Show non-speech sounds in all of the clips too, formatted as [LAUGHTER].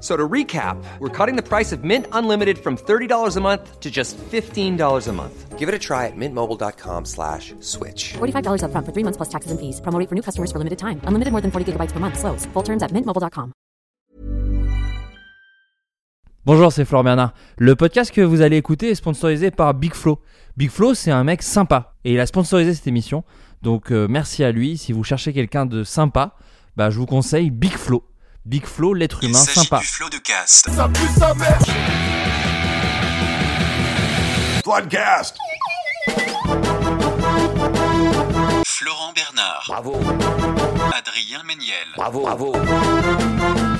So to recap, we're cutting the price of Mint Unlimited from $30 a month to just $15 a month. Give it a try at mintmobile.com slash switch. $45 up front for three months plus taxes and fees. Promoting for new customers for limited time. Unlimited more than 40 gigabytes per month. Slows. Full terms at mintmobile.com. Bonjour, c'est Florent Bernard. Le podcast que vous allez écouter est sponsorisé par Big Flo. Big Flo, c'est un mec sympa et il a sponsorisé cette émission. Donc euh, merci à lui. Si vous cherchez quelqu'un de sympa, bah, je vous conseille Big Flo. Big Flo, l'être humain s'agit sympa. du flot de cast. Podcast. Florent Bernard. Bravo. Adrien Méniel. Bravo, bravo.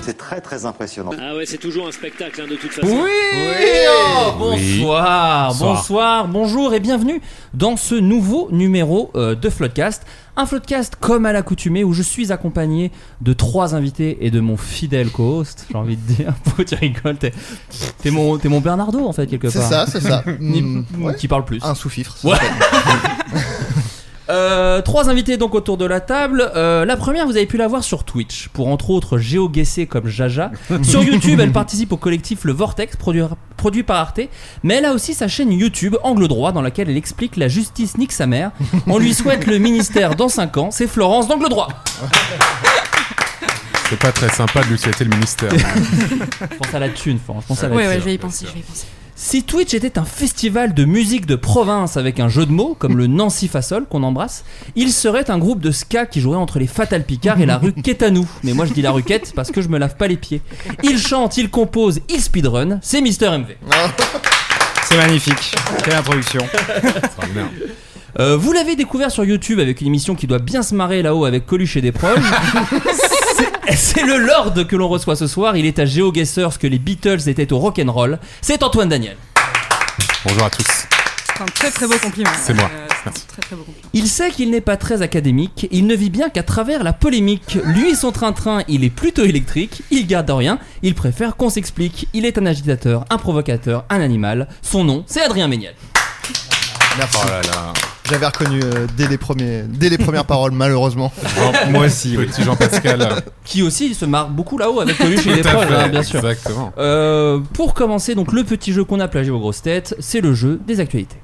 C'est très très impressionnant. Ah ouais, c'est toujours un spectacle hein, de toute façon. Oui, oh, bonsoir, bonsoir, bonjour et bienvenue dans ce nouveau numéro euh, de Floodcast. Un Floodcast comme à l'accoutumée où je suis accompagné de trois invités et de mon fidèle co-host, j'ai envie de dire, [LAUGHS] pourquoi tu rigoles, t'es t'es mon, t'es mon Bernardo en fait quelque part. C'est ça, c'est ça. [LAUGHS] Ni- Mm, ouais. Qui parle plus. Un sous-fifre. ça Ouais. s'appelle. Euh, trois invités donc autour de la table. Euh, la première, vous avez pu la voir sur Twitch, pour entre autres géoguesser comme Jaja. sur YouTube, elle participe au collectif Le Vortex, produit, produit par Arte. Mais elle a aussi sa chaîne YouTube, Angle Droit, dans laquelle elle explique la justice nique sa mère. On lui souhaite le ministère dans 5 ans. C'est Florence d'Angle Droit. C'est pas très sympa de lui souhaiter le [LAUGHS] ministère. Je pense à la thune, Florence. Je pense à la Ouais, thune. ouais, je vais y penser, je vais y penser. Si Twitch était un festival de musique de province avec un jeu de mots, comme le Nancy Fasol qu'on embrasse, il serait un groupe de ska qui jouerait entre les Fatal Picard et la rue Quétanou. Mais moi je dis la rue Quête parce que je me lave pas les pieds. Il chante, il compose, il speedrun, c'est Mister MV. [LAUGHS] C'est magnifique. Quelle introduction. [LAUGHS] Euh, vous l'avez découvert sur YouTube avec une émission qui doit bien se marrer là-haut avec Coluche et des [LAUGHS] proches. C'est- C'est le Lord que l'on reçoit ce soir. Il est à GeoGuessr ce que les Beatles étaient au rock'n'roll. C'est Antoine Daniel. Bonjour à tous. C'est un très très beau compliment. C'est moi. Euh, c'est un très très beau compliment. Il sait qu'il n'est pas très académique, il ne vit bien qu'à travers la polémique. Lui et son train-train, il est plutôt électrique, il garde rien, il préfère qu'on s'explique. Il est un agitateur, un provocateur, un animal. Son nom, c'est Adrien Méniel. Merci. Oh là là. J'avais reconnu euh, dès, les premiers, dès les premières paroles, malheureusement. Jean- moi aussi, [LAUGHS] petit Jean-Pascal. Qui aussi il se marre beaucoup là-haut avec Coluche et les Tout à proches, fait, hein, bien sûr. Exactement. Euh, pour commencer, donc le petit jeu qu'on a plagié aux grosses têtes, c'est le jeu des actualités.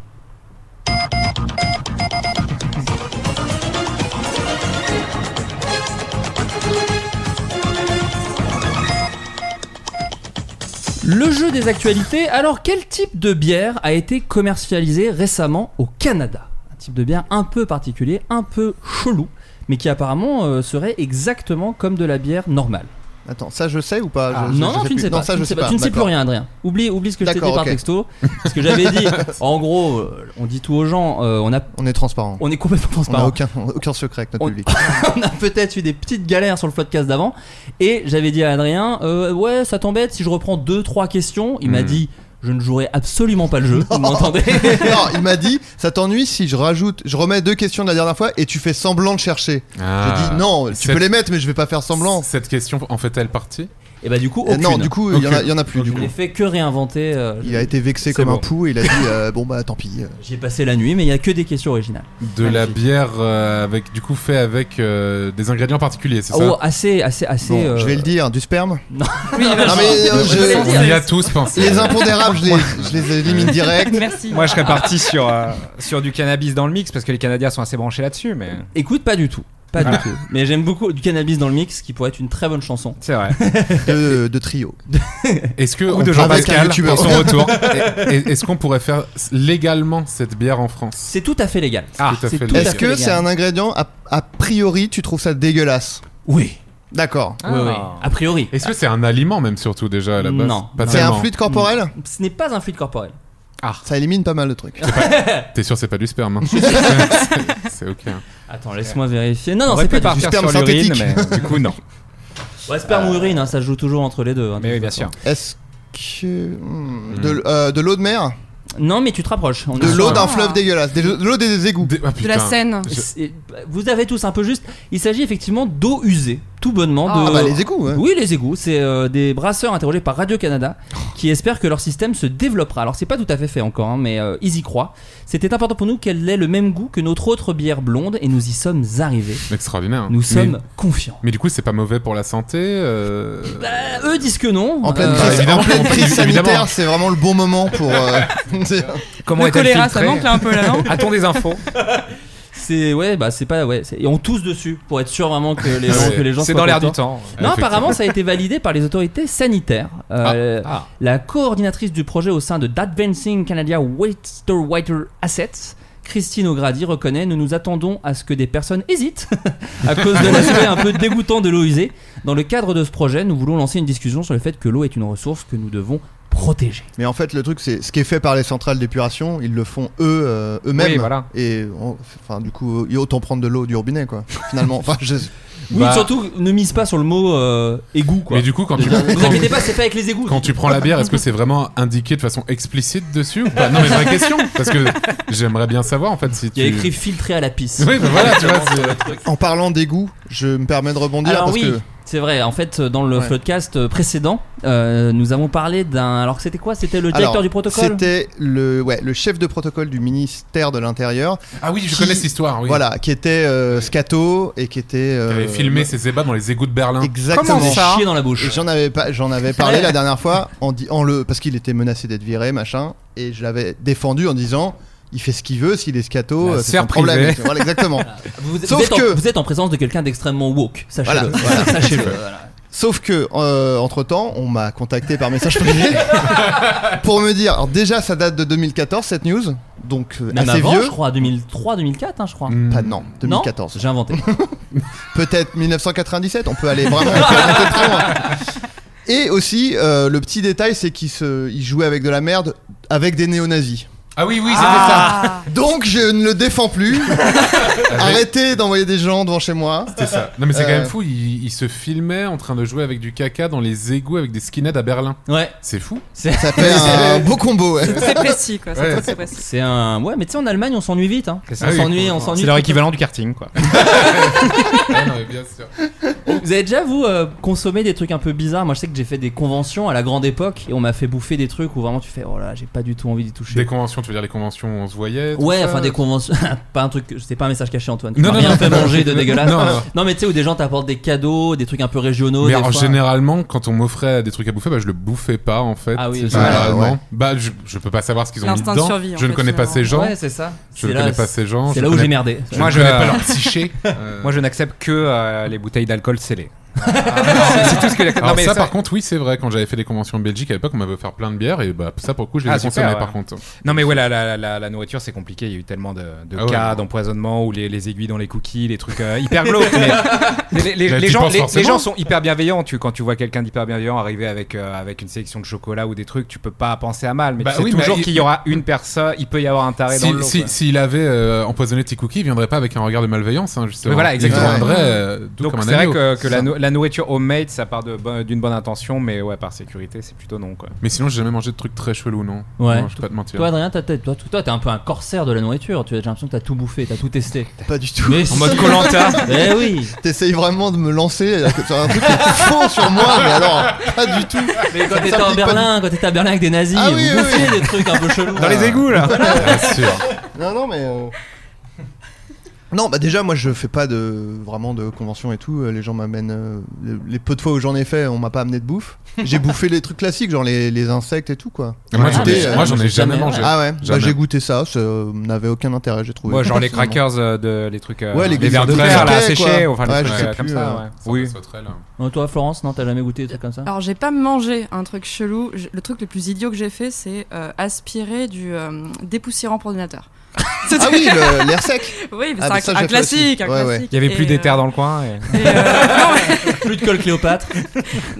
Le jeu des actualités, alors quel type de bière a été commercialisé récemment au Canada Un type de bière un peu particulier, un peu chelou, mais qui apparemment euh, serait exactement comme de la bière normale. Attends, ça je sais ou pas Je- je- Ah. Non, je non, tu ne plus. sais pas. ça tu je ne sais sais pas. pas. Tu ne sais plus d'accord. rien, Adrien. Oublie, oublie ce que je t'ai dit D'accord, par ok. texto. Parce que j'avais [LAUGHS] dit, en gros, euh, on dit tout aux gens, euh, on, a, On est transparent. on est complètement On n'a transparent. aucun, aucun secret avec notre On- public. [LAUGHS] On a peut-être eu des petites galères sur le podcast d'avant. Et j'avais dit à Adrien, euh, ouais, ça t'embête si je reprends deux, trois questions. Il m'a Hmm. dit, je ne jouerai absolument pas [LAUGHS] le jeu. Vous m'entendez non, il m'a dit, ça t'ennuie si je rajoute, je remets deux questions de la dernière fois et tu fais semblant de chercher. Ah. J'ai dit non, tu Cette- peux les mettre, mais je vais pas faire semblant. Cette question en fait-elle partie Et bah, du coup, Euh, aucune. non, du coup, il y, en a- Aucune. il y en a plus. Du je coup. n'ai fait que réinventer. euh, Il a été vexé comme un bon. pou et [LAUGHS] il a dit euh, bon bah tant pis. euh. J'ai passé la nuit, mais il n'y a que des questions originales. De la bière euh, avec du coup fait avec euh, des ingrédients particuliers, c'est Oh, ça [LAUGHS] assez, assez, assez. Bon, euh, je vais le dire, du sperme. Oui, Non, mais, euh, je vais je- le On dire. y a tous pensé. Les impondérables, je les, je les élimine [LAUGHS] direct. Merci. Moi, je serais parti sur, euh, sur du cannabis dans le mix parce que les Canadiens sont assez branchés là-dessus, mais Ah. Écoute, pas du tout. Pas du Voilà. tout. Mais j'aime beaucoup du cannabis dans le mix, qui pourrait être une très bonne chanson. [LAUGHS] c'est vrai. De, de trio. Est-ce que Ou on de peut- Jean-Pascal, Avec un youtubeur. pour [LAUGHS] son retour est- est- Est-ce qu'on pourrait faire légalement cette bière en France C'est tout à fait légal. Ah, Tout à c'est fait tout à légal. Est-ce que légal. c'est un ingrédient a, a priori tu trouves ça dégueulasse Oui. Ah. D'accord. Oui, oui. A priori. Est-ce que c'est un aliment même surtout déjà Ah, à la base Non. Pas C'est un tellement. fluide corporel Ce n'est pas un fluide corporel. Ah. Ça élimine pas mal de trucs. [LAUGHS] T'es sûr c'est pas du sperme hein C'est- C'est ok. hein. Attends, laisse-moi vérifier. Non, non, aurait c'est pu pas du partir sperme sur l'urine, synthétique. mais du coup, non. [LAUGHS] Ouais, sperme ou urine, hein, ça joue toujours entre les deux. hein, mais oui, bien sûr. Est-ce que. hmm, De, l- euh, de l'eau de mer Non, mais tu te rapproches. On est De sur- l'eau d'un fleuve dégueulasse. des- De l'eau des égouts. ah, De la Seine. C'est- bah, Vous avez tous un peu juste. Il s'agit effectivement d'eau usée, tout bonnement. Ah. de- Ah bah, les égouts, ouais. Oui, les égouts. C'est euh, des brasseurs interrogés par Radio Canada qui espèrent que leur système se développera. Alors c'est pas tout à fait fait encore, hein, mais euh, ils y croient. C'était important pour nous qu'elle ait le même goût que notre autre bière blonde et nous y sommes arrivés. Extraordinaire. hein. Nous Mais- sommes confiants. Mais du coup, c'est pas mauvais pour la santé. euh, Euh, eux disent que non. En pleine Euh, Bah, crise, évidemment, en pleine évidemment. crise sanitaire, c'est vraiment le bon moment pour. euh, [LAUGHS] Comment Le est-elle choléra, ça filtrée manque là un peu là, non [LAUGHS] A-t-on des infos [LAUGHS] C'est ouais bah c'est pas ouais c'est- et on tousse dessus pour être sûr vraiment que les Ah gens ouais. que les gens C'est soient dans l'air du contents. temps. Non Effectivement. apparemment ça a été validé par les autorités sanitaires. Euh, Ah. Ah. La coordinatrice du projet au sein de d'Advancing Canada Wastewater Assets. Christine O'Grady reconnaît, nous nous attendons à ce que des personnes hésitent [LAUGHS] à cause de l'aspect un peu dégoûtant de l'eau usée. Dans le cadre de ce projet, nous voulons lancer une discussion sur le fait que l'eau est une ressource que nous devons protéger. Mais en fait, le truc, c'est ce qui est fait par les centrales d'épuration, ils le font eux, euh, eux-mêmes. Oui, voilà. Et on- enfin, du coup, il y a autant prendre de l'eau du robinet, quoi. Finalement, [LAUGHS] enfin, je- Oui, Bah- surtout ne mise pas sur le mot euh, égout quoi. Mais du coup, quand tu, Ne vous quand, inquiétez pas, c'est fait avec les égouts. quand tu prends la bière, [LAUGHS] est-ce que c'est vraiment indiqué de façon explicite dessus ou pas Non, mais vraie question. Parce que j'aimerais bien savoir en fait si tu. Il y a écrit filtré à la pisse. Oui, bah voilà, tu vois. Vraiment, c'est- sur le truc. en parlant d'égout, je me permets de rebondir Alors parce oui, que c'est vrai. En fait, dans le Ouais. podcast précédent, euh, nous avons parlé d'un. Alors c'était quoi C'était le directeur Alors, du protocole. C'était le, ouais, le chef de protocole du ministère de l'Intérieur. Ah oui, je qui- connais cette histoire. Oui. Voilà, qui était euh, scato et qui était. Il euh, avait filmé ses ébats dans les égouts de Berlin. Exactement. bah, Comment ça Chier dans la bouche. Et J'en avais pas, j'en avais parlé [LAUGHS] la dernière fois en, di- en le, parce qu'il était menacé d'être viré, machin, et je l'avais défendu en disant, il fait ce qu'il veut, s'il est Bah, scato, La euh, c'est son sphère problème. privée. Voilà, exactement. [LAUGHS] Vous, vous Sauf êtes que- en, vous êtes en présence de quelqu'un d'extrêmement woke. Sachez-le. Voilà, voilà. Sachez-le. Sauf que, entre temps, on m'a contacté par message [LAUGHS] privé pour me dire, alors déjà, ça date de 2014 cette news, donc euh, Même assez avant, vieux. je crois, 2003, 2004, hein, je crois. Hmm. Pas non, 2014. J'ai inventé. [LAUGHS] peut-être 1997, on peut aller vraiment on peut aller un peu très loin. Et aussi, euh, le petit détail, c'est qu'il se, il jouait avec de la merde, avec des néo-nazis. Ah oui, oui, c'était Ah Donc je ne le défends [LAUGHS] plus. Arrêtez d'envoyer des gens devant chez moi. ça. C'est ça. Non, mais c'est quand Euh. même fou. Il, il se filmait en train de jouer avec du caca dans les égouts avec des skinheads à Berlin. Ouais. C'est fou. [LAUGHS] Ça fait [LAUGHS] un beau combo. ouais. C'est précis quoi, Ouais. c'est très précis. C'est un. Ouais, mais tu sais, en Allemagne, on s'ennuie vite. Hein. C'est ça. On Ah oui. s'ennuie, on s'ennuie. C'est leur équivalent du [LAUGHS] karting, quoi. Ah non, mais bien sûr. Vous avez déjà, vous, euh, consommé des trucs un peu bizarres Moi, je sais que j'ai fait des conventions à la grande époque et on m'a fait bouffer des trucs où vraiment tu fais, oh là, j'ai pas du tout envie d'y toucher. Des conventions, tu veux dire les conventions où on se voyait tout Ouais, ça enfin des conventions. [LAUGHS] pas un truc. C'était pas un message caché, Antoine. Tu Non, m'as non, rien non. fait manger de [LAUGHS] Non, dégueulasse. non, non. mais tu sais, où des gens t'apportent des cadeaux, des trucs un peu régionaux. Mais des alors, fois. généralement, quand on m'offrait des trucs à bouffer, bah, je le bouffais pas en fait. Ah oui, C'est bah, généralement. ouais. Bah, je, je peux pas savoir ce qu'ils ont mis L'instinct de dedans. survie, en je ne fait, connais pas finalement. ces gens. Ouais, c'est ça. Je C'est ne là- connais pas ces gens. C'est je là où connais- j'ai merdé. Je Moi, ne je- [LAUGHS] connais [LAUGHS] pas leur psyché. Euh, Moi, je n'accepte que euh, les bouteilles [LAUGHS] d'alcool scellées. [LAUGHS] C'est- c'est tout ce que Ah, j'accepte. Alors Non, mais ça, par contre oui c'est vrai quand j'avais fait des conventions en Belgique à l'époque on m'avait offert plein de bières et bah ça pour le coup je les Ah, ai super, consommées ouais. par contre. Non, mais ouais, la, la, la, la nourriture, c'est compliqué. Il y a eu tellement de, de Ah ouais. cas d'empoisonnement ou les, les aiguilles dans les cookies, les trucs euh, hyper [LAUGHS] glauques. mais- mais les, les- Là, Bah, les tu gens, penses les, les forcément. gens sont hyper bienveillants. Tu, quand tu vois quelqu'un d'hyper bienveillant arriver avec, euh, avec une sélection de chocolat ou des trucs, tu peux pas penser à mal. Mais Bah tu sais oui, mais toujours il- qu'il y aura une personne, il peut y avoir un taré Si- Ah dans le lot. si- quoi. S'il avait euh, empoisonné tes cookies il viendrait pas avec un regard de malveillance hein, justement. Mais voilà, exactement. Il viendrait euh, doux Donc comme un c'est vrai agneau. que, que C'est la, ça. nou- la nourriture homemade, ça part de bo- d'une bonne intention, mais ouais, par sécurité, c'est plutôt non. Quoi. Mais sinon j'ai jamais mangé de trucs très chelous non. Ouais. Non, je peux pas te mentir. Toi, Adrien, t'as- t'as- toi, toi, t'es un peu un corsaire de la nourriture. Tu as j'ai l'impression que t'as tout bouffé, t'as tout testé. Pas du tout. Mais En mode [LAUGHS] Colanta. [LAUGHS] Eh oui. T'essayes vraiment de me lancer alors que c'est un truc qui est faux sur moi, [LAUGHS] mais alors pas du tout. Mais quand Ça t'étais en s'applique pas Berlin, quand t'étais à Berlin avec des nazis, Ah oui, vous oui, bouffiez des trucs un peu chelous. Dans les égouts là. Bien sûr. [LAUGHS] Non, non, mais. euh, Non, bah déjà, moi je fais pas de vraiment de convention et tout. Euh, Les gens m'amènent. euh, les- Les peu de fois où j'en ai fait, on m'a pas amené de bouffe. J'ai bouffé les trucs classiques, genre les, les insectes et tout quoi. Moi j'en Écoutez, ai- euh, moi, j'en ai jamais- jamais mangé. Ah ouais, bah Jamais. j'ai goûté ça, ça euh, n'avait aucun intérêt, j'ai trouvé. Moi, genre les Finalement. crackers, euh, de, les trucs, euh, Ouais, les les verres de trucs verre là, sautées, quoi. séchés, enfin Ouais, les je trucs sais euh, comme plus, ça. euh, ouais. Ça, Oui. la sauterelle. hein. Non, Euh, toi, Florence, non, t'as jamais goûté des trucs comme ça Alors j'ai pas mangé un truc chelou. Je- Le truc le plus idiot que j'ai fait, c'est euh, aspiré du euh, dépoussiérant pour ordinateur. Ah oui, le- l'air sec. [LAUGHS] Oui, mais Ah, mais c'est ça, un, je un le fais aussi. classique. un Ouais, ouais. classique. Il y avait plus Et, d'éther euh, dans le coin. et- et, [LAUGHS] euh, non, mais- [LAUGHS] Plus de col Cléopâtre.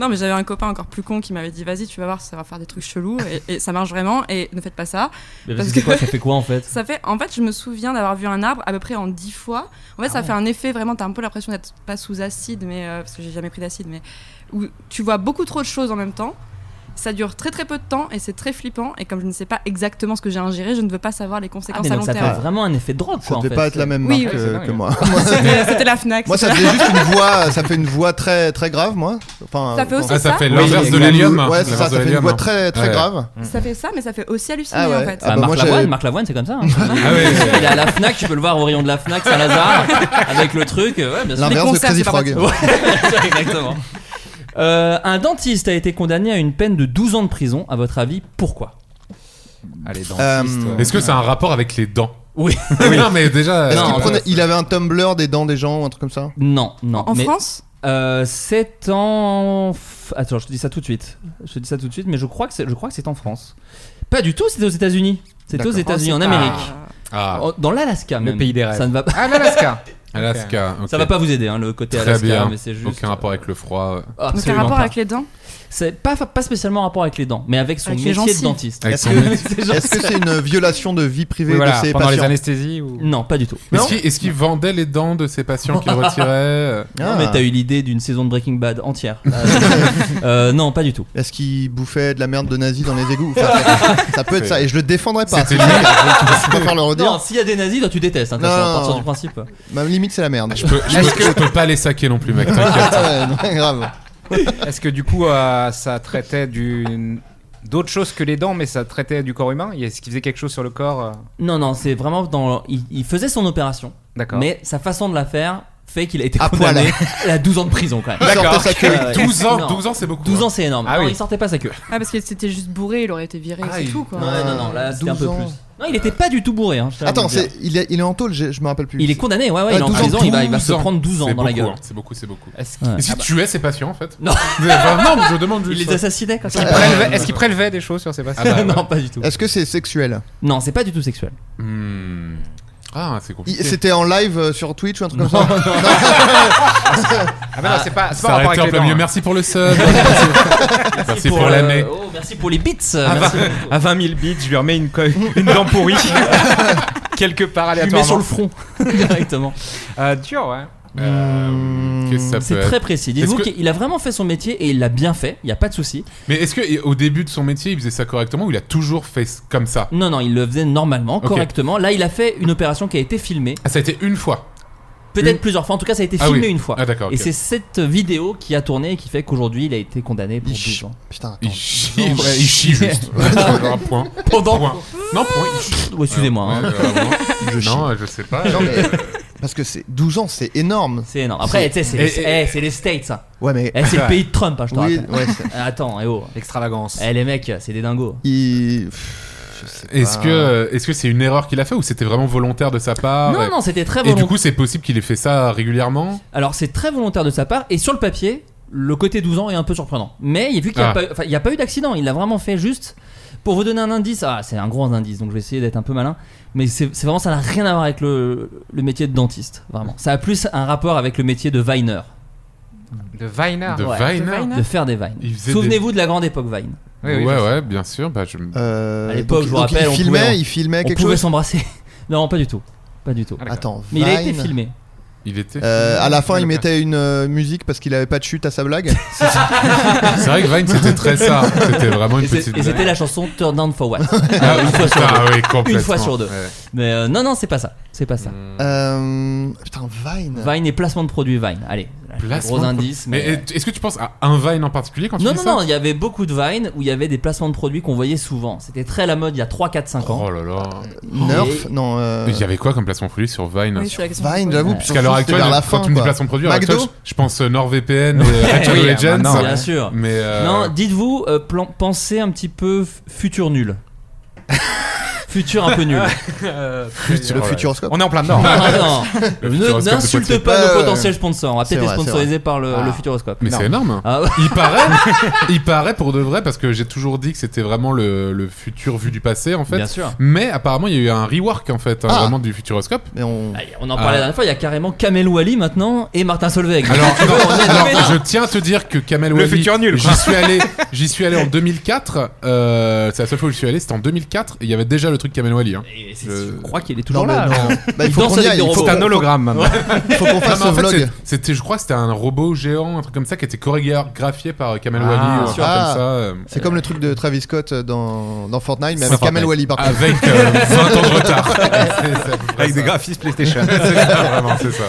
non mais j'avais un copain encore plus con qui m'avait dit vas-y tu vas voir ça va faire des trucs chelous et, et ça marche vraiment et ne faites pas ça. Mais parce que quoi, ça fait quoi, en fait [LAUGHS] Ça fait en fait je me souviens d'avoir vu un arbre à peu près en 10 fois. En Ah fait ça fait un effet vraiment t'as un peu l'impression d'être pas sous acide mais euh, parce que j'ai jamais pris d'acide mais où tu vois beaucoup trop de choses en même temps. Ça dure très très peu de temps et c'est très flippant et comme je ne sais pas exactement ce que j'ai ingéré je ne veux pas savoir les Ah, conséquences mais à donc long ça terme. fait vraiment un effet de drogue, Ça quoi. en devait fait. pas être la même Oui, marque oui. euh, C'est que dingue. moi. [LAUGHS] C'était- [LAUGHS] [LAUGHS] c'était la Fnac, Moi, ça c'est faisait ça. juste une voix, ça fait une voix très très grave, moi. Enfin, Ça fait aussi Ah, ça ça fait Oui, l'inverse de exact. l'hélium. Ouais, c'est L'inverse ça, de ça fait une l'hélium, voix hein. très très Ouais. grave. Ça fait ça mais ça fait aussi halluciner Ah ouais. en fait. Ah bah, Marc, moi, Ah j'avais- Lavoine, Marc Lavoine, c'est comme ça. hein. [LAUGHS] Il est à la Fnac, tu peux le voir au rayon de la [LAUGHS] Fnac Saint-Lazare avec le truc. euh, Ouais, bien sûr. L'inverse Les de concerts, Crazy c'est Frog. pas grave. Ouais, [LAUGHS] exactement. Euh, un dentiste a été condamné à une peine de 12 ans de prison. À votre avis, pourquoi Allez, dentistes, Euh, ouais. Est-ce que c'est un rapport avec les dents [LAUGHS] [LAUGHS] Oui. non, mais déjà. Est-ce euh, qu'il prenait- il avait un tumbler des dents des gens ou un truc comme ça Non, non. En France euh, C'est en. f- Attends, je te dis ça tout de suite. Je te dis ça tout de suite, mais je crois que c'est, je crois que c'est en France. Pas du tout, c'était aux États-Unis. C'était aux D'accord. États-Unis, Oh, en c'est- Amérique. Ah. En- Oh, Dans l'Alaska, Le même. pays des rêves. Ça ne va pas. Ah, [LAUGHS] l'Alaska. [LAUGHS] Alaska. ok. Ça va pas vous aider, hein, le côté Très Alaska, bien. mais c'est juste. euh, Aucun rapport avec le froid. Donc un Absolument rapport pas. avec les dents C'est pas, pas spécialement en rapport avec les dents, mais avec son Avec les métier de gencives. dentiste. Avec Est-ce [LAUGHS] son que métier. Déjà, est-ce que c'est une violation de vie privée Oui, voilà, de ses pendant les patients anesthésies ou... Non, pas du tout. Est-ce Non. qu'il est-ce qu'il vendait les dents de ses patients qu'il retirait euh, Non, Ah. mais t'as eu l'idée d'une saison de Breaking Bad [LAUGHS] entière. Euh, euh, non, pas du tout. Est-ce qu'il bouffait de la merde de nazis dans les égouts [LAUGHS] Enfin, ça, ça peut être ça, et [LAUGHS] je le défendrai pas. C'était C'est lui. pas grave, je préfère le redire. Non, s'il y a des nazis, toi tu détestes. hein, de toute Non, façon, à non, partir non. du principe. Ma limite, c'est la merde. je, peux, je peux- je peux pas les saquer non [LAUGHS] plus, mec. t'inquiète. Ah Ouais, non, grave. [LAUGHS] Est-ce que du coup, euh, ça traitait d'une- d'autres choses que les dents, mais ça traitait du corps humain Est-ce qu'il faisait quelque chose sur le corps euh Non, non, c'est vraiment dans. Il, il faisait son opération, D'accord. mais sa façon de la faire fait qu'il a été Ah, À poil. condamné [LAUGHS] à 12 ans de prison quand même. Il sortait sa queue. Euh, 12 ans, non. 12 ans, c'est beaucoup. hein. 12 ans, c'est énorme. Ah non, oui. il sortait pas sa queue. Ah parce que c'était juste bourré, il aurait été viré, Ah, c'est il- tout quoi. Ah, Ouais, non, non, Ah, là c'était un 12 peu ans. plus. Non, il était pas du tout bourré. hein, je tiens à Attends, vous le c'est- il, est, il est en tôle, je, je me rappelle plus. dire. Il est condamné, ouais, ouais, Ah, il est en 12 ans, prison, il va, il va 12 se prendre 12 ans C'est dans la beaucoup, gueule. hein, C'est beaucoup, c'est beaucoup. Est-ce Ouais. qu'il Et si tu tuais ses patients en fait Ah bah. Non. [LAUGHS] Mais, bah, Non, je [LAUGHS] demande Il juste. les ça. assassinait comme ça. prélevait, est-ce qu'il prélevait des choses sur ses patients Ah bah, ouais. non, pas du tout. Est-ce que c'est sexuel Non, c'est pas du tout sexuel. Hmm. Ah, c'est Il- compliqué. C'était en live euh, sur Twitch ou un truc comme ça [LAUGHS] Ah bah non, c'est pas, c'est Ça pas en rapport arrête avec un les peu dents. mieux. hein. Merci pour le [LAUGHS] sub. merci pour, euh, l'année. oh, merci pour les bits. À, merci. Ah, vingt- à 20 000 bits, je lui remets une, co- une [LAUGHS] dent [LAUGHS] pourrie. Quelque part Tu mets aléatoirement. sur le [LAUGHS] [LAUGHS] front directement. Hmm, Euh, dur, ouais. Euh, Qu'est-ce que ça peut C'est être très précis. Dites-vous Est-ce que- qu'il a vraiment fait son métier et il l'a bien fait. Il y a pas de souci. Mais est-ce que au début de son métier, il faisait ça correctement ou il a toujours fait c- comme ça Non, non, il le faisait normalement, Ok. correctement. Là, il a fait une opération qui a été filmée. Ah, ça a été une fois. Peut-être Une- plusieurs fois. En tout cas, ça a été Ah filmé oui. une fois. Ah, d'accord, Et ok. c'est cette vidéo qui a tourné et qui fait qu'aujourd'hui, il a été condamné pour Il ch- 12 ans. Putain, attends. Il chie, ouais, il chie juste. Alors, un point. [LAUGHS] Pendant- Point. Non, point. il chie. Ah. Ouais, excusez-moi. hein. Ouais, euh, vraiment. [LAUGHS] Je chie. non, je sais pas. Non, mais- [LAUGHS] Parce que c'est 12 ans, c'est énorme. C'est énorme. Après, tu sais, c'est les... Et- et- eh, c'est les States, ça. Ouais, mais. Eh, c'est le pays de Trump, hein, je te Oui, rappelle. ouais, c'est- Ah, [LAUGHS] Attends, eh oh. L'extravagance. Eh, les mecs, c'est des dingos. il- pff, je sais pas. Est-ce que euh, est-ce que c'est une erreur qu'il a fait ou c'était vraiment volontaire de sa part non, et- non, c'était très Et du volontaire. coup, c'est possible qu'il ait fait ça régulièrement Alors, c'est très volontaire de sa part. Et sur le papier, le côté 12 ans est un peu surprenant. Mais vu qu'il n'y a, Ah. pas eu- enfin, il y a pas eu d'accident, il l'a vraiment fait juste. Pour vous donner un indice, ah, c'est un gros indice, donc je vais essayer d'être un peu malin. Mais c'est c'est vraiment, ça n'a rien à voir avec le, le métier de dentiste, vraiment. Ça a plus un rapport avec le métier de viner, De Viner. Ah. de Ouais. Viner. Viner. de faire des vines. Il faisait Souvenez-vous de la grande époque vine. Oui, oui, ouais, [LAUGHS] je sais. ouais, bien sûr. Bah, je... Euh, À l'époque, donc- je vous donc rappelle, on il filmait, pouvait- il filmait On quelque pouvait chose. s'embrasser. [LAUGHS] Non, pas du tout, pas du tout. Ah, Attends, Mais il a Vine. été filmé. Il était. Euh, à la fin, il Le mettait une euh, musique parce qu'il avait pas de chute à sa [LAUGHS] blague. C'est vrai que Vine c'était très ça. C'était vraiment Et une petite. c'est- et c'était la chanson Turn Down for What. Ah, Euh, une fois sur putain, deux. oui, complètement. Une fois sur deux. Ouais. Mm. Mais euh, non, non, c'est pas ça. C'est pas ça. Euh, putain, Vine. Vine et placement de produits Vine. Allez, Placement gros de pro- indice. Mais Mais, est- est-ce que tu penses à un Vine en particulier quand non, tu non, dis non, ça il y avait beaucoup de Vine où il y avait des placements de produits qu'on voyait souvent. C'était très la mode il y a 3, 4, 5 ans. Oh là là. Nerf, non. euh, Il y avait quoi comme placement folie sur Vine Oui, c'est la question. Vine, j'avoue. Parce qu'à l'heure surtout, c'était actuelle, vers la quand fin, tu me quoi. déplaces son produit, à l'heure McDo ah, bah, actuelle, je je pense euh, [LAUGHS] NordVPN, euh, Red Shadow Oui, Legends. maintenant, Bien ouais. sûr. Mais euh, [LAUGHS] Non, dites-vous, euh, plan- pensez un petit peu f- futur nul. Futur un peu nul. Euh, très Futur- bien. le futuroscope. On est en plein [LAUGHS] dedans. Non, non, Le non. Ne- futuroscope de N'insulte Poitiers. pas Ouais, nos ouais. potentiels sponsors. On va C'est peut-être être vrai, c'est sponsorisé vrai. par le, Ah. le futuroscope. Mais c'est énorme. hein. Ah ouais. [LAUGHS] Il paraît, il paraît pour de vrai parce que j'ai toujours dit que c'était vraiment le, le futur vu du passé en fait. Bien sûr. Mais apparemment il y a eu un rework en fait hein, Ah. vraiment du futuroscope. Mais on... On en parlait la dernière fois, il y a carrément Kamel Wally maintenant et Martin Solveig. Ah. Alors, Tu vois, on est- Alors, mais non. je tiens à te dire que Kamel Le Wally, futur nul, quoi. J'y suis allé, j'y suis allé en 2004. euh, c'est la seule fois où je suis allé, c'était en 2004. Et il y avait déjà le truc Kamel Wally. hein. Je... Je crois qu'il est toujours Non, là. mais alors. non. Bah, il Il faut danse qu'on y avec aille, des il faut robots. qu'on- Ouais. Non, mais en fait, c'est- C'était, je crois, que c'était un robot géant, un truc comme ça, qui était chorégraphié par Kamel Wally. ou un truc Ah. comme ça. euh. C'est comme le truc de Travis Scott dans, dans Fortnite, mais avec Fortnite. Kamel Wally par contre. Avec, euh, 20 ans de retard. C'est- c'est à peu [LAUGHS] près Avec des ça. graphismes PlayStation. C'est ça, vraiment, c'est ça.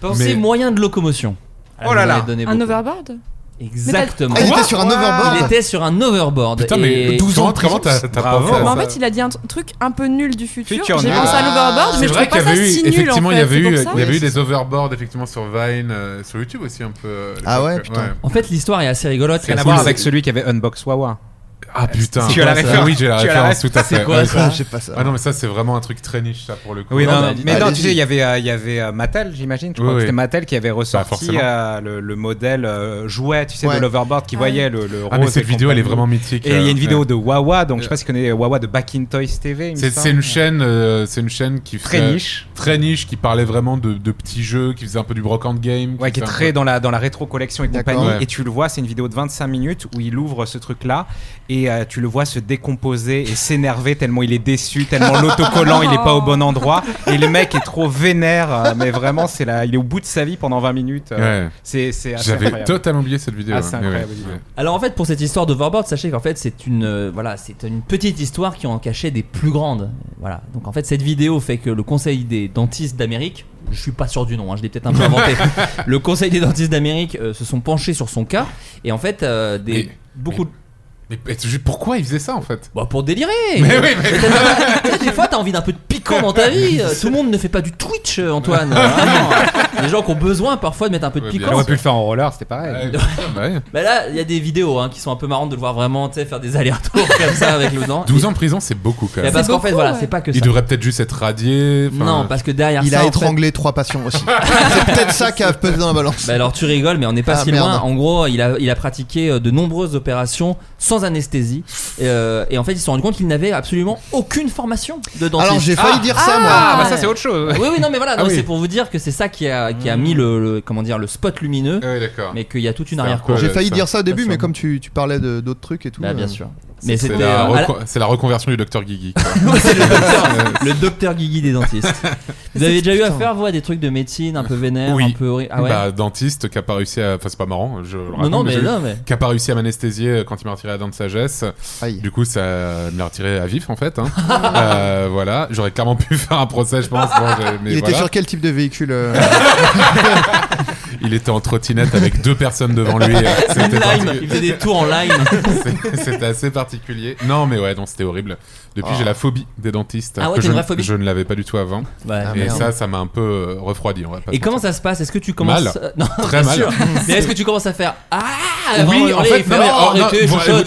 Pensez Mais- moyen de locomotion. Ah, Oh là vous là. m'avez donné Un beaucoup. overboard Exactement. Ah, il était sur un Quoi overboard Il était sur un overboard. Putain, mais Et- 12 ans, comment t'as, t'as pas Bravo. fait Mais en ça fait, il a dit un t- truc un peu nul du futur. Futur J'ai nul. pensé à l'overboard, mais C'est je vrai trouve pas qu'il y ça avait eu, si nul. effectivement, en fait. il y avait C'est eu, euh, pour ça. il y avait eu des overboards effectivement sur Vine, euh, sur YouTube aussi un peu. euh, Ah ouais, l'époque. putain. En fait, l'histoire est assez rigolote. Rien à parce voir que- avec celui qui avait Unbox Wawa. Ah putain. Tu as la Ah, ça, référence. Oui, j'ai la Tu as la référence ref- tout à fait. C'est quoi, Ouais, ça Je sais pas ça. Ah non, mais ça c'est vraiment un truc très niche ça pour le coup. Oui, non, Ah, non, bah, mais non, allez-y. tu sais, il y avait, euh, il y avait euh, Mattel, j'imagine. Je crois Oui, que oui. c'était Mattel qui avait ressorti forcément. euh, le, le modèle euh, jouet, tu sais, Ouais. de l'overboard qui Ah voyait ouais. le, le rose. Ah, mais cette et vidéo, elle est compagnie. vraiment mythique, Et il y a euh, une vidéo ouais. Euh. de Wawa, donc je sais pas si tu connais Wawa de Back in Toys TV. il me C'est, semble. c'est une chaîne, euh, c'est une chaîne qui Très faisait- niche. très niche, qui parlait vraiment de, de petits jeux, qui faisait un peu du brocante game, Ouais, qui est faisait un très peu- dans la, dans la rétro collection et D'accord. compagnie. Ouais. Et tu le vois, c'est une vidéo de 25 minutes où il ouvre ce truc-là et euh, tu le vois se décomposer et s'énerver tellement il est déçu, tellement l'autocollant il est pas au bon endroit. Et le mec est trop vénère, euh, mais vraiment, c'est là, il est au bout de sa vie pendant 20 minutes. euh, Ouais. C'est, c'est assez J'avais incroyable. totalement oublié cette vidéo. Ah, c'est ouais, mais incroyable. ouais. l'idée. Alors en fait pour cette histoire d'Overboard, sachez qu'en fait c'est une euh, voilà c'est une petite histoire qui en cachait des plus grandes. Voilà donc en fait cette vidéo fait que le Conseil des dentistes d'Amérique, je suis pas sûr du nom, hein, je l'ai peut-être un peu [LAUGHS] inventé. le Conseil des dentistes d'Amérique euh, se sont penchés sur son cas et en fait euh, des beaucoup Mais, mais juste pourquoi ils faisaient ça en fait bah pour délirer. Mais oui, mais- Tu sais, des fois Ah, t'as envie d'un peu de piquant dans ta vie. Euh, Tout le monde ne fait pas du Twitch, euh, Antoine. Vraiment. hein. [LAUGHS] Les gens qui ont besoin parfois de mettre un peu de Ouais, bien piquant. sûr. On aurait pu le faire en roller, Ah, c'était pareil. Ouais, bah ouais. [LAUGHS] Bah là, il y a des vidéos hein, qui sont un peu marrantes de le voir vraiment tu sais, faire des allers-retours comme ça avec le [LAUGHS] dent. 12 ans de prison, c'est beaucoup quand Mais même. parce qu'en fait, voilà, c'est pas que ça. Il devrait peut-être juste être radié. enfin- Non, parce que derrière Il ça. a en étranglé trois patients aussi. c'est peut-être ça qui a pesé dans la balance. fait- Bah alors tu rigoles, mais on n'est pas Ah, si merde. loin. En gros, il a, il a pratiqué euh, de nombreuses opérations sans anesthésie. Euh, et en fait, ils se sont rendus compte qu'il n'avait absolument [LAUGHS] aucune formation de dentiste. Alors, j'ai failli dire ça, moi. Ah, bah ça, c'est autre chose. Oui, oui, non, mais voilà, Ah non, oui. c'est pour vous dire que c'est ça qui a, qui a mis le, le- comment dire, le spot lumineux. Ah oui, d'accord. Mais qu'il y a toute une C'est un arrière-cour. peu J'ai failli ça. dire ça au début, Bien mais sûr. comme tu, tu parlais de- d'autres trucs et tout. Bah, bien euh, sûr. Mais C'est c'était. la, euh, à la- reco- c'est la reconversion du docteur Guigui. quoi. [LAUGHS] [LAUGHS] le docteur Guigui des dentistes. Vous avez déjà eu affaire, vous, à des trucs de médecine un peu vénère, un peu horri- Ah ouais Bah, dentiste qui a pas réussi à. Enfin, c'est pas marrant, je le raconte, non, mais je- non, mais- Qui a pas réussi à m'anesthésier euh, quand il m'a retiré la dent de sagesse. Du coup, ça me l'a retiré à vif en fait. [LAUGHS] hein. Euh, voilà, j'aurais clairement pu [LAUGHS] faire un procès, je pense. Bon, j'ai- mais Il était voilà. sur quel type de véhicule euh, [LAUGHS] Il était en trottinette avec deux personnes [LAUGHS] devant lui. C'était Lime, particu- il faisait des tours en lime. [LAUGHS] C'est- C'était assez particulier. Non, mais ouais, non, c'était horrible. Depuis, Ah. j'ai la phobie des dentistes. Ah ouais, que t'as je, une vraie phobie je ne l'avais pas du tout avant. Ouais. Ah, Et merde. ça, ça m'a un peu euh, refroidi. on va pas Et se comment mentir. ça se passe Est-ce que tu commences Mal. euh, Non, Très bien mal. [LAUGHS] sûr. Mais est-ce que tu commences à faire ah vraiment Oui, en hurler, fait, il non, oh, mais- oh, non, arrêtez, vous- chuchote.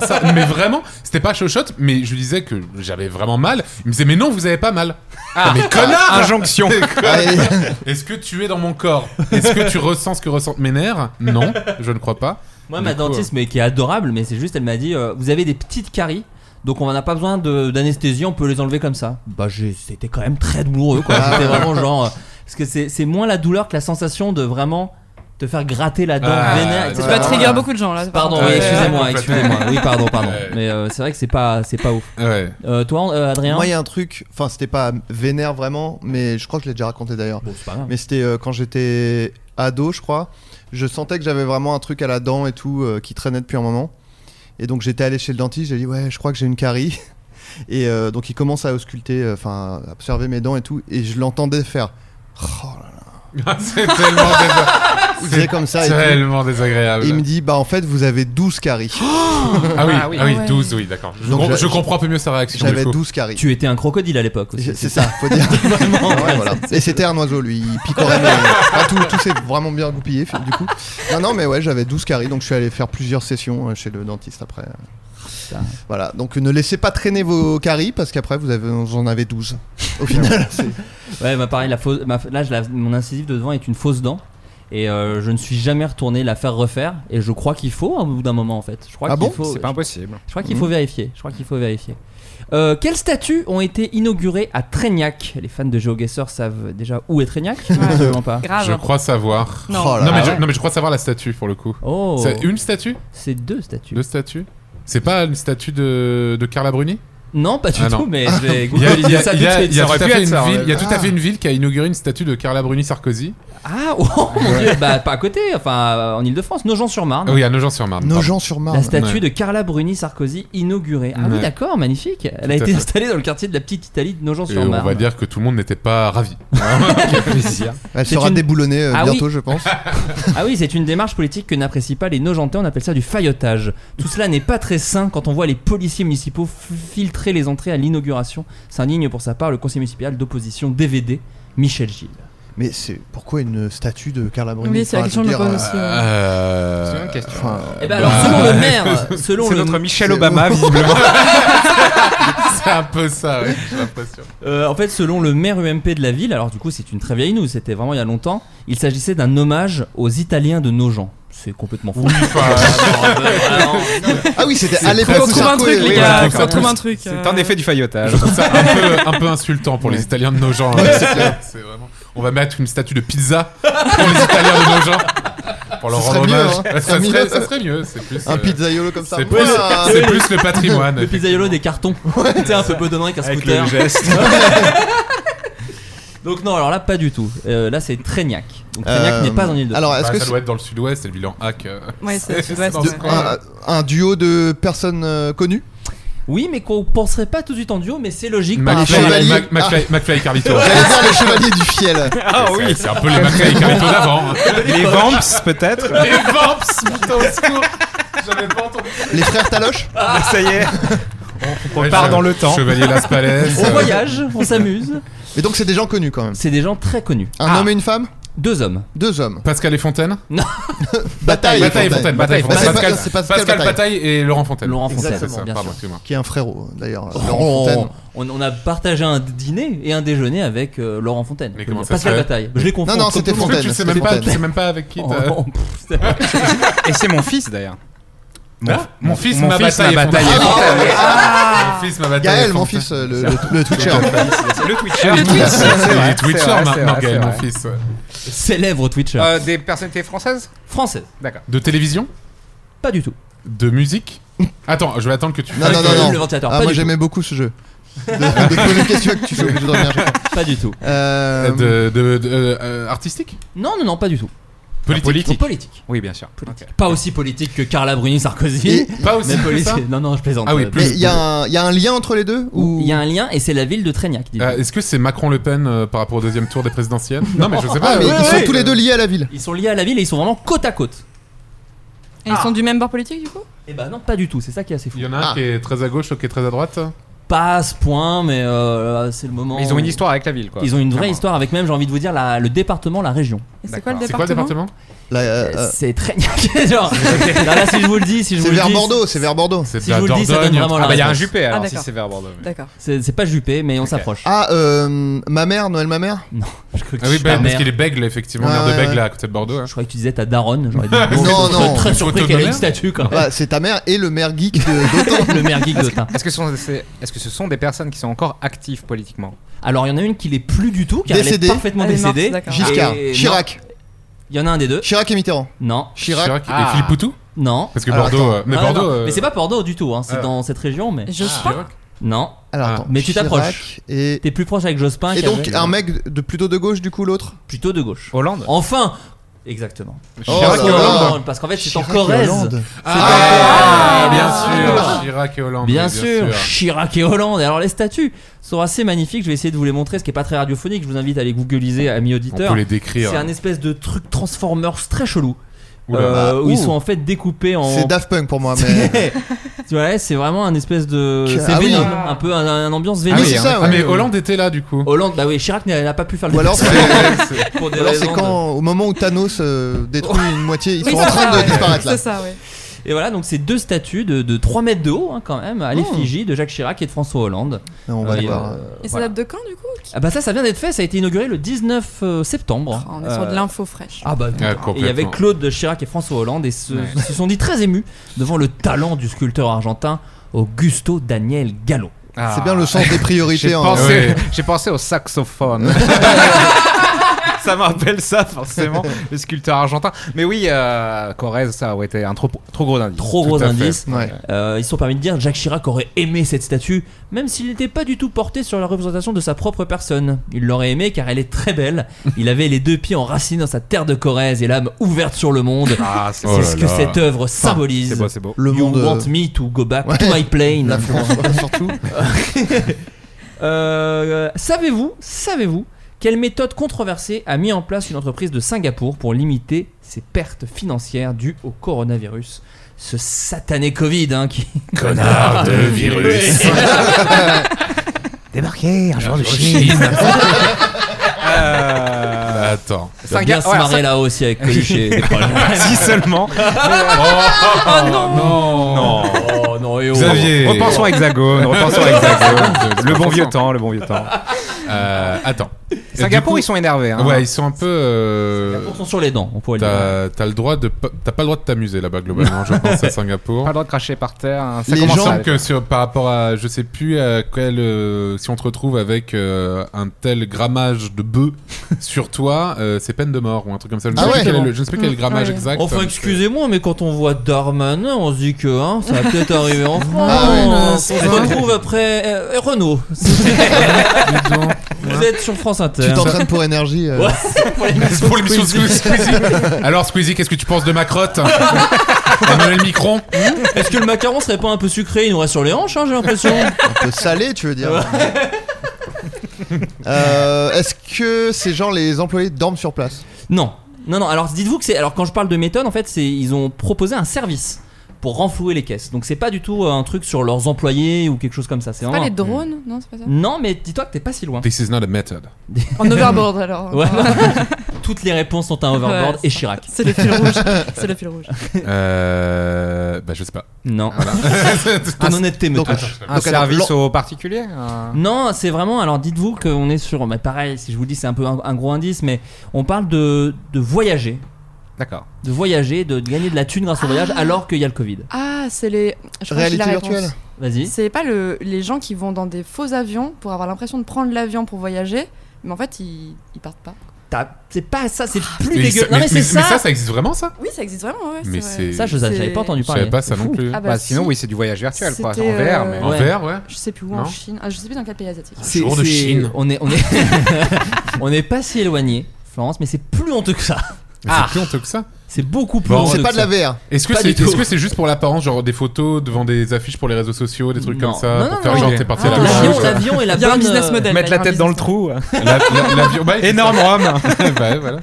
[LAUGHS] ça. Mais vraiment, c'était pas chochotte, mais je lui disais que j'avais vraiment mal. Il me disait, mais non, vous avez pas mal. Ah. mais connard [LAUGHS] Injonction. Mais connard. Est-ce que tu es dans mon corps Est-ce que tu ressens ce que ressentent mes nerfs Non, je ne crois pas. Moi, Du ma coup, euh. dentiste, mais qui est adorable, mais c'est juste, elle m'a dit euh, vous avez des petites caries. Donc on n'a pas besoin de- d'anesthésie, on peut les enlever comme ça. Bah j'ai- c'était quand même très douloureux quoi. Ah. C'était vraiment genre euh, parce que c'est c'est moins la douleur que la sensation de vraiment te faire gratter la dent Ah, vénère. Tu etc. vas trigger beaucoup de gens là. par Pardon, contre. oui, Ah, Ouais, excusez-moi, ouais, excusez-moi. complètement. Oui, pardon, pardon. Ouais. Mais euh, c'est vrai que c'est pas, c'est pas ouf. Ouais. Euh, toi, euh, Adrien Moi, il y a un truc, enfin, c'était pas vénère vraiment, mais je crois que je l'ai déjà raconté d'ailleurs. Bon, c'est pas grave. Mais c'était euh, quand j'étais ado, je crois. Je sentais que j'avais vraiment un truc à la dent et tout euh, qui traînait depuis un moment. Et donc, j'étais allé chez le dentiste, j'ai dit, ouais, je crois que j'ai une carie. [LAUGHS] Et euh, donc, il commence à ausculter, euh, enfin, à observer mes dents et tout. Et je l'entendais faire. Oh là là. [LAUGHS] c'est tellement désagréable. Il faisait comme [LAUGHS] ça. et tout. Tellement désagréable. Et il me dit, bah, en fait, vous avez 12 caries. [GASPS] Ah oui, Ah oui. ah oui, Ah ouais. 12, oui, d'accord. Je, Donc, com- j'a- je comprends un peu mieux sa réaction. J'avais du coup. 12 caries. Tu étais un crocodile à l'époque aussi. C'est ça, faut dire. [LAUGHS] Vraiment, Ouais, ouais, voilà. c'est- Et c'était un oiseau, lui. Il [LAUGHS] picorait, mais euh, enfin, tout, tout s'est vraiment bien goupillé, fi- du coup. Non, non, mais ouais, j'avais 12 caries, donc je suis allé faire plusieurs sessions euh, chez le dentiste après. Voilà, donc ne laissez pas traîner vos caries parce qu'après vous, avez, vous en avez 12 au final. Ouais, bah pareil, la fausse- ma- là, je la- mon incisive de devant est une fausse dent. Et euh, je ne suis jamais retourné la faire refaire. Et je crois qu'il faut, au bout d'un moment, en fait. Je crois Ah qu'il bon faut- C'est pas impossible. Je crois qu'il Mhm. faut vérifier. Je crois qu'il faut vérifier. Euh, quelles statues ont été inaugurées à Traignac Les fans de GeoGuessr savent déjà où est Traignac Absolument pas. Je crois savoir. Non. Non, Oh là mais là. je, non, mais je crois savoir la statue pour le coup. Oh. C'est une statue C'est deux statues. Deux statues C'est pas une statue de, de Carla Bruni Ah, Non, pas du tout, [LAUGHS] mais je vais Il y a- il y googliser a- ça il y a- tout de suite, il y a ça tout aurait à pu fait être une ça, ville- ouais. Il y a tout à fait Ah. une ville qui a inauguré une statue de Carla Bruni Sarkozy. Ah, oh mon dieu, bah pas à côté, enfin euh, en Ile-de-France, Nogent-sur-Marne. Oui, à Nogent-sur-Marne, pardon. Nogent-sur-Marne. La statue Ouais. de Carla Bruni Sarkozy inaugurée. Ah oui, Ouais. d'accord, magnifique. Elle a à été fait. installée dans le quartier de la petite Italie de Et on Nogent-sur-Marne. [LAUGHS] va dire que tout le monde n'était pas ravi. Quel plaisir. Elle Ah, C'est sera une- déboulonnée euh, Ah oui. bientôt, je [LAUGHS] pense. Ah oui, c'est une démarche politique que n'apprécient pas les Nogentais, on appelle ça du faillotage. Tout cela n'est pas très sain quand on voit les policiers municipaux f- filtrer les entrées à l'inauguration. S'indigne pour sa part le conseil municipal d'opposition DVD, Michel Gilles. Mais c'est pourquoi une statue de Carla Bruni Oui, c'est la question que je me je veux pose aussi, ouais. Euh, C'est une question. enfin, Eh ben alors, selon le maire, [LAUGHS] selon C'est le- notre Michelle [LAUGHS] Obama, [LAUGHS] visiblement. C'est un peu ça, oui, j'ai l'impression. Euh, en fait, selon le maire UMP de la ville, alors du coup, c'est une très vieille news, c'était vraiment il y a longtemps, il s'agissait d'un hommage aux Italiens de Nogent. C'est complètement fou. [LAUGHS] Ah oui, c'était à l'époque où Sarko est- oui, voilà. Je trouve ça plus- C'est en effet du faillotage. Je trouve ça un peu, un peu insultant pour les Ouais. Italiens de nos gens. hein. Ouais, c'est clair. C'est vraiment. On va mettre une statue de pizza pour les Italiens de nos gens. Pour leur Ce serait rendre mieux, hommage. hein. ça, Ce serait serait, mieux, ça ça. serait mieux. C'est plus, euh, Un pizzaiolo comme ça. C'est Ouais. plus, c'est plus le patrimoine. Le pizzaiolo des cartons. Tu sais, un peu bedonnant avec un Avec scooter. [LAUGHS] le geste. Donc non, alors là, pas du tout. Euh, là, c'est Traignac. Donc Traignac Euh, n'est pas en île de alors, est-ce que Bah, ça c'est- doit être dans le sud-ouest, c'est le bilan hack. euh, [LAUGHS] dans De- ce coin. un, un duo de personnes euh, connues Oui, mais qu'on penserait pas tout de suite en duo, mais c'est logique. par McFly, rapport à- Mac- McFly- McFly et Carlito. Ah. J'allais dire les chevaliers du fiel. Ah oui, c'est un peu les McFly et Carlito d'avant. Les Vamps, peut-être Les Ah, Vamps, putain, au secours. J'avais pas entendu. Les frères [LAUGHS] Taloche Ah, ça y est. On Ouais, repart je- dans le temps. Chevalier Las [LAUGHS] Palais. euh, On voyage, on s'amuse. Mais donc c'est des gens connus quand même. C'est des gens très connus. Ah. Un homme et une femme Deux hommes. Deux hommes. Pascal et Fontaine [LAUGHS] Non. Bataille. Bataille et Fontaine. Bataille et Bah, Fontaine. c'est pas- Pascal, c'est Pascal Pascal Bataille. Bataille et Laurent Fontaine. Laurent Fontaine, C'est ça, bien pardon, sûr. excuse-moi. Qui est un frérot Ah, d'ailleurs. euh, Oh, Laurent Fontaine. on, on a partagé un dîner et un déjeuner avec euh, Laurent Fontaine. Mais comment ça Pascal se fait Bataille. Je les confonds. Non, non, comme c'était tout le monde. Fontaine, Tu sais c'était même pas, Fontaine. tu sais même pas avec qui. Oh, t'as- oh, pff, c'est vrai. Bah, Et c'est mon fils d'ailleurs. Mon- mon fils, ma Ah, fils, bataille est est fontaine. fontaine. Ah, Mon fils, ma bataille. Gaël, est mon fontaine. fils, euh, le, le, le Twitcher. Le Twitcher. Le Twitcher. C'est vrai, c'est vrai, c'est vrai, c'est vrai. Célèbre Twitcher. Euh, des personnalités françaises Française. D'accord. Ah, De télévision Pas du tout. De musique Attends, je vais attendre que tu. Non, non, non, non. Le ventilateur, Ah, pas moi du tout. j'aimais beaucoup ce jeu. De, de poser une question que tu fais obligé de revenir. Pas du tout. Euh, De, de- de- euh, artistique Non, non, non, pas du tout. [LAUGHS] Politique. Politique. politique. Oui, bien sûr. Ok. Pas aussi politique que Carla Bruni Sarkozy. Et- Pas aussi mais que politique. ça Non, non, je plaisante. Ah oui, Euh, plus- Mais il y, a un- il y a un lien entre les deux ou... Il y a un lien et c'est la ville de Traignac. du coup. Euh, Est-ce que c'est Macron-Le Pen euh, par rapport au deuxième tour des présidentielles Non, mais je sais Ah, pas. mais euh, ils sont ouais, tous les deux liés à la ville. Ils sont liés à la ville et ils sont vraiment côte à côte. Et ils sont du même bord politique du coup Eh bah non, pas du tout. C'est ça qui est assez fou. Il y en a un Ah. qui est très à gauche, l'autre qui est très à droite. Pas à ce point, mais euh, c'est le moment. Mais Ils ont une où- histoire avec la ville, quoi. Ils ont une vraie Clairement. histoire avec même, j'ai envie de vous dire, la- le département, la région. Et c'est quoi le C'est quoi département le département Là, euh, euh, C'est Traignac. [LAUGHS] Genre, non, là, si je vous le dis, si je c'est vous le vers dis, Bordeaux, c'est vers Bordeaux. C'est Si je vous le dis, ça donne vraiment Ah, bah, il y a un réponse. Juppé alors, si d'accord. c'est vers Bordeaux. D'accord. C'est c'est pas Juppé, mais on s'approche. Ah, euh, ma mère, Noël, ma mère Non, je crois que Ah oui, je- bah, ta parce mère. qu'il est bègle, effectivement, Ouais, maire de ouais, Bègle, ouais. là, à côté de Bordeaux. hein. Je croyais que tu disais ta daronne. [LAUGHS] j'aurais dit, Non, je serais non. très Une surpris photo qu'elle ait de une mère statue quand même. Voilà, C'est ta mère et le maire geek de d'Autun. Le maire geek d'Autun. Est-ce que ce sont, c'est- est-ce que ce sont des personnes qui sont encore actives politiquement Alors, il y en a une qui l'est plus du tout, car Décédée. elle est parfaitement Elle est morte, décédée. d'accord. Giscard, Et- Chirac, non, Il y en a un des deux. Chirac et Mitterrand. Non. Ah. Chirac. et Philippe Poutou Non. Parce que Alors, Bordeaux. attends. euh, Mais Non, non, Bordeaux. non. euh, Mais c'est pas Bordeaux du tout, hein, c'est Ah. dans cette région, mais. Je crois. Non. Alors Ah. attends, Mais tu Chirac t'approches. Et, T'es plus proche avec Jospin et qu'avec- donc un mec de plutôt de gauche du coup l'autre. Plutôt de gauche. Hollande Enfin Exactement. Chirac et Hollande. Non, Parce qu'en fait, c'est en Chirac et Corrèze. Hollande. Ah, Ah, bien ah. sûr Chirac et Hollande. Bien oui, sûr, Chirac et Hollande. Et Alors les statues sont assez magnifiques. Je vais essayer de vous les montrer, ce qui est pas très radiophonique. Je vous invite à les googliser, amis On auditeurs. peut les décrire. C'est un espèce de truc Transformers très chelou. Oula. Euh, Ah, où ils ouh. sont en fait découpés en. C'est Daft Punk pour moi, mais. [LAUGHS] C'est- Tu vois, c'est vraiment un espèce de. Que- C'est ah oui. vénile, un peu un, un ambiance Ah vénile. oui, c'est hein. ça, Ah, ouais. mais Hollande était là, du coup. Hollande, bah oui, Chirac n'a n'a pas pu faire le Ou alors c'est, déplacement [LAUGHS] [LAUGHS] C'est- pour des ou alors c'est raisons de- quand, au moment où Thanos euh, détruit une moitié, ils Oui, sont en c'est train ça, de ouais. disparaître là. C'est ça, ouais. Et voilà, donc c'est deux statues de, de 3 mètres de haut, hein, quand même, à l'effigie de Jacques Chirac et de François Hollande. Ah, on va Et, voir. Oh. Et ça voilà. date de quand du coup Ah bah ça, ça vient d'être fait, ça a été inauguré le 19 euh, septembre. Ah, On est sur de Euh, l'info fraîche. Ah bah Ah, et il y avait complètement. Claude Chirac et François Hollande et se, Ouais. se sont dit très émus devant le talent du sculpteur argentin Augusto Daniel Gallo. C'est bien le sens des priorités. Ah. J'ai hein. pensé, j'ai pensé [LAUGHS] au saxophone. ça me rappelle ça forcément, le sculpteur argentin. Mais oui, euh, Corrèze, ça aurait été un trop, trop gros indice. Trop Tout gros à fait. indice. Euh, ils se sont permis de dire Jacques Chirac aurait aimé cette statue, même s'il n'était pas du tout porté sur la représentation de sa propre personne. Il l'aurait aimée car elle est très belle. Il avait les deux pieds enracinés dans sa terre de Corrèze et l'âme ouverte sur le monde. Ah, c'est c'est- oh ce là que là. cette œuvre Ah, symbolise. c'est beau, c'est beau. Le Le you monde, euh, want me to go back to Ouais. my plane. La France, [LAUGHS] surtout. Euh, savez-vous, savez-vous quelle méthode controversée a mis en place une entreprise de Singapour pour limiter ses pertes financières dues au coronavirus Ce satané Covid, hein, [LAUGHS] qui. Connard de [LAUGHS] virus. Oui. Débarqué, un joueur de Chine. [LAUGHS] [LAUGHS] Euh, Chine. Bah, attends. Il va bien se marrer là-haut aussi avec Coluche. [LAUGHS] si seulement. oh, non non Non. Oh non, et oh. Xavier. Repensons à Hexagone, repensons [LAUGHS] à Hexagone. le bon vieux temps, le bon vieux temps. Euh, attends. Singapour, Du coup- ils sont énervés, hein. Ouais, ils sont un peu. euh, sont sur les dents, on pourrait le T'as t'as le droit de. pas- T'as pas le droit de t'amuser là-bas, globalement, je pense, [LAUGHS] à Singapour. Pas le droit de cracher par terre. hein. Ça les commence gens à- que sur, par rapport à je sais plus à quel euh, si on te retrouve avec euh, un tel grammage de bœuf [LAUGHS] sur toi euh, c'est peine de mort ou un truc comme Ah ça je ne sais plus quel est le, je ne sais plus Mmh, quel est le grammage exact Enfin, excusez-moi, mais quand on voit Darmanin, on se dit que hein, ça va [LAUGHS] peut-être arriver en France. Ah oui, non, on c'est se vrai. retrouve après euh, euh, Renault. Vous êtes sur France Inter. Tu t'entraînes pour énergie. euh. [LAUGHS] Ouais, [LAUGHS] pour l'émission Pour l'émission Squeezie. Squeezie. Squeezie. alors Squeezie qu'est-ce que tu penses de [LAUGHS] ma crotte Emmanuel Micron Mmh. Est-ce que le macaron serait pas un peu sucré Il nous reste sur les hanches, hein, j'ai l'impression. Un peu salé, tu veux dire. Euh, Est-ce que ces gens, les employés, dorment sur place Non, non, non. Alors dites-vous que c'est. Alors quand je parle de méthode, en fait, c'est ils ont proposé un service pour renflouer les caisses. Donc c'est pas du tout euh, un truc sur leurs employés ou quelque chose comme ça. C'est C'est pas vraiment- les drones Non, c'est pas ça. Non, mais dis-toi que t'es pas si loin. this is not a method En overboard alors. Ouais. [LAUGHS] bah. [LAUGHS] Toutes les réponses sont un overboard Ouais, et Chirac. C'est le [LAUGHS] fil rouge. C'est le fil rouge. euh, bah je sais pas Non. [LAUGHS] Voilà. [LAUGHS] Ah, Ton honnêteté me Donc, touche. Un service aux particuliers un- Non, c'est vraiment. Alors dites-vous qu'on est sur. Mais pareil, si je vous dis, c'est un peu un, un gros indice, mais on parle de, de voyager. D'accord. De voyager, de, de gagner de la thune grâce au voyage, alors qu'il y a le Covid. Ah, c'est les. Je crois que j'ai la Réalité réponse. virtuelle Vas-y. C'est pas le... les gens qui vont dans des faux avions pour avoir l'impression de prendre l'avion pour voyager, mais en fait ils, ils partent pas. T'as- C'est pas ça, c'est plus Mais dégueu. ça- Non, mais, mais- c'est mais- ça. mais ça, ça existe vraiment, ça Oui, ça existe vraiment, ouais. Mais c'est vrai. c'est- Ça, je j'avais pas entendu je parler. savais pas ça C'est non fou. plus Ah bah, Bah, sinon, si. oui, c'est du voyage virtuel, quoi. En C'était, VR, euh, mais. en VR ouais Je sais plus où, Non. en Chine. Ah, je sais plus dans quel pays asiatique. C'est- jour de c'est- Chine. On est, [LAUGHS] on est, on est pas si éloigné, Florence, mais c'est plus honteux que ça. Ah. Mais c'est plus honteux que ça C'est beaucoup plus Bon, honteux C'est pas que de la ça. VR. Est-ce que Pas c'est du tout. est-ce que c'est juste pour l'apparence, genre des photos devant des affiches pour les réseaux sociaux, des trucs Non. comme ça, Non, pour non, faire non. genre t'es parti à la Ah, l'avion- plage. l'avion est la Il y a un bonne, business euh, model. Mettre là, il la y a un tête dans le business [LAUGHS] trou. euh. La- la- l'avion- bah, Énorme [LAUGHS] homme. bah, voilà.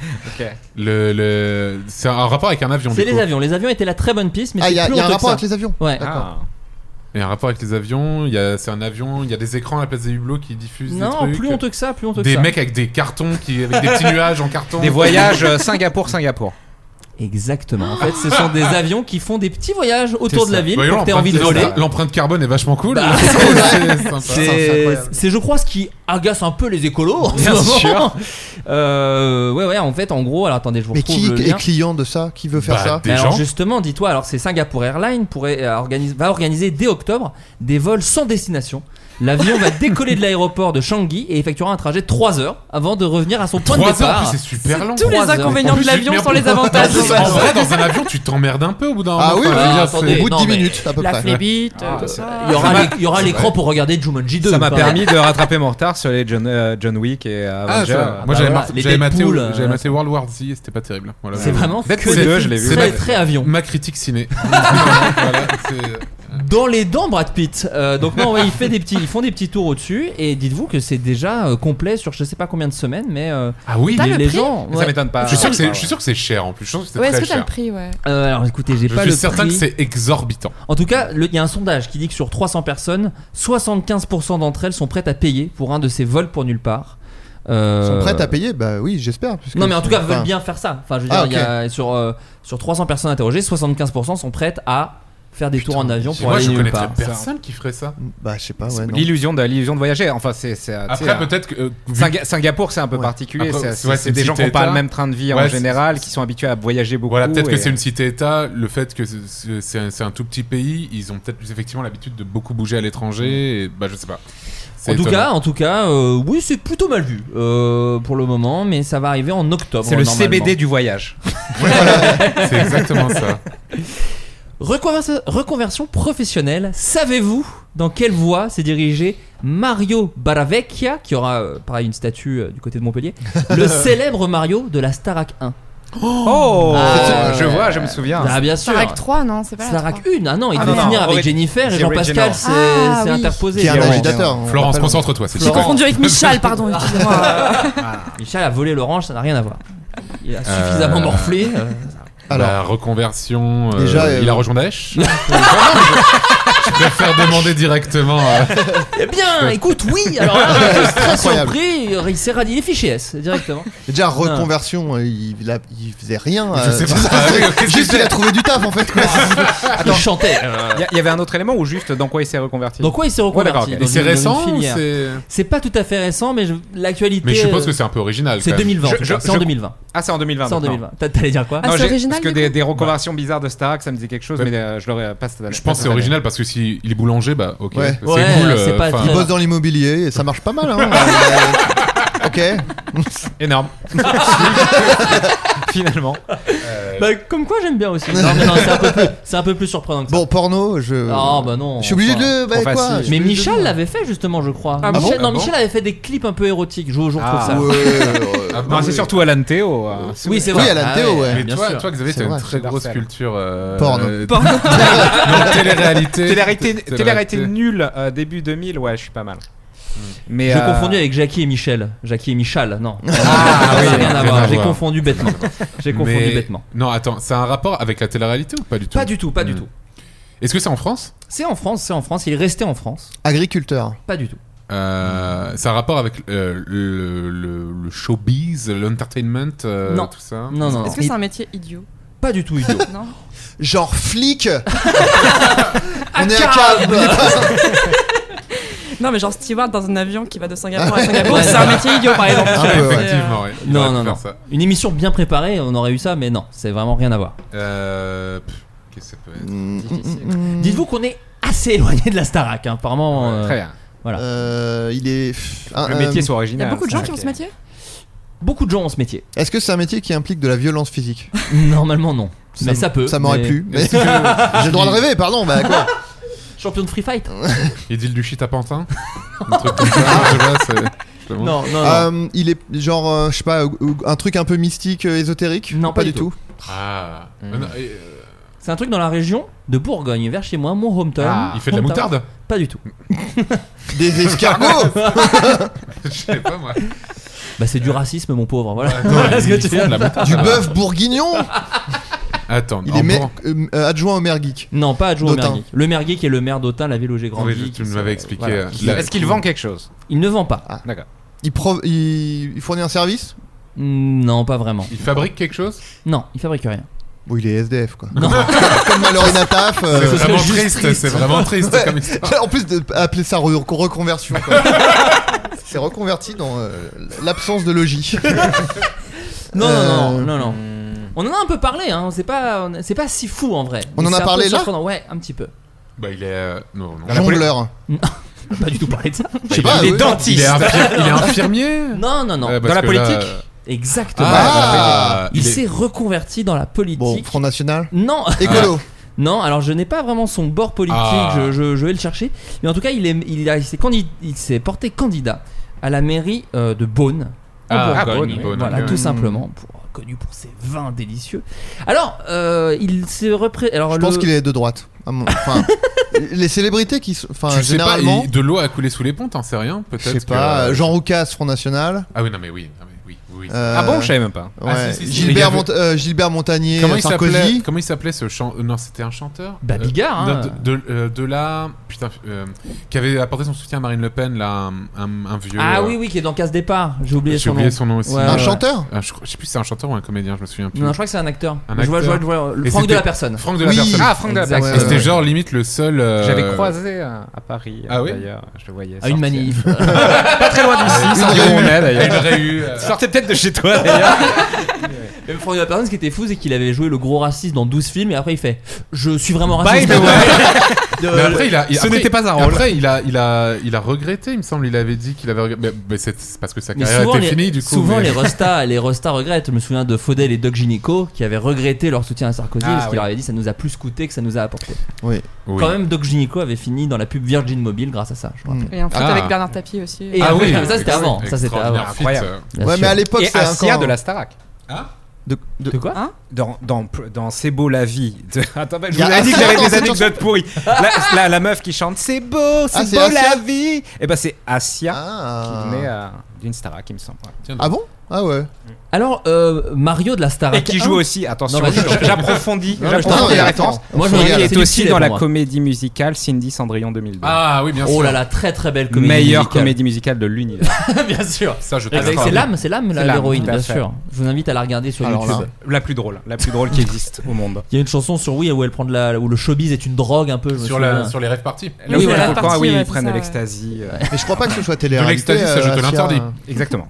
Le, le... C'est un rapport avec un avion. C'est du les coup. avions. Les avions étaient la très bonne piste, mais Ah, c'est il y a, plus il y a un honteux que rapport ça. avec les avions. Ouais. Ah. Il y a un rapport avec les avions. il y a- C'est un avion. Il y a des écrans à la place des hublots qui diffusent des Non, trucs. plus honteux que ça, plus honteux que Des ça. mecs avec des cartons, qui... avec des [LAUGHS] petits nuages en carton. Des voyages euh, Singapour-Singapour. Exactement. En fait, ce sont des [LAUGHS] avions qui font des petits voyages autour C'est de la ça. ville Voyons, pour que t'aies l'empreinte- envie de voler. L'empreinte carbone est vachement cool. Bah, [LAUGHS] c'est sympa. C'est, c'est, je crois, ce qui agace un peu les écolos. en ce Bien moment. sûr. Euh, ouais, ouais, en fait, en gros, alors attendez, je vous Mais retrouve qui le est lien. client de ça Qui veut faire Bah, ça des alors gens. justement, dis-toi, alors c'est Singapour Airlines pourrait, euh, organise- va organiser dès octobre des vols sans destination. L'avion [LAUGHS] va décoller de l'aéroport de Changi et effectuera un trajet de 3 heures avant de revenir à son point de 3 heures, en départ. plus, c'est super long. Tous les Trois heures. inconvénients En de plus, l'avion mais en sont plus- les avantages. En plus, [LAUGHS] en [LAUGHS] vrai, dans un avion, tu t'emmerdes un peu au bout d'un moment. Ah oui, Enfin, Ah, je veux dire, attendez, Au bout de non, 10 [LAUGHS] mais euh, minutes à peu La près. flébite, Ah, tout c'est- ça. Il y aura, Ça m'a- l'éc- il y aura l'écran pour regarder Jumanji 2. Ça m'a quand même. permis de rattraper mon retard sur les John, euh, John Wick et Ah, Avengers. ça va. Bah Moi j'avais voilà, mar- les j'avais maté, Deadpool, j'avais euh, maté World War Z et c'était pas terrible. Voilà. C'est vraiment Deadpool que des 2, je films l'ai vu. Très, C'est- très avion. ma [LAUGHS] critique ciné. Voilà, c'est- euh, Dans les dents, Brad Pitt. Euh, donc non, ouais, il fait des petits, ils font des petits tours au-dessus et dites-vous que c'est déjà euh, complet sur je sais pas combien de semaines, mais euh, ah oui, les, mais- les gens. Ça ouais. m'étonne pas. je suis sûr Ah que c'est- je suis sûr que c'est cher en plus. Je pense que c'est Ouais, est-ce très que t'as le cher. prix, ouais Euh, alors écoutez, j'ai Je pas suis le certain prix. que c'est exorbitant. En tout cas, le- il y a un sondage qui dit que sur 300 personnes, 75% d'entre elles sont prêtes à payer pour un de ces vols pour nulle part. Euh, sont prêtes à payer Bah oui, j'espère. puisque- Non, mais en tout cas, veulent Enfin, bien faire ça. Enfin, je veux dire, Ah, il y a- ok. sur, euh, sur 300 personnes interrogées, 75% sont prêtes à faire des tours en avion pour Moi, aller je nulle connaîtrais part. personne qui ferait ça. Bah, je sais pas, ouais. C'est non. L'illusion de, l'illusion de voyager. Enfin, c'est. c'est, euh, tu Après, sais, euh, peut-être que. euh, vu- Singa- Singapour, c'est un peu particulier. Après, c'est- ouais, c'est c'est c'est une des gens qui n'ont pas cité-État. le même train de vie en Ouais, c'est- général, qui sont habitués à voyager beaucoup. Voilà, peut-être que et- euh, c'est une cité-État, le fait que c'est- c'est un, c'est un tout petit pays, ils ont peut-être plus effectivement l'habitude de beaucoup bouger à l'étranger, et bah je sais pas. C'est Mm. En tout, étonnant. cas, en tout cas, euh, oui, c'est plutôt mal vu euh, pour le moment, mais ça va arriver en octobre. C'est le normalement. CBD [LAUGHS] du voyage. Voilà. C'est exactement ça. Reconversa- reconversion professionnelle, savez-vous dans quelle voie s'est dirigé Mario Baravecchia, qui aura euh, pareil une statue euh, du côté de Montpellier, [LAUGHS] le célèbre Mario de la Starac 1 Oh, je vois, je me souviens. Ah, bien sûr. Starac 3, non, c'est pas la Starac 3. 1, ah non, il Ah, devait non, non, finir avec Ori- Jennifer et The Jean-Pascal, Original. c'est Ah, c'est oui. interposé. Qui est un Florent. agitateur, on Florence, rappelle. concentre-toi, c'est J'ai confondu avec [LAUGHS] Michal, pardon, excusez-moi. Ah. Michel a volé l'orange, ça n'a rien à voir. Il a suffisamment Euh, morflé. euh, la Alors. reconversion, euh, Déjà, euh, il a [LAUGHS] rejoint Daesh Je préfère demander directement. euh, à- Eh bien, écoute, [LAUGHS] oui, alors là, on était très Incroyable. surpris, il s'est radié les fichiers S directement. Ah. Déjà, reconversion, euh, il, il a- il faisait rien. euh, Je [LAUGHS] sais pas. Ah oui, qu'est-ce que Juste, c'est il a trouvé du taf en fait. quoi. Il [LAUGHS] chantait. Il y a- il y, avait un autre élément ou juste dans quoi il s'est reconverti Donc quoi, il s'est d'accord, reconverti. ok. euh. dans Et c'est une- dans une récent ou filière. c'est. C'est pas tout à fait récent, mais je- l'actualité. Mais je suppose euh, que c'est un peu original. C'est quand même. 2020. en Je- tout je- cas. C'est en je- 2020. Ah, c'est en 2020. C'est en donc, non. 2020. T'as- T'allais dire quoi Ah, Non, c'est j'ai- original, Parce que du des, coup des reconversions bizarres de Starak, ça me dit quelque chose, Ouais. mais euh, je l'aurais pas. cette- Je pense que c'est original parce que s'il il est boulanger, bah [LAUGHS] ok. Ouais. C'est cool. Ouais, c'est euh, pas enfin, Il très- bosse dans l'immobilier et ça marche pas mal. Hein. [LAUGHS] Euh, ok. [LAUGHS] Énorme. [LAUGHS] Finalement. Euh, Bah, comme quoi j'aime bien aussi. Non, mais non, c'est un peu plus, [LAUGHS] c'est un peu plus surprenant que ça. Bon, porno, je. Ah, bah non, Euh, Je suis obligé de enfin, le. Bah, trop quoi, facile. je suis mais obligé de Michel le- l'avait fait justement, je crois. Ah bon Michel, non, Ah bon Michel avait fait des clips un peu érotiques. Je, je retrouve Ah. ça. Ouais, ouais, ouais. [LAUGHS] ah bon, Non, c'est oui. surtout Alan Théo. euh, Oui, c'est Oui, vrai. à la Théo, ouais. hein. Mais bien toi, sûr. toi, Xavier, C'est t'as une vrai, très c'est grosse Marcel. culture. euh, Porno. euh, [LAUGHS] Porno. non, télé-réalité. Télé-réalité Télé-réalité. télé-réalité nulle euh, début 2000, ouais, je suis pas mal. Hmm. Mais J'ai euh, confondu avec Jackie et Michel. Jackie et Michal, non. Ah, Ça n'a oui, rien à rien voir. à J'ai voir. confondu bêtement. J'ai confondu Mais- bêtement. Non, attends, c'est un rapport avec la télé-réalité ou pas du tout Pas du tout, pas du Hmm. tout. Est-ce que c'est en France C'est en France, c'est en France. Il est resté en France. Agriculteur. Pas du tout. Euh, C'est un rapport avec euh, le, le- le showbiz, l'entertainment, euh, Non. tout ça Non, non, non. Est-ce que c'est un métier idiot Pas du tout idiot. Non Genre flic On est à Cab. Cab on est pas- Non, mais genre steward dans un avion qui va de Singapour à Singapour, Ah Ouais, c'est non. un métier idiot Ah, par exemple. Un tu vois, peu, ouais. c'est, euh, Effectivement, ouais. Il Non, aurait non, pu non. faire ça. Une émission bien préparée, on aurait eu ça, mais non, c'est vraiment rien à voir. Euh, pff, Qu'est-ce que ça peut être Mm, Dites-vous qu'on est assez éloigné de la Starac, hein. apparemment. euh, Très bien. Euh, Il est. pff, un- Le métier euh, soit Il y original. a beaucoup de gens ça, qui font ok. ce métier Beaucoup de gens ont ce métier. Est-ce que c'est un métier qui implique de la violence physique [LAUGHS] Normalement, non. mais m- ça peut. Ça m'aurait mais- plu. [LAUGHS] mais- [LAUGHS] J'ai le droit de rêver, pardon. Bah quoi Champion de [LAUGHS] free fight [LAUGHS] Il dit le shit [LAUGHS] à Pantin Un truc comme ça, je sais pas, c'est- je sais pas. Non, non, non. Euh, Il est genre, euh, je sais pas, ou- ou- un truc un peu mystique, euh, ésotérique Non, pas pas du du tout. Ah. Hmm. Ah, non, et, euh, C'est un truc dans la région de Bourgogne, vers chez moi, mon hometown. Ah. il fait de la Hometown. moutarde Pas du tout. [LAUGHS] Des escargots [LAUGHS] Je sais pas moi. Bah, c'est du racisme, mon pauvre. Voilà. Attends, [LAUGHS] Voilà ce ils que tu font viens de de la moutarde. Du là-bas. bœuf bourguignon Attends, Il en est maire- Bourg- euh, euh, adjoint au maire geek. Non, pas adjoint au D'Autun. Merguic. Le Merguic est le maire d'Autun, la ville où j'ai grandi. Oui, tu qui nous se- m'avais expliqué, voilà, euh, qui- la- Est-ce qu'il vend quelque chose Il ne vend pas. D'accord. Ah. Il, pro- il... il fournit un service Mm, Non, pas vraiment. Il fabrique quelque chose Non, il fabrique rien. Bon, il est SDF quoi. [LAUGHS] Comme Malorina Taf. euh, ce C'est serait vraiment juste triste, triste. c'est vraiment triste Ouais. comme histoire. en plus d'appeler ça re- reconversion. [LAUGHS] quoi. C'est reconverti dans euh, l'absence de logis. [LAUGHS] Non, non, Euh, non, non, non. On en a un peu parlé, hein. C'est pas, on- c'est pas si fou en vrai. On Mais en a c'est un parlé peu là surprenant. Ouais, un petit peu. Bah, il est. euh, Non, non. Jongleur. On a [LAUGHS] Pas du tout parlé de ça. Je sais pas. Il oui. est Il dentiste. est, [LAUGHS] infir- il est infirmier Non, non, non. Euh, parce Dans la que là, politique euh, Exactement. Ah, il est- s'est reconverti dans la politique. Bon, Front National. Non, [LAUGHS] Écolo. [LAUGHS] non. Alors je n'ai pas vraiment son bord politique. Ah. Je, je- je vais le chercher. Mais en tout cas, il est, il a- il s'est candid- il s'est porté candidat à la mairie euh, de Beaune. en Ah, Bourgogne. Beaune, oui, Beaune, voilà, oui, tout oui. simplement pour connu pour ses vins délicieux. Alors, euh, il s'est repré... alors Je le- pense qu'il est de droite. Ah, mon- Enfin, les célébrités qui sont. Enfin, tu sais pas, Euh, généralement. il- de l'eau a coulé sous les ponts, t'en sais rien, je sais peut-être. pas. que- Jean Roucas, Front National. Ah oui, non, mais oui. non, mais oui, oui, Oui. Ah bon, je savais même pas. Euh, Ouais. Ah, si, si, si. Gilbert, Il y a- Mont- euh, Gilbert Montagnier, Comment il s'appelait Sarkozy. Comment il s'appelait ce chanteur Non, c'était un chanteur. Bah, Bigard, non, hein. De, de, euh, de là, putain, euh, qui avait apporté son soutien à Marine Le Pen, là, un, un- un vieux. Ah euh, oui, oui, qui est dans Casse Départ. J'ai oublié J'ai son nom. oublié son nom aussi. Ouais, Un ouais. chanteur Ah, je, crois- je sais plus si c'est un chanteur ou un comédien, je me souviens plus. Non, je crois que c'est un acteur. Un Je vois- je vois- je vois- le Et Franck de c'était- la personne. Franck de la Oui. personne. Ah, Franck de la Exact. personne. Et c'était Ouais, ouais. genre limite le seul. euh, J'avais croisé à, à Paris Ah oui d'ailleurs, je le voyais. Ah, À Ah, une sortir. [LAUGHS] manif. [LAUGHS] pas très loin d'ici, Ah, Une sans dire où on réu- est d'ailleurs. une réu, euh. Sortez peut-être de chez [LAUGHS] toi d'ailleurs. Même Franck de la personne, ce qui était fou, c'est qu'il avait joué le gros raciste dans 12 films et après il fait Je suis vraiment [LAUGHS] By raciste. the way. Ah, De- Mais après, il a, il- ce après- n'était pas un rôle. Après, il a, il a, il a regretté, il me semble. Il avait dit qu'il avait. regretté. Mais, mais c'est c'est parce que sa Mais carrière souvent, était les, finie, du coup. souvent mais- [LAUGHS] les restas, les restas regrettent. Je me souviens de Faudel et Doc Gynéco qui avaient regretté leur soutien à Sarkozy Ah, parce qu'il oui. leur avait dit ça nous a plus coûté que ça nous a apporté. Oui. Oui. Quand même, Doc Gynéco avait fini dans la pub Virgin Mobile grâce à ça. Je me rappelle. Et en fait, Ah. avec Bernard Tapie aussi. Ah Et après, mais [LAUGHS] ça c'était avant. Ça c'était avant. Ah, euh. Incroyable. Bien Ouais, sûr. mais à l'époque, Et c'est Assia encore- de la Starac. De, hein De quoi dans, dans, dans C'est beau la vie. de- [LAUGHS] Attends, je Y vous a avais dit que Assia j'avais dans des cette anecdotes pourries. La, la, la meuf qui chante C'est beau, c'est Ah, c'est Ah. beau Assia la vie. Et ben c'est Assia qui venait euh, d'une Starac, il me semble. Ah bon Ah ouais. Mm. Alors, euh, Mario de la Star Et qui joue aussi, attention, Hein Non, vas-y, je- attends. j'approfondis, Non, j'approfondis attends, la attends. référence. Moi, je Qui me regarde, est c'est aussi difficile dans pour la moi. comédie musicale Cindy Cendrillon 2002. Ah oui, bien sûr. Oh là là, très très belle comédie. Meilleure musicale. comédie musicale de l'univers. [LAUGHS] bien sûr. Ça, je Avec- t'accorde. Eh ben, C'est l'âme, c'est l'âme la- C'est l'âme, l'héroïne, tout à bien fait. sûr. Je vous invite à la regarder sur Alors YouTube. là, la plus drôle, la plus drôle qui existe au Bah. monde. Il y a une chanson sur oui où elle prend de la où le showbiz est une drogue un peu. je me Sur la- souviens. sur les rêves parties. Oui, Là où il y a voilà. le volcan, ah oui, ouais, ils c'est prennent ça, de ouais. l'extasie. euh. Mais je crois pas que ce soit De télé-réalité. l'extasie, ça, je euh, te Assia. l'interdis. Exactement.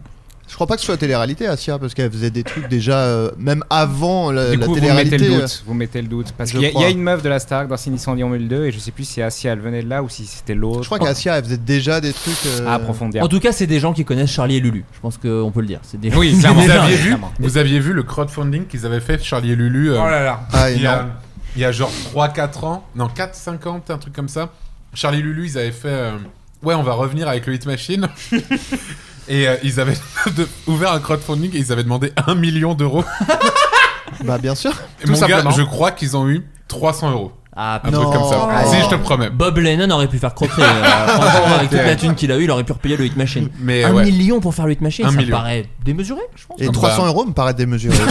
Je crois pas que ce soit télé-réalité, Assia, parce qu'elle faisait des trucs déjà euh, même avant Euh, la, Du la coup, vous mettez télé-réalité. euh, le doute. Vous mettez le doute parce Je qu'il y, a- il y crois. a une meuf de la Stark dans Cindy Cendrillon 2002 et je sais plus si Assia elle venait de là ou si c'était l'autre. Je crois qu'Assia, elle faisait déjà des [LAUGHS] trucs. euh, À approfondir. En tout cas, c'est des gens qui connaissent Charlie et Lulu. Je pense qu'on peut le dire. C'est des gens- vous, c'est des gens- aviez vu, vous aviez vu le crowdfunding qu'ils avaient fait Charlie et Lulu euh, Oh là là. Ah, il, y a, énorme. il y a genre 3-4 ans, non 4-5 ans, un truc comme ça. Charlie et Lulu, ils avaient fait euh, Ouais, on va revenir avec le Hit [LAUGHS] Machine. et euh, ils avaient [LAUGHS] de- ouvert un crowdfunding et ils avaient demandé 1 million [LAUGHS] d'euros. Bah bien sûr. Et mon gars, je crois qu'ils ont eu 300 euros. Ah, un truc putain. comme ça. Ah. Si, je te promets. Bob Lennon aurait pu faire croquer. [LAUGHS] euh, franchement, avec toute la thune qu'il a eu, il aurait pu repayer le Hit Machine. Mais, un ouais. million Ah, pour faire le Hit Machine, Un ça million. paraît démesuré, je pense. Et Bah. 300 euros me paraît démesuré. [LAUGHS]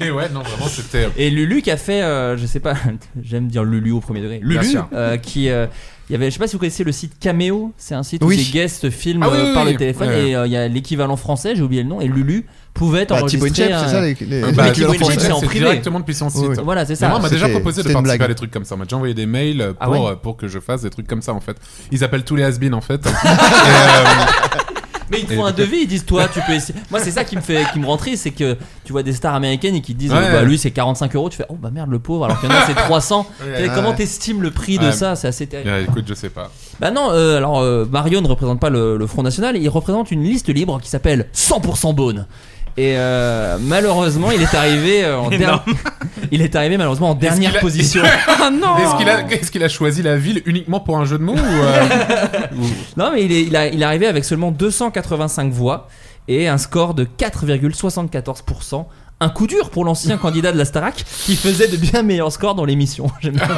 Et ouais, non, vraiment, c'était. Et Lulu qui a fait, euh, je sais pas, [LAUGHS] j'aime dire Lulu au premier degré. Bien Lulu, sûr. euh, qui, euh, il y avait, je sais pas si vous connaissez le site Cameo, c'est un site Oui. où des guests filment Ah oui, euh, oui, par oui. le téléphone Ouais. et euh, il y a l'équivalent français, j'ai oublié le nom, et Lulu pouvait Bah, Thibaut enregistrer. Inchep, c'est ça, les- les- Euh, les- bah, les- Thibaut les- Inchep, les- c'est en C'est privé. directement depuis son site. Oui. Voilà, c'est Mais ça. Moi, on m'a déjà C'était- proposé de c'était une participer à blague. des trucs comme ça. On m'a déjà envoyé des mails euh, pour, Ah ouais euh, pour que je fasse des trucs comme ça, en fait. Ils appellent tous les has-beens, en [LAUGHS] fait. Et, euh, Mais ils te Et font un du coup- devis, ils disent toi tu peux essayer. Moi c'est ça qui me fait qui me rend triste, c'est que tu vois des stars américaines et qui te disent Ouais. oh, bah lui c'est 45 euros, tu fais oh bah merde le pauvre alors qu'il y en [LAUGHS] a c'est [LAUGHS] 300. Ouais, T'es- ouais. Comment t'estimes le prix de Ouais. ça C'est assez terrible. euh, écoute, je sais pas. Bah non, euh, alors euh, Mario ne représente pas le, le Front National, il représente une liste libre qui s'appelle 100% Beaune. Et euh, malheureusement, il est arrivé euh, [LAUGHS] en dernier. [LAUGHS] Il est arrivé malheureusement en dernière qu'il a- [LAUGHS] position. Ah non Est-ce qu'il a, est-ce qu'il a choisi la ville uniquement pour un jeu de mots ou, euh, ou- [LAUGHS] Non, mais il est, il, a- il est arrivé avec seulement 285 voix et un score de 4,74%. Un coup dur pour l'ancien candidat de la Starac qui faisait de bien meilleurs scores dans l'émission. [LAUGHS] J'aime bien.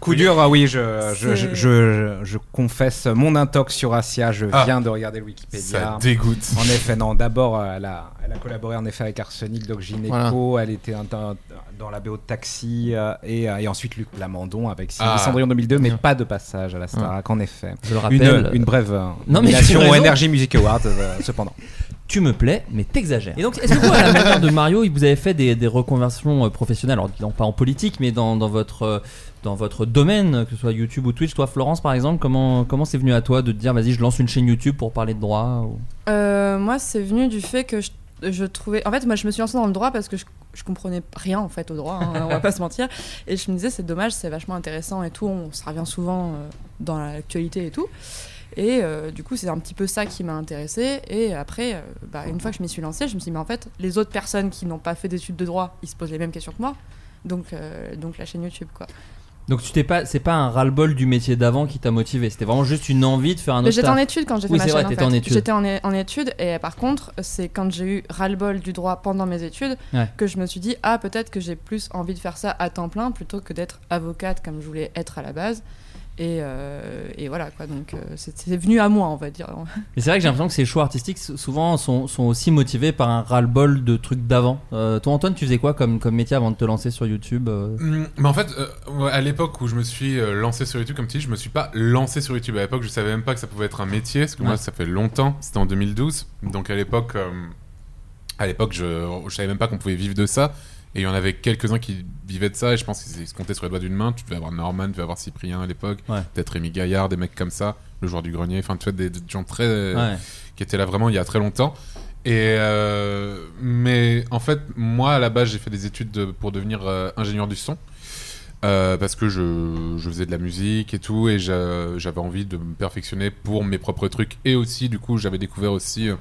Coup dur, ah oui, je, je, C'est- je, je- je confesse mon intox sur Asia. Je Ah. viens de regarder le Wikipédia. Ça dégoûte. En effet, non. D'abord, euh, elle a, elle a collaboré en effet avec Arsenic, Doc Gynéco. Elle était un- un- dans la BO de Taxi euh, et, euh, et ensuite Luc Plamondon avec Cindy Ah. Cendrillon 2002, mais pas de passage à la Starac. En effet, Je le rappelle. une, une brève euh, Non, mais nomination tu as au raison. Energy Music Awards. euh, cependant, [LAUGHS] Tu me plais, mais t'exagères. Et donc, est-ce que vous, à la manière de Mario, vous avez fait des, des reconversions euh, professionnelles Alors, non, pas en politique, mais dans, dans votre, euh, dans votre domaine, que ce soit YouTube ou Twitch. Toi, Florence, par exemple, comment comment c'est venu à toi de te dire, vas-y, je lance une chaîne YouTube pour parler de droit ou- Euh, moi, c'est venu du fait que je, je trouvais. En fait, moi, je me suis lancée dans le droit parce que je, je comprenais rien en fait au droit. hein, on va pas se mentir. Et je me disais, c'est dommage, c'est vachement intéressant et tout. On se revient souvent euh, dans l'actualité et tout. Et euh, du coup, c'est un petit peu ça qui m'a intéressée. Et après, euh, bah, une fois que je m'y suis lancée, je me suis dit, mais en fait, les autres personnes qui n'ont pas fait d'études de droit, ils se posent les mêmes questions que moi. Donc, euh, donc la chaîne YouTube, quoi. Donc, tu t'es pas, c'est pas un ras-le-bol du métier d'avant qui t'a motivé. C'était vraiment juste une envie de faire un autre. Mais j'étais en taf. études quand j'ai fait Oui, ma c'est vrai, chaîne. en t'étais fait. en études. J'étais en, é- en études et euh, par contre, c'est quand j'ai eu ras-le-bol du droit pendant mes études Ouais. que je me suis dit ah peut-être que j'ai plus envie de faire ça à temps plein plutôt que d'être avocate comme je voulais être à la base. Et, euh, et voilà, quoi. Donc, euh, c'est c'est venu à moi, on [LAUGHS] va dire. Ah Mais c'est vrai que j'ai l'impression que ces choix artistiques sou- souvent sont, sont aussi motivés par un ras-le-bol de trucs d'avant. Euh, toi Antoine, tu faisais quoi comme, comme métier avant de te lancer sur YouTube euh Mm, Mais en fait, euh, à l'époque où je me suis euh, lancé sur YouTube, comme tu dis, je me suis pas lancé sur YouTube. À l'époque, je savais même pas que ça pouvait être un métier, parce que moi, Ouais. ça fait longtemps. C'était en 2012, donc à l'époque, euh, à l'époque, je, je savais même pas qu'on pouvait vivre de ça. Et il y en avait quelques-uns qui vivaient de ça, et je pense qu'ils se comptaient sur les doigts d'une main. Tu devais avoir Norman, tu devais avoir Cyprien à l'époque, peut-être Rémi Gaillard, des mecs comme ça, le joueur du grenier, enfin, tu vois, des, des gens très. Ouais. euh, qui étaient là vraiment il y a très longtemps. Et euh, mais en fait, moi à la base, j'ai fait des études de- pour devenir euh, ingénieur du son. Euh, parce que je, je faisais de la musique et tout, et j'a- j'avais envie de me perfectionner pour mes propres trucs. Et aussi, du coup, j'avais découvert aussi euh,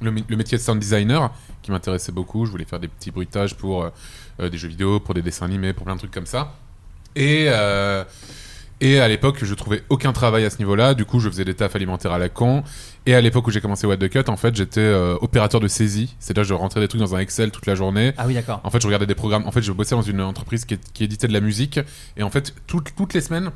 le, mé- le métier de sound designer qui m'intéressait beaucoup. Je voulais faire des petits bruitages pour euh, euh, des jeux vidéo, pour des dessins animés, pour plein de trucs comme ça. Et, euh, et à l'époque, je trouvais aucun travail à ce niveau-là. Du coup, je faisais des tafs alimentaires à la con. Et à l'époque où j'ai commencé What the Cut, en fait, j'étais euh, opérateur de saisie. C'est-à-dire, je rentrais des trucs dans un Excel toute la journée. Ah oui, d'accord. En fait, je regardais des programmes. En fait, je bossais dans une entreprise qui, qui éditait de la musique. Et en fait, toutes- toutes les semaines,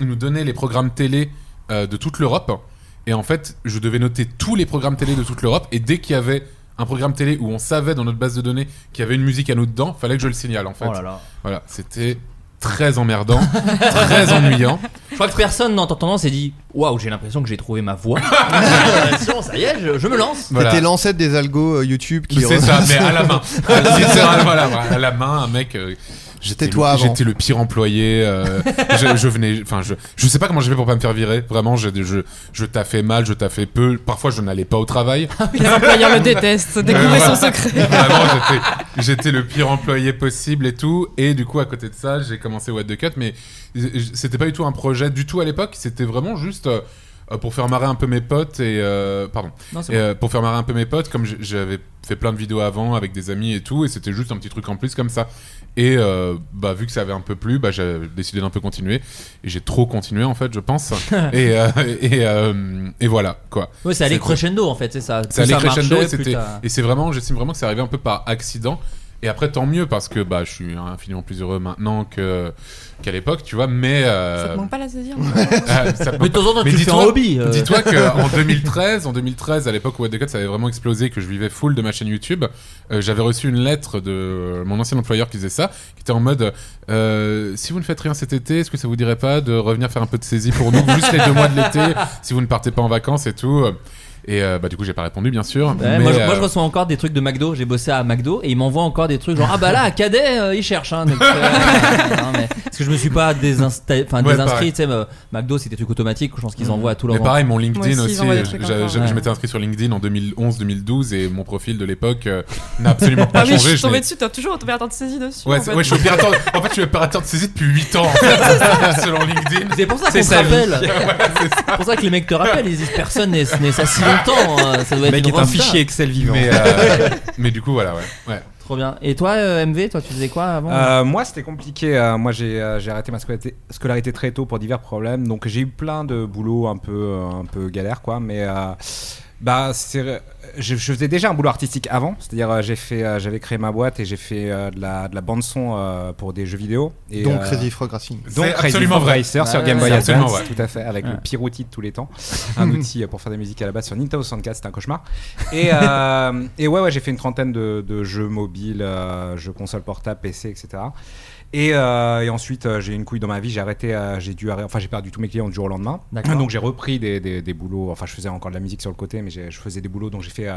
ils nous donnaient les programmes télé euh, de toute l'Europe. Et en fait, je devais noter tous les programmes télé de toute l'Europe. Et dès qu'il y avait un programme télé où on savait dans notre base de données qu'il y avait une musique à nous dedans, fallait que je le signale en fait. Oh là là. Voilà, c'était très [LAUGHS] emmerdant, très ennuyant. Je crois que personne en t'entendant s'est dit Waouh, j'ai l'impression que j'ai trouvé ma voix. J'ai l'impression, ça y est, je, je me lance. Voilà. C'était l'ancêtre des algos euh, YouTube qui. C'est ça, mais à la main. Ah, littéralement, à la main, à main. la main, un mec. euh, J'étais Tais-toi le- avant. J'étais le pire employé. euh, je, je venais, enfin, je, je sais pas comment j'ai fait pour pas me faire virer. Vraiment, je, je, je taffais mal, je taffais peu. Parfois, je n'allais pas au travail. Ah Euh, Les employeurs le détestent, découvrez son secret. Vraiment, j'étais- j'étais le pire employé possible et tout. Et du coup, à côté de ça, j'ai commencé What the Cut, mais c'était pas du tout un projet du tout à l'époque. C'était vraiment juste euh, pour faire marrer un peu mes potes et euh, pardon, Non, c'est Et, bon. euh, pour faire marrer un peu mes potes, comme j- j'avais fait plein de vidéos avant avec des amis et tout, et c'était juste un petit truc en plus comme ça. Et euh, bah vu que ça avait un peu plu, bah j'ai décidé d'un peu continuer. Et j'ai trop continué en fait, je pense. [LAUGHS] et euh, et, euh, et voilà quoi. Ouais, c'est allé C'était- crescendo en fait, c'est ça. Plus ça allait ça marchait, crescendo et plus c'était t'as- et c'est vraiment j'estime vraiment que c'est arrivé un peu par accident et après tant mieux parce que bah je suis infiniment plus heureux maintenant que qu'à l'époque tu vois mais euh, Ça te manque pas la saisir [LAUGHS] Ah, ça te Mais de manque temps en pas. temps, Mais tu le fais en dis-toi- hobby, euh. [LAUGHS] dis-toi qu'en 2013 en 2013 à l'époque où What the Cut, ça avait vraiment explosé que je vivais full de ma chaîne YouTube euh, j'avais reçu une lettre de mon ancien employeur qui faisait ça qui était en mode euh, si vous ne faites rien cet été est-ce que ça vous dirait pas de revenir faire un peu de saisie pour nous juste les deux mois de l'été si vous ne partez pas en vacances et tout et euh, bah du coup j'ai pas répondu bien sûr Ouais, mais, moi, je, moi, euh, je reçois encore des trucs de McDo. J'ai bossé à McDo et ils m'envoient encore des trucs genre ah bah là à Cadet euh, ils cherchent. Hein, donc, euh, [LAUGHS] non, mais- parce que je me suis pas désinsta- enfin, Ouais, désinscrit. pareil. Tu sais, me- McDo c'est des trucs automatiques. Je pense qu'ils Mhm. envoient à tout Mais leur. pareil, mon LinkedIn Moi aussi, aussi. euh, ils envoient des trucs je- je- encore. je m'étais inscrit sur LinkedIn en 2011-2012 et mon profil de l'époque euh, n'a absolument pas Ah oui, changé. je suis je n'ai- tombée dessus, t'as toujours opérateur de saisie dessus. Ouais, en c'est- fait. ouais, je suis opérateur. En fait, je suis opérateur de saisie depuis 8 ans, en [LAUGHS] fait, [LAUGHS] selon LinkedIn. C'est pour ça qu'on C'est te sa vie. [LAUGHS] rappelle. Ouais, c'est pour ça que les mecs te rappellent. Ils disent personne n'est n'est ça si longtemps. hein, Ça doit être Mec une est un resta. fichier Excel vivant. Mais, [LAUGHS] euh, mais du coup, voilà, ouais. ouais. Trop bien. Et toi euh, MV, toi tu faisais quoi avant hein. Euh, moi, c'était compliqué. Euh, moi, j'ai euh, j'ai arrêté ma scolarité, scolarité très tôt pour divers problèmes. Donc, j'ai eu plein de boulots un peu, euh, un peu galère, quoi. Mais euh, bah, c'est- je, je faisais déjà un boulot artistique avant. C'est-à-dire, euh, j'ai fait, euh, j'avais créé ma boîte et j'ai fait euh, de la, de la bande son euh, pour des jeux vidéo. Et, Donc euh, Crazy Frog Racing. Donc C'est Crazy absolument Frog vrai. Racer sur Ouais, Game Boy c'est absolument Advance, vrai. tout à fait, avec Ouais. le pire outil de tous [LAUGHS] les temps, un outil euh, pour faire des musiques à la base sur Nintendo 64, c'était un cauchemar. Et, [LAUGHS] euh, et ouais, ouais, j'ai fait une trentaine de, de jeux mobiles, euh, jeux console portable, PC, etc. Et, euh, et ensuite, euh, j'ai eu une couille dans ma vie, j'ai arrêté, euh, j'ai dû arrêter, enfin j'ai perdu tous mes clients du jour au lendemain. D'accord. Donc j'ai repris des, des- des boulots, enfin je faisais encore de la musique sur le côté, mais j'ai- je faisais des boulots, donc j'ai fait. euh,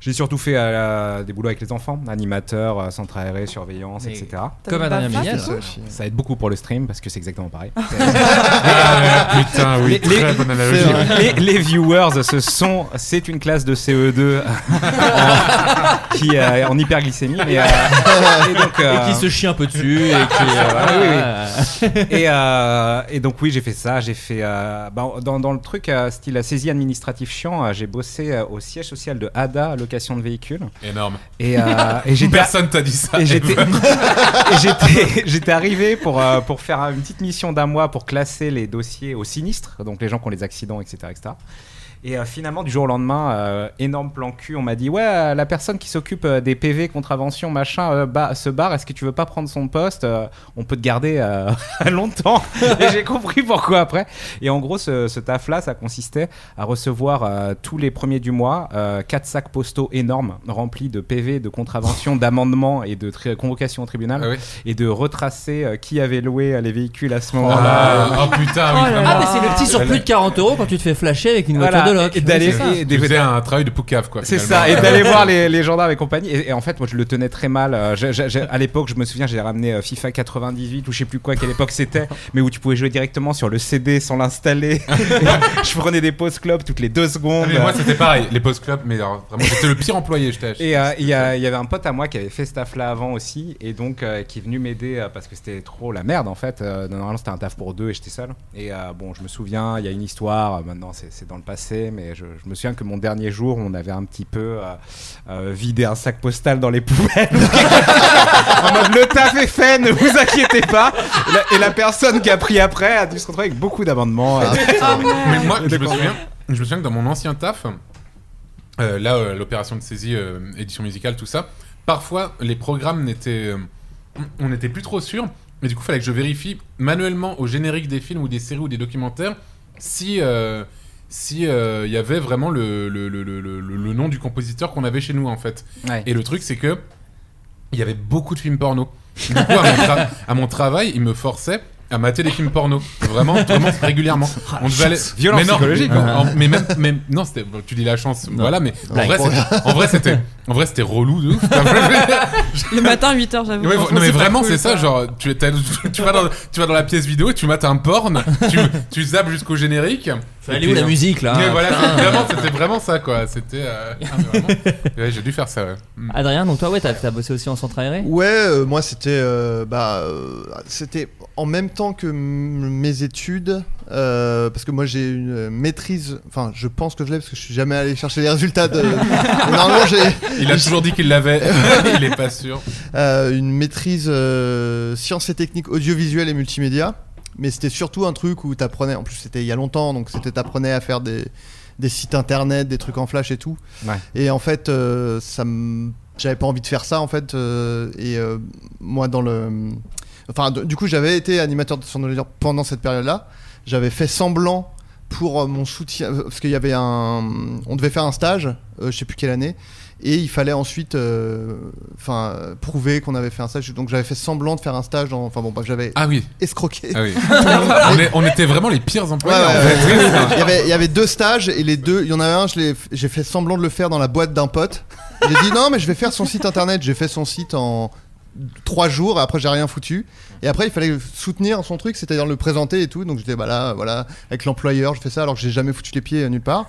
j'ai surtout fait euh, des boulots avec les enfants, animateur, euh, centre aéré, surveillance, Mais etc. comme à Adrien Méniel. Ça, ça aide beaucoup pour le stream parce que c'est [LAUGHS] exactement pareil. Euh, Ah, putain, oui, très bonne analogie. c'est vrai. Les, les viewers, ce sont, c'est une classe de [LAUGHS] CE2 en- euh, qui est en hyperglycémie. [LAUGHS] mais, euh, et, donc, euh, Et qui se chie un peu dessus et qui. Ah, oui, euh, oui. et, euh, et donc oui, j'ai fait ça. J'ai fait euh, bah, dans, dans le truc euh, style saisie administrative chiant. euh, j'ai bossé euh, au siège social de Ada location de véhicules. Énorme. Et, euh, et j'étais- Personne t'a dit ça, Et j'étais, [LAUGHS] ever. et j'étais, j'étais arrivé pour euh, pour faire une petite mission d'un mois pour classer les dossiers aux sinistres, donc les gens qui ont les accidents, etc., etc. Et euh, finalement, du jour au lendemain, euh, énorme plan cul, on m'a dit Ouais, euh, la personne qui s'occupe euh, des PV, contraventions, machin, euh, bah, se barre, est-ce que tu veux pas prendre son poste Euh, On peut te garder euh, [LAUGHS] [LAUGHS] longtemps. Et j'ai compris pourquoi après. Et en gros, ce, ce taf-là, ça consistait à recevoir euh, tous les premiers du mois euh, quatre sacs postaux énormes remplis de PV, [LAUGHS] de contraventions, d'amendements et de tri- convocations au tribunal. Ah oui. Et de retracer euh, qui avait loué euh, les véhicules à ce Oh moment-là. là là. Oh putain, oui, Oh là vraiment. Ah, mais c'est le petit sur plus de 40 euros quand tu te fais flasher avec une voiture Voilà, de loc. et d'aller- Oui, c'est ça. et des- C'était un travail de poucave, quoi. C'est finalement. ça, [LAUGHS] et d'aller voir les, les gendarmes et compagnie. Et, et en fait, moi, je le tenais très mal. Euh, j'ai- j'ai- j'ai- à l'époque, je me souviens, j'ai ramené euh, FIFA 98 ou je sais plus quoi, à quelle époque c'était, mais où tu pouvais jouer directement sur le CD [LAUGHS] sans l'installer. [LAUGHS] je prenais des pauses club toutes les deux secondes. Ah, mais moi, c'était pareil, les post club, mais alors, vraiment, j'étais le pire employé, je t'ai Et euh, il y, a- il y avait un pote à moi qui avait fait ce taf-là avant aussi, et donc euh, qui est venu m'aider euh, parce que c'était trop la merde en fait. Euh, normalement, c'était un taf pour deux et j'étais seul. Et euh, bon, je me souviens, il y a une histoire, euh, maintenant c'est c'est dans le passé, mais je, je me souviens que mon dernier jour, on avait un petit peu euh, euh, vidé un sac postal dans les poubelles. [LAUGHS] en mode le taf est fait, ne vous inquiétez pas. Et la, et la personne qui a pris après a dû se retrouver avec beaucoup d'amendements. euh, mais moi, je me souviens, je me souviens que dans mon ancien taf, euh, là, euh, l'opération de saisie, euh, édition musicale, tout ça, parfois les programmes n'étaient, euh, on n'était plus trop sûr, mais du coup, il fallait que je vérifie manuellement au générique des films ou des séries ou des documentaires si euh, si euh, il y avait vraiment le le, le- le- le- le nom du compositeur qu'on avait chez nous en fait. Ouais. Et le truc, c'est que il y avait beaucoup de films porno. Du coup, à mon, tra- à mon travail, ils me forçaient à mater des films porno. Vraiment, vraiment [LAUGHS] régulièrement. Ah, On la devait aller... chance. Violence mais non, psychologique, Mais, hein. en- mais même, mais- non, c'était, tu dis la chance. Non. Voilà, mais en Blague. vrai, c'est- en vrai, c'était, en vrai, c'était relou de ouf. [LAUGHS] Le matin, 8h, j'avoue. Ouais, franchement, non mais pas vraiment cool, c'est ça, genre tu, t'as- tu vas dans, tu vas dans la pièce vidéo et tu mates un porn, tu, tu zappes jusqu'au générique. Ça allait où, la musique, là, Mais hein, voilà, putain. c'était vraiment, c'était vraiment ça quoi. C'était euh, ah, [LAUGHS] mais vraiment. Ouais, j'ai dû faire ça. ouais. Mm. Adrien, donc toi, ouais, t'as t'as bossé aussi en centre aéré Ouais, euh, moi c'était euh, bah euh, c'était en même temps que m- mes études euh, parce que moi j'ai une euh, maîtrise, enfin je pense que je l'ai parce que je suis jamais allé chercher les résultats [LAUGHS] de normalement j'ai Il a toujours dit [LAUGHS] qu'il l'avait, il est pas sûr. euh, une maîtrise euh, sciences et techniques audiovisuelles et multimédia. Mais c'était surtout un truc où t'apprenais, en plus c'était il y a longtemps, donc c'était t'apprenais à faire des, des sites internet, des trucs en flash et tout. Ouais. Et en fait, euh, ça me- j'avais pas envie de faire ça en fait. euh, et euh, moi, dans le. Enfin, de- du coup, j'avais été animateur de sondateur pendant cette période-là. J'avais fait semblant pour euh, mon soutien parce qu'il y avait un on devait faire un stage euh, je sais plus quelle année et il fallait ensuite euh, enfin euh, prouver qu'on avait fait un stage donc j'avais fait semblant de faire un stage dans- enfin bon bah, j'avais Ah oui. escroqué [LAUGHS] Ah oui. on, est- on était vraiment les pires employés. Ouais, en ouais, fait. ouais. il, y avait, il y avait deux stages et les deux, il y en avait un, je l'ai- j'ai fait semblant de le faire dans la boîte d'un pote. J'ai dit non, mais je vais faire son site internet. J'ai fait son site en trois jours et après j'ai rien foutu. Et après, il fallait soutenir son truc, c'est-à-dire le présenter et tout. Donc j'étais bah là, voilà, avec l'employeur, je fais ça alors que j'ai jamais foutu les pieds euh, nulle part.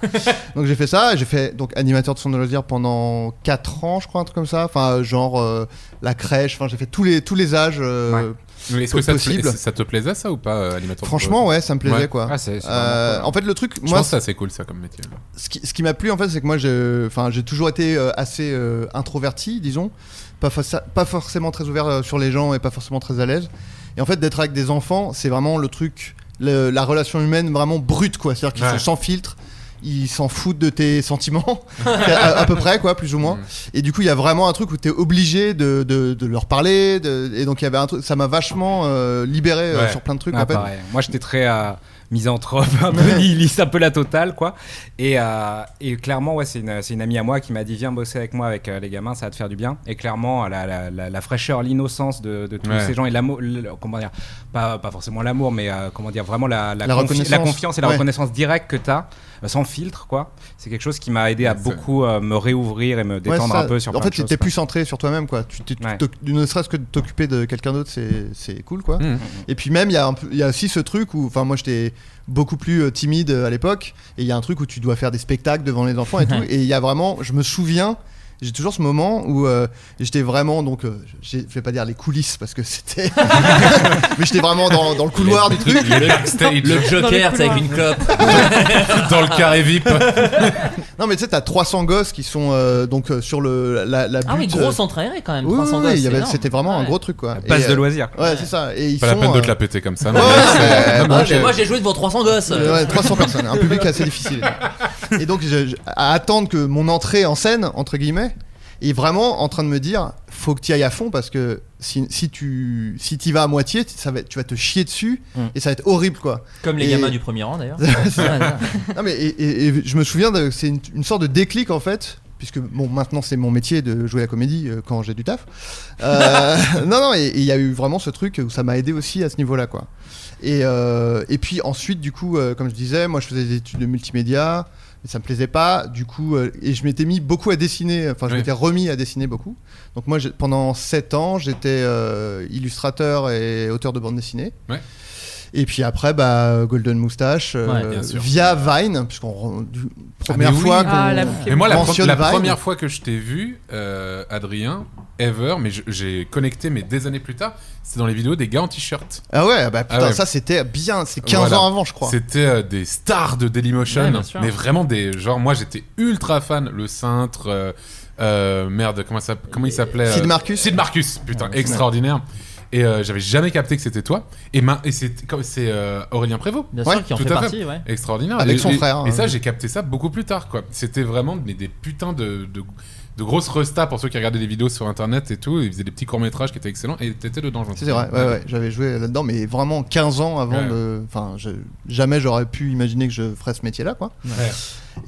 donc j'ai fait ça et j'ai fait donc animateur de son loisir pendant quatre ans, je crois, un truc comme ça. Enfin, euh, genre euh, la crèche, enfin, j'ai fait tous les, tous les âges. euh, Mais Est-ce que ça te, pla- possibles. ça te plaisait ça ou pas, euh, animateur Franchement, ouais, ça me plaisait Ouais. Ah, quoi. Euh, en fait, le truc, je moi, pense que c'est assez cool ça comme métier. ce qui, ce qui m'a plu en fait, c'est que moi, j'ai, enfin, j'ai toujours été euh, assez euh, introverti, disons, pas, fa- pas forcément très ouvert euh, sur les gens et pas forcément très à l'aise. Et en fait, d'être avec des enfants, c'est vraiment le truc, le- la relation humaine vraiment brute, quoi. C'est-à-dire qu'ils Ouais. sont sans filtre, ils s'en foutent de tes sentiments, [LAUGHS] à, à peu près, quoi, plus ou Mm. moins. Et du coup, il y a vraiment un truc où t'es obligé de, de- de leur parler, de- et donc il y avait un truc, ça m'a vachement euh, libéré euh, Ouais. sur plein de trucs. Ah, en fait. pareil. Moi, j'étais très euh, misanthrope, [LAUGHS] un peu nihiliste, un peu la totale, quoi. Et, euh, et clairement, ouais, c'est une, c'est une amie à moi qui m'a dit Viens bosser avec moi, avec euh, les gamins, ça va te faire du bien. Et clairement, la, la- la- la fraîcheur, l'innocence de, de tous Ouais. ces gens et l'amour, le- comment dire, pas, pas forcément l'amour, mais euh, comment dire, vraiment la, la, La confi- reconnaissance. la confiance et la Ouais. reconnaissance directe que tu as. Sans filtre, quoi. C'est quelque chose qui m'a aidé à beaucoup euh, me réouvrir et me Ouais, détendre c'est un ça. peu sur En plein fait, de choses, t'es quoi. plus centré sur toi-même, quoi. Tu, tu- tu Ouais. t'oc- ne serait-ce que de t'occuper de quelqu'un d'autre, c'est, c'est cool, quoi. Mmh. Et puis même, il y, a un peu- il y a aussi ce truc où, enfin, moi, j'étais beaucoup plus euh, timide euh, à l'époque, et il y a un truc où tu dois faire des spectacles devant les enfants et tout. Et il y a vraiment, je me souviens. J'ai toujours ce moment où euh, j'étais vraiment donc euh, j'ai- je vais pas dire les coulisses parce que [LAUGHS] [LAUGHS] c'était mais j'étais vraiment dans, dans le couloir du truc Le backstage. Le Joker, c'est avec une [LAUGHS] clope. Dans le carré VIP. [LAUGHS] non mais tu sais t'as 300 gosses qui sont euh, donc euh, sur le la, la Ah oui, butte, gros euh, centre aéré quand même. Oui, 300 oui, gosses, il y c'est avait- énorme. c'était vraiment un Ouais. gros truc quoi. passe de loisirs. loisirs. Ouais, c'est ça. Et ils Pas la sont, peine de euh, te la péter comme ça. Ouais, mais- c'est- Non, mais moi, Ah, mais Moi j'ai joué devant 300 gosses. euh, ouais, 300 personnes, un public assez difficile. et donc, je- je- à attendre que mon entrée en scène, entre guillemets, est vraiment en train de me dire faut que tu ailles à fond parce que si, si tu si t'y vas à moitié, ça va, être- tu vas te chier dessus et ça va être horrible quoi. Mm. Comme les Et- gamins du premier [LAUGHS] rang, d'ailleurs. non mais et, et- et je me souviens de- c'est une, une sorte de déclic en fait puisque bon maintenant c'est mon métier de jouer la comédie euh, quand j'ai du taf [LAUGHS] Euh, non non et et il y a eu vraiment ce truc où ça m'a aidé aussi à ce niveau là quoi et, euh, et puis ensuite du coup euh, comme je disais moi je faisais des études de multimédia mais ça me plaisait pas du coup euh, et je m'étais mis beaucoup à dessiner enfin je Oui. m'étais remis à dessiner beaucoup donc moi j'ai- pendant 7 ans j'étais euh, illustrateur et auteur de bande dessinée Ouais. et puis après, bah, Golden Moustache, euh, Ouais, bien sûr. via Vine, puisqu'on re- du- Ah, première mais oui. fois qu'on Mais moi, la, pre- mentionne la Vine. Ah, première fois que je t'ai vu, euh, Adrien, ever, mais je- j'ai connecté, mais des années plus tard, c'était dans les vidéos des gars en t-shirt. Ah ouais, bah putain, Ah ouais. ça c'était bien, c'est 15 Voilà. ans avant, je crois. C'était euh, des stars de Ouais, Dailymotion, bien sûr. mais vraiment des. Genre, moi j'étais ultra fan, le cintre. euh, euh, merde, comment, ça, comment il s'appelait Sid euh, Marcus Sid Marcus, putain, Ouais, extraordinaire. Et euh, j'avais jamais capté que c'était toi. Et, ma- et c'est comme- c'est, euh, Aurélien Prévost. Bien sûr, qui en tout fait à partie, ouais. Extraordinaire. Avec Et- son et- frère, Et hein. ça, j'ai capté ça beaucoup plus tard, quoi. C'était vraiment mais des putains de, de, de grosses restas pour ceux qui regardaient les vidéos sur internet et tout. Ils faisaient des petits courts-métrages qui étaient excellents et t'étais dedans, je me C'est souviens. vrai, ouais, ouais, j'avais joué là-dedans, mais vraiment 15 ans avant Ouais. de. Enfin, je- jamais j'aurais pu imaginer que je ferais ce métier-là, quoi. Ouais.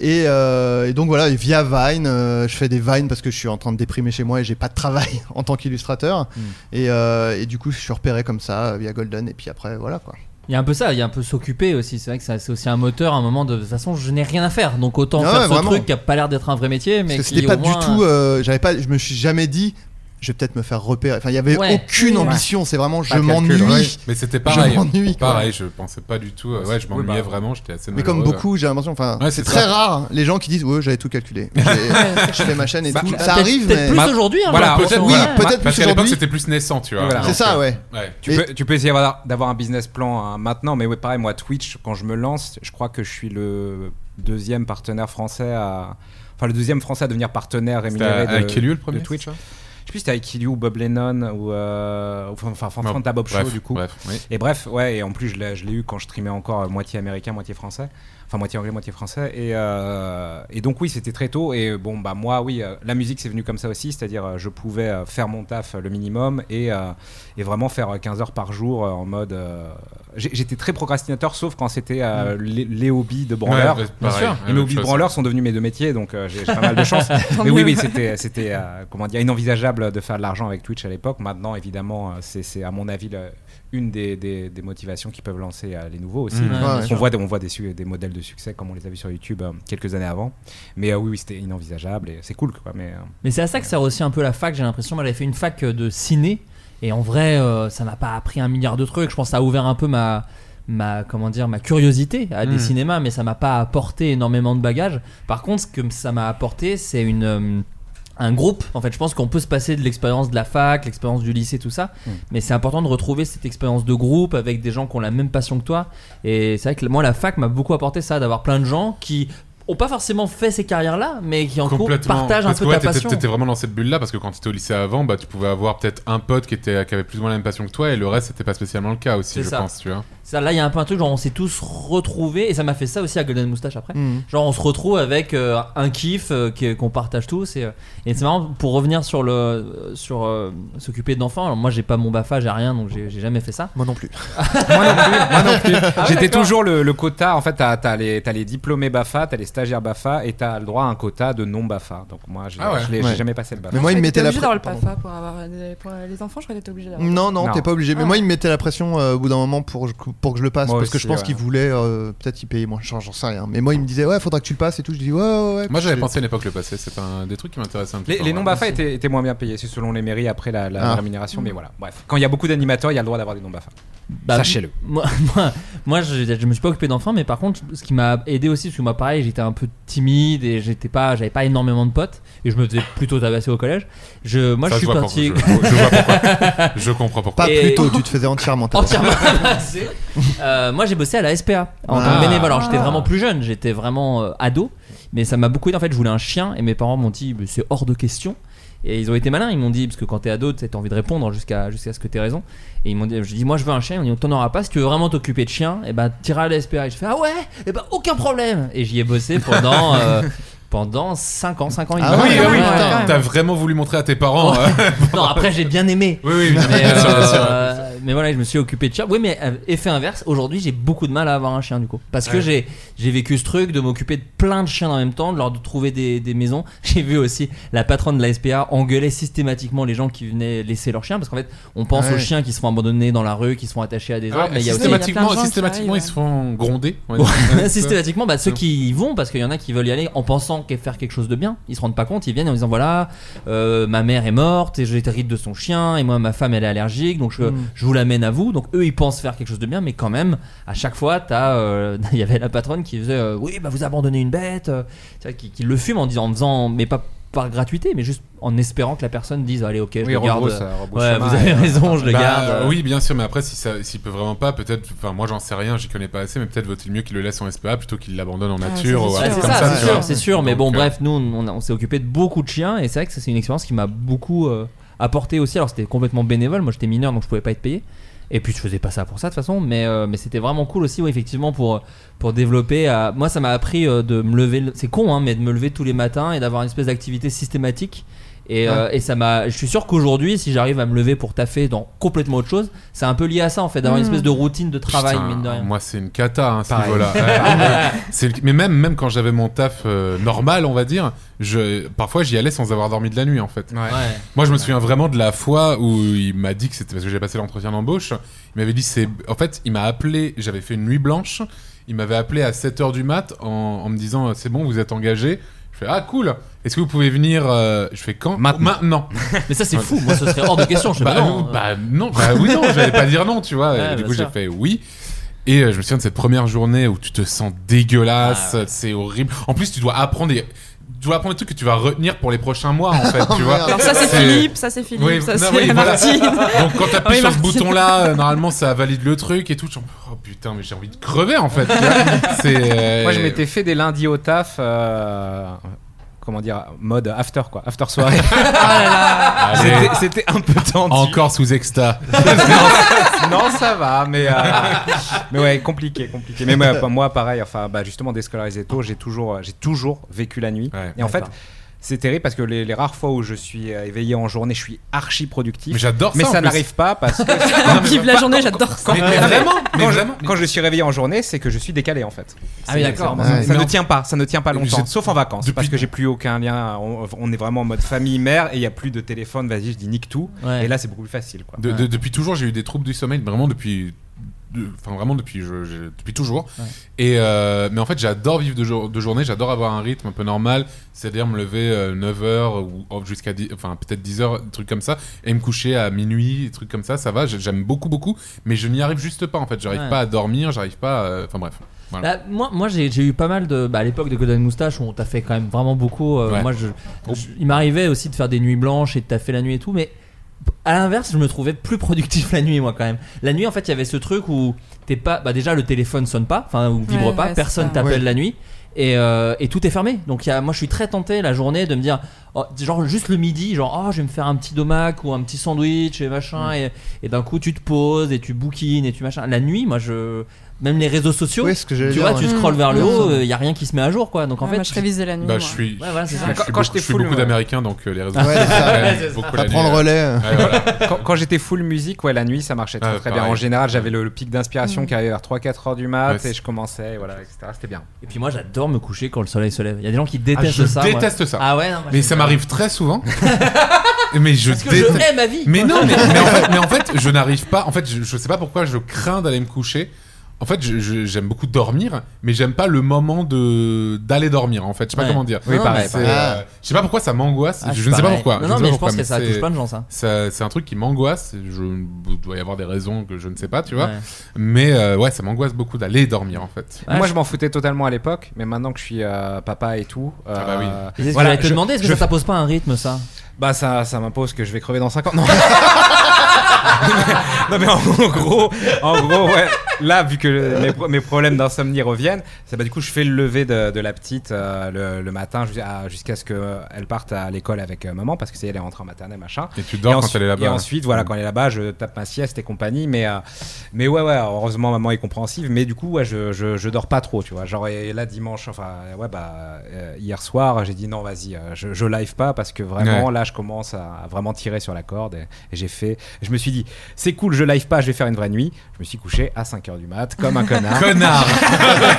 Et, euh, et donc voilà, et via Vine, euh, je fais des Vines parce que je suis en train de déprimer chez moi et j'ai pas de travail [LAUGHS] en tant qu'illustrateur. Mm. Et, euh, et du coup, je suis repéré comme ça euh, via Golden, et puis après, voilà, quoi. Il y a un peu ça, il y a un peu s'occuper aussi. C'est vrai que ça- c'est aussi un moteur, un moment de. De toute façon, je n'ai rien à faire, donc autant Ah faire ouais, ce vraiment. truc qui a pas l'air d'être un vrai métier, mais Parce que qui c'était pas au moins- du tout. euh, j'avais pas, je me suis jamais dit. Je vais peut-être me faire repérer. Enfin, il y avait Ouais. aucune Oui, ouais. ambition. C'est vraiment, je Pas de calcul, m'ennuie. ouais. Mais c'était pareil. Je m'ennuie. quoi. Pareil, je pensais pas du tout. euh, Ouais, je Oui, m'ennuyais bah. vraiment, j'étais assez Mais comme malheureux. beaucoup, j'ai l'impression. Enfin, Ouais, c'est c'est très ça. rare hein, les gens qui disent, ouais, j'avais tout [LAUGHS] calculé. J'ai- Je fais ma chaîne et Bah, tout. bah, Ça peut-être- arrive, peut-être mais plus aujourd'hui, hein, Voilà, j'ai l'impression. oui, Voilà. Bah, peut-être parce plus qu'à l'époque, aujourd'hui. c'était plus naissant, tu vois. euh, C'est ça, ouais. Ouais. Tu, Mais- peux, tu peux essayer d'avoir- d'avoir un business plan hein, maintenant, mais ouais, pareil, moi, Twitch, quand je me lance, je crois que je suis le deuxième partenaire français à. Enfin, le deuxième français à devenir partenaire C'était rémunéré de, avec Elio, le de premier, Twitch. c'est ça Je sais plus si c'était avec Elio ou Bob Lennon ou. euh, enfin, enfin, Bon, Fanta Bob Show, bref, du coup. bref, oui. Et bref, ouais, et en plus, je l'ai je l'ai eu quand je streamais encore euh, moitié américain, moitié français. Enfin, moitié anglais, moitié français. Et, euh, et donc, oui, c'était très tôt. Et euh, bon, bah, moi, oui, euh, la musique, c'est venu comme ça aussi. C'est-à-dire, euh, je pouvais euh, faire mon taf euh, le minimum et, euh, et vraiment faire euh, 15 heures par jour euh, en mode. euh, j'ai- J'étais très procrastinateur, sauf quand c'était euh, Mm. les, les hobbies de branleur. Ouais, ouais, Bien pareil, sûr. Et la mes même hobbies de chose. branleur sont devenus mes deux métiers, donc euh, j'ai j'ai pas [LAUGHS] mal de chance. Tant Mais oui, mieux. oui, c'était, c'était euh, comment dire, inenvisageable de faire de l'argent avec Twitch à l'époque. Maintenant, évidemment, euh, c'est, c'est, à mon avis le- une des, des- des motivations qui peuvent lancer euh, les nouveaux aussi. Mmh, ouais, bien on, sûr. voit, des- on voit des, su- des modèles de succès comme on les a vus sur YouTube euh, quelques années avant. Mais euh, oui, oui, c'était inenvisageable et c'est cool. Quoi, mais, euh, Mais c'est à ça que sert aussi un peu la fac, j'ai l'impression. Moi, j'avais fait une fac euh, de ciné, et en vrai, euh, ça m'a pas appris un milliard de trucs. Je pense que ça a ouvert un peu ma, ma, comment dire, ma curiosité à des Hmm. Mm. cinémas, mais ça m'a pas apporté énormément de bagages. Par contre, ce que ça m'a apporté, c'est une. euh, un groupe, en fait, je pense qu'on peut se passer de l'expérience de la fac, l'expérience du lycée, tout ça, Mm. mais c'est important de retrouver cette expérience de groupe avec des gens qui ont la même passion que toi. Et c'est vrai que moi, la fac m'a beaucoup apporté ça, d'avoir plein de gens qui ont pas forcément fait ces carrières-là, mais qui en cours Complètement. partagent un Parce peu que, ouais, ta t'étais- passion. T'étais vraiment dans cette bulle-là parce que quand t'étais au lycée avant, bah, tu pouvais avoir peut-être un pote qui, était, qui avait plus ou moins la même passion que toi et le reste, c'était pas spécialement le cas aussi, C'est je ça. pense, tu vois. Ça, là, il y a un peu un truc, genre on s'est tous retrouvés, et ça m'a fait ça aussi à Golden Moustache après. Mm. Mhm. Genre on se retrouve avec euh, un kiff euh, qui- qu'on partage tous. Et, euh, et c'est marrant, pour revenir sur le sur euh, s'occuper d'enfants, alors moi j'ai pas mon BAFA, j'ai rien, donc j'ai j'ai jamais fait ça. Moi non [LAUGHS] plus. moi non plus. moi non plus. Ah ouais, J'étais d'accord. toujours le, le quota. En fait, t'as, t'as les, t'as les diplômés BAFA, t'as les stagiaires BAFA et t'as le droit à un quota de non BAFA. Donc moi, je, Ah ouais. je l'ai- Ouais. j'ai jamais passé le BAFA. Mais moi, il me mettait la obligé d'avoir le pardon. PAFA pour avoir des- pour les enfants, je crois que t'es obligé d'avoir. Non, non, Non. t'es pas obligé. Mais Ah. moi, il me mettait la pression euh, au bout d'un moment pour, pour que je le passe. Moi parce que aussi, je pense ouais. qu'il voulait euh, peut-être y payer moins. J'en j'en sais rien. Mais moi, il me disait, ouais, faudra que tu le passes et tout. Je dis, ouais, ouais, ouais. Moi, j'avais Puis- pensé à une époque le passé, c'est un des trucs qui m'intéressait un petit Les, peu. les ouais. non-BAFA étaient, étaient moins bien payés, c'est selon les mairies après la, la Ah. rémunération, mais voilà. Bref, quand il y a beaucoup d'animateurs, il y a le droit d'avoir des non-BAFA. Bah, Sachez-le. [LAUGHS] Moi, moi, moi, je, je me suis pas occupé d'enfants, mais par contre, ce qui m'a aidé aussi, parce que moi, pareil, j'étais un peu timide et j'étais pas, j'avais pas énormément de potes et je me faisais plutôt tabasser au collège. Je, moi, Ça, je suis vois parti. pourquoi- Je, je [LAUGHS] vois pourquoi. Je comprends pourquoi. Pas Et- [LAUGHS] plutôt, tu te faisais entièrement tabasser. [LAUGHS] entièrement [LAUGHS] amassé. Euh, moi j'ai bossé à la SPA en Ah. tant que bénévole. Alors j'étais Ah. vraiment plus jeune, j'étais vraiment euh, ado, mais ça m'a beaucoup aidé. En fait, je voulais un chien et mes parents m'ont dit "Mais c'est hors de question. Et ils ont été malins, ils m'ont dit, parce que quand t'es ado, t'as t'as envie de répondre jusqu'à jusqu'à ce que t'aies raison. Et ils m'ont dit, je dis, moi je veux un chien, ils m'ont dit, t'en auras pas, si tu veux vraiment t'occuper de chien, et ben t'iras à la SPA. Et je fais, ah ouais, et ben aucun problème. Et j'y ai bossé [LAUGHS] pendant. euh, Pendant 5 ans, 5 ans, et Ah demi. oui, Ouais, ouais, oui, putain, ouais. t'as vraiment voulu montrer à tes parents. euh. Ouais. [LAUGHS] non, après j'ai bien aimé. Oui, oui, bien mais, sûr, euh, bien sûr. euh, mais voilà, je me suis occupé de chien. Oui, mais euh, effet inverse, aujourd'hui j'ai beaucoup de mal à avoir un chien du coup. Parce que Ouais. j'ai j'ai vécu ce truc de m'occuper de plein de chiens en même temps, de leur trouver des, des maisons. [LAUGHS] J'ai vu aussi la patronne de la SPA engueuler systématiquement les gens qui venaient laisser leurs chiens. Parce qu'en fait, on pense Ouais. Ah aux chiens qui se font abandonner dans la rue, qui se font attacher à des Ouais, arbres. mais il y a aussi- systématiquement, systématiquement ils se font gronder. on va Ouais, dire. [LAUGHS] systématiquement, bah, ceux qui y vont, parce qu'il y en a qui veulent y aller en pensant qu'à faire quelque chose de bien, ils se rendent pas compte, ils viennent en disant voilà, euh, ma mère est morte et j'hérite de son chien et moi ma femme elle est allergique donc je, Hmm. Mm. je vous l'amène à vous. Donc eux ils pensent faire quelque chose de bien, mais quand même à chaque fois t'as, euh, [LAUGHS] il y avait la patronne qui faisait euh, oui bah vous abandonnez une bête, euh, tu vois, qui, qui le fume en disant en faisant mais pas par gratuité mais juste en espérant que la personne dise allez ok je Oui, le garde rebrousse, euh, rebrousse ouais, chemin, vous avez [LAUGHS] et- raison je le Bah, garde euh, Oui, bien sûr, mais après, si ça- s'il peut vraiment pas, peut-être. Enfin, moi, j'en sais rien, j'y connais pas assez, mais peut-être vaut-il mieux qu'il le laisse en SPA plutôt qu'il l'abandonne en nature ou un Ouais, truc c'est comme Ah, ça, ça. c'est tu sûr, vois. c'est sûr. Mais Donc, bon, euh, bref, nous, on, a- on s'est occupé de beaucoup de chiens et c'est vrai que ça, c'est une expérience qui m'a beaucoup euh, apporté aussi. Alors, c'était complètement bénévole. Moi, j'étais mineur, donc je pouvais pas être payé. Et puis, je faisais pas ça pour ça de toute façon. Mais, euh, mais c'était vraiment cool aussi, ouais, effectivement, pour, pour développer. à- Moi, ça m'a appris euh, de me lever. le- C'est con, hein, mais de me lever tous les matins et d'avoir une espèce d'activité systématique. Et, euh, Ouais. et ça m'a. Je suis sûr qu'aujourd'hui, si j'arrive à me lever pour taffer dans complètement autre chose, c'est un peu lié à ça en fait, d'avoir une Mhm. espèce de routine de travail, Putain, mine de rien. Moi, c'est une cata, hein, ce Pareil. [LAUGHS] niveau-là. Ouais, ouais. C'est le- mais même, même quand j'avais mon taf euh, normal, on va dire, je, parfois j'y allais sans avoir dormi de la nuit, en fait. Moi, je me souviens vraiment de la fois où il m'a dit que c'était parce que j'ai passé l'entretien d'embauche. Il m'avait dit, c'est. En fait, il m'a appelé, j'avais fait une nuit blanche. Il m'avait appelé à 7h du mat en, en me disant, euh, c'est bon, vous êtes engagé. Je fais, ah, cool. Est-ce que vous pouvez venir euh, Je fais quand Maintenant. Mais ça, c'est fou. Moi, ce serait hors de question. Je sais bah, pas, non. euh, bah, non, bah oui, non, j'allais pas dire non, tu vois. [LAUGHS] Ouais, Et du bien coup, j'ai sûr. fait oui. Et euh, je me souviens de cette première journée où tu te sens dégueulasse, Ah c'est horrible. En plus, tu dois apprendre des, tu dois apprendre des trucs que tu vas retenir pour les prochains mois, en [LAUGHS] fait, tu vois. Alors ça c'est C'est- Philippe, ça c'est Philippe, Oui, ça non, c'est oui, voilà. Martine. [LAUGHS] Donc [LAUGHS] quand t'appuies Oui, sur ce Martine. bouton-là, euh, normalement ça valide le truc et tout. Genre, oh putain, mais j'ai envie de crever en fait. tu [LAUGHS] vois. [LAUGHS] C'est, euh, Moi, je m'étais fait des lundis au taf. euh, Comment dire, mode after quoi, after [LAUGHS] soirée. [LAUGHS] Ah là là. Allez. C'était- C'était un peu tendu. Encore sous exta. [LAUGHS] [LAUGHS] non, ça va, mais, euh, [LAUGHS] mais ouais, compliqué, compliqué. Mais moi, moi, pareil, enfin, bah, justement, déscolarisé tôt, j'ai toujours, j'ai toujours vécu la nuit. Et en fait, D'accord. c'est terrible parce que les, les rares fois où je suis euh, éveillé en journée, je suis archi productif. Mais j'adore ça, Mais en ça plus. n'arrive pas [LAUGHS] parce que. Vive la journée, j'adore ça. Mais Ah, mais- vraiment, mais quand, je, vraiment. quand je suis réveillé en journée, c'est que je suis décalé en fait. Ah oui, C'est- d'accord. c'est- Ouais. Ça Mais ne en- tient pas, ça ne tient pas longtemps, J'ai- sauf en vacances, parce que j'ai plus aucun lien. On, on est vraiment en mode famille mère et il y a plus de téléphone. Vas-y, je dis nique tout. Ouais. Et là, c'est beaucoup plus facile. Quoi. De- de- depuis toujours, j'ai eu des troubles du sommeil, vraiment depuis. de- Enfin, vraiment depuis, je- je- depuis toujours. Ouais. Et euh, mais en fait, j'adore vivre de, jour- de journée, j'adore avoir un rythme un peu normal, c'est-à-dire me lever 9h ou ou jusqu'à dix- enfin peut-être 10h, des trucs comme ça, et me coucher à minuit, des trucs comme ça, ça va, j'ai- j'aime beaucoup, beaucoup, mais je n'y arrive juste pas en fait, j'arrive Ouais. pas à dormir, j'arrive pas. à- Enfin bref. Voilà. Bah, moi, moi j'ai j'ai eu pas mal de. Bah, à l'époque de Golden Moustache, où on t'a fait quand même vraiment beaucoup. euh, Ouais. Moi, je, je- il m'arrivait aussi de faire des nuits blanches et de taffer la nuit et tout, mais à l'inverse, je me trouvais plus productif [LAUGHS] la nuit, moi, quand même. La nuit, en fait, il y avait ce truc où t'es pas. Bah, déjà, le téléphone sonne pas, enfin, ou vibre Ouais, pas, ouais, personne c'est ça. t'appelle Ouais. la nuit. Et, euh, et tout est fermé. Donc, il y a, moi, je suis très tenté la journée de me dire, oh, genre, juste le midi, genre, oh, je vais me faire un petit domac ou un petit sandwich et Mm. machin. Et, et d'un coup, tu te poses et tu bouquines et tu machin. La nuit, moi, je. Même les réseaux sociaux, Oui, ce que j'allais tu dire, vois, ouais. tu Mm. scrolles vers le haut, Personne. il y a rien qui se met à jour, quoi. Donc en Ouais, fait, moi, je révisais la nuit, Bah, je suis, Ouais, voilà, c'est ça. je suis Quand- quand beaucoup, j'étais je suis full, beaucoup ouais. d'Américains, donc euh, les réseaux Ouais, sociaux, c'est ça. j'aime Ouais, c'est ça. beaucoup Ça la prend nuit. le relais. Ouais, voilà. [LAUGHS] quand quand j'étais full musique, ouais, la nuit, ça marchait très, Ouais, très bien. pareil. En général, j'avais le, le pic d'inspiration Mmh. Mm. qui arrivait vers 3-4 heures du mat Ouais, et je commençais, voilà, etc. C'était bien. Et puis moi, j'adore me coucher quand le soleil se lève. Il y a des gens qui Ah, détestent je ça. moi. déteste ça. Ah ouais, non, moi, mais je- ça m'arrive [LAUGHS] très souvent. mais je Parce que déteste- je hais ma vie. Mais non, mais, mais en, fait, mais en fait, je n'arrive pas. En fait, je, je sais pas pourquoi je crains d'aller me coucher. En fait, je- je- j'aime beaucoup dormir, mais j'aime pas le moment de d'aller dormir. En fait, je sais pas Ouais. comment dire. Oui, pareil, C'est, pareil. euh, je sais pas pourquoi ça m'angoisse. Ah, je, je ne sais pas pareil. pourquoi. Non, ne non, sais mais pas je pense pourquoi, que ça mais touche c'est- plein de gens, ça. C'est un truc qui m'angoisse. Je il doit y avoir des raisons que je ne sais pas, tu vois. Ouais. Mais euh, ouais, ça m'angoisse beaucoup d'aller dormir en fait. Moi, je m'en foutais totalement à l'époque, mais maintenant que je suis euh, papa et tout. Ah bah oui. euh, Et c'est ce que voilà, j'allais te je- demander, est-ce que je- ça t'impose pas un rythme, ça Bah, ça, ça m'impose que je [LAUGHS] vais crever dans 5 ans. Non, non mais en gros, en gros, ouais. là, vu que mes, pro- mes problèmes d'insomnie reviennent, c'est bah, du coup, je fais le lever de, de la petite euh, le, le matin ju- à- jusqu'à ce qu'elle parte à l'école avec euh, maman, parce que c'est elle est rentrée en maternelle, machin. Et tu dors quand ensuite- elle est là-bas, Et hein. ensuite, voilà, quand elle est là-bas, je tape ma sieste et compagnie. Mais, euh, mais ouais, ouais, heureusement, maman est compréhensive. Mais du coup, ouais, je, je, je dors pas trop, tu vois. Genre, et là, dimanche, enfin, ouais, bah, euh, hier soir, j'ai dit non, vas-y, euh, je, je live pas parce que vraiment, Ouais. là, je commence à, à vraiment tirer sur la corde. Et, et j'ai fait, je me suis dit, c'est cool, je live pas, je vais faire une vraie nuit. Je me suis couché à 5h du mat, comme un connard. [LAUGHS] Connard [LAUGHS]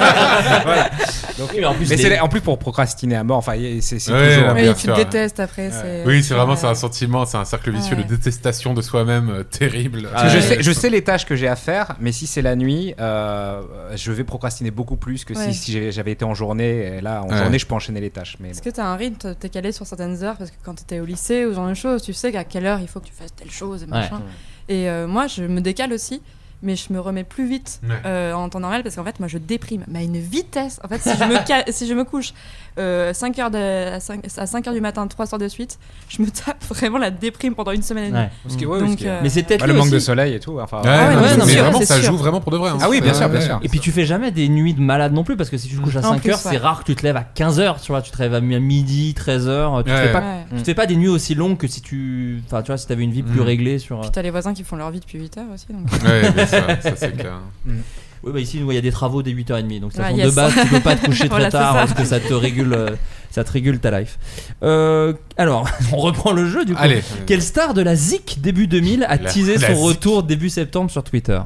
Voilà. Donc, Oui, mais en plus, mais les- c'est la- en plus, pour procrastiner à mort, enfin, y- c'est c'est Ouais, toujours. bien Oui, tu sûr. le détestes après. c'est- Oui, c'est vraiment c'est un sentiment, c'est un cercle vicieux Ouais. de détestation de soi-même euh, terrible. Parce que je, sais, je sais les tâches que j'ai à faire, mais si c'est la nuit, euh, je vais procrastiner beaucoup plus que si- Ouais. si, j'ai- j'avais été en journée. Et là, en Ouais. journée, je peux enchaîner les tâches. Mais Est-ce que tu as un rythme t- T'es calé sur certaines heures Parce que quand t'étais au lycée ou ce genre de choses, tu sais qu'à quelle heure il faut que tu fasses telle chose et Ouais. machin. Et euh, moi, je me décale aussi. Mais je me remets plus vite Ouais. euh, en temps normal parce qu'en fait, moi, je déprime. Mais à une vitesse. En fait, si je me, ca- si je me couche euh, 5 heures de- à, 5, h du matin, 3 heures de suite, je me tape [LAUGHS] vraiment la déprime pendant une semaine et demie. Ouais. Parce que, ouais, Donc, parce que- euh, Mais c'est peut-être Bah, le lui manque de aussi. soleil et tout, Ouais, enfin. Ah ouais, non, mais- non, mais c'est vraiment, c'est ça joue vraiment pour de vrai, hein. Ah oui, bien sûr, bien sûr. Et puis tu fais jamais des nuits de malade non plus parce que si tu te couches à Non, 5 plus, heures, ouais. c'est rare que tu te lèves à 15 heures, tu vois, tu te lèves à mi- midi, 13 heures, tu te Ouais. fais pas Ouais. tu te fais pas des nuits aussi longues que si tu enfin tu vois, si t'avais une vie plus Mm. réglée sur euh, Puis t'as les voisins qui font leur vie depuis 8 heures aussi. Donc... Ouais, bien sûr, ça, c'est clair. Mm. Oui, bah ici, nous, il y a des travaux dès 8h30. Donc, de toute Ouais, Ah, façon, yes. de base, tu peux pas te [LAUGHS] coucher trop Voilà, c'est tard ça. parce que ça te régule, euh, ça te régule ta life. Euh, alors, [LAUGHS] on reprend le jeu du coup. Allez. Quelle star de la ZIC début 2000 a La- teasé la son Zik. retour début septembre sur Twitter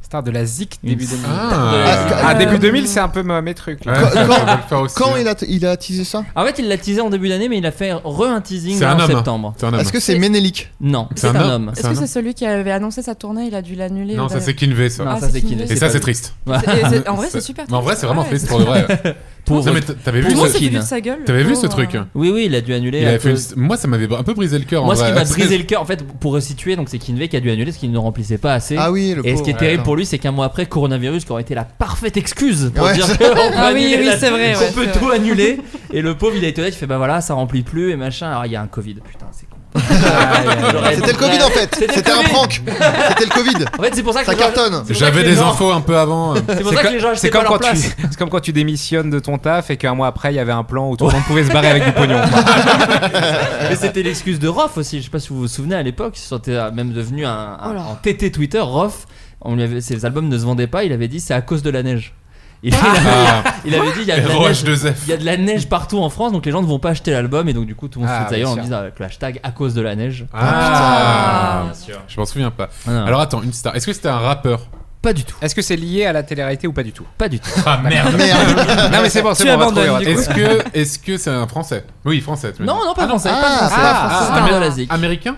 Star de la ZIC Une début star 2000. de la Ah, Zik. ah, début 2000, c'est un peu ma- mes trucs. là. Quand- quand- faire aussi, euh, quand hein. il a, il a teasé ça En fait, il l'a teasé en début d'année, mais il a fait re-un teasing C'est là, un en homme. hein. septembre. C'est un homme. Est-ce que c'est Ménélique Non, Bah, c'est un, homme. Est-ce que c'est celui qui avait annoncé sa tournée Il a dû l'annuler Non, ou ça pas c'est Kinvey, ça. Non, Ah, ça, c'est c'est Kinvey. Kinvey. Et C'est ça, pas c'est lui. triste. Ouais. C'est- et c'est- en vrai, c'est super Mais en vrai, triste. c'est vraiment Ouais. triste pour de [LAUGHS] vrai. Pauvre- Non, mais t- t'avais pauvre vu ce- Tout le monde s'est foutu de sa gueule. T'avais vu Oh, ce truc hein Oui, oui, il a dû annuler. Il à avait fait une- cause- Moi, ça m'avait un peu brisé le cœur. en Moi, ce qui vrai. [LAUGHS] m'a brisé le cœur, en fait, pour resituer, donc c'est Kinvey qui a dû annuler parce qu'il ne remplissait pas assez. Ah oui, le Et ce qui est pauvre. terrible Ouais. pour lui, c'est qu'un mois après, coronavirus, qui aurait été la parfaite excuse pour Ouais. dire qu'on [LAUGHS] peut, Ah oui, annuler oui, la- c'est vrai, qu'on ouais, peut c'est tout [LAUGHS] annuler. Et le pauvre, il a été honnête, il fait bah voilà, ça remplit plus et machin. Alors il y a un Covid, putain, c'est [LAUGHS] con. Ah, J'aurais- C'était le Covid en fait C'était le C'était un Covid. prank C'était le Covid En fait, c'est pour ça que Ça les gens- cartonne c'est pour ça J'avais que les des gens- infos un peu avant. euh. [LAUGHS] C'est pour ça que les gens C'est achetaient comme, pas leur quand tu- place. c'est comme quand tu démissionnes de ton taf et qu'un mois après il y avait un plan où tout le monde pouvait se barrer avec du pognon. Mais c'était l'excuse de Rof aussi. Je sais pas si vous vous souvenez à l'époque, c'était même devenu un, un- Oh là. en TT Twitter. Rof, on lui avait- ses albums ne se vendaient pas. Il avait dit c'est à cause de la neige. Il, il Ah. avait, il avait dit il y a de la Roche neige. 2F. Il y a de la neige partout en France, donc les gens ne vont pas acheter l'album et donc du coup tout le monde Ah, se fout d'ailleurs en bien sûr. disant avec le hashtag à cause de la neige. Ah, Bien Je m'en souviens pas. Ah, non. Alors attends, une star. Est-ce que c'était un rappeur Pas du tout, Est-ce que c'est lié à la télé-réalité ou pas du tout pas du tout. Ah [LAUGHS] merde [LAUGHS] Non mais c'est bon, c'est Tu bon, on va abandonnes, trouver, du on va trouver. Est-ce que est-ce que c'est un français Oui, français. tu m'as Non, dit. non, pas français. ah, pas ah, français. ah, C'est ah, un ah, de la zik. Américain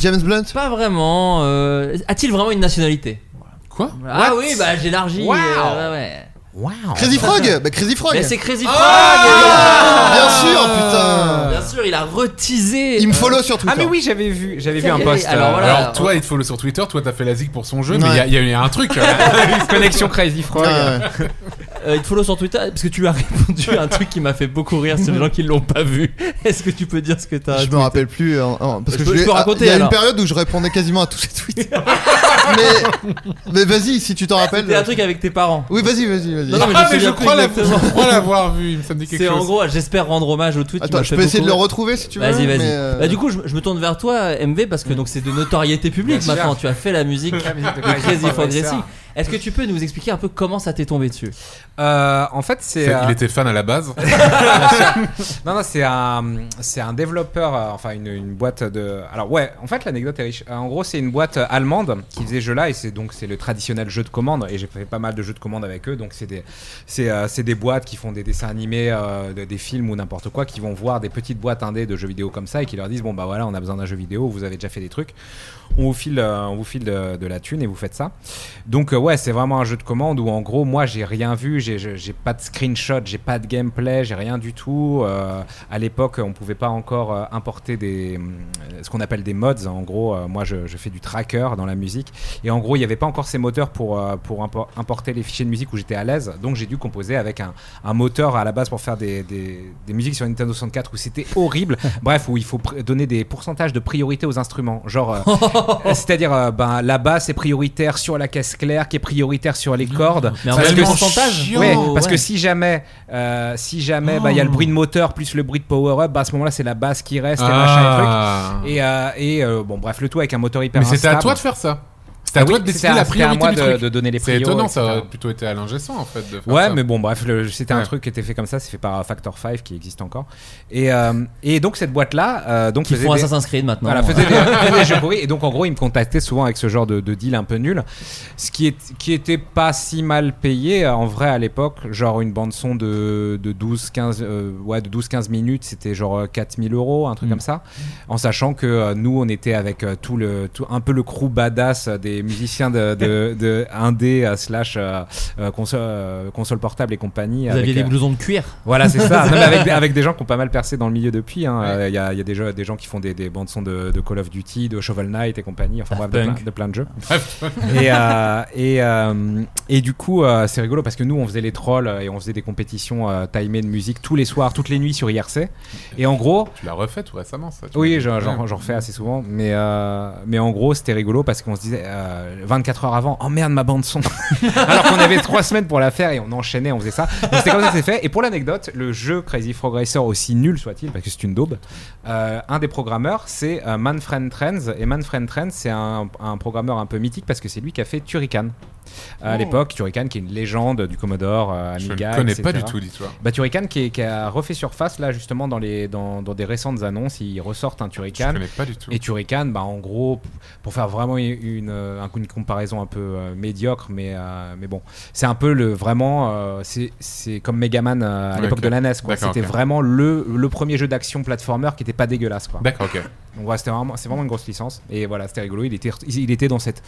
James Blunt Pas vraiment. euh, A-t-il vraiment une nationalité Quoi Ah oui, bah j'élargis. Wow. euh, ouais, ouais. Crazy Frog Bah Crazy Frog Mais c'est Crazy Frog Bien sûr, évidemment. putain Ah Bien sûr, il a retisé. Il me euh, follow sur Twitter Ah mais oui, j'avais vu, j'avais vu un Et- post. alors euh, voilà. Alors toi, il te follow sur Twitter. Toi, t'as fait la zig pour son jeu, mais il y a- Ouais. il y, a eu un truc. [LAUGHS] euh, [LAUGHS] [LAUGHS] Connexion Crazy Frog. Ah, ouais. euh, il te follow sur Twitter parce que tu lui as répondu à un truc qui m'a fait beaucoup rire sur les gens qui l'ont pas vu. [LAUGHS] Est-ce que tu peux dire ce que t'as Je me rappelle plus. euh, euh, parce Je que peux- l'ai- je peux ah, Il raconter, y a alors. une période où je répondais quasiment à tous ces tweets. [LAUGHS] mais mais vas-y, si tu t'en rappelles. euh, C'était un truc avec tes parents. Oui, vas-y, vas-y, vas-y. Non, non, mais je me ah mais je souviens plus crois la- exactement. je crois l'avoir vu. Il me- Ça me dit quelque C'est en chose. gros, j'espère rendre hommage au tweet. qui Attends, m'a je fait peux essayer de beaucoup le rire. retrouver si tu veux. Vas-y, vas-y. mais, euh, Bah, du coup, je, je me tourne vers toi, MV, parce que donc c'est de notoriété publique Bien sûr. maintenant. Tu as fait la musique de [LAUGHS] La musique de Crazy Crazy Frog, Frog ouais, Racing. ça. Est-ce que tu peux nous expliquer un peu comment ça t'est tombé dessus Euh, en fait, c'est. C'est- euh, Il était fan à la [LAUGHS] base. Non, non, c'est un, c'est un développeur, euh, enfin une, une boîte de. Alors ouais, en fait l'anecdote est riche. Euh, En gros, c'est une boîte euh, allemande qui faisait ce jeu là et c'est donc c'est le traditionnel jeu de commande et j'ai fait pas mal de jeux de commande avec eux. Donc c'est des, c'est, euh, c'est des boîtes qui font des dessins animés, euh, de- des films ou n'importe quoi, qui vont voir des petites boîtes indées de jeux vidéo comme ça et qui leur disent bon bah voilà, on a besoin d'un jeu vidéo, vous avez déjà fait des trucs, on vous file, euh, on vous file de, de la thune et vous faites ça. Donc euh, ouais, c'est vraiment un jeu de commande où en gros moi j'ai rien vu, j'ai je- j'ai pas de screenshot, j'ai pas de gameplay, j'ai rien du tout. Euh, à l'époque, on pouvait pas encore euh, importer des hum, ce qu'on appelle des mods. En gros, euh, moi je, je fais du tracker dans la musique et en gros il y avait pas encore ces moteurs pour euh, pour impor- importer les fichiers de musique où j'étais à l'aise. Donc j'ai dû composer avec un, un moteur à la base pour faire des, des- des musiques sur Nintendo 64 où c'était horrible. Bref, où il faut pr- donner des pourcentages de priorité aux instruments, genre euh, c'est-à-dire, euh, ben, la basse est prioritaire sur la caisse claire, qui est prioritaire sur Ah. les cordes. Mais en Parce fait, que le si- pourcentage Ouais, Oh, parce ouais. que si jamais, euh, si jamais, Oh. bah, il y a le bruit de moteur plus le bruit de power up, bah, à ce moment-là, c'est la basse qui reste et Ah. machin et truc. Et, euh, et, euh, bon, bref, le tout avec un moteur hyper. Mais c'était à instable. toi de faire ça. C'était à Ah toi oui, de c'était décider à- la c'était à priorité moi du de- truc. de donner les C'est prios, étonnant, ça etc. aurait plutôt été à l'ingé son, en fait. De faire Ouais, ça. mais bon, bref, le- c'était un Ouais. truc qui était fait comme ça. C'est fait par Factor 5 qui existe encore. Et, euh, et donc, cette boîte-là. euh, donc Qui faisait font des- Assassin's Creed maintenant. Voilà, [LAUGHS] faisait des, faisait des jeux pourris. Et donc, en gros, ils me contactaient souvent avec ce genre de, de deal un peu nul. Ce qui, est, qui était pas si mal payé euh, en vrai à l'époque. Genre, une bande-son de, de 12-15 euh, ouais, de 12, 15 minutes, c'était genre 4000 euros, un truc Mm. comme ça. En sachant que euh, nous, on était avec euh, tout le, tout, un peu le crew badass euh, des musiciens de, de, de indé euh, slash euh, euh, console, euh, console portable et compagnie. Vous aviez des euh, blousons de cuir. Voilà, c'est [LAUGHS] ça. Non, mais avec, des- avec des gens qui ont pas mal percé dans le milieu depuis. hein. Euh, Il y, a, il y a des, jeux- des gens qui font des, des bandes son de, de Call of Duty, de Shovel Knight et compagnie. Enfin bref, Daft de plein, Punk. de plein de jeux. Daft Punk. et, euh, et, euh, et du coup, euh, c'est rigolo parce que nous, on faisait les trolls euh, et on faisait des compétitions euh, timées de musique tous les soirs, toutes les nuits sur IRC. Et en gros, Tu l'as refait tout récemment, ça. tu oui, m'as dit. j'en j'en- Ouais. j'en refais assez souvent, mais, euh, mais en gros, c'était rigolo parce qu'on se disait euh, 24 heures avant, oh merde, ma bande son. [LAUGHS] Alors qu'on avait 3 semaines pour la faire et on enchaînait, on faisait ça. Donc c'était comme ça que c'est fait. Et pour l'anecdote, le jeu Crazy Frog Racer, aussi nul soit-il, parce que c'est une daube, euh, un des programmeurs, c'est euh, Manfred Trends. Et Manfred Trends, c'est un, un programmeur un peu mythique parce que c'est lui qui a fait Turrican. À Oh. l'époque, Turrican qui est une légende du Commodore, euh, Je ne Amiga, connais etc. pas du tout, dis-toi. Bah, Turrican qui, est- qui a refait surface là justement dans, les, dans, dans des récentes annonces, ils ressortent un Turrican. Je Ah, connais pas du tout. Et Turrican, bah, en gros, p- pour faire vraiment une, une, euh, une comparaison un peu euh, médiocre, mais, euh, mais bon, c'est un peu le vraiment, euh, c'est- c'est comme Megaman euh, à Ouais, l'époque ok. de la NES, quoi. D'accord, C'était ok. vraiment le, le premier jeu d'action platformer qui était pas dégueulasse, quoi. D'accord, ok. Donc voilà, c'était vraiment, c'est vraiment une grosse licence. Et voilà, c'était rigolo. Il était, il était dans cette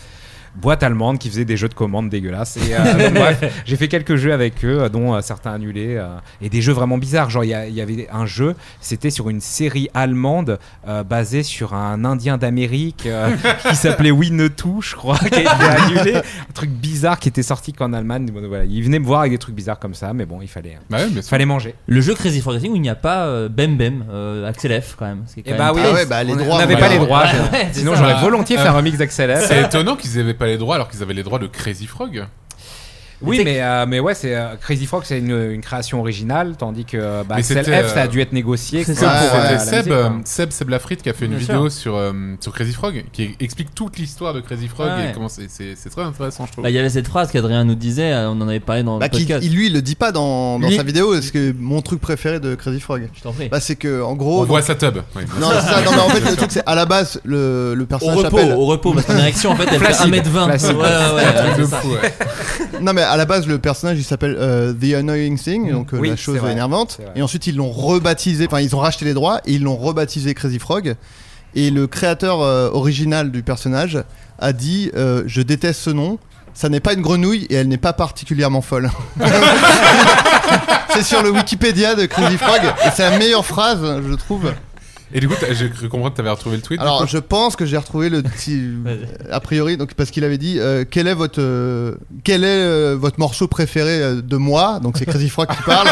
boîte allemande qui faisait des jeux de commandes dégueulasses. Et euh, [LAUGHS] donc, bref, j'ai fait quelques jeux avec eux, euh, dont euh, certains annulés. euh, et des jeux vraiment bizarres. Genre, il y, a- il y avait un jeu, c'était sur une série allemande euh, basée sur un Indien d'Amérique [LAUGHS] euh, qui s'appelait Winnetou, je crois, qui a été annulé. Un truc bizarre qui était sorti qu'en Allemagne. Bon, voilà, ils venaient me voir avec des trucs bizarres comme ça, mais bon, il fallait, hein. fallait manger. Le jeu Crazy for Racing où il n'y a pas euh, Bem Bem, euh, Axel F quand même. Eh bah oui, Ah ouais, bah, les on- droits, on n'avait voilà. pas les droits, je- sinon, j'aurais volontiers fait un remix d'Axel Euh, F. C'est étonnant qu'ils n'avaient pas les droits alors qu'ils avaient les droits de Crazy Frog. Oui, mais, euh, mais ouais, c'est euh, Crazy Frog, c'est une, une création originale, tandis que euh, bah, Mais Axel c'était, F, ça a euh, dû être négocié. C'est que pour, ça, euh, c'était la Seb, musique, euh, quoi. Seb, Seb Lafrite qui a fait une Bien vidéo sûr. sur, euh, sur Crazy Frog qui explique toute l'histoire de Crazy Frog Ah ouais. et comment c'est- c'est c'est très intéressant, je trouve. Bah, il y avait cette phrase qu'Adrien nous disait, euh, on en avait parlé dans Bah, le qui- podcast. il- lui, il le dit pas dans, dans Lui- sa vidéo. Parce que mon truc préféré de Crazy Frog, prie. bah, c'est que en gros. On voit donc- sa tub, oui. non, c'est ça, non, mais en fait, Bien le sûr. truc, c'est à la base, le, le personnage repos, s'appelle- au repos, parce qu'en érection, en fait, elle fait Flaccide. 1m20. Flaccide. Ouais, ouais, ouais, Un truc c'est de ça. fou, [LAUGHS] Non, mais à la base, le personnage il s'appelle euh, The Annoying Thing, donc euh, Mm. Oui, la c'est chose vrai. énervante. C'est vrai. Et ensuite, ils l'ont rebaptisé, enfin, ils ont racheté les droits et ils l'ont rebaptisé Crazy Frog. Et le créateur euh, original du personnage a dit euh, Je déteste ce nom, ça n'est pas une grenouille et elle n'est pas particulièrement folle. [LAUGHS] c'est sur le Wikipédia de Crazy Frog et c'est la meilleure phrase, je trouve. Et du coup, t'as- j'ai cru comprendre que t'avais retrouvé le tweet. du Alors, coup. je pense que j'ai retrouvé le [LAUGHS] petit. a priori, donc, parce qu'il avait dit euh, quel est, votre, euh, quel est euh, votre morceau préféré euh, de moi Donc, c'est Crazy Frog qui [LAUGHS] parle.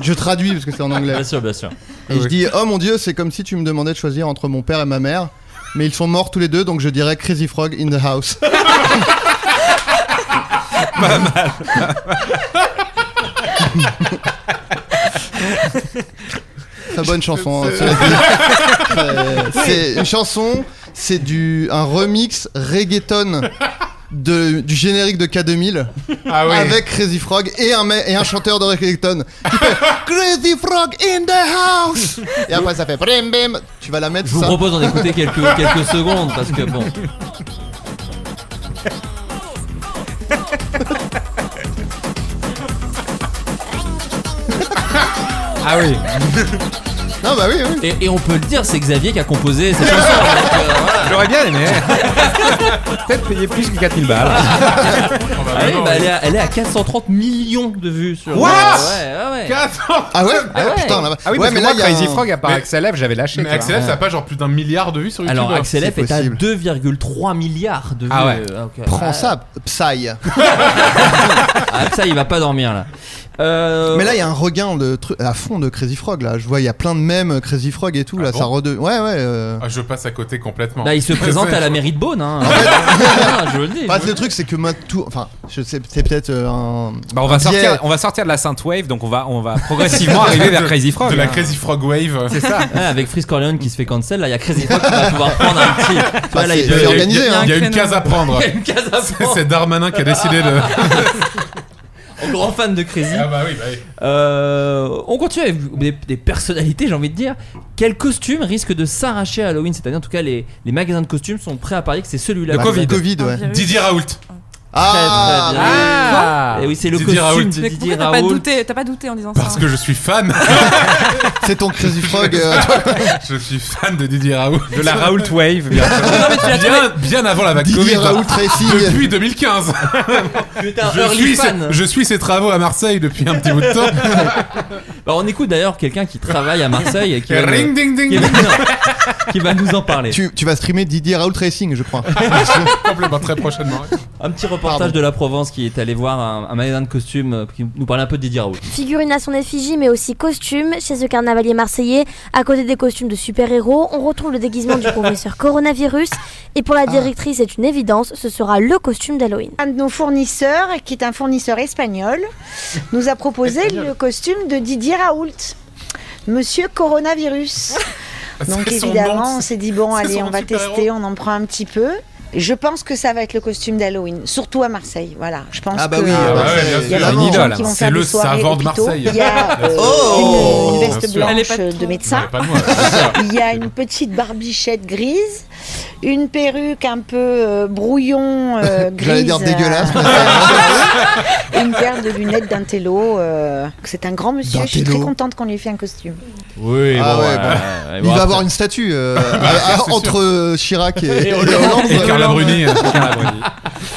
je traduis parce que c'est en anglais. Bien sûr, bien sûr. Et je dis Oh mon dieu, c'est comme si tu me demandais de choisir entre mon père et ma mère. Mais ils sont morts tous les deux, donc je dirais Crazy Frog in the house. Pas mal. Très bonne chanson. hein, C'est- cela dit. [LAUGHS] Euh, C'est une chanson, c'est du un remix reggaeton de, du générique de K2000 Ah ouais. avec Crazy Frog et un, me- et un chanteur de reggaeton qui fait Crazy Frog in the house. Et après ça fait bim bim. Tu vas la mettre. Je vous ça propose d'en écouter quelques, [LAUGHS] quelques secondes parce que bon. Ah oui. Non bah oui, oui. Et, et on peut le dire, c'est Xavier qui a composé cette chanson. donc, euh, voilà. J'aurais bien aimé. Peut-être payer plus que 4000 balles. Ah oui, bah, elle, est à, elle est à 430 millions de vues sur. What ouais, ouais, ouais. Ah ouais, Ah ouais. Putain, là-bas. Ah oui, ouais, parce que là, moi, il y a Crazy un- Frog, à part Mais- Axel F, j'avais lâché. Mais tu vois. Axel F, ça a pas genre plus d'un milliard de vues sur YouTube Alors, hein. Axel F C'est est à possible. 2,3 milliards de vues. Ah ouais. ok. Prends ça, Psy. Ah, ça, il va pas dormir là. Mais là, il y a un regain de tru- à fond de Crazy Frog. Là, je vois, il y a plein de mèmes euh, Crazy Frog et tout. là, Ah bon ça rede. Ouais, ouais. euh. Ah, je passe à côté complètement. Bah, il se présente à la mairie de Beaune. [LAUGHS] Hein. [LAUGHS] [LAUGHS] je veux le dire. Bah, le truc, c'est que maintenant, tout. Enfin, je sais- c'est peut-être euh, un. Bah, on, un va biais. sortir, on va sortir de la Sainte Wave, donc on va, on va [LAUGHS] progressivement arriver vers Crazy Frog. hein. Frog Wave. C'est ça. Ouais, avec Freeze Corleone qui se fait cancel, là, il y a Crazy Frog qui va pouvoir prendre [LAUGHS] un petit. Tu vois, Bah, là, c'est- il peut- c'est organisé, hein. Il y a une créneau. case à prendre. [LAUGHS] Il y a une case à C'est- prendre. C'est Darmanin qui a décidé de. [LAUGHS] Un grand fan de Crazy. Ah bah oui, bah oui. Euh, on continue avec des, des personnalités, j'ai envie de dire. Quel costume risque de s'arracher à Halloween cette année En tout cas, les, les magasins de costumes sont prêts à parier que c'est celui-là. Bah, Le Covid. Ah, Covid, ouais. Didier Raoult. Ah, Très, très bien. Ah. Et oui, c'est le Didier costume Raoult. de Mais Didier T'as pas Raoult. douté, t'as pas douté en disant Parce ça. que je suis fan. [LAUGHS] C'est ton Crazy Frog. euh, toi. [LAUGHS] je suis fan de Didier Raoult. De la Raoult Wave, bien sûr. bien, bien avant la vague Didier Covid. hein. Raoult Racing. Depuis 2015. Tu étais un Je early suis, fan. ses, je suis ses travaux à Marseille depuis un petit bout de temps. [LAUGHS] Bah, on écoute d'ailleurs quelqu'un qui travaille à Marseille [LAUGHS] et qui va, Ring nous, ding qui ding. va- non, qui va nous en parler. Tu, tu vas streamer Didier Raoult Racing, je [LAUGHS] crois. Complètement très prochainement. Un petit reportage Pardon. de la Provence qui est allé voir un, un magasin de costumes euh, qui nous parle un peu de Didier Raoult. Figurines à son effigie, mais aussi costumes. Chez ce carnavalier marseillais, à côté des costumes de super-héros, on retrouve le déguisement du professeur coronavirus. Et pour la directrice, c'est une évidence, ce sera le costume d'Halloween. Un de nos fournisseurs, qui est un fournisseur espagnol, nous a proposé le costume de Didier Raoult, Monsieur Coronavirus. Donc Ah, C'est son évidemment, nom, on s'est dit bon, c'est allez, son on va super-héros. tester, on en prend un petit peu. Je pense que ça va être le costume d'Halloween, surtout à Marseille. Voilà, je pense Ah bah que oui, Ah bah ouais, c'est- bien il y a sûr. vraiment Une des gens idole. qui vont C'est faire le des soirées savant de hôpitaux. Marseille. Il y a euh, Oh une, une Bien veste sûr. Elle est blanche de médecin. Pas de moi. bien sûr. Il y a une petite barbichette grise, une perruque un peu euh, brouillon euh, grise. J'allais dire dégueulasse. mais- euh, [LAUGHS] une paire de lunettes d'un télo. euh, C'est un grand monsieur. Je suis D'un télo. très contente qu'on lui ait fait un costume. Oui, Ah bon, ouais, ouais, bah, Il va avoir une statue [LAUGHS] euh, à- à- c'est sûr. entre euh, Chirac et, et Hollande. Et Carla Bruni. euh, Carla Bruni.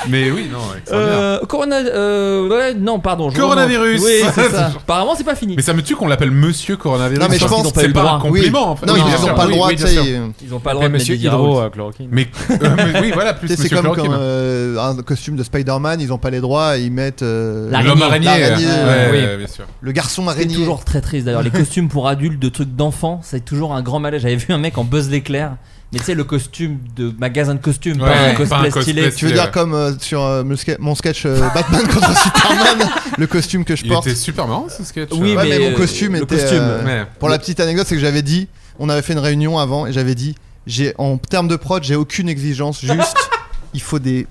Mais oui, non, extraordinaire. Euh, corona, euh, ouais, non, pardon. je Coronavirus. remonte. [LAUGHS] Oui, c'est ça. Apparemment, c'est pas fini. Mais ça me tue qu'on l'appelle Monsieur Coronavirus. Non, mais je Parce pense qu'ils ont que pas c'est eu le droit. pas un un compliment. en fait. Non, Oui, ils bien n'ont sûr, pas oui, le droit, oui, tu bien sais. sûr. Eh, euh, Ils ont pas le droit de mettre Monsieur Didier Hydro Raoult. euh, chloroquine. Mais euh, mais oui, voilà, tu plus sais, C'est Monsieur comme quand Chloroquine. euh, un costume de Spider-Man, ils n'ont pas les droits, ils mettent euh, La- L'homme araignée. l'araignée, ouais, oui. ouais, Eh, bien sûr. le garçon C'est araignée. toujours très triste [LAUGHS] d'ailleurs. Les costumes pour adultes de trucs d'enfants, c'est toujours un grand malaise. J'avais vu un mec en buzz l'éclair, mais tu sais, le costume de magasin de costumes, Ouais, pas un pas cosplay, un cosplay stylé. Tu veux Ouais. dire comme euh, sur euh, mon ske- mon sketch euh, Batman contre Superman, [LAUGHS] le costume que je Il porte. était super marrant ce sketch. Oui, Ouais. Ouais, mais, mais, mon euh, costume le était. costume, euh, ouais. Pour la petite anecdote, c'est que j'avais dit, on avait fait une réunion avant et j'avais dit, j'ai en termes de prod, j'ai aucune exigence, [LAUGHS] juste. Il faut des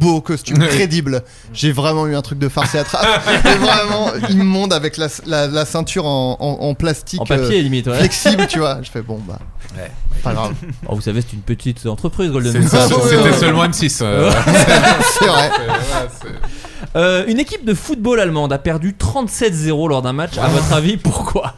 beaux costumes Ouais. crédibles. J'ai vraiment eu un truc de farce et [LAUGHS] attrape. et vraiment immonde avec la, la- la ceinture en, en- en plastique. En papier, euh, limite, ouais. [LAUGHS] Flexible, tu vois. Je fais bon, bah. Pas grave. Oh, vous savez, c'est une petite entreprise, Golden C'est- Mail. ça, Ah, ouais, C'était ouais. seulement M6. euh, C'est vrai. euh, voilà, c'est- Euh, une équipe de football allemande a perdu 37-0 lors d'un match. À Ah. votre avis, pourquoi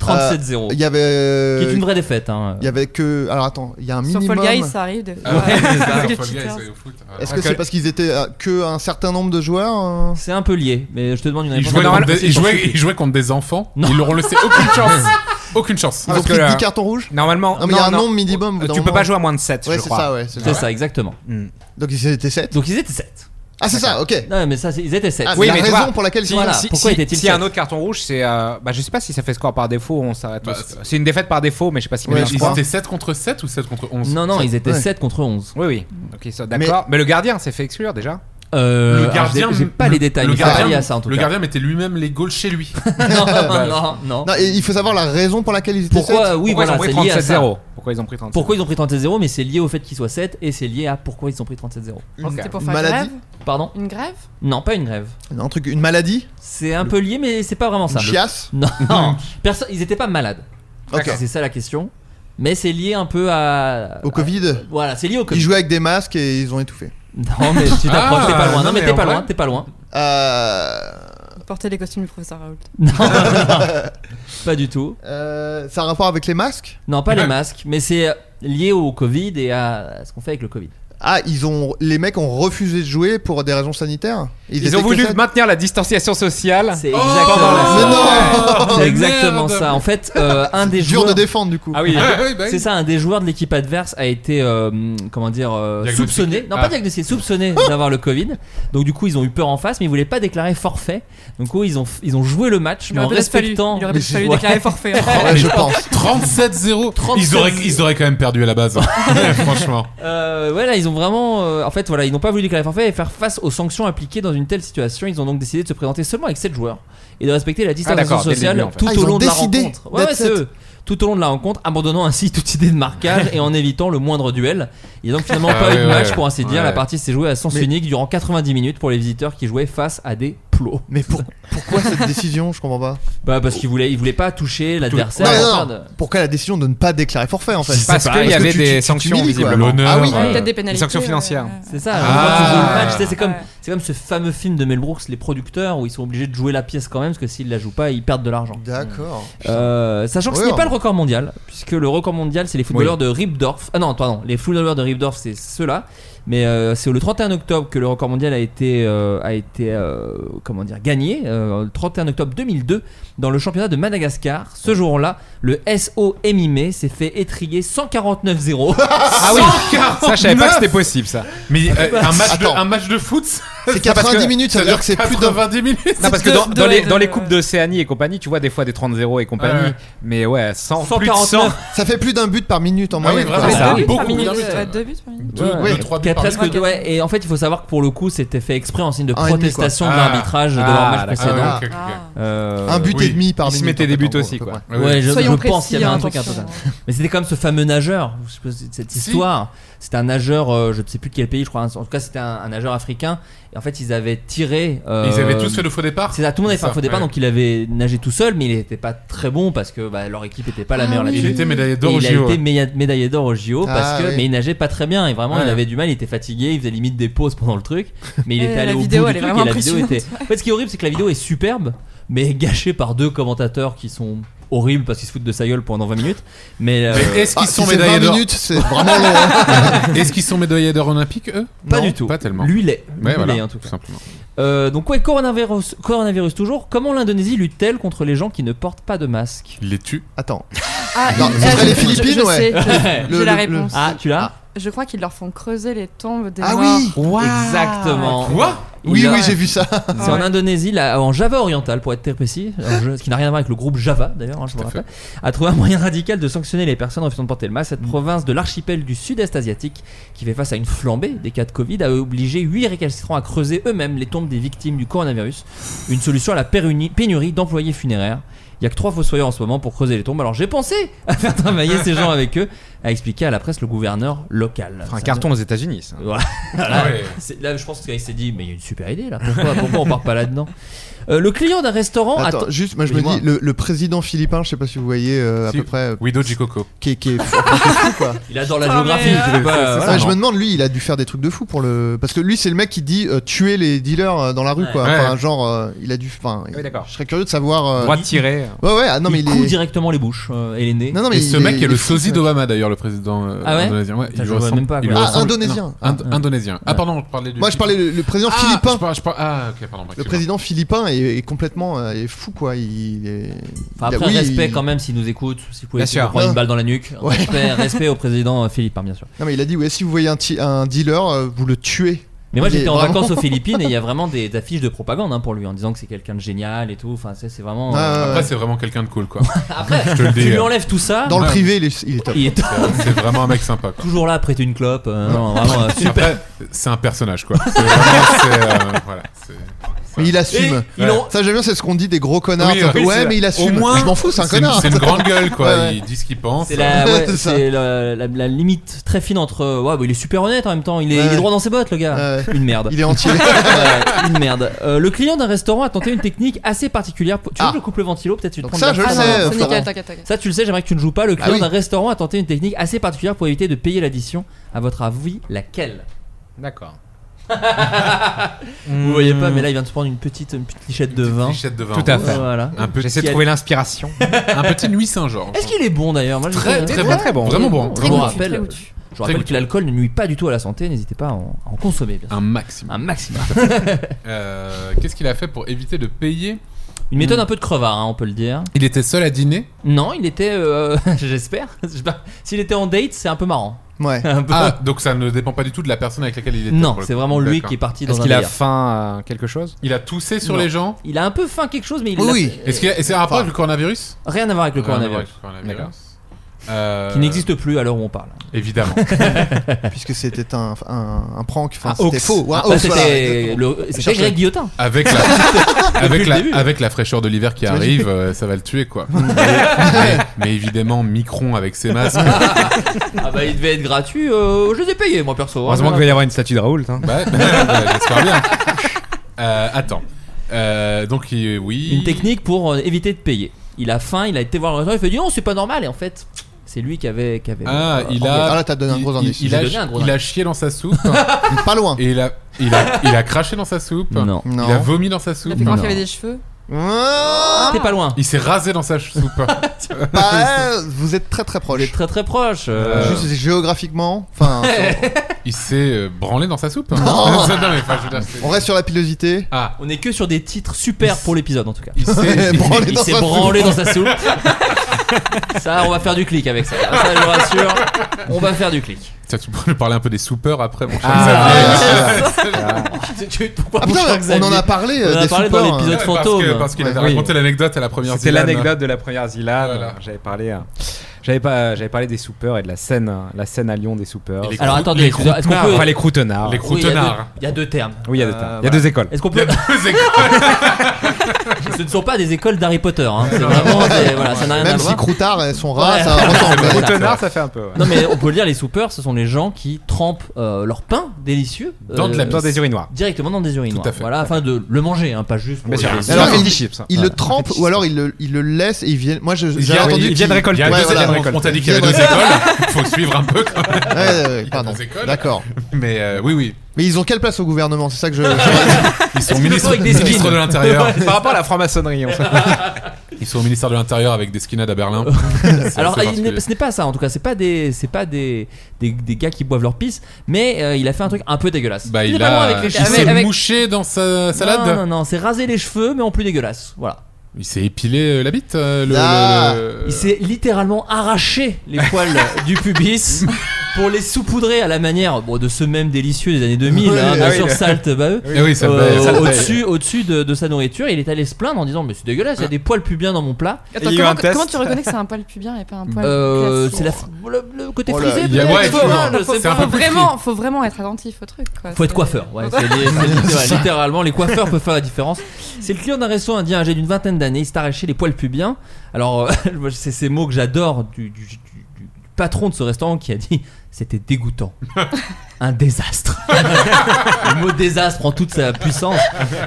37-0. Il y avait. euh, Qui est une vraie défaite. Hein. Il y avait que. Alors attends, il y a un Sur minimum. Fall Guys, ça arrive. Des... Ah, Ouais. [LAUGHS] c'est ça, Parce que Fall Guys, cheaters. c'est au foot. Ah, Ouais. Est-ce que c'est parce qu'ils étaient euh, que un certain nombre de joueurs euh C'est un peu lié, mais je te demande une Il réponse. jouait, contre Normalement, des, c'est il, sur jouait, Suki. il jouait contre des enfants. Non. Ils leur ont laissé [LAUGHS] aucune chance. aucune chance. Ils parce ont pris que là- 10 cartons rouges Normalement, Non, mais il y a un non, nombre minimum, au bout Euh, d'un Tu peux moment. pas jouer à moins de 7, Ouais, je c'est crois. ça, ouais. c'est C'est ça. Hmm. ça, exactement. Mm. Donc ils étaient 7 Donc ils étaient 7. Ah, c'est ça, ok. Non, mais ça, c'est- ils étaient 7. Ah, c'est Oui, la mais tu raison vois, pour laquelle ils sont voilà. là. si, pourquoi si- était-il s'il y a un sept autre carton rouge, c'est. euh, bah, je sais pas si ça fait score par défaut, on s'arrête. au- Bah, c'est- c'est une défaite par défaut, mais je sais pas si. Ouais, bien, Mais je ils crois. étaient 7 contre 7 ou 7 contre 11 Non, non, ils étaient Ouais. 7 contre 11. Oui, oui. Ok, ça, d'accord. Mais... le gardien s'est fait exclure déjà. Euh, le gardien, alors, j'ai j'ai pas les détails, mais ça va lié à ça en tout le cas. gardien mettait lui-même les goals chez lui. non, non, non. Non, et il faut savoir la raison pour laquelle ils étaient Pourquoi, sept. oui, Pourquoi voilà, ils c'est ont pris lié à ça. 37-0 Pourquoi ils ont pris 37 Pourquoi ils ont pris 37-0, mais c'est lié au fait qu'ils soient 7 et c'est lié à pourquoi ils ont pris 37-0. Ok. C'était pour Une faire maladie grève Pardon Une grève Non, pas une grève. Un truc, une maladie C'est un peu lié, mais c'est pas vraiment ça. Une chiasse [LAUGHS] [LAUGHS] Non, Perso- ils étaient pas malades. Ok. C'est ça la question. Mais c'est lié un peu à. Au Covid Voilà, c'est lié au Ils Covid. jouaient avec des masques et ils ont étouffé. Non, mais tu t'approches, Ah, t'es pas loin. Non, non, mais mais t'es en pas loin, vrai. t'es pas loin. Euh, Porter les costumes du professeur Raoult. Non, non, pas du tout. euh, ça a un rapport avec les masques Non, pas les masques, mais c'est lié au Covid et à ce qu'on fait avec le Covid. Ah, ils ont, les mecs ont refusé de jouer pour des raisons sanitaires Ils, ont étaient que voulu ça maintenir la distanciation sociale. C'est exactement C'est exactement ça. En fait, euh, un des Dur joueurs de défendre, du coup. Ah oui, Ah oui, bah oui. c'est ça. Un des joueurs de l'équipe adverse a été euh, comment dire euh, Diagnostiqué. soupçonné, non Ah. pas diagnostiqué, soupçonné d'avoir le Covid. Donc du coup, ils ont eu peur en face, mais ils voulaient pas déclarer forfait. Donc coup, ils ont ils ont joué le match, mais en aurait peut-être fallu- respectant. il aurait peut-être fallu déclarer forfait, hein. [LAUGHS] Oh, mais je pense. 37-0. Ils auraient, ils auraient quand même perdu à la base, hein. franchement. [LAUGHS] Euh, ouais, là, ils ont vraiment. euh, en fait, voilà, ils n'ont pas voulu déclarer forfait et faire face aux sanctions appliquées dans une telle situation. Ils ont donc décidé de se présenter seulement avec 7 joueurs et de respecter la distanciation d'accord, dès le sociale début, en fait. tout Ah, au ils long ont de la décidé rencontre. Ouais, d'être ouais, c'est sept. eux. Tout au long de la rencontre, abandonnant ainsi toute idée de [LAUGHS] marquage et en évitant le moindre duel. Il n'y a donc finalement Ah pas eu ouais, de match ouais. pour ainsi dire. Ouais. La partie s'est jouée à sens Mais- unique durant 90 minutes pour les visiteurs qui jouaient face à des plots. [LAUGHS] Mais Pourquoi cette décision Je comprends pas. Bah parce qu'ils voulaient, ils voulaient pas toucher l'adversaire. Non, non, Enfin, non. de- Pourquoi la décision de ne pas déclarer forfait en fait Je sais Parce pas, qu'il y que avait tu- des tu- tu sanctions, t'humilies, quoi. visiblement. Ah oui, Ouais, euh, peut-être des des pénalités, sanctions euh, financières. C'est ça, Ah. quand tu joues le match, tu sais, c'est comme, c'est comme ce fameux film de Mel Brooks, Les Producteurs, où ils sont obligés de jouer la pièce quand même, parce que s'ils la jouent pas, ils perdent de l'argent. D'accord. Euh, sachant que ce Ouais, n'est pas ouais. le record mondial, puisque le record mondial, c'est les footballeurs Oui. de Ripdorf. Ah non, pardon, les footballeurs de Ripdorf, c'est ceux-là. Mais euh, c'est le 31 octobre que le record mondial a été, euh, a été euh, comment dire, gagné, euh, le 31 octobre 2002, dans le championnat de Madagascar. Ce jour-là, le SO Mimé E s'est fait étrier 149-0. ah [LAUGHS] oui. Ça, je savais pas que c'était possible, ça. Mais euh, bah, un, match de, attends. un match de foot, C'est 90 minutes, ça veut dire que c'est plus de 90 minutes. Non, parce que dans, dans les, dans les coupes d'Océanie et compagnie, tu vois des fois des 30-0 et compagnie. Ouais. Mais ouais, 100, plus de 100. 149. Ça fait plus d'un but par minute en Ah oui, moyenne. vraiment, quoi. c'est ça. Par minute, Beaucoup. ouais, deux buts par minute. Ouais, ouais. ouais. trois Quatre- buts par presque minute. deux, ouais. Et en fait, il faut savoir que pour le coup, c'était fait exprès en signe de Un et demi, protestation quoi. de l'arbitrage de Ah. leur match Ah, précédent. Euh, ah, ok, ok, ok. Un but et demi par Ils se minute, mettaient en des fait, buts en gros, aussi, à peu quoi. près. Ouais, je, Soyons je pense qu'il y avait un précis, truc un peu ça. attention. Mais c'était comme ce fameux nageur, je sais pas si cette histoire. C'était un nageur, euh, je ne sais plus de quel pays, je crois. En tout cas, c'était un, un nageur africain. Et en fait, ils avaient tiré. euh, Ils avaient tous fait le faux départ C'est ça, tout le monde avait fait C'est un ça, faux départ, ouais. donc il avait nagé tout seul, mais il n'était pas très bon parce que bah, leur équipe n'était pas la Ah meilleure oui. là-dessus. Il était médaillé d'or Et au Il a JO, été ouais. méa- médaillé d'or au JO Ah parce que. oui. Mais il nageait pas très bien et vraiment, il Ouais. avait du mal, il était fatigué, il faisait limite des pauses pendant le [LAUGHS] truc. Mais il Ouais, était la allé au vidéo, bout elle du est truc et vraiment la vidéo impressionnante, était. En fait, ce qui est horrible, c'est que la vidéo est superbe, mais gâchée par deux commentateurs qui sont horribles parce qu'ils se foutent de sa gueule pendant 20 minutes. Mais, euh, Mais Ah, est-ce qu'ils sont médaillés d'or [LAUGHS] Est-ce qu'ils sont médaillés d'or olympiques, eux Pas Non, du tout. Pas tellement. Lui, il est. Ouais, Lui, il voilà, est, en tout cas. simplement. Euh, donc ouais, coronavirus, coronavirus toujours. Comment l'Indonésie lutte-t-elle contre les gens qui ne portent pas de masque Il les tue. Attends. Ah, Non, il- ce euh, serait je- les Philippines, je- je ouais. sais, [LAUGHS] je- Le- J'ai la le- le- réponse. Ah, tu l'as Je crois qu'ils leur font creuser les tombes des Ah morts. oui Exactement. Quoi Il Oui, a- oui, j'ai vu ça. C'est en Indonésie, là, en Java orientale, pour être très précis, un jeu- ce qui n'a rien à voir avec le groupe Java d'ailleurs, hein, je vous à fait. rappelle, a trouvé un moyen radical de sanctionner les personnes refusant de porter le masque. Mm. Cette province de l'archipel du sud-est asiatique, qui fait face à une flambée des cas de Covid, a obligé 8 récalcitrants à creuser eux-mêmes les tombes des victimes du coronavirus. Une solution à la péruni- pénurie d'employés funéraires. Il y a que trois fossoyeurs en ce moment pour creuser les tombes, alors j'ai pensé à faire travailler ces gens avec eux, a expliqué à la presse le gouverneur local. Enfin, un Ça- carton aux États-Unis, ça. voilà. [LAUGHS] Ah ouais. C'est- Là, je pense qu'il s'est dit, mais il y a une super idée là. Pourquoi, pourquoi on part pas là-dedans Euh, Le client d'un restaurant. Attends, atten- juste, moi je me Dis-moi. dis, le, le président philippin, je sais pas si vous voyez euh, à Si. peu près. euh, Guido Ah, Jicoco. Qui est, qui est fou- qui est fou, quoi. [LAUGHS] Il adore la géographie. je sais pas, euh, Ouais, voilà. je me demande, lui, il a dû faire des trucs de fou pour le. Parce que lui, c'est le mec qui dit euh, tuer les dealers euh, dans la rue, Ouais. quoi. Ouais. Enfin, genre, euh, il a dû. Enfin, Ah il- je serais curieux de savoir. euh, Droit de tirer. Ouais, ouais, ah, non, mais il, coule est. directement les bouches euh, et les nez. Non, non, mais Et il ce est- mec il est est le fou, sosie ouais. d'obama d'ailleurs, le président euh, Ah ouais indonésien. Ouais, Putain, il lui je vois ressemble- même pas, il lui quoi. Ah, ressemble- indonésien. Non, ind- Ah. Indonésien. Ah, pardon, je parlais du. Moi, je parlais le, le président Ah, philippin. je parle- je parle- Ah, ok, pardon. Le excuse-moi. président philippin est, est complètement euh, est fou, quoi. Il est. Enfin, il a- après, Bah oui, respect il- quand même s'il nous écoute. Si vous pouvez Bien essayer de sûr. prendre une Ouais. balle dans la nuque. Ouais. Respect, respect au président euh, philippin, bien sûr. Non, mais il a dit, ouais, si vous voyez un, ti- un dealer, euh, vous le tuez. Mais moi Il est j'étais en vraiment- [LAUGHS] vacances aux Philippines et il y a vraiment des, des affiches de propagande hein, pour lui en disant que c'est quelqu'un de génial et tout. Enfin, c'est c'est vraiment. euh, Ah, Après, c'est vraiment quelqu'un de cool, quoi. [LAUGHS] Après, je te le dis. tu lui euh, enlèves tout ça. Dans le Ouais. privé, il est, il est top. Il est c'est- C'est vraiment un [LAUGHS] mec sympa, quoi. toujours là à prêter une clope. euh, non, vraiment, euh, super. Après, c'est un personnage, quoi. C'est vraiment- c'est, euh, voilà, c'est- Mais il assume. Et ils l'ont- Ça, j'aime bien, c'est ce qu'on dit des gros connards. Oui, Ça fait, oui, ouais, c'est- mais il assume. Au moins, je m'en fous, c'est un une- connard. [LAUGHS] C'est une grande gueule, quoi. Ouais. Il dit ce qu'il pense. [LAUGHS] C'est la, ouais, C'est ça. c'est la, la- la limite très fine entre. euh, Ouais, bah, il est super honnête en même temps. Il est, Ouais. il est droit dans ses bottes, le gars. Ouais. Une merde. Il est entier. [LAUGHS] Ouais, une merde. Euh, le client d'un restaurant a tenté une technique assez particulière. pour- Tu veux que je coupe le ventilo Peut-être tu te Ah. Donc prends ça, de je la- le Ah, sais, non, C'est non, nickel, non. t'inquiète, t'inquiète. Ça, tu le sais, j'aimerais que tu ne joues Ah pas. Le client oui. d'un restaurant a tenté une technique assez particulière pour éviter de payer l'addition. À votre avis, laquelle D'accord. Vous voyez pas, mais là, il vient de se prendre une petite, une petite lichette de vin. Fichette de vin. Tout à fait. Voilà. Un petit, J'essaie de trouver l'inspiration. un petit nuit Saint-Georges. Est-ce qu'il est bon d'ailleurs Moi, je- Très, très Très bon. très bon. Vraiment bon. Je vous goûtu, rappelle, très goûtu. Je vous rappelle que l'alcool ne nuit pas du tout à la santé, n'hésitez pas à en, à en consommer. bien sûr. Un maximum. Un maximum. Euh, Qu'est-ce qu'il a fait pour éviter de payer Hmm. Une méthode un peu de crevard, hein, on peut le dire. [LAUGHS] Il était seul à dîner Non, il était. euh, [LAUGHS] J'espère. Je sais pas. S'il était en date, c'est un peu marrant. [LAUGHS] Un peu. Ah, donc ça ne dépend pas du tout de la personne avec laquelle il était. Non, pour le c'est coup. vraiment lui D'accord. qui est parti dans un délire. faim euh, quelque chose Il a toussé sur Non. les gens Il a un peu faim quelque chose, mais il l'a- Oui. Est-ce qu'il y a- et c'est un rapport avec le coronavirus Rien à voir avec le Rien à voir coronavirus. avec le coronavirus. D'accord. Euh, Qui n'existe plus à l'heure où on parle. Évidemment. [LAUGHS] Puisque c'était un, un, un prank, enfin, Un c'était hoax. faux. Ouais, Ah, hoax, c'était voilà. le- c'était Cherche- Greg Guillotin. [LAUGHS] Avec la, avec, Depuis le début. la, avec la fraîcheur de l'hiver qui T'imagines arrive, euh, ça va le tuer [LAUGHS] quoi. mais, mais évidemment, Micron avec [LAUGHS] ses masques. ah bah il devait être gratuit, euh, je les ai payés moi perso. hein. Heureusement qu'il va y avoir une statue de Raoult. hein. [LAUGHS] Bah, bah, j'espère bien. Euh, attends. Euh, donc, il- oui. Une technique pour euh, éviter de payer. Il a faim, il a été voir le restaurant, il fait non c'est pas normal et en fait c'est lui qui avait... Qui avait Ah, euh, il envoyé. a. il- il- Il, J'ai a, donné un gros il indice. a chié dans sa soupe. Pas loin. Et il a, il a, il a craché dans sa soupe. Non. Il a Non. vomi dans sa soupe. Il a fait croire qu'il avait des cheveux. T'es pas loin. Il s'est rasé dans [LAUGHS] sa soupe. [LAUGHS] Bah, vous êtes très très proche. Vous êtes très très proche. euh. Juste géographiquement. [LAUGHS] Enfin, il s'est euh, branlé dans sa soupe. [LAUGHS] Non, mais enfin, je veux dire, c'est- on reste sur la pilosité. Ah. On est que sur des titres super pour l'épisode en tout cas. Il s'est- [LAUGHS] Branlé Il dans s'est sa branlé soupe. dans sa soupe. [LAUGHS] ça on va faire du clic avec ça. Ça je vous rassure, on va faire du clic. Tiens, tu pourrais nous parler un peu des soupeurs après, mon cher [LAUGHS] Ah, [LAUGHS] Xavier. Tu- pourquoi Ah, mon putain, cher Xavier on en a parlé, On en euh, a des parlé dans supports, l'épisode Ouais, parce que- fantôme. parce qu'il avait Oui. raconté l'anecdote à la première C'était Zilane. l'anecdote de la première Zilane. Voilà. J'avais parlé, euh, j'avais pas, euh, j'avais parlé des soupeurs et de la scène, euh, la scène à Lyon des soupeurs. Et les Alors, croû- attendez, les est-ce qu'on peut- croutenards. Enfin, les croutenards. Les Oui, il y a deux- Il y a deux termes. Oui, il y a deux Euh, termes. Il y a voilà. deux écoles. Est-ce qu'on peut [LAUGHS] Ce ne sont pas des écoles d'Harry Potter. hein. C'est vraiment des- voilà, ça n'a rien à Même voir. si Croutard et son rat, Ouais. ça ressemble. Voilà. Croutonnard, ça fait un peu, ouais. Non mais on peut le dire, les soupeurs, ce sont les gens qui trempent euh, leur pain délicieux euh, Dans de la- dans des urinoirs. directement dans des urinoirs. Tout à fait. Voilà, afin de le manger, hein, pas juste. pour Bien sûr. le plaisir. Alors, il, Candy chips, hein. il Ouais. le trempe ou alors il le, il le laisse et il vient. Moi, je- Il y j'ai a- entendu. il qu'il- vient de récolter. Ouais, Il y a deux voilà. écoles. On t'a dit qu'il y Il avait vient deux de récolter. écoles. Faut suivre un peu quand Ouais, même. ouais, ouais, Il y a pardon. deux écoles. D'accord. Mais euh, oui, oui. Mais ils ont quelle place au gouvernement C'est ça que je. [LAUGHS] Ils Est-ce sont que le ministres, corps avec des ministres skins de l'intérieur. Ah Par rapport à la franc-maçonnerie, en fait. Ils sont au ministère de l'intérieur avec des skinheads à [LAUGHS] Berlin. C'est Alors, assez il n'est- particulier. ce n'est pas ça en tout cas, c'est pas des, c'est pas des, des, des gars qui boivent leur pisse, mais euh, il a fait un truc un peu dégueulasse. Bah, Il il est pas loin avec a. les Il cheveux. s'est Avec- mouché dans sa salade. Non, non, non, c'est raser les cheveux, mais en plus dégueulasse. Voilà. Il s'est épilé euh, la bite. euh, le- Ah. le- Il s'est littéralement arraché les poils [LAUGHS] du pubis pour les saupoudrer à la manière bon, de ce même délicieux des années 2000, Oui, hein, bien ah oui, sûr, le- Salt Bae, Eh oui, Salt euh, Bae, Salt Bae. au-dessus, au-dessus de, de sa nourriture. Il est allé se plaindre en disant Mais c'est dégueulasse, il Ah. y a des poils pubiens dans mon plat. Attends, Il y a eu un comment, test. comment tu reconnais que c'est un poil pubien et pas un poil Euh, classique c'est la f- le, le côté Oh là, frisé, il y a- peut-être, ouais, tu tu vois, vois, je sais c'est un pas. faut peu plus vraiment, faut vraiment être attentif au truc. Quoi. Faut être C'est- coiffeur, ouais, [LAUGHS] c'est- c'est- c'est- ouais, littéralement, les coiffeurs peuvent faire la différence. C'est le client d'un restaurant indien âgé d'une vingtaine d'années, il s'est arraché les poils pubiens. Alors, euh, [LAUGHS] c'est ces mots que j'adore du, du- du- du patron de ce restaurant qui a dit c'était dégoûtant. Un désastre. [LAUGHS] le mot désastre prend toute sa puissance.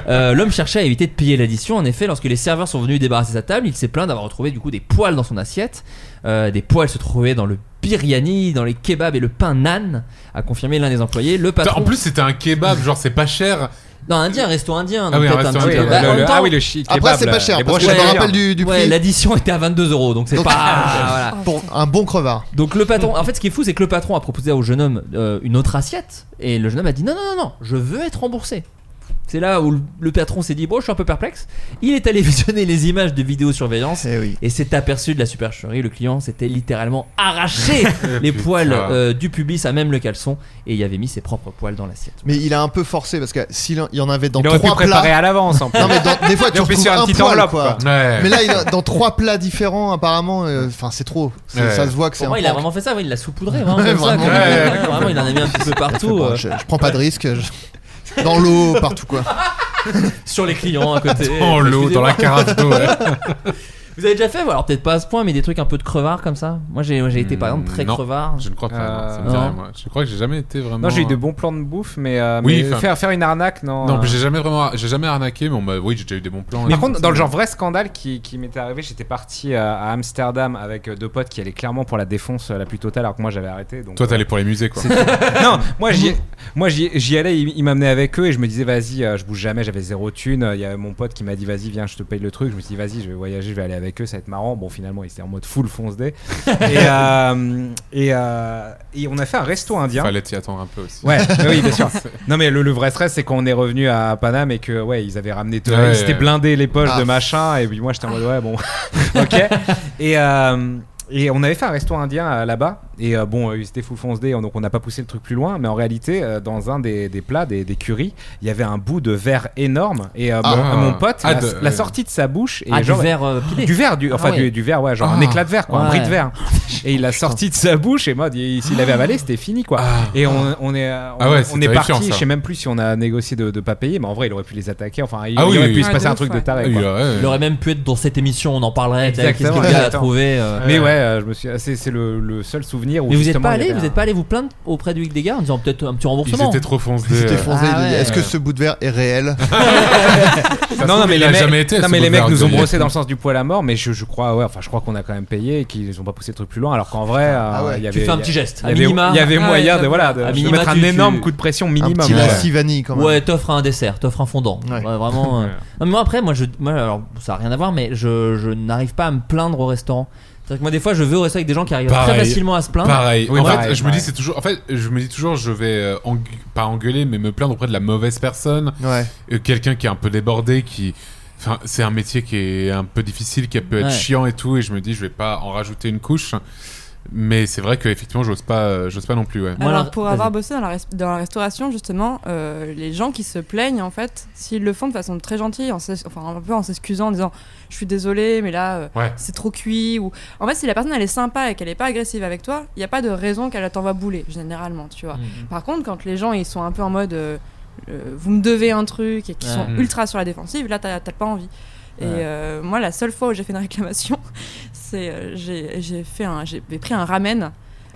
Euh, L'homme cherchait à éviter de payer l'addition. En effet, lorsque les serveurs sont venus débarrasser sa table, il s'est plaint d'avoir retrouvé du coup des poils dans son assiette. Euh, des poils se trouvaient dans le biryani, dans les kebabs et le pain nan, a confirmé l'un des employés. Le Putain, patron. En plus, c'était un kebab, genre c'est pas cher. Non, indien, resto indien. Ah donc oui, un peut-être resto petit indien. peu- Le- en le- Bah, même temps- ah oui, le chi- Après, kebab, c'est pas là, cher, les parce que brochettes. je me rappelle du, du Ouais, prix l'addition était à 22 euros, donc c'est Donc- pas. Ah, voilà. pour un bon crevard. Donc le patron, en fait, ce qui est fou, c'est que le patron a proposé au jeune homme euh, une autre assiette, et le jeune homme a dit non, non, non, non, je veux être remboursé. C'est là où le- le patron s'est dit bon, je suis un peu perplexe. Il est allé [LAUGHS] visionner les images de vidéosurveillance Eh oui. et s'est aperçu de la supercherie. Le client s'était littéralement arraché les Putain. poils euh, du pubis à même le caleçon et il avait mis ses propres poils dans l'assiette. Mais il a un peu forcé parce que s'il en- il y en avait dans Il aurait pu trois préparer plats. à [LAUGHS] l'avance, en plus. Non mais dans- des fois Il tu aurait pu retrouves faire une un petite poil enveloppe, quoi. quoi. Ouais. Mais là il a- dans trois plats différents apparemment, euh, enfin c'est trop. C'est- [LAUGHS] Ouais. Ça se voit que c'est. Pour moi, un il a prank. vraiment fait ça, ouais, il l'a saupoudré. [LAUGHS] Vraiment, Ouais, comme ça, vraiment. comme- Ouais, vraiment, il en a mis [LAUGHS] un petit peu partout. Bon, euh, je, je prends pas de risque. je- Dans l'eau, partout quoi. [LAUGHS] sur les clients à côté. Dans l'eau, dans la Excusez-moi. carafe d'eau. ouais. [LAUGHS] Vous avez déjà fait, alors peut-être pas à ce point, mais des trucs un peu de crevard comme ça Moi j'ai moi, j'ai été par exemple très Hmm, Non, crevard. Je ne crois pas. non, ça me Euh, dit rien, non. moi. Je crois que j'ai jamais été vraiment. Non, j'ai eu de bons plans de bouffe, mais, euh, Oui, mais enfin- faire, faire une arnaque, non. Non, euh. mais j'ai jamais vraiment, j'ai jamais arnaqué, mais on m'a- oui, j'ai déjà eu des bons plans. hein. Par contre, dans le genre vrai scandale qui, qui m'était arrivé, j'étais parti euh, à Amsterdam avec euh, deux potes qui allaient clairement pour la défonce euh, la plus totale, alors que moi j'avais arrêté. Donc, euh, Toi, t'allais pour les musées, quoi. [LAUGHS] Mmh. non, moi j'y moi j'y j'y allais, ils, ils m'amenaient avec eux et je me disais vas-y, euh, je bouge jamais, j'avais zéro thune. Il y avait mon pote qui m'a dit vas-y, viens, je te paye le truc. Je me suis dit vas-y, je vais voyager, je vais aller avec avec eux, ça va être marrant. Bon, finalement, ils étaient en mode full [LAUGHS] fonce day. et, euh, et, euh, et on a fait un resto indien. Fallait t'y attendre un peu aussi. Ouais, mais oui, bien sûr. [LAUGHS] Non, mais le, le vrai stress, c'est quand on est revenu à Paname et que, ouais, ils avaient ramené tout. Ouais, ouais, ils s'étaient ouais. blindés les poches Ah. de machin. Et puis moi, j'étais en [LAUGHS] mode, ouais, bon, ok. Et. euh, et on avait fait un resto indien euh, là-bas, et euh, bon, euh, ils étaient full fonce day, donc on n'a pas poussé le truc plus loin, mais en réalité, euh, dans un des, des plats, des, des currys, il y avait un bout de verre énorme, et euh, Ah. mon, mon pote, Ah, la, de- la sortie de sa bouche, et Ah, du genre, verre, euh, pilé. Du verre, du, Ah enfin, ouais. du, du verre, ouais, genre un Ah. éclat de verre, quoi, un Ouais. bris [LAUGHS] de verre. Et il a sorti de sa bouche, et moi, il- s'il l'avait avalé, c'était fini, quoi. Ah. Et on, on est, euh, on, Ah ouais, c'est on est terrifiant, parti, ça. je sais même plus si on a négocié de ne pas payer, mais en vrai, il aurait pu les attaquer, enfin, il, Ah il oui, aurait oui, pu oui. se Ouais, passer de un truc ouf, de taré. ouais. quoi. Il aurait même pu être dans cette émission, on en parlerait. t'as- Qu'est-ce que Exactement. le gars a Attends. trouvé euh, Mais ouais, euh, je me suis. C'est c'est le, le seul souvenir où. Mais vous êtes n'êtes pas allé, vous [LAUGHS] êtes pas allé vous plaindre auprès du Wick gars en disant peut-être un petit remboursement. Ah Ils euh. étaient foncés, ils disaient, Est-ce que ce bout de verre est [LAUGHS] réel non, non, mais les, mecs, non, mais les mecs nous ont brossé dans le sens sens du poil à mort, mais je, je crois, ouais, enfin, je crois qu'on a quand même payé et qu'ils ont pas poussé le truc plus loin, alors qu'en vrai, euh, Ah ouais. il y Tu avait. fais un il y a- petit geste, Il à y avait, minima. il y avait Ah ouais, moyen de, d'accord. voilà, de, À de minima, mettre un tu- tu- énorme coup de pression minimum. Ouais. Ouais. Ouais, t'offres un dessert, t'offres un fondant. Ouais, vraiment. euh. Non, mais moi après, moi, je, moi, alors, ça n'a rien à voir, mais je, je n'arrive pas à me plaindre au restaurant. C'est-à-dire que moi, des fois, je vais au restaurant avec des gens qui arrivent très Pareil. facilement à se plaindre. Pareil. Oui, en pareil, fait, je me pareil. dis c'est toujours. En fait, je me dis toujours, je vais euh, engue- pas engueuler, mais me plaindre auprès de la mauvaise personne. Ouais. Euh, Quelqu'un qui est un peu débordé, qui. Enfin, c'est un métier qui est un peu difficile, qui peut être Ouais. chiant et tout, et je me dis, je vais pas en rajouter une couche. Mais c'est vrai que effectivement, j'ose pas, euh, j'ose pas non plus. Ouais. Alors, pour avoir bossé dans la, res- dans la restauration, justement, euh, les gens qui se plaignent, en fait, s'ils le font de façon très gentille, en s'es- enfin, un peu en s'excusant, en disant Je suis désolé, mais là, euh, Ouais. c'est trop cuit. Ou... En fait, si la personne, elle est sympa et qu'elle n'est pas agressive avec toi, il n'y a pas de raison qu'elle t'envoie bouler, généralement, tu vois. Mm-hmm. Mhm. Par contre, quand les gens, ils sont un peu en mode euh, euh, Vous me devez un truc et qui Ouais. sont Mm. Mhm. ultra sur la défensive, là, t'as t'as pas envie. Et Ouais. euh, moi, la seule fois où j'ai fait une [LAUGHS] réclamation, c'est euh, j'ai j'ai fait un j'ai pris un ramen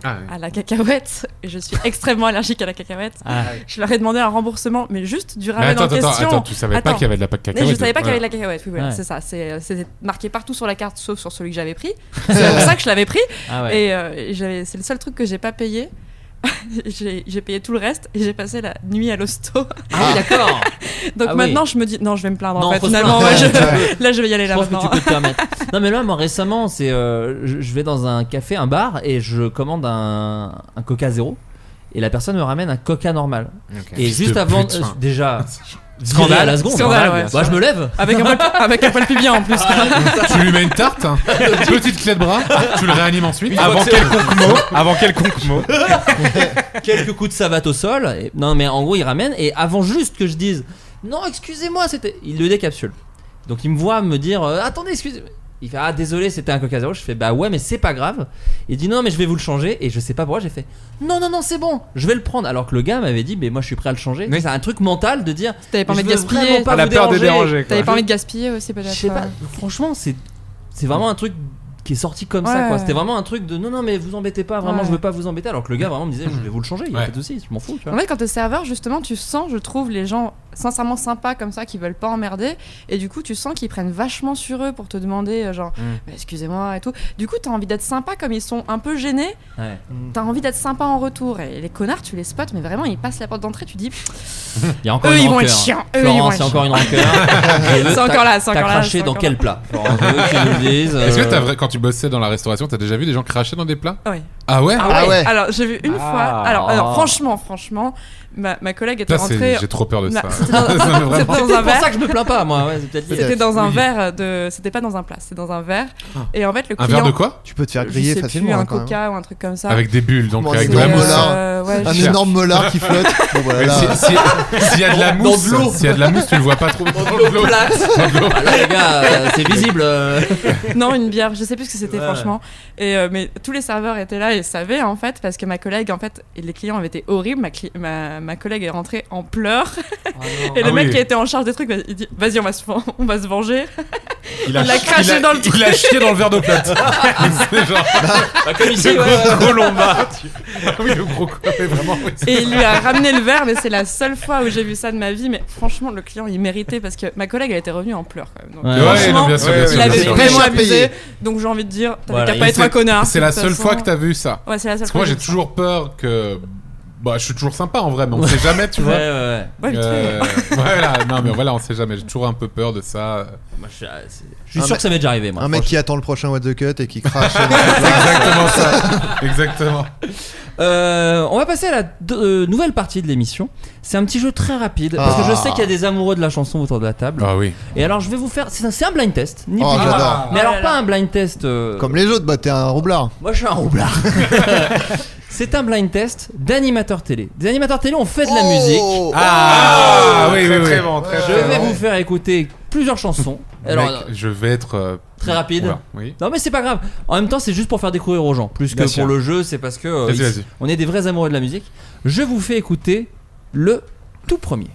Ah oui. à la cacahuète. Et Je suis extrêmement allergique à la cacahuète. Ah. Je leur ai demandé un remboursement, mais juste du Mais ramen attends, en attends, question. attends, tu savais pas qu'il y avait de la pa- cacahuète Mais Je savais pas dedans. qu'il y avait de la cacahuète. Oui, voilà, Ouais. c'est ça. C'est- C'était marqué partout sur la carte, sauf sur celui que j'avais pris. C'est pour ça que je l'avais pris. Ah ouais. Et euh, et j'avais- c'est le seul truc que j'ai pas payé. [LAUGHS] j'ai j'ai payé tout le reste et j'ai passé la nuit à l'hosto. Ah, d'accord. [LAUGHS] Donc Ah oui. maintenant je me dis non je vais me plaindre Non, en fait faut se finalement plaindre. ouais, Ouais. je- là je vais y aller Je là pense que maintenant. tu peux te permettre. Non, mais là, moi, récemment, c'est, euh, je, je vais dans un café, un bar, et je commande un, un Coca zéro, et la personne me ramène un Coca normal. Ok. Et Fils de juste avant, pute, hein. euh, [LAUGHS] déjà. Scandale. viré à la seconde. Scandale, normal. ouais. Bah, je me lève. [LAUGHS] Avec un poil, avec un poil pubien en plus. [LAUGHS] tu lui mets une tarte, [LAUGHS] hein, une petite clé de bras, tu le réanimes ensuite. Avant quelconque mot, avant quelconque mot. [LAUGHS] quelques coups de savate au sol. et- non, mais en gros, il ramène. Et avant juste que je dise Non, excusez-moi, c'était. Il le décapsule. Donc il me voit me dire euh, Attendez, excusez-moi. Il fait Ah, désolé, c'était un coca zéro. Je fais Bah ouais, mais c'est pas grave. Il dit Non, mais je vais vous le changer. Et je sais pas pourquoi, j'ai fait Non, non, non, c'est bon, je vais le prendre. Alors que le gars m'avait dit Mais moi, je suis prêt à le changer. Mais c'est un truc mental de dire T'avais pas Je envie de veux vraiment gaspiller. pas vous déranger. T'avais pas envie de gaspiller aussi peut-être. Je sais pas. euh. Franchement, c'est c'est vraiment un truc qui est sorti comme ça Ouais. quoi. C'était vraiment un truc de non non mais vous embêtez pas vraiment Ouais. je veux pas vous embêter alors que le gars vraiment me disait je vais vous le changer il y a pas de souci je m'en fous tu vois. En fait, quand t'es serveur, justement, tu sens, je trouve, les gens sincèrement sympas comme ça, qui veulent pas emmerder, et du coup, tu sens qu'ils prennent vachement sur eux pour te demander, euh, genre, Mm. Bah, excusez-moi et tout. Du coup, t'as envie d'être sympa comme ils sont un peu gênés. Ouais. T'as envie d'être sympa en retour. Et les connards, tu les spots, mais vraiment, ils passent la porte d'entrée, tu dis. [LAUGHS] Il y a encore Eux, une ils vont rancœur. être chiants. Eux, ils vont Florent, être c'est encore une chiants. rancœur. [LAUGHS] Je veux- C'est encore t'as- là, c'est T'as encore là, craché c'est dans encore quel là. plat Florent, je veux que tu nous le dises, Est-ce que euh, t'as vrai- quand tu bossais dans la restauration, t'as déjà vu des gens cracher dans des plats Ouais. Ah ouais Alors j'ai vu une Ah. fois. Alors, alors, franchement, franchement, ma, ma collègue était Putain, c'est- rentrée. j'ai trop peur de Ma- ça. [LAUGHS] [LAUGHS] C'était dans, Non, mais vraiment. c'était dans C'est un peut-être verre. pour ça que je me plains pas, moi, ouais, c'est peut-être lié. C'était dans un Oui. verre de. C'était pas dans un plat. C'était dans un verre. Et en fait le Un client. verre de quoi Tu peux te faire Je griller sais plus, facilement, hein, un quand même. coca ou un truc comme ça. Euh, Avec des bulles, donc avec de la énorme mousse. molar. ouais, un je- énorme molar qui [LAUGHS] flotte. Bon, voilà, Mais là. si- si- S'il y a de la Dans mousse, de l'eau. s'il y a de la mousse, tu le vois pas trop. Dans de l'eau plate. [LAUGHS] Ah, là, les [LAUGHS] gars, euh, c'est visible, euh. non, une bière, je sais plus ce que c'était Ouais. franchement. Et euh, mais tous les serveurs étaient là et savaient en fait parce que ma collègue en fait et les clients avaient été horribles. Ma, cli- ma, ma collègue est rentrée en pleurs [LAUGHS] et le Ah mec oui. qui était en charge des trucs va- il dit vas-y on va se ven- on va se venger. [LAUGHS] Il a l'a chi- il craché a- dans le il truc. a chié dans le verre d'eau [LAUGHS] plate. C'est genre- Bah, comme ici, Le ouais, gros ouais. colombard, tu- Ah [LAUGHS] oui, le gros colombard, mais vraiment, oui, c'est Et vrai. il [LAUGHS] lui a ramené le verre, mais c'est la seule fois où j'ai vu ça de ma vie. Mais franchement, le client, il méritait parce que ma collègue, elle était revenue en pleurs quand même. Donc, Ouais, franchement, non, bien sûr, il bien sûr, avait bien sûr. vraiment Il a payé. abusé. Donc j'ai envie de dire, t'avais Voilà, qu'à pas et être un c'est- connard. C'est de la toute seule façon. fois que t'as vu ça. Ouais, c'est la seule Parce que moi fois j'ai que j'ai vu toujours peur que Bah, je suis toujours sympa en vrai, [LAUGHS] mais on sait jamais, tu vois. Euh, Ouais, ouais, ouais. Ouais, le truc. [LAUGHS] voilà, non, mais voilà, on sait jamais. J'ai toujours un peu peur de ça. Moi, je suis, ah, c'est- je suis sûr que ça m'est déjà arrivé, moi. Un mec qui attend le prochain What the Cut et [LAUGHS] qui crache. exactement [LAUGHS] ça. Exactement. Euh, on va passer à la de- euh, nouvelle partie de l'émission. C'est un petit jeu très rapide parce que Ah. je sais qu'il y a des amoureux de la chanson autour de la table. Ah oui. Et alors je vais vous faire. C'est un, c'est un blind test. ni Oh, plus ni moins. j'adore. Mais alors pas un blind test. euh, Comme les autres, bah t'es un roublard. Moi je suis un roublard. C'est un blind test d'animateurs télé. Des animateurs télé ont fait de la musique. Ah, oui, oui, oui. Je vais vous faire écouter plusieurs chansons. Alors, Mec, je vais être. euh, Très rapide. oula, Oui. Non mais c'est pas grave. En même temps, c'est juste pour faire découvrir aux gens, plus que Bien pour sûr. le jeu. C'est parce que euh, Vas-y, ici, vas-y. on est des vrais amoureux de la musique. Je vous fais écouter le tout premier.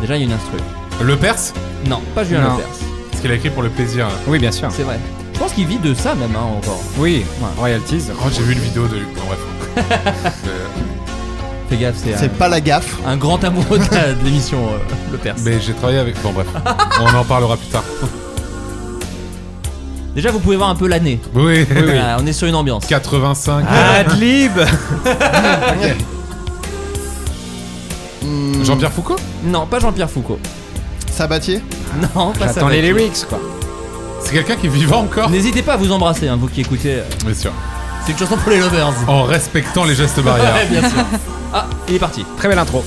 Déjà, il y a une instru. Le Perse Non, pas Julien Non. Lepers. Parce qu'il a écrit pour le plaisir. là. Oui, bien sûr. C'est vrai. Je pense qu'il vit de ça même hein, encore. Oui, royalties. Oh, j'ai vu une vidéo de lui. Bon, [LAUGHS] bref. Euh, Fais gaffe, c'est. C'est un- pas la gaffe. Un grand amoureux de, la- de l'émission, euh, le Perse. mais j'ai travaillé avec. Bon, bref. [LAUGHS] on en parlera plus tard. Déjà, vous pouvez voir un peu l'année. Oui, oui, oui. Voilà, on est sur une ambiance. Ah, 85. Adlib Jean-Pierre Foucault Hmm. Non, pas Jean-Pierre Foucault. Sabatier Non, pas J'attends les Sabatier. lyrics, quoi. [LAUGHS] C'est quelqu'un qui est vivant encore N'hésitez pas à vous embrasser, hein, vous qui écoutez. euh, Bien sûr. C'est une chanson pour les lovers. hein, En respectant les gestes [LAUGHS] barrières. Ouais, bien sûr. Ah, il est parti. Très belle intro.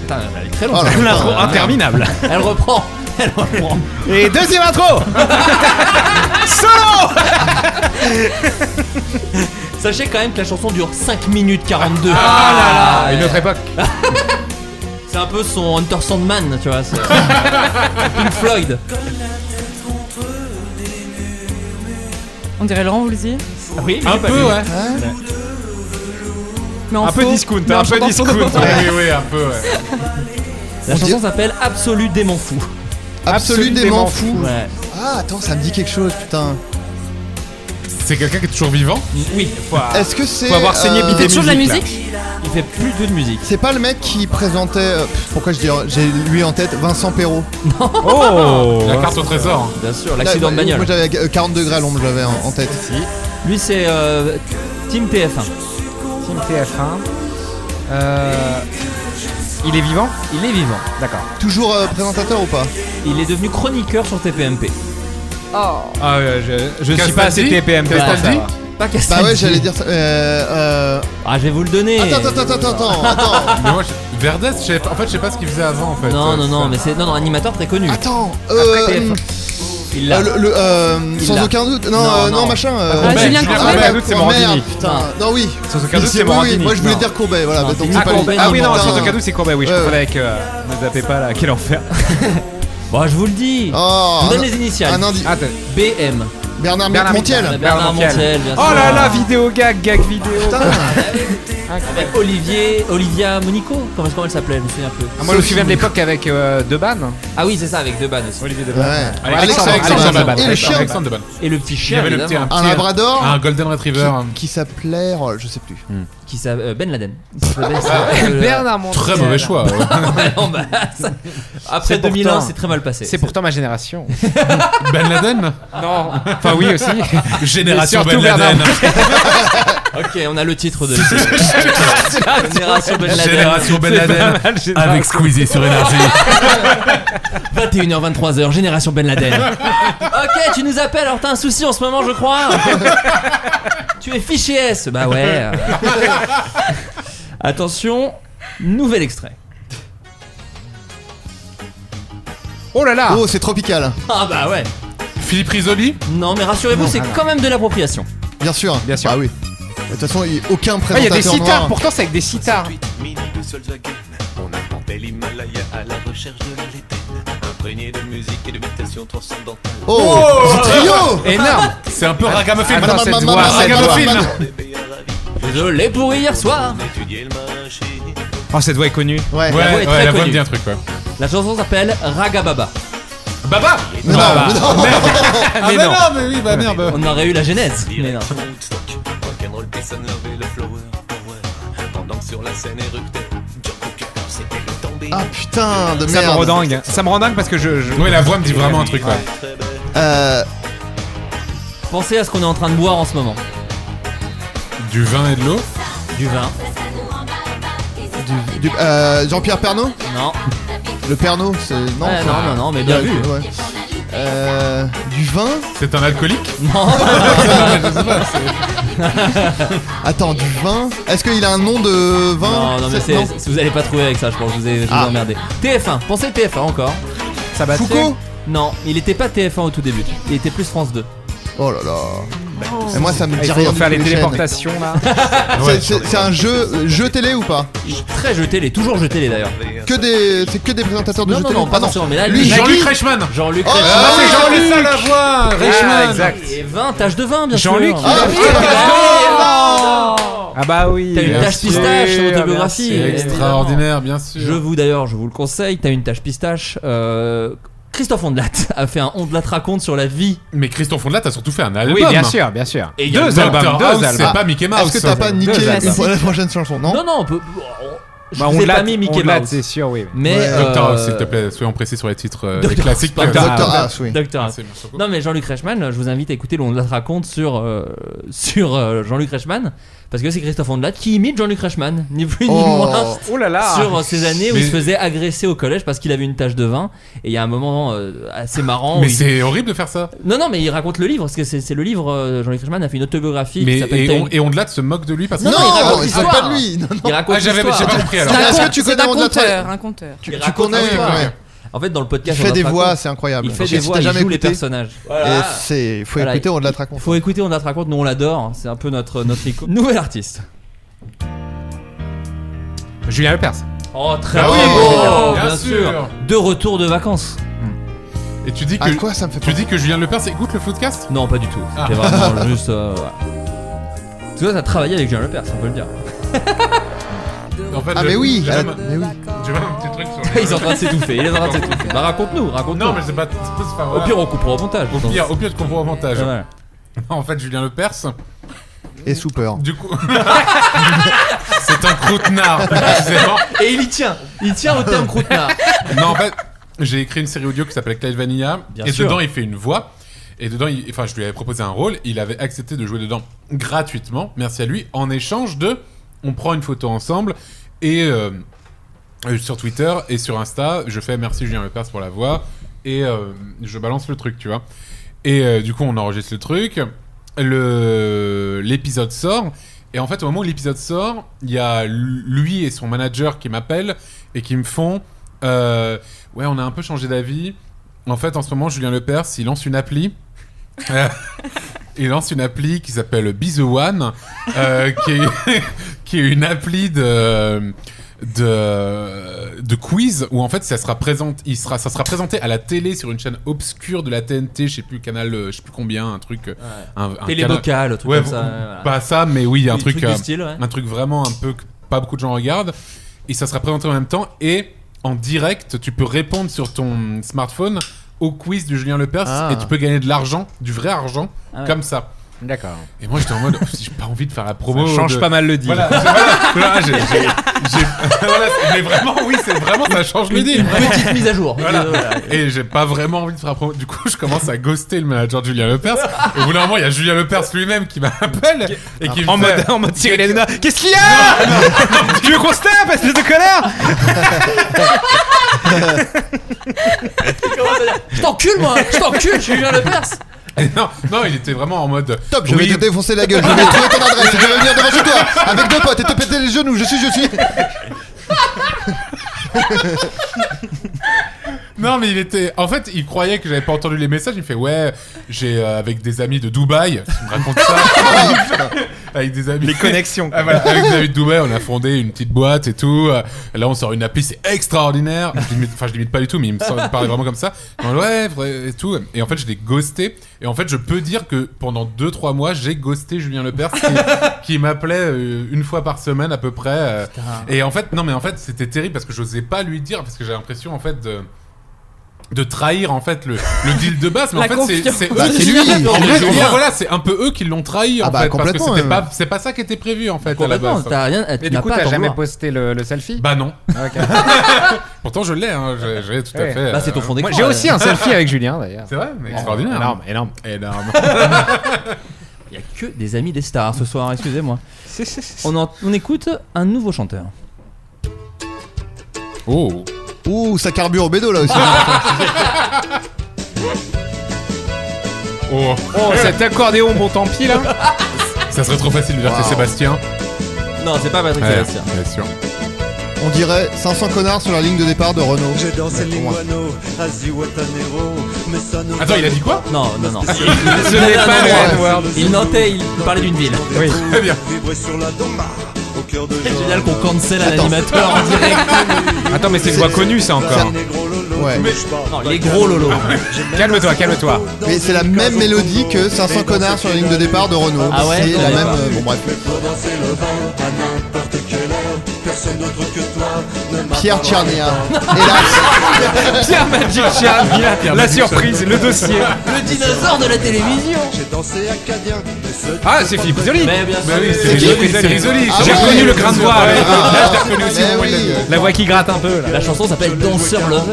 Putain, elle est très longue. Oh là celle-là. là, l'intro Ah, merde. [LAUGHS] interminable. Elle reprend. Elle reprend. Et deuxième intro Solo [LAUGHS] Sachez quand même que la chanson dure 5 minutes 42. Ah là là, une autre époque. [LAUGHS] C'est un peu son Hunter Sandman, tu vois. [LAUGHS] c'est- Pink Floyd. On dirait Laurent Voulzy. Ah Oui, Un peu, ouais. Mais en Un peu faux, discount, mais en un peu chantant discount. faux. [LAUGHS] oui, oui, un peu, ouais. La chanson s'appelle Absolu démon fou. Absolu dément fou. Ouais. Ah, attends, ça me dit quelque chose, putain. C'est quelqu'un qui est toujours vivant Oui. [LAUGHS] Est-ce que c'est. Faut avoir saigné euh, Bidet Il fait toujours de la Musique, là. Il fait plus de musique. C'est pas le mec qui présentait. euh, pff, pourquoi je dis. J'ai lui en tête Vincent Perrault. Oh bah, La carte au trésor. hein. Bien sûr, l'accident de Là, bagnole. Moi j'avais euh, 40 degrés à l'ombre, j'avais en, en tête. Lui, c'est euh, Team TF1. Team TF1. Euh, Il est vivant Il est vivant. D'accord. Toujours euh, présentateur ou pas Il est devenu chroniqueur sur TPMP. Oh. Ah, euh, je, je suis Castaldi pas assez TPMP. pour Castaldi savoir. Pas Bah Castaldi. ouais, j'allais dire ça. Euh, euh, Ah, je vais vous le donner. Attends, attends, attends, attends, attends. Mais moi, je- Verdes, je sais pas- en fait, je sais pas ce qu'il faisait avant, en fait. Non, Euh, non, ça- non, mais c'est non, non, animateur très connu. Attends. Après Euh, TF1. Il l'a. Euh, le, le, euh, Il sans l'a. aucun doute. Non, Non, euh, non, non. machin. euh, Ah, Courbet. Julien Ah, Courbet. merde, Sans aucun doute, c'est oh, merde, Morandini. putain. Non, oui. Sans aucun doute, Oui, c'est oui, Morandini. oui, Moi, je voulais Non. dire Courbet. Voilà, Non, bah, donc c'est c'est Ah, pas lui. Courbet, lui. ah oui, non, putain. sans aucun doute, c'est Courbet, oui, je Ouais, parlais avec. euh, Ne zappez pas là, quel [LAUGHS] enfer. Bon, Bah, je vous le dis. Oh, je vous donne un- les initiales. Un indice. Attends. BM. Bernard, Bernard Montiel. Montiel. Bernard Montiel, bien sûr. Oh là là, vidéo gag, gag vidéo. [LAUGHS] Avec Olivier, Olivia Monico. Comment est-ce qu'elle s'appelait Je me souviens plus. Ah, moi, je me souviens de l'époque avec euh, Deban. Ah oui, c'est ça, avec Deban aussi. Olivier Ouais. Deban. Alexandre, Alexandre Alexandre. Deban. Et le chien Alexandre Deban. Et le petit Il y chien, avait le petit, un évidemment, petit. Un labrador. Un Golden Retriever. qui- qui s'appelait. oh, Je sais plus. qui s'appelle euh, [LAUGHS] Ben Laden. Il s'appelait ça. [LAUGHS] Euh, Bernard Montiel. Très mauvais choix. ouais. [LAUGHS] ouais, non, bah, ça- Après C'est 2001, pourtant- c'est très mal passé. C'est pourtant [LAUGHS] ma génération. ben Laden non. Enfin, oui aussi. Génération Mais surtout Ben Laden. [LAUGHS] Ok, on a le titre de Génération Ben Laden. Génération Ben Laden. Avec Squeezie sur Énergie. 21h23h, Génération Ben Laden. [LAUGHS] ok, tu nous appelles, alors t'as un souci en ce moment, je crois. tu es fiché S. Bah ouais. Attention, nouvel extrait. Oh là là. Oh, c'est tropical. Ah bah ouais. Philippe Risoli Non, mais rassurez-vous, Ah c'est quand même de l'appropriation. Bien sûr. Bien sûr. Ah oui. De toute façon, il- aucun Ah, il y a présentateur des noir. sitards, pourtant c'est avec des sitards. On inventait l'Himalaya à la recherche de la léthène, imprégné de musique et de méditation transcendantale. Oh, du trio. Énorme. C'est un peu ragamuffin. Attends, cette Maman, voix, maman, cette maman, voix. maman. Désolé pour hier soir. Étudier le machine. Oh, cette voix est connue. Ouais. Ouais, voix est ouais, très la voix me connue. dit un truc, ouais. La chanson s'appelle Ragababa. Baba Mais non, bah. mais non. [LAUGHS] Ah, mais non, mais oui, bah merde. On aurait eu la genèse, mais non. Woodstock, rock'n'roll, peace and love et le flower power. Pendant que sur la scène éructait John Cooker, c'était le tombé. Ah putain de Ça me rend merde. dingue. Ça me rend dingue parce que je. je- Ouais, la voix me dit vraiment un truc, ouais. Euh, Pensez à ce qu'on est en train de boire en ce moment. Du vin et de l'eau Du vin. Du- euh, Jean-Pierre Pernaud Non. Le Pernaud, c'est. Non, Ouais, quoi. non, non, non, mais bien Ouais, vu. ouais. Euh, du vin C'est un alcoolique [LAUGHS] Non [LAUGHS] Attends, du vin Est-ce qu'il a un nom de vin Non, non, mais c'est- c'est- vous allez pas trouver avec ça, je pense, vous allez vous Ah. emmerder. TF1, pensez TF1 encore. Ça battait. Foucault Non, il était pas TF1 au tout début, il était plus France 2. Oh là là. Et moi, ça me Ah, dit il faut rien. faire du tout, les chaînes. téléportations, [LAUGHS] là. C'est- Ouais, sur c'est les- c'est un jeu, euh, jeu télé ou pas Très jeu télé, toujours jeu télé d'ailleurs. Que des, c'est que des présentateurs de Non, jeux non, télé. non, Ah, pas sûr, mais là, Lui, il- Jean-Luc Reichmann Jean-Luc Oh, Reichmann ah, c'est Jean-Luc Ah, ça, la voix, Reichmann. exact. Et 20, tâche de vin, bien sûr Jean-Luc. Ah, putain, Ah bah oui. T'as une bien tache sûr, Ah, pistache sur bien l'autobiographie. sûr. extraordinaire, bien sûr. Je vous d'ailleurs, je vous le conseille, t'as une tache pistache. euh, Christophe Ondelat a fait un Ondelat raconte sur la vie. Mais Christophe Ondelat a surtout fait un album. Oui, bien sûr, bien sûr. Et il y a deux Dr. albums, House, deux c'est albums. pas Mickey Mouse. Est-ce que t'as pas niqué Deux une albums. fois la prochaine chanson Non. Non, non, on peut. Je Bah, vous ai Ondelat- pas mis Mickey Ondelat, Mouse. c'est sûr, oui, oui. [LAUGHS] Mais. Ouais. euh, Dr. House, s'il te plaît, soyons précis sur les titres euh, les Dr. classiques. Ah, House, pardon. Dr. House, oui. Dr. House. Non mais Jean-Luc Reichmann, je vous invite à écouter l'Ondelat raconte sur, euh, sur euh, Jean-Luc Reichmann. Parce que c'est Christophe Ondelat qui imite Jean-Luc Reichmann, [LAUGHS] ni plus ni Oh. moins. Oh là là. Sur euh, ces années où Mais- il se faisait agresser au collège parce qu'il avait une tache de vin. Et il y a un moment euh, assez marrant. Mais où il- c'est horrible de faire ça. Non, non, mais il raconte le livre, parce que c'est c'est le livre. euh, Jean-Luc Reichmann a fait une autobiographie Mais qui s'appelle et, T'as on, une- et Ondelat se moque de lui parce que. Non, non, il raconte il se moque l'histoire. pas de lui, non, non. Il raconte Ah, j'avais- l'histoire. j'ai pas compris, alors. Il Est-ce raconte- que tu c'est connais un Ondelat conteur. Un conteur. Il Tu raconte connais, l'histoire. ouais. En fait, dans le podcast, Il fait on des raconte- voix, c'est incroyable. Il fait Si des t'as voix, il jamais joue les écouté, personnages. et c'est- faut écouter, on te la raconte. Faut écouter, on te la raconte. Nous, on l'adore. C'est un peu notre notre icône. Nouvel artiste. Julien Lepers. Oh, très Ah beau. oui, Oh, bien bien sûr. Hmm. sûr. De retour de vacances. Et tu dis que. Ah, quoi, ça me fait Tu dis que Julien Lepers écoute le footcast Non, pas du tout. Ah. C'était [LAUGHS] vraiment juste. euh, voilà. Parce que toi, t'as travaillé avec Julien Lepers, on peut le [LAUGHS] dire. En fait, Ah, j'ai- mais oui, j'ai ah, même- mais oui. J'ai même un petit truc sur. les- Ils sont en train de s'étouffer. [LAUGHS] Il est en train de s'étouffer. Bah, raconte-nous, raconte-nous. Non, mais c'est pas. c'est pas- Au voilà. pire, on coupera au montage. Au je pense. pire, au pire, je comprends avantage. Ouais. En fait, Julien Lepers, Et Super. du coup. [LAUGHS] c'est [LAUGHS] un croûtenard, précisément. Et il y tient. Il tient au terme croûtenard. [LAUGHS] Non, en fait, j'ai écrit une série audio qui s'appelle Clyde Vanilla. Bien et sûr. dedans, il fait une voix. Et dedans, il- enfin, je lui avais proposé un rôle. Il avait accepté de jouer dedans gratuitement. Merci à lui. En échange de, on prend une photo ensemble et euh, euh, sur Twitter et sur Insta, je fais merci Julien Lepers pour la voix et euh, je balance le truc, tu vois. Et euh, du coup, on enregistre le truc. Le l'épisode sort. Et en fait, au moment où l'épisode sort, il y a lui et son manager qui m'appellent et qui me font euh, Ouais, on a un peu changé d'avis. En fait, en ce moment, Julien Lepers, il lance une appli. Euh, [LAUGHS] il lance une appli qui s'appelle Be The One, euh, qui, est, [LAUGHS] qui est une appli de, de, de quiz où en fait ça sera, présente, il sera, ça sera présenté à la télé sur une chaîne obscure de la TNT, je sais plus, canal, euh, je sais plus combien, un truc. Un, un Télébocal, un truc Ouais, comme ça, bon, voilà. Pas ça, mais oui, un Oui, truc. truc du euh, style, ouais. Un truc vraiment un peu que pas beaucoup de gens regardent. Et ça sera présenté en même temps. Et en direct, tu peux répondre sur ton smartphone au quiz du Julien Lepers Ah. et tu peux gagner de l'argent, du vrai argent, Ah ouais. comme ça. D'accord. Et moi j'étais en mode, [LAUGHS] j'ai pas envie de faire la promo. Ça change de- pas mal le deal. Voilà, voilà, [LAUGHS] voilà, j'ai- j'ai- j'ai- [LAUGHS] voilà, c'est- mais vraiment, oui, c'est vraiment, ça change le Une deal. vraiment. petite mise à jour. Voilà. Voilà. Et j'ai pas vraiment envie de faire la promo. Du coup, je commence à ghoster le manager de Julien Lepers. Et au bout d'un moment, il y a Julien Lepers lui-même qui m'appelle. Et qui me En fait- mode, en mode Cyril Hanouna, qu'est-ce qu'il y a [LAUGHS] Tu veux qu'on se tape, espèce de connard Je t'encule, moi. Je t'encule, je suis Julien Lepers. [LAUGHS] non, non, il était vraiment en mode. Top, je oui, vais te défoncer la gueule, je vais trouver ton adresse, je vais venir devant chez toi avec deux potes et te péter les genoux, je suis, je suis. [LAUGHS] Non, mais il était. En fait, il croyait que j'avais pas entendu les messages. Il me fait ouais, j'ai euh, avec des amis de Dubaï. Tu me racontes [LAUGHS] ça Avec des amis. Les connexions. Ah, voilà, avec des amis de Dubaï, on a fondé une petite boîte et tout. Euh, Là, on sort une appli, c'est extraordinaire. Je l'imite- Enfin, je l'imite pas du tout, mais il me sort- il me parlait vraiment comme ça. Il me dit, ouais, faudrait- et tout. Et en fait, je l'ai ghosté. Et en fait, je peux dire que pendant 2-3 mois, j'ai ghosté Julien Lepers [LAUGHS] qui, qui m'appelait euh, une fois par semaine à peu près. euh. Et en fait, non, mais en fait, c'était terrible parce que j'osais pas lui dire parce que j'ai l'impression en fait de de trahir en fait le, le deal de base mais La en fait c'est- confiance. c'est eux Bah, c'est qui- lui, en fait, en je vrai, veux c'est dire, ça. voilà c'est un peu eux qui l'ont trahi en Ah bah, fait parce que complètement, c'était euh. pas c'est pas ça qui était prévu en fait à la Complètement, base t'as rien. eh, Mais Tu du n'as coup, pas à t'as t'en jamais vouloir. posté le, le selfie Ah, bah non Ok. [LAUGHS] pourtant je l'ai hein, je, je l'ai tout à Ouais. fait euh, Bah, c'est ton fond d'écran. Moi, j'ai ouais. Oh, aussi un selfie avec Julien d'ailleurs. c'est vrai mais extraordinaire Énorme, énorme. énorme [LAUGHS] Il y a que des amis des stars ce soir, excusez-moi. On, en- on écoute un nouveau chanteur. Oh. Ouh, ça carbure au bédo là aussi. [LAUGHS] Oh. [LAUGHS] Oh, cet accordéon, bon tant pis là. Ça serait trop facile de dire que c'est Sébastien. Non, c'est pas Patrick Ouais, Sébastien. Bien sûr. On dirait 500 connards sur la ligne de départ de Renault. J'ai Ouais, dansé pour moi. l'iguano, Asie Watanero, mais ça nous. Attends, il a dit quoi Non, non, [LAUGHS] non. [LAUGHS] Ce Non, n'est non, pas non, le non. N-word. Il nantait, il parlait d'une ville. Oui, très bien. Vibrer sur la domba, au cœur de C'est génial qu'on cancelle un animateur en direct. Attends, mais c'est une voix connue ça encore. Ouais. Non, les Bah, gros [LAUGHS] Lolo. Calme-toi, calme-toi. Mais c'est la même mélodie que 500 connards sur la ligne de départ de Renault. Ah ouais, C'est je la connais même. pas. euh, Bon bref. Pierre Tchernia. [LAUGHS] Pierre Magicien, la surprise, le dossier. Le dinosaure de la télévision. Ah, c'est Philippe Risoli. Mais bien sûr. Bah oui, C'est c'est Philippe Risoli, c'est Risoli. Risoli. Ah J'ai ouais. reconnu le grain de voix. Ah ouais. ouais. Là, je l'ai reconnu aussi. Mais comment il l'a oui. dit. La voix qui gratte un peu là. La chanson s'appelle Danseur Lover.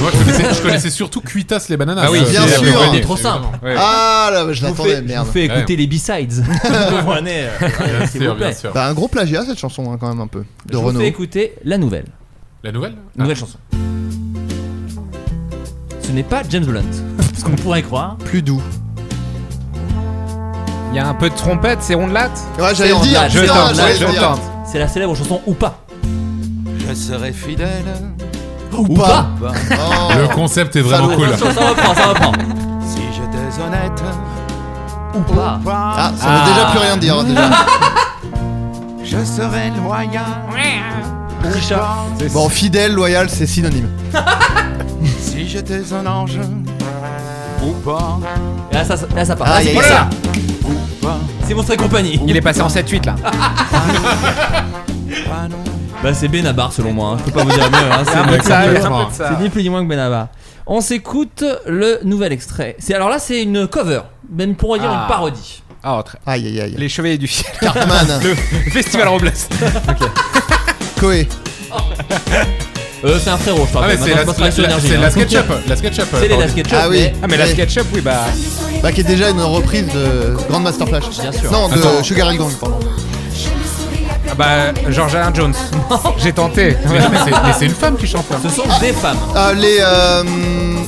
Moi, je [LAUGHS] connaissais, je connaissais surtout Cuitas les bananas. Euh, Ah oui, bien sûr. C'est trop simple. Ouais. Ah là, je Je vous fais, l'attendais, je merde. vous fais écouter les [LAUGHS] [LAUGHS] B-sides. Comprenez, euh, Bien S'il vous sûr, bien plaît. sûr. Bah, un gros plagiat cette chanson hein, quand même un peu de Je vous Renault. fais écouter la nouvelle. La nouvelle Nouvelle chanson. Ce n'est pas James [LAUGHS] Blunt. Ce qu'on pourrait croire. Plus doux. Il y a un peu de trompette, c'est rondelatte. Ouais, j'allais C'est le dire. en Je putain, tente, j'allais là, le je dire. tente. C'est la célèbre chanson Ou pas. Je serai fidèle Ou pas. Oh. Le concept est vraiment Salaud. cool. Attention, ça reprend, ça reprend. si j'étais honnête. Ou pas. Ah, ça veut déjà plus rien dire hein, déjà. [LAUGHS] Je serai loyal Richard. Bon, fidèle, loyal, c'est synonyme. si j'étais un ange ou pas. Et là, ça, ça- là, ça part. Ah, Là, c'est y a- bon, y a- là. C'est mon très compagnie. Il est passé en 7-8 là. Ah non, [LAUGHS] Bah, c'est Benabar selon moi. hein. Je peux pas vous dire mieux. hein. C'est Un peu de ça, il y a un peu de ça. C'est ni plus ni moins que Benabar. On s'écoute le nouvel extrait. C'est alors là, c'est une cover, même pour dire Ah. une parodie. Ah, entre- Aïe aïe aïe. Les chevaliers du ciel. Cartman, [LAUGHS] Le festival Robles. Koé. Euh, c'est un frérot, je crois. Ah, mais c'est la, la- la- c'est la SketchUp. La SketchUp. hein. euh, C'est les pardon. la SketchUp. Ah oui. mais- Ah, mais la Oui. SketchUp, oui, bah. Bah, qui est déjà une reprise de Grand Master Flash. Bien sûr. Non, de Attends. Sugar Hill Gang, pardon. Ah bah, George Alain Jones. [LAUGHS] J'ai tenté. Mais non, mais c'est- mais c'est une femme qui chante là. Ce sont des femmes. Euh, les, euh,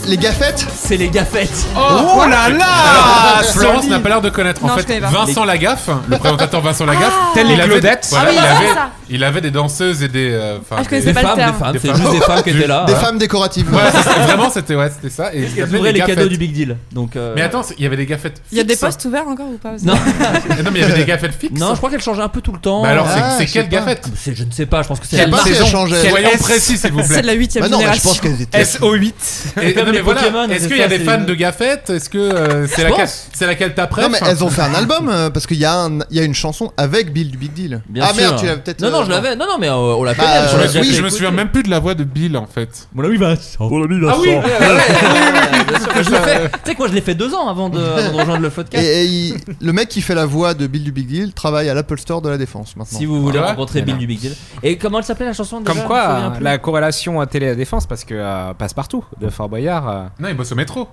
les gaffettes C'est les gaffettes. Oh, là là Florence Solide. n'a pas l'air de connaître en Non, je fait connais pas. Vincent Lagaffe, le présentateur Vincent Lagaffe, Tel les il avait- Claudettes. voilà, Ah oui, il, c'est avait, ça. il avait des danseuses et des. euh, enfin, Ah, je connaissais Des des- pas le femmes, des terme. femmes. Des C'est femmes. juste des femmes qui étaient là. Des hein. femmes décoratives. [LAUGHS] Voilà, c'est ça, vraiment, c'était ouais, c'était ça. Et ils Elles appelaient ouvraient les cadeaux gaffettes. du Big Deal. Donc, euh, Mais attends, c'est- il y avait des gaffettes. Il y a des fixes. postes ouverts encore ou pas aussi Non, Ah [LAUGHS] Non, mais il y avait des gaffettes fixes. non, je crois qu'elle changeait un peu tout le temps. Bah alors, c'est- Ah, c'est je quelle sais pas. gaffette C'est- je ne sais pas, je pense que c'est Quelle la marque saison. elle changeait Quelle- Soyons S. précis, s'il vous C'est plaît. de la 8 Bah non, mais je génération. pense qu'elles étaient. SO8. Et- Comme non, les mais voilà. Pokémon, Est-ce c'est qu'il y a ça, des c'est- fans de gaffettes Est-ce que euh, c'est Je laquelle pense. c'est laquelle t'as Non, mais elles ont fait [LAUGHS] un album euh, parce qu'il y a, un- il y a une chanson avec Bill du Big Deal. Bien ah sûr. merde, tu l'avais peut-être. Non, non, euh, je l'avais. Non, non, mais euh, on l'a Bah, connaît. euh, on l'a oui, déjà Oui, fait je me écouter. souviens même plus de la voix de Bill en fait. Mon ami Vincent. Mon ami Vincent. Ah oui, ouais, ouais, ouais, [LAUGHS] bien sûr que je l'ai fait. Tu sais que moi, je l'ai fait deux ans avant de, avant de rejoindre le Et, podcast. et il- le mec qui fait la voix de Bill du Big Deal travaille à l'Apple Store de la Défense maintenant. Si vous voulez Ah ouais rencontrer Bill Voilà. du Big Deal. Et comment elle s'appelait la chanson déjà Comme Je me souviens quoi, plus. la corrélation à télé à défense, parce que euh, Passepartout de Fort Boyard, euh, Non, il bosse au métro.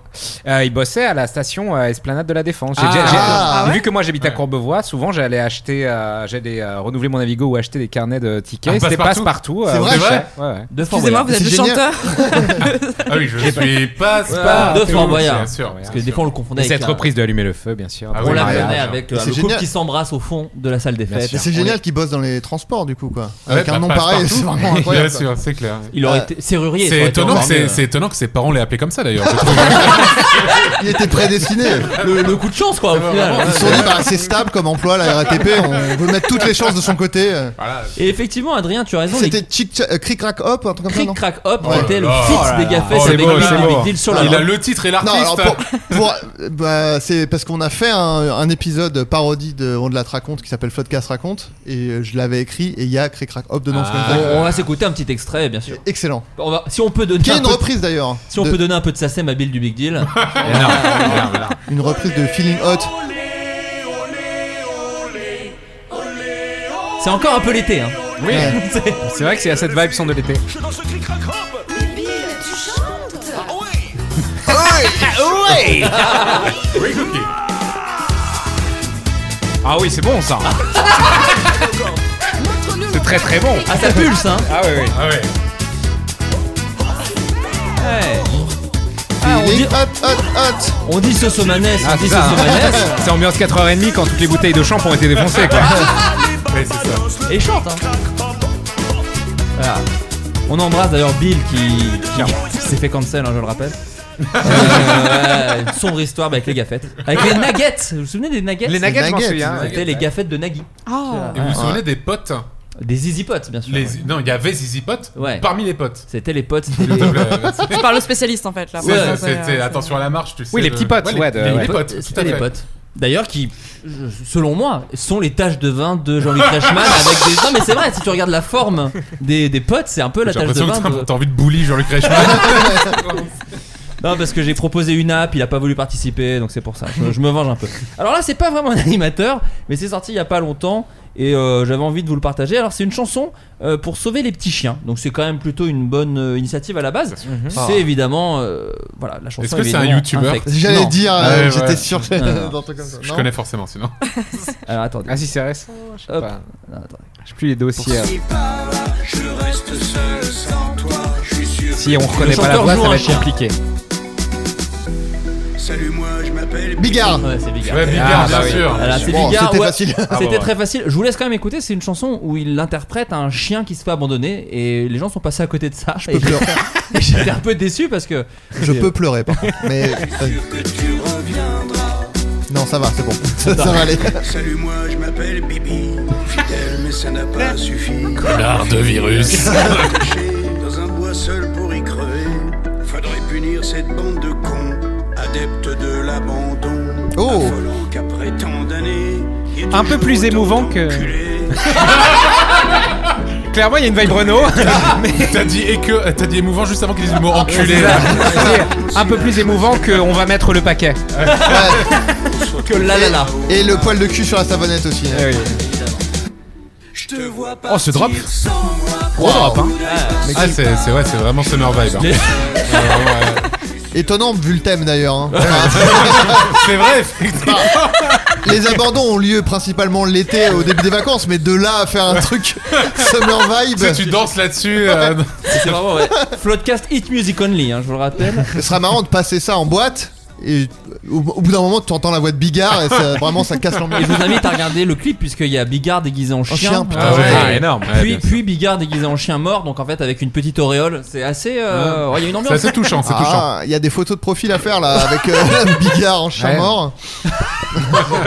euh, il bossait à la station euh, Esplanade de la Défense. J'ai Ah. déjà- j'ai- Ah Vu que moi j'habite à Ouais. Courbevoie, souvent j'allais acheter, euh, j'allais euh, renouveler mon Navigo ou acheter des carnets de tickets. Ah, C'était Passepartout. Passepartout. C'est au vrai guichet. Ouais, ouais. De Fort Excusez-moi, Boyard. vous êtes C'est le génial. chanteur Ah oui, je suis pas Ah, de Fort Boyard. Bien sûr. Parce que des fois, on le confondait Et avec. cette un- reprise de Allumer le feu, bien sûr. Ah On oui, la mariage. connaît avec Et euh, c'est le couple génial. qui s'embrasse au fond de la salle des Bien fêtes. sûr. Mais c'est On génial est- qu'il bosse dans les transports du coup quoi. Avec un nom pareil, c'est vraiment bah, [LAUGHS] Bien incroyable. sûr, c'est clair. Bah, Il aurait Euh, été serrurier. ça C'est aurait été étonnant, que encore c'est- mieux. c'est étonnant que ses parents l'aient appelé comme [LAUGHS] ça d'ailleurs. Il était prédestiné. le, le coup de chance quoi au final. Ils se sont dit bah c'est stable comme emploi la RATP, on veut mettre toutes les chances de son côté. euh. Voilà. Et effectivement, Adrien, tu as raison. C'était Chic Cha- euh, Cric Crac Hop, un truc comme ça non Cric Crack Hop Oh qui était là le là. fit Oh là des là. gaffettes Oh, avec c'est des beau, Big c'est Deal, beau. Big Deal sur la Il a main. le titre et Non, alors l'artiste. pour, pour- euh, bah, c'est parce qu'on a fait un, un épisode parodie de On de la raconte qui s'appelle Floodcast raconte et euh, je l'avais écrit et il y a Cric Crac Hop dedans. c'est Bon, comme ça. Ah, on va s'écouter un petit extrait, bien sûr. Excellent. On va- si on peut donner Qui est un une peu- reprise d'ailleurs. si on de- peut donner un peu de sasem à Bill du Big Deal. Énorme, énorme, énorme. Une reprise de Feeling Hot. C'est encore un peu l'été. Hein. Oui, Ouais. [LAUGHS] C'est- c'est vrai que c'est à cette vibe son de l'été. Ah oui, c'est bon ça. c'est très très bon. Ah, ça pulse, hein. Ah oui, oui. Ah ouais. Ah, on, dit, on dit Sosomanes, Ah, on dit c'est ça, hein. Sosomanes. C'est ambiance 4h30 quand toutes les bouteilles de champ ont été défoncées [LAUGHS] quoi. Ouais, c'est ça. Et il chante, hein. Voilà. Ah. On embrasse d'ailleurs Bill qui, qui s'est fait cancel, hein, je le [LAUGHS] rappelle. Euh, ouais, une sombre histoire bah, avec les gaffettes. Avec les nuggets Vous vous souvenez des nuggets Les nuggets, je m'en souviens, ouais. C'était les gaffettes de Nagui. Oh. Et vous vous souvenez des potes Des Zizi Potes, bien sûr. Les- Non, il y avait Zizi Potes parmi les potes. C'était les potes. S'il te plaît. Euh, Tu parles au spécialiste en fait là. C'est- C'était attention à la marche, tu sais. Oui, les le- petits potes, ouais, de- les, ouais. les potes. tout C'était à les fait. potes. D'ailleurs, qui, je- selon moi, sont les taches de vin de [LAUGHS] Jean-Luc Reichmann avec des. Non, mais c'est vrai, si tu regardes la forme des, des potes, c'est un peu la J'ai tache de l'impression vin. que de- t'as- t'as envie de bully Jean-Luc Reichmann. [LAUGHS] Non, parce que j'ai proposé une app, il a pas voulu participer, donc c'est pour ça. Je, je me venge un peu. Alors là, c'est pas vraiment un animateur, mais c'est sorti il y a pas longtemps et euh, j'avais envie de vous le partager. Alors, c'est une chanson euh, pour sauver les petits chiens, donc c'est quand même plutôt une bonne euh, initiative à la base. C'est Ah. évidemment. euh, voilà, la chanson. Est-ce que c'est un évidemment, youtubeur Infect. J'allais Non. dire, euh, Ah ouais, j'étais ouais. sûr que- [LAUGHS] Non, non. d'un truc comme ça. Je Non connais forcément sinon. Alors, attendez. Ah si, c'est reste. Je sais Hop. pas. Non, attendez. Je sais plus les hein. dossiers. Je reste seul sans toi, je suis sûr. Si on que- reconnaît Le pas la chanteur voix, joue ça un va être chien. compliqué. Salut, moi je m'appelle Bigard Ouais, c'est Bigard. Ouais, Bigard, Ah, bien bah oui. sûr. Voilà, c'est Bon, Bigard, c'était ouais. facile. bah C'était ouais. très facile. Je vous laisse quand même écouter. C'est une chanson où il interprète un chien qui se fait abandonner et les gens sont passés à côté de ça. [LAUGHS] Et peux pleurer. j'étais- J'étais un peu déçu parce que Je peux pleurer par contre, [LAUGHS] mais que tu reviendras. non, ça va, c'est bon, ça, ça va aller. [LAUGHS] Salut, moi je m'appelle Bibi. Fidèle, mais ça n'a pas suffi. Connard de virus. [LAUGHS] Caché dans un bois seul pour y crever. Faudrait punir cette bande de cons, adeptes de l'abandon. Oh. Affolant qu'après tant d'années, il y ait Un peu toujours plus autant émouvant que. d'enculés. [LAUGHS] Clairement, il y a une [LAUGHS] vibe Renault. T'as dit et que t'as dit émouvant juste avant qu'ils disent le mot enculé. un peu plus émouvant que on va mettre le paquet. que là là là. Et le poil de cul sur la savonnette aussi. Eh hein. Je te vois Oh, ce drop. partir sans moi. Gros drop, hein. Ah c'est c'est ouais c'est vraiment summer vibe. hein. C'est vraiment, [LAUGHS] ouais. Étonnant vu le thème d'ailleurs. hein. [LAUGHS] C'est vrai effectivement. Bah, Les abandons ont lieu principalement l'été au début des vacances, mais de là à faire un truc summer vibe, Tu sais, tu danses là-dessus. euh, C'est vraiment ouais. Floodcast Hit Music Only, hein, je vous le rappelle. ce sera marrant de passer ça en boîte. Et au, au bout d'un moment, tu entends la voix de Bigard et ça, vraiment ça casse Et je l'ambiance. vous invite à regarder le clip puisqu'il y a Bigard déguisé en chien. chien, putain, Ah ouais. Ah, énorme. Ouais, Puis, bien sûr. puis Bigard déguisé en chien mort, donc en fait avec une petite auréole, c'est assez. euh, ouais, Il y a une C'est ambiance. assez touchant, c'est touchant. Ah, il y a des photos de profil à faire là avec euh, [LAUGHS] Bigard en chien Ouais. mort. Ah. [LAUGHS]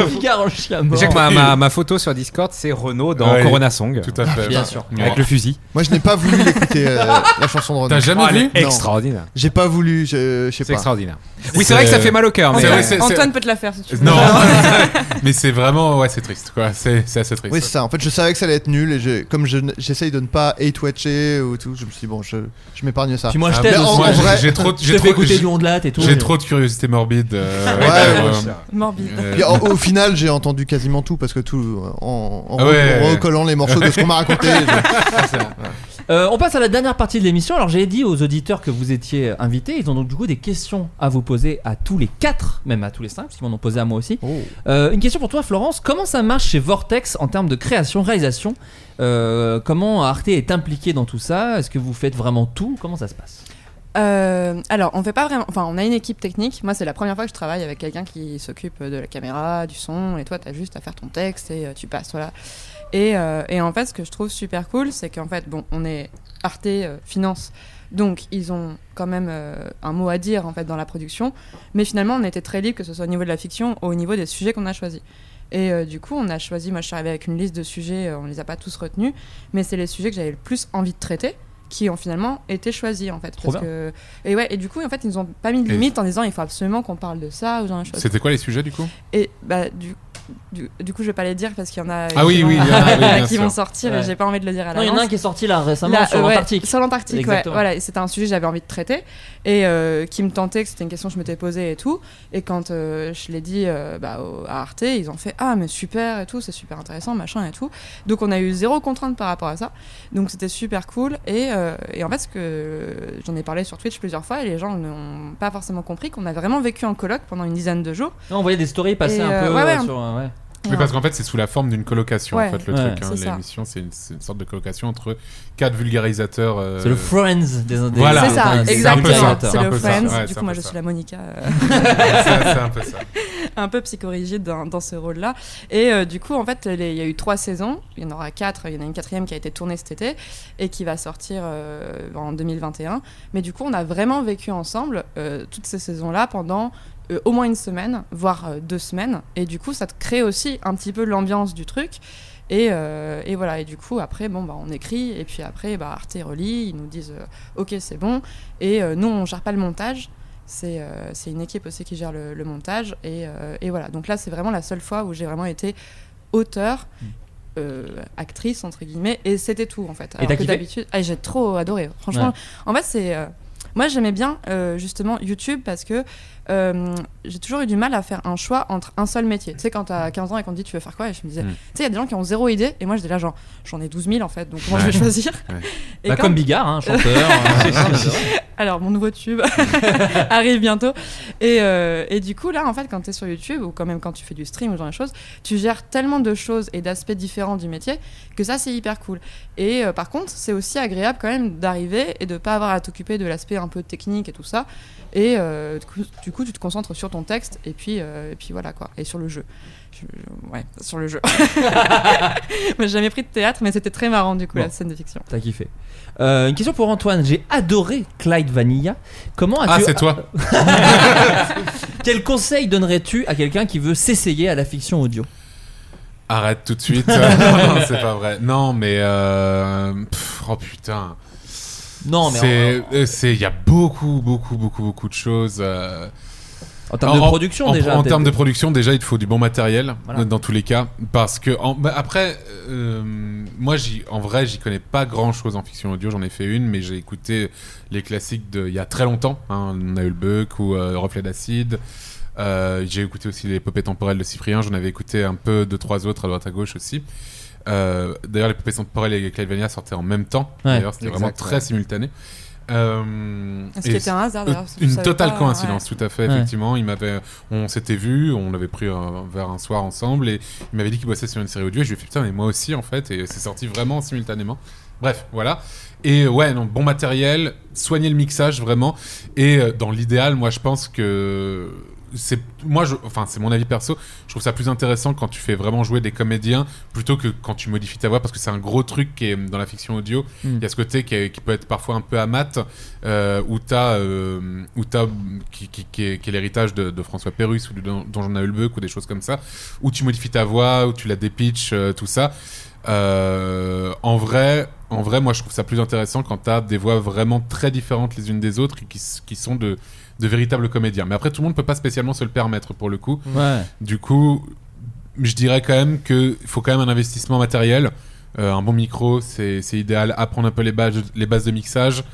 Bigard en chien mort. Déjà que ma, ma- ma photo sur Discord, c'est Renault dans Ouais. Corona Song. Tout à fait. Bien sûr. Avec le fusil. Moi, je n'ai pas voulu l'écouter [LAUGHS] euh, la chanson de Renaud. T'as Oh, jamais vu Non. Ah, Extraordinaire. J'ai pas voulu, je, je sais pas. C'est extraordinaire. Oui, c'est vrai que ça fait mal au cœur. Mais C'est vrai, c'est- Antoine peut te la faire si tu veux. [LAUGHS] Non. [LAUGHS] Mais c'est vraiment ouais c'est triste quoi. C'est c'est assez triste. Oui, c'est ça. En fait, je savais que ça allait être nul et je- comme je n- j'essaye de ne pas hate-watcher ou tout, je me suis dit, bon, je, je m'épargne ça. Puis moi je Ah, t'aide mais en- aussi. moi, en vrai, j'ai trop Je j'ai te fais trop écouter j'ai- du ondelat et tout. j'ai trop de curiosité morbide. euh, Ouais, euh, moi aussi. Morbide. euh, Puis au, au final, j'ai entendu quasiment tout parce que tout en, en Ah ouais. Ah, re- recollant les morceaux de ce qu'on m'a [LAUGHS] raconté. je- Euh, on passe à la dernière partie de l'émission. Alors j'ai dit aux auditeurs que vous étiez invités. Ils ont donc du coup des questions à vous poser à tous les quatre, même à tous les cinq, parce qu'ils m'en ont posé à moi aussi. Oh. Euh, une question pour toi, Florence. Comment ça marche chez Vortex en termes de création, réalisation Euh, Comment Arte est impliqué dans tout ça Est-ce que vous faites vraiment tout Comment ça se passe Euh, alors, on fait pas vraiment. Enfin, on a une équipe technique. Moi, c'est la première fois que je travaille avec quelqu'un qui s'occupe de la caméra, du son, et toi, t'as juste à faire ton texte et euh, tu passes, voilà. Et, euh, et en fait, ce que je trouve super cool, c'est qu'en fait, bon, on est Arte euh, Finance, donc ils ont quand même euh, un mot à dire en fait dans la production. Mais finalement, on était très libre, que ce soit au niveau de la fiction ou au niveau des sujets qu'on a choisis. Et euh, du coup, on a choisi. Moi, je suis arrivée avec une liste de sujets. euh, on les a pas tous retenus, mais c'est les sujets que j'avais le plus envie de traiter qui ont finalement été choisis en fait. Trop parce bien. que- et ouais, et du coup, en fait, ils nous ont pas mis de Et- limite en disant il faut absolument qu'on parle de ça ou genre de choses. C'était quoi les sujets du coup Et bah du, du, du coup, je vais pas les dire parce qu'il y en a Ah qui, oui, vont, oui, il y en a, oui, bien [LAUGHS] qui sûr. vont sortir Ouais. et j'ai pas envie de le dire à Non, la il y en a un qui est sorti là récemment Là, sur euh, ouais, l'Antarctique. sur l'Antarctique, ouais. Exactement. Voilà, et c'était un sujet que j'avais envie de traiter et euh, qui me tentait, que c'était une question que je m'étais posée et tout. Et quand euh, je l'ai dit euh, bah, au- à Arte, ils ont fait Ah, mais super et tout, c'est super intéressant, machin et tout. Donc on a eu zéro contrainte par rapport à ça. Donc c'était super cool. Et, euh, et en fait, ce que j'en ai parlé sur Twitch plusieurs fois et les gens n'ont pas forcément compris qu'on a vraiment vécu en colloque pendant une dizaine de jours. Non, on voyait des stories passer Et, un euh, peu ouais, ouais. euh, sur. euh, ouais. Oui, parce qu'en fait, c'est sous la forme d'une colocation, Ouais. en fait, le Ouais. truc. hein. C'est ça. L'émission, c'est une, c'est une sorte de colocation entre quatre vulgarisateurs. euh, C'est le Friends des- des- Voilà, C'est ça, un peu exactement. C'est un le peu ça, Friends. ouais, du c'est un coup, moi, peu je ça. suis la Monica. euh, [LAUGHS] [LAUGHS] C'est- c'est un peu ça. un peu psychorigide dans, dans ce rôle-là. Et euh, du coup, en fait, les- il y a eu trois saisons. Il y en aura quatre. Il y en a une quatrième qui a été tournée cet été et qui va sortir euh, en 2021. Mais du coup, on a vraiment vécu ensemble euh, toutes ces saisons-là pendant euh, au moins une semaine, voire euh, deux semaines. Et du coup, ça te crée aussi un petit peu l'ambiance du truc. Et, euh, et voilà, et du coup, après, bon, bah, on écrit, et puis après, bah, Arte relie, ils nous disent euh, Ok, c'est bon. Et euh, nous, on gère pas le montage, c'est euh, c'est une équipe aussi qui gère le, le montage. Et, euh, et voilà, donc là, c'est vraiment la seule fois où j'ai vraiment été auteur. euh, actrice entre guillemets et c'était tout en fait Et t'as que kiffé d'habitude ah, j'ai trop adoré franchement Ouais. en fait c'est euh, moi j'aimais bien euh, justement YouTube parce que euh, j'ai toujours eu du mal à faire un choix entre un seul métier tu sais quand t'as 15 ans et qu'on te dit tu veux faire quoi et je me disais Mm. tu sais il y a des gens qui ont zéro idée et moi j'étais là genre j'en ai 12 000 en fait donc comment je Ouais. vais choisir [LAUGHS] Ouais. Et Bah, quand- comme Bigard, hein, [LAUGHS] chanteur, euh, alors, mon nouveau tube [LAUGHS] arrive bientôt. Et, euh, et du coup, là, en fait, quand tu es sur YouTube ou quand même quand tu fais du stream ou ce genre de choses, tu gères tellement de choses et d'aspects différents du métier que ça, c'est hyper cool. Et euh, par contre, c'est aussi agréable quand même d'arriver et de pas avoir à t'occuper de l'aspect un peu technique et tout ça. Et euh, du, coup, du coup, tu te concentres sur ton texte et puis, euh, et puis voilà quoi. Et sur le jeu. Je- je- ouais, sur le jeu. [LAUGHS] Moi, j'ai jamais pris de théâtre, mais c'était très marrant du coup, Bon. la scène de fiction. T'as kiffé. Euh, une question pour Antoine. J'ai adoré Clyde Vanilla. Comment as-tu. Ah, c'est toi. [LAUGHS] Quel conseil donnerais-tu à quelqu'un qui veut s'essayer à la fiction audio Arrête tout de suite. [LAUGHS] Non, c'est pas vrai. Non, mais. euh, pff, oh putain. Non, mais C'est- euh, C'est. Il y a beaucoup, beaucoup, beaucoup, beaucoup de choses. euh, En termes de production, en- déjà, En peut-être. termes de production, déjà, il te faut du bon matériel Voilà. euh, dans tous les cas. Parce que. en- bah, après, euh, moi, j'y- en vrai, j'y connais pas grand chose en fiction audio. J'en ai fait une, mais j'ai écouté les classiques de- il y a très longtemps. hein. On a eu le Buck ou euh, Reflet d'acide. Euh, j'ai écouté aussi l'épopée temporelle de Cyprien. J'en avais écouté un peu, deux, trois autres à droite à gauche aussi. Euh, D'ailleurs, l'épopée temporelle et Clyde Vania sortaient en même temps. Ouais. D'ailleurs, c'était vraiment Exact, très ouais. simultané. Euh, Ce qui et était un hasard, euh, d'ailleurs, parce que je Une savais totale pas, coïncidence, ouais. tout à fait, Ouais. effectivement. Il m'avait, on s'était vu, on l'avait pris un- vers un soir ensemble, et il m'avait dit qu'il bossait sur une série audio, et je lui ai fait putain, mais moi aussi, en fait, et c'est sorti vraiment simultanément. Bref, voilà. Et ouais, non, bon matériel, soigner le mixage vraiment. Et euh, dans l'idéal, moi, je pense que c'est moi, je, enfin, c'est mon avis perso. Je trouve ça plus intéressant quand tu fais vraiment jouer des comédiens plutôt que quand tu modifies ta voix, parce que c'est un gros truc qui est dans la fiction audio. Mm. Il y a ce côté qui, est- qui peut être parfois un peu amat, euh, où t'as, euh, où t'as qui, qui, qui est, qui est l'héritage de, de François Pérus ou de Don- Donjon à Hulbeck ou des choses comme ça, où tu modifies ta voix, où tu la dépitches, euh, tout ça. Euh, en vrai, en vrai, moi je trouve ça plus intéressant quand t'as des voix vraiment très différentes les unes des autres et qui, s- qui sont de, de véritables comédiens. Mais après, tout le monde peut pas spécialement se le permettre pour le coup. Ouais. Du coup, je dirais quand même qu'il faut quand même un investissement matériel. Euh, un bon micro, c'est c'est idéal. Apprendre un peu les bases, les bases de mixage.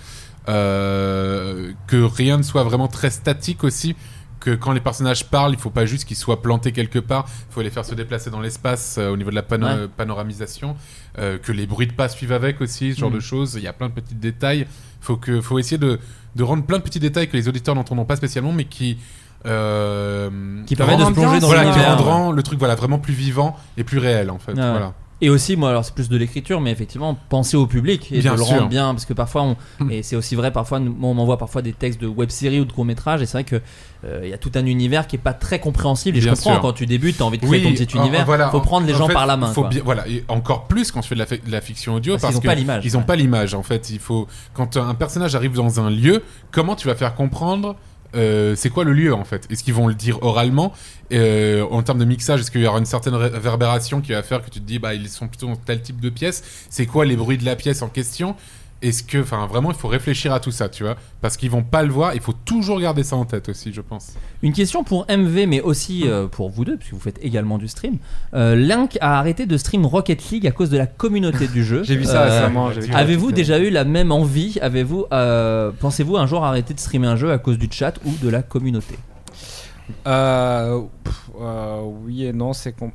Euh, que rien ne soit vraiment très statique aussi. Que quand les personnages parlent, il faut pas juste qu'ils soient plantés quelque part. Il faut les faire se déplacer dans l'espace euh, au niveau de la pano- Ouais. panoramisation. Euh, que les bruits de pas suivent avec aussi, ce genre Mm. de choses. Il y a plein de petits détails. Faut que, faut essayer de, de rendre plein de petits détails que les auditeurs n'entendront pas spécialement, mais qui euh, Qui permettent de se plonger dans voilà, qui l'univers, rendront le truc voilà vraiment plus vivant et plus réel en fait. Ouais. Voilà. Et aussi, moi, alors c'est plus de l'écriture, mais effectivement, penser au public et Bien de le sûr. Hmm. rendre bien, parce que parfois, on, et c'est aussi vrai, parfois, nous- moi, on m'envoie parfois des textes de web-séries ou de courts-métrages, et c'est vrai que euh, il y a tout un univers qui est pas très compréhensible. Et Bien je comprends, sûr. quand tu débutes, t'as envie de créer ton petit en- univers. voilà, faut en- prendre les en gens fait, par la main. Faut quoi. bien- voilà, et encore plus quand tu fais de la, fi- de la fiction audio Parce parce, qu'ils ont que pas l'image, Ils ont pas l'image en fait. Il faut quand un personnage arrive dans un lieu, comment tu vas faire comprendre euh, c'est quoi le lieu en fait Est-ce qu'ils vont le dire oralement Euh, En termes de mixage, est-ce qu'il y aura une certaine ré- réverbération qui va faire que tu te dis bah ils sont plutôt dans tel type de pièce C'est quoi les bruits de la pièce en question Est-ce que, enfin vraiment, il faut réfléchir à tout ça, tu vois Parce qu'ils vont pas le voir. Il faut toujours garder ça en tête aussi, je pense. Une question pour MV, mais aussi euh, pour vous deux, puisque vous faites également du stream. Euh, Link a arrêté de stream Rocket League à cause de la communauté du jeu. [LAUGHS] Euh, J'ai vu ça récemment, j'ai vu ça. Avez-vous déjà eu la même envie Avez-vous, euh, pensez-vous un jour arrêter de streamer un jeu à cause du chat ou de la communauté Euh, Euh, pff, euh, oui et non, c'est qu'on.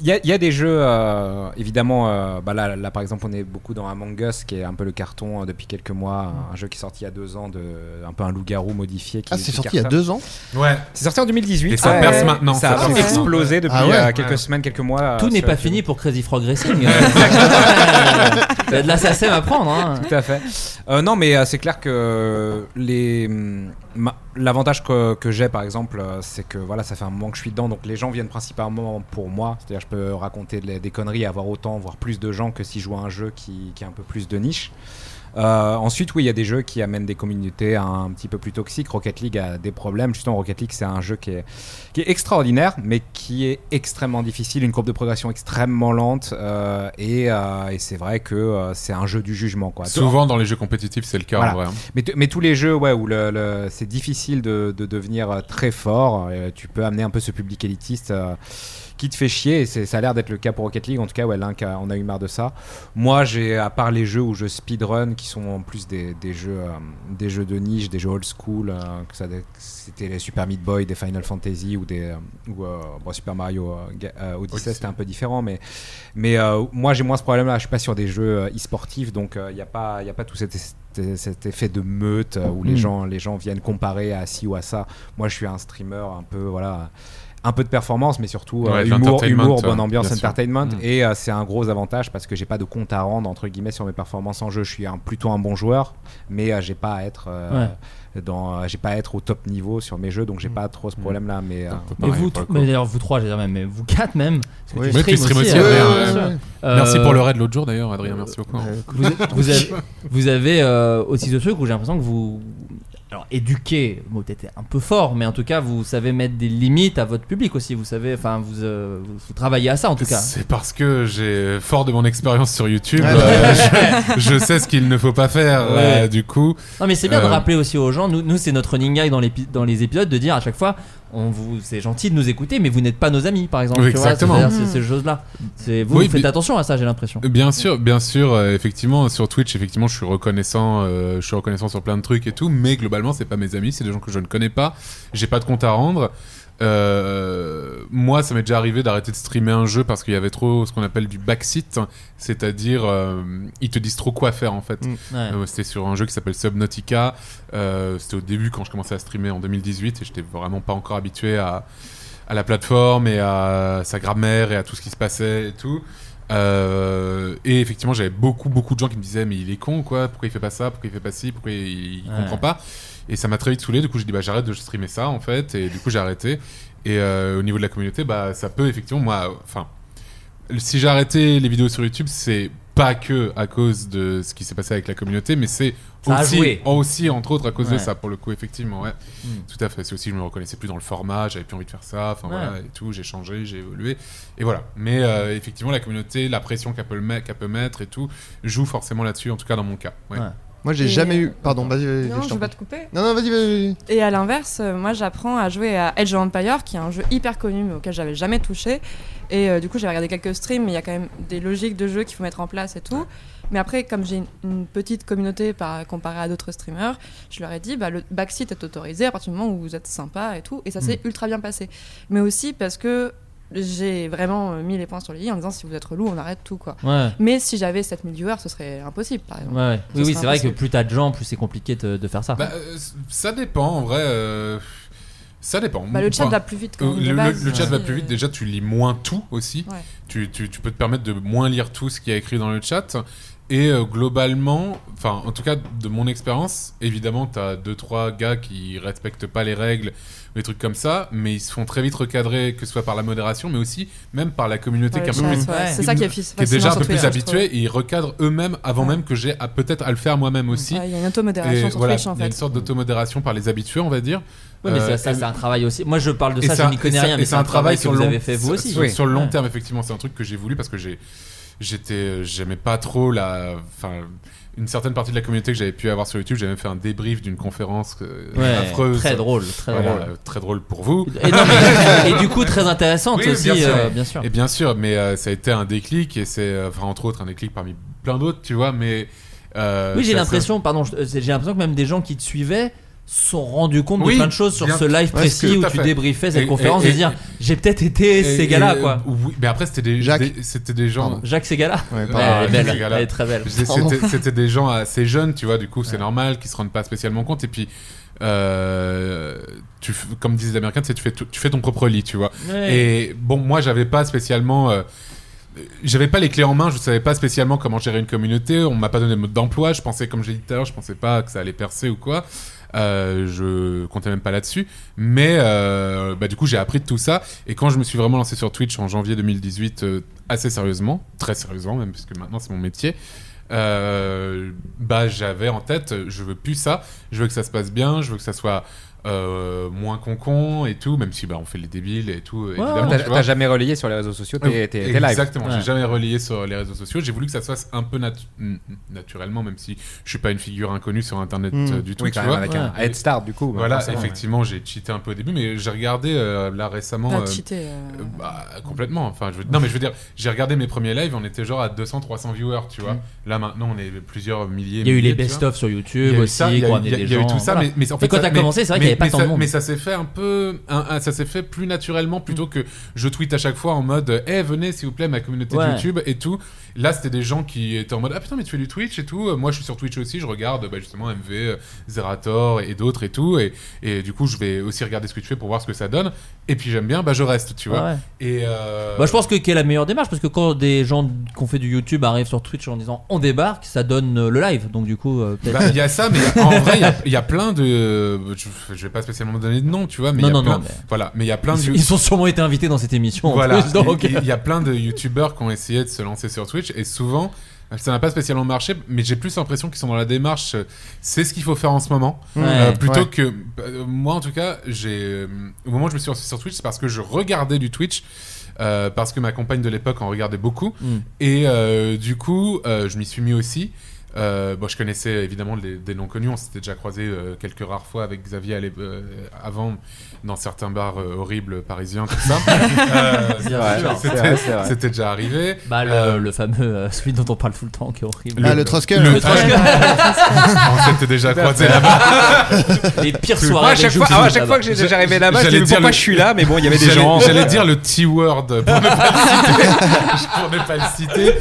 Il y, a- il y a des jeux, euh, évidemment, euh, bah là, là, par exemple on est beaucoup dans Among Us qui est un peu le carton euh, depuis quelques mois, un jeu qui est sorti il y a deux ans, de, un peu un loup-garou modifié. Qui Ah, c'est qui sorti il y a cartonne. deux ans Ah Ouais. C'est sorti en 2018. Et ça Ah, Ouais. perce maintenant, Ça ça a perce. explosé depuis Ah ouais. euh, quelques Ouais. semaines, quelques mois. euh, Tout n'est sur pas YouTube. fini pour Crazy Frog Racing. [LAUGHS] [LAUGHS] Il y a de la SACEM à prendre. hein. Tout à fait. Euh, non, mais euh, c'est clair que les hum, ma- l'avantage que, que j'ai par exemple, euh, c'est que voilà, ça fait un moment que je suis dedans, donc les gens viennent principalement pour moi. C'est-à-dire, je peux raconter des, des conneries, et avoir autant, voire plus de gens que si je joue à un jeu qui, qui a un peu plus de niche. Euh, ensuite, oui, il y a des jeux qui amènent des communautés un petit peu plus toxiques. Rocket League a des problèmes. Justement, Rocket League, c'est un jeu qui est, qui est extraordinaire, mais qui est extrêmement difficile, une courbe de progression extrêmement lente. euh, et euh, et c'est vrai que euh, c'est un jeu du jugement. Quoi. Souvent dans les jeux compétitifs, c'est le cas Voilà. en vrai. hein. Mais, t- mais tous les jeux ouais, où le, le- c'est difficile de, de devenir euh, très fort, euh, tu peux amener un peu ce public élitiste euh, qui te fait chier. Et c'est- ça a l'air d'être le cas pour Rocket League. En tout cas, ouais, Link a- on a eu marre de ça. Moi, j'ai, à part les jeux où je speedrun, qui sont en plus des, des jeux, euh, des jeux de niche, des jeux old school, euh, que ça, dé- c'était les Super Meat Boy, des Final Fantasy ou des euh, ou, euh, bon, Super Mario euh, Ga- euh, Odyssey, Odyssey. c'était un peu différent. Mais, mais euh, moi, j'ai moins ce problème-là. Je suis pas sur des jeux euh, e-sportifs, donc il n'y a, pas- y a pas tout cet cet- cet effet de meute euh, où les Mm. gens les gens viennent comparer à ci ou à ça. Moi, je suis un streamer un peu voilà un peu de performance, mais surtout euh, Ouais, de humour, l'entertainment, humour, euh, bonne ambiance, bien sûr. entertainment. Mm. Et euh, c'est un gros avantage parce que j'ai pas de compte à rendre entre guillemets sur mes performances en jeu. Je suis un, plutôt un bon joueur, mais euh, j'ai pas à être euh, dans, euh, j'ai pas à être au top niveau sur mes jeux, donc Mmh. j'ai pas trop ce problème là. Mais euh, Mais vous, tro- mais d'ailleurs, vous trois, j'ai même, mais vous quatre même. parce que Oui. tu streams Oui, tu streams euh, aussi, Adrien, bien ouais. sûr. Merci pour le Euh, raid l'autre jour, d'ailleurs, Adrien, merci beaucoup. euh, Vous, Ouais. vous avez, vous avez, euh, aussi ce truc où j'ai l'impression que vous. Alors, éduquer, le mot peut-être est un peu fort, mais en tout cas, vous savez mettre des limites à votre public aussi. Vous savez, enfin, vous, euh, vous, vous travaillez à ça en tout cas. C'est parce que j'ai fort de mon expérience sur YouTube, Ouais, euh, bah. je, je sais ce qu'il ne faut pas faire. Ouais. euh, du coup, Non, mais c'est bien de Euh, rappeler aussi aux gens. Nous, nous c'est notre running gag dans, l'épi- dans les épisodes de dire à chaque fois on vous, c'est gentil de nous écouter, mais vous n'êtes pas nos amis, par exemple. Oui, tu vois, exactement. c'est-à-dire ces- ces choses-là. C'est- Vous, Oui, vous faites mais- attention à ça, j'ai l'impression. Euh, Bien sûr, bien sûr, euh, effectivement, sur Twitch, effectivement, je suis reconnaissant, euh, je suis reconnaissant sur plein de trucs et tout, mais globalement, c'est pas mes amis, c'est des gens que je ne connais pas, j'ai pas de compte à rendre. Euh, moi, ça m'est déjà arrivé d'arrêter de streamer un jeu parce qu'il y avait trop ce qu'on appelle du backseat, c'est-à-dire euh, ils te disent trop quoi faire en fait. ouais. Euh, c'était sur un jeu qui s'appelle Subnautica. Euh, c'était au début quand je commençais à streamer en 2018 et j'étais vraiment pas encore habitué à, à la plateforme et à sa grammaire et à tout ce qui se passait et tout. Euh, et effectivement, j'avais beaucoup beaucoup de gens qui me disaient mais il est con quoi, pourquoi il fait pas ça, pourquoi il fait pas ci, pourquoi il, il Ouais. comprend pas. Et ça m'a très vite saoulé. Du coup, j'ai dit bah j'arrête de streamer ça en fait. Et du coup, j'ai arrêté. Et euh, au niveau de la communauté, bah ça peut effectivement moi, enfin si j'ai arrêté les vidéos sur YouTube, c'est pas que à cause de ce qui s'est passé avec la communauté, mais c'est Ça a aussi, joué. aussi, entre autres, à cause de Ouais. ça, pour le coup, effectivement. Ouais. Mm. Tout à fait. C'est aussi, je me reconnaissais plus dans le format, j'avais plus envie de faire ça, enfin Ouais. voilà, et tout, j'ai changé, j'ai évolué. Et voilà. Mais euh, effectivement, la communauté, la pression qu'elle peut, le mettre- qu'elle peut mettre et tout, joue forcément là-dessus, en tout cas dans mon cas. Ouais. Moi, j'ai Et, jamais euh, eu. Pardon, vas-y, vas-y. Non, je je t'en vais pas prie. te couper. Non, non, vas-y, vas-y. Et à l'inverse, euh, moi j'apprends à jouer à Edge of Empire, qui est un jeu hyper connu mais auquel j'avais jamais touché. Et euh, du coup, j'avais regardé quelques streams, mais il y a quand même des logiques de jeu qu'il faut mettre en place et tout. Mais après, comme j'ai une, une petite communauté par, comparée à d'autres streamers, je leur ai dit bah, le backseat est autorisé à partir du moment où vous êtes sympa et tout. Et ça s'est ultra bien passé. Mais aussi parce que j'ai vraiment euh, mis les points sur les i en disant si vous êtes relou, on arrête tout quoi. Ouais. Mais si j'avais 7000 viewers, ce serait impossible par exemple. Ouais, ouais. Ce Oui, oui, serait c'est vrai que impossible. plus t'as de gens, plus c'est compliqué de, de faire ça. Bah, euh, c- ça dépend, en vrai. euh, ça dépend. Bah, le chat Enfin, va plus vite, quand même, euh, de le, le- base, le chat aussi, va plus vite. euh. Déjà, tu lis moins tout aussi. Ouais. Tu, tu- tu peux te permettre de moins lire tout ce qui est écrit dans le chat. Et euh, globalement, enfin, en tout cas, de mon expérience, évidemment, t'as deux, trois gars qui respectent pas les règles, des trucs comme ça, mais ils se font très vite recadrer, que ce soit par la modération, mais aussi même par la communauté Par qui est le un peu chat, plus. ouais. C'est ça qui est fis- fascinant déjà un sur peu plus Twitter, je habitué, trouve. et ils recadrent eux-mêmes avant même que j'ai à- peut-être à le faire moi-même aussi. Ouais, il y a une automodération Et sur voilà, Twitch, en Il y a une fait. sorte d'automodération par les habitués, on va dire. Ouais, mais Euh, ça, ça, et- c'est un travail aussi. Moi, je parle de et ça, c'est je un- n'y et connais c'est- rien, et mais c'est un travail que sur vous long- avez fait vous sur- aussi. Sur, sur le long Ouais. terme, effectivement, c'est un truc que j'ai voulu parce que j'ai, j'étais, euh, j'aimais pas trop la, enfin, une certaine partie de la communauté que j'avais pu avoir sur YouTube. J'avais même fait un débrief d'une conférence euh, Ouais, affreuse. très drôle, très drôle. euh, très drôle pour vous. Et non, mais- et du coup, très intéressante Oui, aussi, euh, bien sûr. Et bien sûr, mais euh, ça a été un déclic et c'est, euh, enfin, entre autres, un déclic parmi plein d'autres, tu vois, mais. euh, oui, j'ai c'est assez- l'impression, pardon, je- euh, j'ai l'impression que même des gens qui te suivaient sont rendus compte Oui, de plein de choses sur bien- ce live parce que- précis où tout à tu fait. débriefais Et- cette et- conférence et, et- dire j'ai peut-être été Et- Ségala et- euh, quoi. Oui, mais après c'était des, Jacques. des- c'était des gens. Pardon. Jacques Ségala Ouais, pardon. Elle est Jacques belle, Ségala. elle est très belle. Je disais, Pardon. C'était c'était des gens assez jeunes, tu vois. Du coup, c'est normal qu'ils se rendent pas spécialement compte. Et puis, euh, tu, f- comme disent les Américains, tu sais, tu fais, tout- tu fais ton propre lit, tu vois. Ouais. Et bon, moi, j'avais pas spécialement. euh, j'avais pas les clés en main, je savais pas spécialement comment gérer une communauté, on m'a pas donné de mode d'emploi, je pensais, comme j'ai dit tout à l'heure, je pensais pas que ça allait percer ou quoi. Euh, je comptais même pas là-dessus, mais euh, bah, du coup j'ai appris de tout ça. Et quand je me suis vraiment lancé sur Twitch en janvier 2018, euh, assez sérieusement, très sérieusement même, parce que maintenant c'est mon métier, euh, bah j'avais en tête, euh, je veux plus ça, je veux que ça se passe bien, je veux que ça soit euh, moins concon et tout, même si bah on fait les débiles et tout. évidemment, T'as- tu vois. t'as jamais relayé sur les réseaux sociaux tes- Ouais, tes- tes lives. Exactement, Ouais. j'ai jamais relayé sur les réseaux sociaux. J'ai voulu que ça se fasse un peu nat- n- naturellement, même si je suis pas une figure inconnue sur internet Mm. euh, du tout. Oui, tu quand même, vois. avec un Et- head start, du coup, bah, Voilà, forcément, effectivement, j'ai cheaté un peu au début, mais j'ai regardé euh, là récemment. T'as euh, cheaté, euh. euh, bah, complètement. Enfin, je veux- Non, mais je veux dire, j'ai regardé mes premiers lives, on était genre à 200, 300 viewers, tu vois. Mm. Là maintenant, on est plusieurs milliers. Il y a eu milliers, les tu best vois. of sur YouTube Il y a eu aussi, ça, il y qui a ont eu- amené il y a des il y a eu gens, tout ça, voilà. mais, mais en Mais fait, quand ça- t'as commencé, c'est vrai mais- qu'il y avait pas mais tant de ça- monde. Mais ça s'est fait un peu, un- un- ça s'est fait plus naturellement plutôt Mm. que je tweete à chaque fois en mode, eh venez s'il vous plaît ma communauté Ouais. YouTube et tout. Là, c'était des gens qui étaient en mode, ah putain mais tu fais du Twitch et tout. Moi, je suis sur Twitch aussi, je regarde bah, justement MV, euh, Zerator et d'autres et tout, et, et du coup, je vais aussi regarder ce que tu fais pour voir ce que ça donne. Et puis j'aime bien, bah je reste, tu vois. Ouais. Et euh, Bah, je pense que quelle est la meilleure démarche parce que quand des gens qu'on fait du YouTube arrivent sur Twitch en disant on débarque, ça donne euh, le live donc du coup euh, peut-être. Bah, Il y a ça, mais il y a- en vrai, il y [LAUGHS] a- il y, a plein de. Je, je vais pas spécialement donner de nom, tu vois, mais Non, il y a non, plein. non, mais- Voilà, mais il y a plein ils, de. ils ont sûrement été invités dans cette émission. en Voilà, plus, donc. euh, il, il y a plein de youtubeurs qui ont essayé de se lancer sur Twitch et souvent ça n'a pas spécialement marché, mais j'ai plus l'impression qu'ils sont dans la démarche. euh, C'est ce qu'il faut faire en ce moment, Ouais. Euh, plutôt Ouais. que euh, moi en tout cas. J'ai euh, au moment où je me suis lancé sur Twitch, c'est parce que je regardais du Twitch. euh, parce que ma compagne de l'époque en regardait beaucoup Mm. et euh, du coup euh, je m'y suis mis aussi Euh, bon, je connaissais évidemment les- des noms connus on s'était déjà croisé quelques rares fois avec Xavier à l'é- euh, avant dans certains bars euh, horribles parisiens tout [LAUGHS] ça Euh, C'est vrai, c'était- c'est vrai, c'est vrai. c'était déjà arrivé. Bah, le, Euh, le fameux, euh, celui dont on parle tout le temps, qui est horrible. le- Bah, Le, le Troskel. On s'était déjà croisés là-bas. [LAUGHS] Les pires Plus- soirées. Moi, à chaque avec fois, Joe ah, à Kidd chaque fois que j'ai- là-bas. j'arrivais là-bas, je J'allais dis, mais dire pourquoi le- je suis là Mais bon, il y avait des J'allais- gens. J'allais dire le T-word pour ne pas le citer. [LAUGHS] Pour ne pas le citer.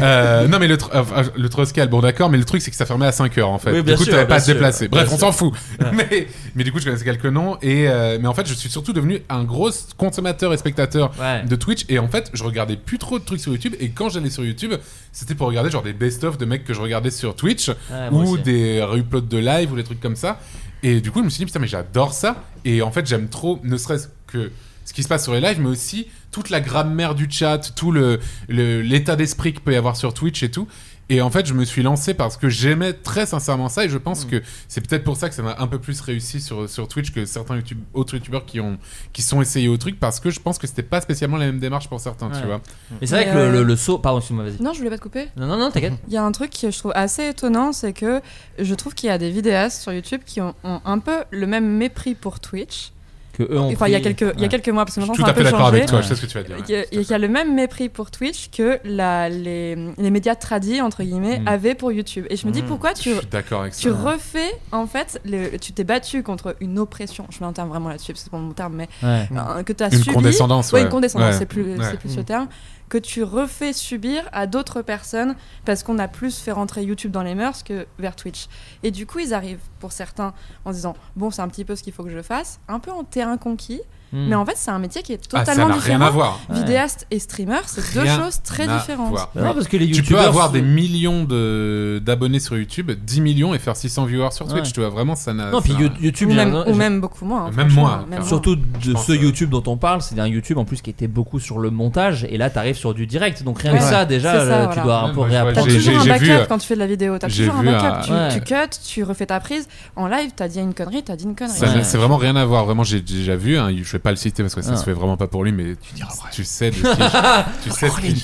Euh, non, mais le, tr- enfin, le Troscal, bon d'accord, mais le truc c'est que ça fermait à 5 heures en fait. Oui, du bien coup, sûr, t'avais bien pas à te sûr, déplacer. bien Bref, on sûr. s'en fout. Ouais. [LAUGHS] Mais, mais du coup, je connaissais quelques noms. Et, euh, mais en fait, je suis surtout devenu un gros consommateur et spectateur de Twitch. Et en fait, je regardais plus trop de trucs sur YouTube. Et quand j'allais sur YouTube, c'était pour regarder genre des best-of de mecs que je regardais sur Twitch moi ou aussi. des reuploads de live ou des trucs comme ça. Et du coup, je me suis dit, putain, mais j'adore ça. Et en fait, j'aime trop, ne serait-ce que ce qui se passe sur les lives, mais aussi toute la grammaire du chat, tout le- le- l'état d'esprit qu'il peut y avoir sur Twitch et tout. Et en fait, je me suis lancé parce que j'aimais très sincèrement ça. Et je Mm. pense que c'est peut-être pour ça que ça m'a un peu plus réussi sur, sur Twitch que certains YouTube- autres youtubeurs qui, ont, qui sont essayés au truc parce que je pense que c'était pas spécialement la même démarche pour certains, tu Ouais. vois. Mais c'est vrai Mais, que le, euh, le- le saut. Pardon, excuse-moi, vas-y. Non, je voulais pas te couper. Non, non, non, t'inquiète. Il y a un truc que je trouve assez étonnant, c'est que je trouve qu'il y a des vidéastes sur YouTube qui ont, ont un peu le même mépris pour Twitch. Que eux ont Enfin, il y a pris- quelques, il y a Ouais. quelques mois, parce que Je suis maintenant tout ça a à un fait peu d'accord changé. avec toi, je sais ce que tu vas dire, Il y a- ouais, il y, a le même mépris pour Twitch que la, les, les médias tradis, entre guillemets, Mm. avaient pour YouTube. Et je me dis Mm. pourquoi tu, Je suis d'accord avec tu ça. refais, en fait, le- tu t'es battu contre une oppression. Je mets un terme vraiment là-dessus, parce que c'est pas mon terme, mais Ouais. euh, que tu as Une subi. condescendance, Ouais, ouais. une condescendance, Ouais. c'est plus, Ouais. c'est plus Mm. le terme, que tu refais subir à d'autres personnes parce qu'on a plus fait rentrer YouTube dans les mœurs que vers Twitch. Et du coup, ils arrivent pour certains en se disant bon, c'est un petit peu ce qu'il faut que je fasse, un peu en terrain conquis. Mm. Mais en fait, c'est un métier qui est Ah, ça totalement n'a rien différent. à voir. Ouais. Vidéaste et streamer, c'est deux Rien choses très à différentes. voir. Ouais, parce que les tu peux youtubeurs avoir sont- des millions de- d'abonnés sur YouTube, 10 millions et faire 600 viewers sur Twitch. Ouais. Tu vois, vraiment, ça n'a. Non, puis ça- You- YouTube, Ou j'ai- même- ou j'ai- même beaucoup moins, hein, Même franchement, moins. même moins. Surtout de pense, ce YouTube dont on parle, c'est un YouTube en plus qui était beaucoup sur le montage, et là t'arrives sur du direct, donc rien Ouais. que ça déjà, C'est ça, là, tu voilà. dois un Ouais, peu moi, je vois, réapprendre. T'as J'ai- toujours j'ai- un j'ai backup vu, euh, quand tu fais de la vidéo. T'as j'ai toujours un vu, backup. euh, Tu, Ouais. tu cuts, tu refais ta prise. En live, t'as dit une connerie, t'as dit une connerie. ça n'a- C'est vraiment rien à voir. Vraiment, j'ai déjà vu. hein, je vais pas le citer parce que ça Ah. se fait vraiment pas pour lui, mais tu, sais de qui je, tu sais de qui je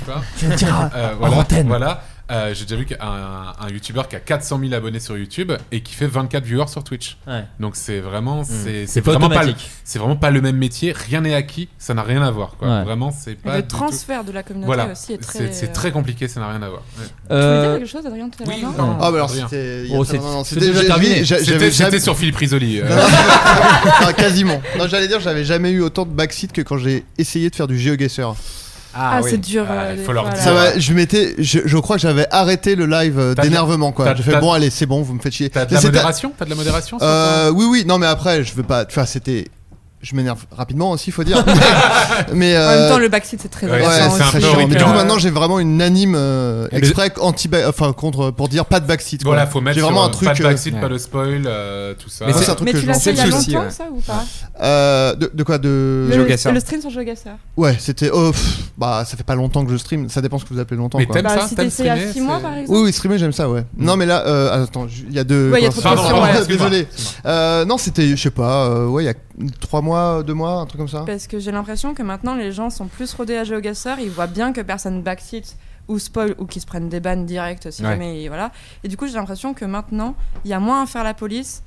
parle. Tu le diras Euh, en voilà. antenne. voilà. Euh, J'ai déjà vu qu'un un youtubeur qui a 400 000 abonnés sur YouTube et qui fait 24 viewers sur Twitch. Ouais. Donc c'est vraiment, C'est c'est c'est pas vraiment pas, le- automatique. c'est vraiment pas le même métier. Rien n'est acquis, ça n'a rien à voir. Quoi. Ouais. Vraiment, c'est pas. du le tout- transfert de la communauté Voilà. aussi est très- C'est- C'est très compliqué, ça n'a rien à voir. Ouais. Tu voulais dire quelque chose, Adrien, tout à l'heure, non Ah, bah alors Rien. c'était. il y a Oh, très- c'est- non, non, c'est déjà j'ai- terminé. j'ai- C'était- j'avais c'était jamais- sur Philippe Risoli, euh. Non, non, non, quasiment. Non, j'allais dire, j'avais jamais eu autant de backseat que quand j'ai essayé de faire du geoguessr. Ah, Ah, oui. c'est dur, Ah, euh, il faut des leur fois, dire. Ça va, je m'étais, je, je crois que j'avais arrêté le live euh, T'as de- d'énervement quoi. t'as- J'ai fait t'as- bon allez, c'est bon, vous me faites chier. T'as de la Mais c'était- modération T'as de la modération sur Euh, Oui, oui. Non, mais après, je veux pas. Enfin, c'était. Je m'énerve rapidement aussi, faut dire. [LAUGHS] mais En même temps, le backseat, c'est très ouais, agaçant c'est aussi. très chiant. Mais du coup, maintenant, j'ai vraiment une anime euh, Mais- exprès anti, enfin contre pour dire pas de backseat. quoi. [LAUGHS] Voilà, faut mettre J'ai vraiment sur, un truc. Pas de backseat, euh, pas de spoil, euh, tout ça. Mais c'est- c'est un truc Mais que tu je l'as lance. fait il y a longtemps, ça, ou pas euh, de, de quoi de Le- Geoguessr. le stream sur Geoguessr. Ouais, c'était oh, pff, bah ça fait pas longtemps que je stream, ça dépend ce que vous appelez longtemps Mais quoi. t'aimes Bah, ça, si t'aimes t'essayes à streamer, six mois, c'est- par exemple Mm. Oui, oui, streamer, j'aime ça, ouais. Non mais là euh, attends, j- il y a deux Ouais, il y a trop de Pardon, questions, pardon, ouais. désolé. Euh, non, c'était je sais pas, euh, ouais, il y a trois mois, deux mois, un truc comme ça. Parce que j'ai l'impression que maintenant les gens sont plus rodés à GeoGuessr, ils voient bien que personne backseat ou spoil ou qu'ils se prennent des bannes directes si Ouais. jamais. ils- Voilà. Et du coup, j'ai l'impression que maintenant il y a moins à faire la police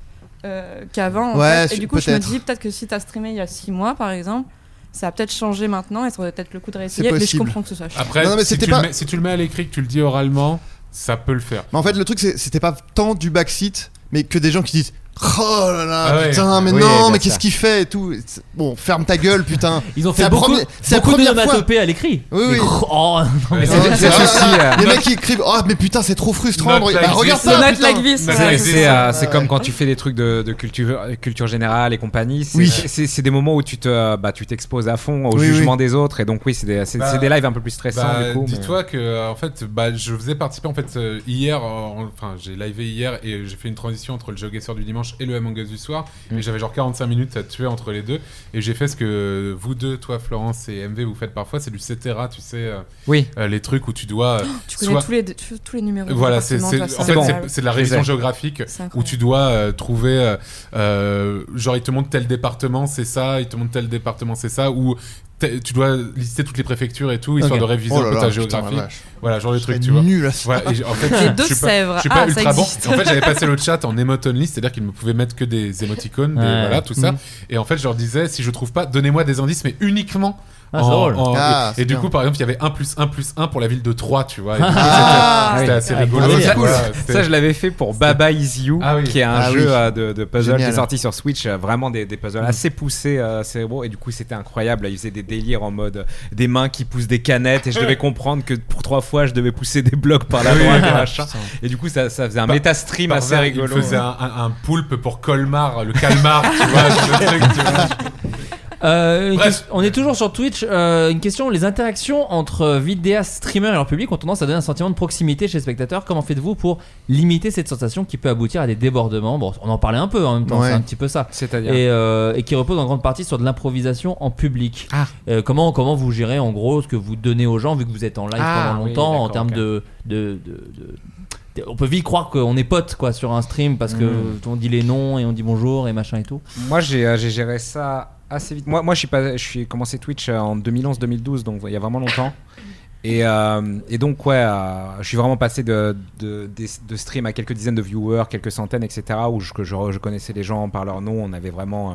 euh, qu'avant. en Ouais, fait. Et su- du coup, je me peut-être. dis peut-être que si t'as streamé il y a 6 mois par exemple, ça a peut-être changé maintenant et ça aurait peut-être le coup de réessayer. Mais je comprends que ce soit chiant. Après, si, tu pas- le mets, si tu le mets à l'écrit, que tu le dis oralement, ça peut le faire. Mais en fait, le truc c'est- c'était pas tant du backseat, mais que des gens qui disent Oh là là, Ah ouais. putain, mais Oui, non, bien mais sûr. qu'est-ce qu'il fait et tout. C'est- Bon, ferme ta gueule, putain. Ils ont C'est fait la beaucoup, première- c'est la beaucoup première fois- d'onomatopées à l'écrit. Oui, oui. Mais- Oh, non, mais Ouais, c'est- c'est vrai, euh, Les Not- mecs qui écrivent Oh, mais putain, c'est trop frustrant. Not Bah, like regarde this. ça. Not putain. like this, C'est c'est, euh, c'est comme quand tu fais des trucs de, de culture, euh, culture générale et compagnie. C'est Oui. c'est- c'est des moments où tu te, euh, bah, tu t'exposes à fond au Oui, jugement des autres. Et donc oui, c'est des, c'est- Bah, c'est des lives un peu plus stressants bah, du coup. mais- Dis-toi que euh, en fait, bah, je faisais participer en fait euh, hier, euh, en- enfin j'ai livé hier et j'ai fait une transition entre le GeoGuessr du dimanche et le Among Us du soir. Mm. Et j'avais genre 45 minutes à tuer entre les deux. Et j'ai fait ce que vous deux, toi Florence et MV, vous faites parfois, c'est du cetera, tu sais. euh, Oui. euh, les trucs où tu [GASPS] dois. euh, [GASPS] Tu connais soit- tous les tous tous les numéros. Voilà, du c'est département, c'est- toi, en ça fait, me c'est- parle. c'est de la Je les ai. révision géographique C'est où incroyable. tu dois euh, trouver euh, euh, genre il te montre tel département, c'est ça, il te montre tel département, c'est ça ou te- tu dois lister toutes les préfectures et tout histoire Ok. de réviser Oh un là peu là, ta putain, géographie. la vache. voilà, genre le truc, serais tu vois. nul à ça. Ouais, et j- en [LAUGHS] fait, Les je- je deux suis pas- Sèvres. je suis pas Ah, ça ultra bon. existe. En fait, j'avais passé le chat en emoton list, c'est-à-dire qu'ils me pouvaient mettre que des émoticônes, des- Ouais. voilà, tout ça. Mm. Mhm. Et en fait, je leur disais si je trouve pas, donnez-moi des indices mais uniquement Ah, en- c'est drôle. en- Ah, et, c'est et du bien. coup, par exemple, il y avait 1 plus 1 plus 1 pour la ville de Troyes, tu vois. et du coup, Ah, c'était- oui. C'était assez Ah, rigolo. cool. Ça, Voilà, ça, c'était- je l'avais fait pour Baba Is You, Ah oui. qui est un Ah jeu oui. euh, de, de puzzle qui Génial. est sorti sur Switch. euh, Vraiment des, des puzzles Mm. assez poussés, euh, cérébraux. Et du coup, c'était incroyable. Ils faisaient des délires en mode euh, des mains qui poussent des canettes. Et je [LAUGHS] devais comprendre que pour trois fois, je devais pousser des blocs par la Oui. droite et machin. Ah, Putain. Et du coup, ça, ça faisait un Par- métastream par assez hasard, rigolo. Il faisait un, un- un poulpe pour Colmar, le calmar, tu vois. genre [LAUGHS] le truc, tu vois. Euh, une question- on est toujours sur Twitch. euh, une question les interactions entre vidéastes, streamers et leur public ont tendance à donner un sentiment de proximité chez les spectateurs. Comment faites-vous pour limiter cette sensation qui peut aboutir à des débordements Bon, on en parlait un peu en même temps, Ouais. c'est un petit peu ça. C'est-à-dire et, euh, et qui repose en grande partie sur de l'improvisation en public. Ah. Euh, comment comment vous gérez en gros ce que vous donnez aux gens vu que vous êtes en live Ah, pendant oui, longtemps en d'accord, termes ok. de, de, de- de- de- on peut vite croire qu'on est potes quoi sur un stream parce que Mm. on dit les noms et on dit bonjour et machin et tout. Moi, j'ai euh, j'ai géré ça assez vite. Moi, moi je suis pas, je suis commencé Twitch euh, en 2011-2012, donc il y a vraiment longtemps. Et, euh, et donc, ouais, euh, je suis vraiment passé de, de, des- de stream à quelques dizaines de viewers, quelques centaines, etc., où je, que je, je connaissais les gens par leur nom. On avait vraiment euh,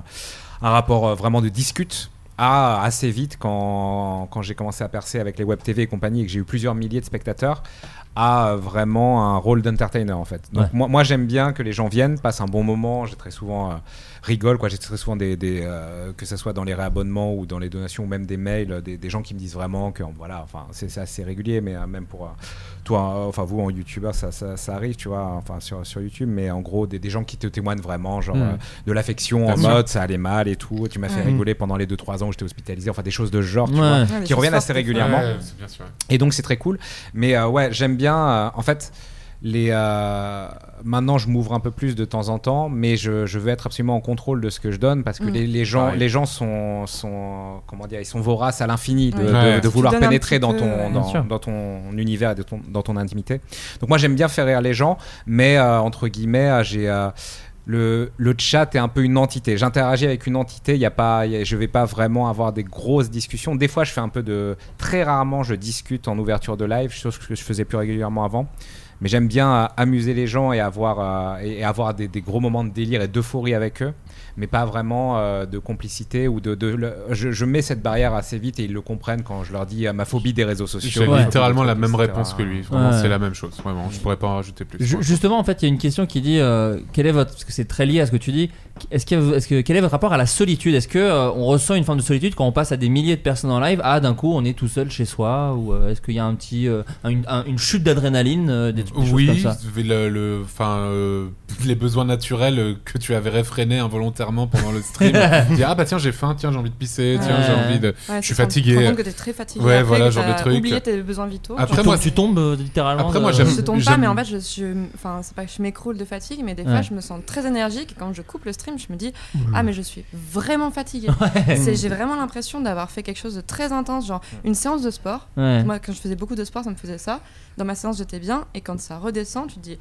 un rapport euh, vraiment de discute à assez vite quand, quand j'ai commencé à percer avec les web TV et compagnie et que j'ai eu plusieurs milliers de spectateurs à euh, vraiment un rôle d'entertainer en fait. Donc Ouais. moi, moi j'aime bien que les gens viennent, passent un bon moment, j'ai très souvent euh, rigole quoi, j'ai très souvent des, des, euh, que ce soit dans les réabonnements ou dans les donations ou même des mails euh, des, des gens qui me disent vraiment que voilà, enfin c'est c'est assez régulier mais euh, même pour euh, toi euh, enfin vous en youtubeur ça, ça, ça arrive, tu vois, enfin sur sur YouTube mais en gros des, des gens qui te témoignent vraiment genre Mm. euh, de l'affection Bien en sûr. mode ça allait mal et tout, tu m'as fait Ouais. rigoler pendant les 2-3 ans où j'étais hospitalisé, enfin des choses de ce genre, tu Ouais. vois, Ouais, les qui choses reviennent assez fortes, des fois. régulièrement. Ouais, c'est bien sûr, ouais. Et donc c'est très cool. Mais euh, ouais, j'aime bien. euh, en fait, les, euh, maintenant je m'ouvre un peu plus de temps en temps, mais je, je veux être absolument en contrôle de ce que je donne parce que Mm. les, les gens, Pareil. les gens sont, sont comment dire, ils sont voraces à l'infini de, Ouais. de- Ouais. de Tu vouloir donnes un pénétrer petit dans peu, ouais. ton, Bien sûr. dans, dans ton univers, et de ton- dans ton intimité. Donc moi j'aime bien faire rire les gens, mais euh, entre guillemets euh, j'ai euh, le, le chat est un peu une entité. J'interagis avec une entité, y a pas, y a- je vais pas vraiment avoir des grosses discussions. Des fois, je fais un peu de. Très rarement, je discute en ouverture de live, chose que je faisais plus régulièrement avant. Mais j'aime bien euh, amuser les gens et avoir, euh, et, et avoir des, des gros moments de délire et d'euphorie avec eux, mais pas vraiment euh, de complicité ou de. de le- je, je mets cette barrière assez vite et ils le comprennent quand je leur dis euh, ma phobie des réseaux sociaux. J'ai ma phobie littéralement de la Twitter, même etc. réponse que lui. Vraiment, Ouais. C'est la même chose. Vraiment, je pourrais pas en rajouter plus. Ju- Justement, en fait, il y a une question qui dit euh, quel est votre parce que c'est très lié à ce que tu dis. Est-ce que, est-ce que quel est votre rapport à la solitude Est-ce que euh, on ressent une forme de solitude quand on passe à des milliers de personnes en live Ah, d'un coup, on est tout seul chez soi Ou euh, est-ce qu'il y a un petit euh, un- une- un- une chute d'adrénaline euh, des, des choses comme Oui, ça le, le- enfin, euh, les besoins naturels euh, que tu avais réfrénés involontairement pendant le [LAUGHS] stream. dire ah bah tiens j'ai faim, tiens j'ai envie de pisser, tiens Ouais. j'ai envie de, Ouais, je suis c'est ça. Tu te rends fatigué. compte que t'es très fatigué Ouais après, voilà que genre de t'as trucs. oublié tes besoins vitaux. Après Tu moi tombes- tu tombes euh, littéralement. Après moi de- j'aime. Je tombe pas, j'aime- mais en fait, je, je- enfin, c'est pas que je m'écroule de fatigue, mais des fois, Ouais. je me sens très énergique. Et quand je coupe le stream, je me dis Ouh. Ah, mais je suis vraiment fatiguée. [LAUGHS] Ouais. C'est- J'ai vraiment l'impression d'avoir fait quelque chose de très intense, genre une séance de sport. Ouais. Moi, quand je faisais beaucoup de sport, ça me faisait ça. Dans ma séance, j'étais bien. Et quand ça redescend, tu te dis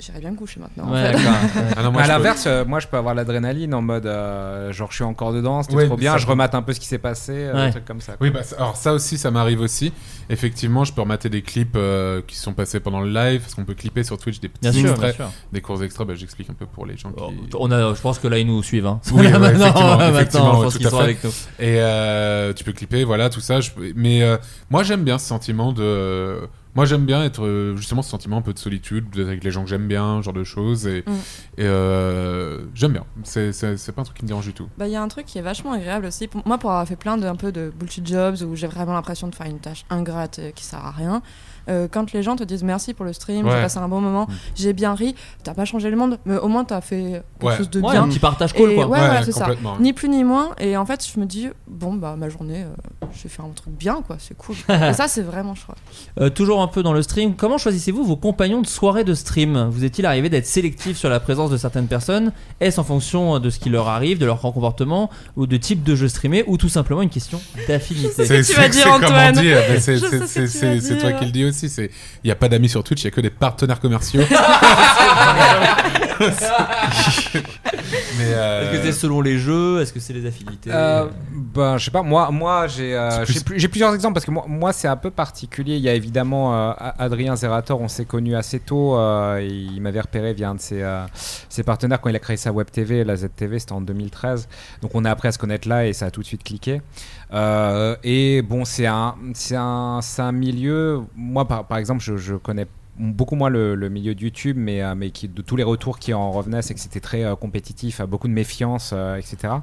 J'irais bien me coucher maintenant. en fait. [LAUGHS] Ah non, moi, à je peux- l'inverse, euh, moi je peux avoir l'adrénaline en mode euh, genre je suis encore dedans, c'était Ouais, trop bien, ça- je remate un peu ce qui s'est passé, euh, Ouais. un truc comme ça. quoi. Oui, [LAUGHS] bah, ça- alors ça aussi, ça m'arrive aussi. Effectivement, je peux remater des clips euh, qui sont passés pendant le live, parce qu'on peut clipper sur Twitch des petits Bien sûr, extraits, bien sûr. Oh, des courts extraits. Bah, J'explique un peu pour les gens qui. On a, je pense que là ils nous suivent. Hein. [LAUGHS] Oui, Là, ouais, maintenant, effectivement, maintenant, effectivement, je pense tout qu'ils à sont fait. avec nous. Et euh, tu peux clipper, voilà, tout ça. je peux- Mais euh, moi, j'aime bien ce sentiment de. Moi, j'aime bien être euh, justement ce sentiment un peu de solitude, d'être avec les gens que j'aime bien, ce genre de choses. Et, Mm. et, euh, j'aime bien. C'est- C'est c'est pas un truc qui me dérange du tout. Bah, il y a un truc qui est vachement agréable aussi. Pour- moi, pour avoir fait plein de, un peu de bullshit jobs où j'ai vraiment l'impression de faire une tâche ingrate euh, qui sert à rien, euh, quand les gens te disent merci pour le stream, Ouais. j'ai passé un bon moment, Mm. j'ai bien ri, t'as pas changé le monde, mais au moins t'as fait quelque Ouais. chose de Ouais, bien. un petit partage cool, Et quoi. Ouais, Ouais, voilà, c'est ça. complètement. Ni plus ni moins. Et en fait, je me dis, bon, bah, ma journée, euh, j'ai fait un truc bien, quoi, [LAUGHS] c'est cool. et ça, c'est vraiment chouette. Euh, toujours un peu dans le stream, comment choisissez-vous vos compagnons de soirée de stream Vous est-il arrivé d'être sélectif sur la présence de certaines personnes Est-ce en fonction de ce qui leur arrive, de leur comportement, ou de type de jeu streamé, ou tout simplement une question d'affinité C'est- c'est- c'est comme on dit, euh, mais c'est- c'est- c'est- C'est c'est toi qui le dis aussi. c'est- Il n'y a pas d'amis sur Twitch, il n'y a que des partenaires [LAUGHS] commerciaux. [LAUGHS] [LAUGHS] Mais, euh, Est-ce que c'est selon les jeux Est-ce que c'est les affinités Euh, ben, je sais pas, moi, moi j'ai euh, j'ai plus- j'ai plusieurs exemples parce que moi, moi c'est un peu particulier. Il y a évidemment euh, A- Adrien Zerator, on s'est connu assez tôt. euh, il m'avait repéré via un de ses, euh, ses partenaires quand il a créé sa web TV, la ZTV, c'était en 2013. Donc on a appris à se connaître là et ça a tout de suite cliqué. Euh, et bon, c'est un, c'est un, c'est un milieu. Moi, par, par exemple, je, je connais beaucoup moins le, le milieu de YouTube, mais, euh, mais qui, de tous les retours qui en revenaient, c'est que c'était très euh, compétitif, euh, beaucoup de méfiance, euh, etc.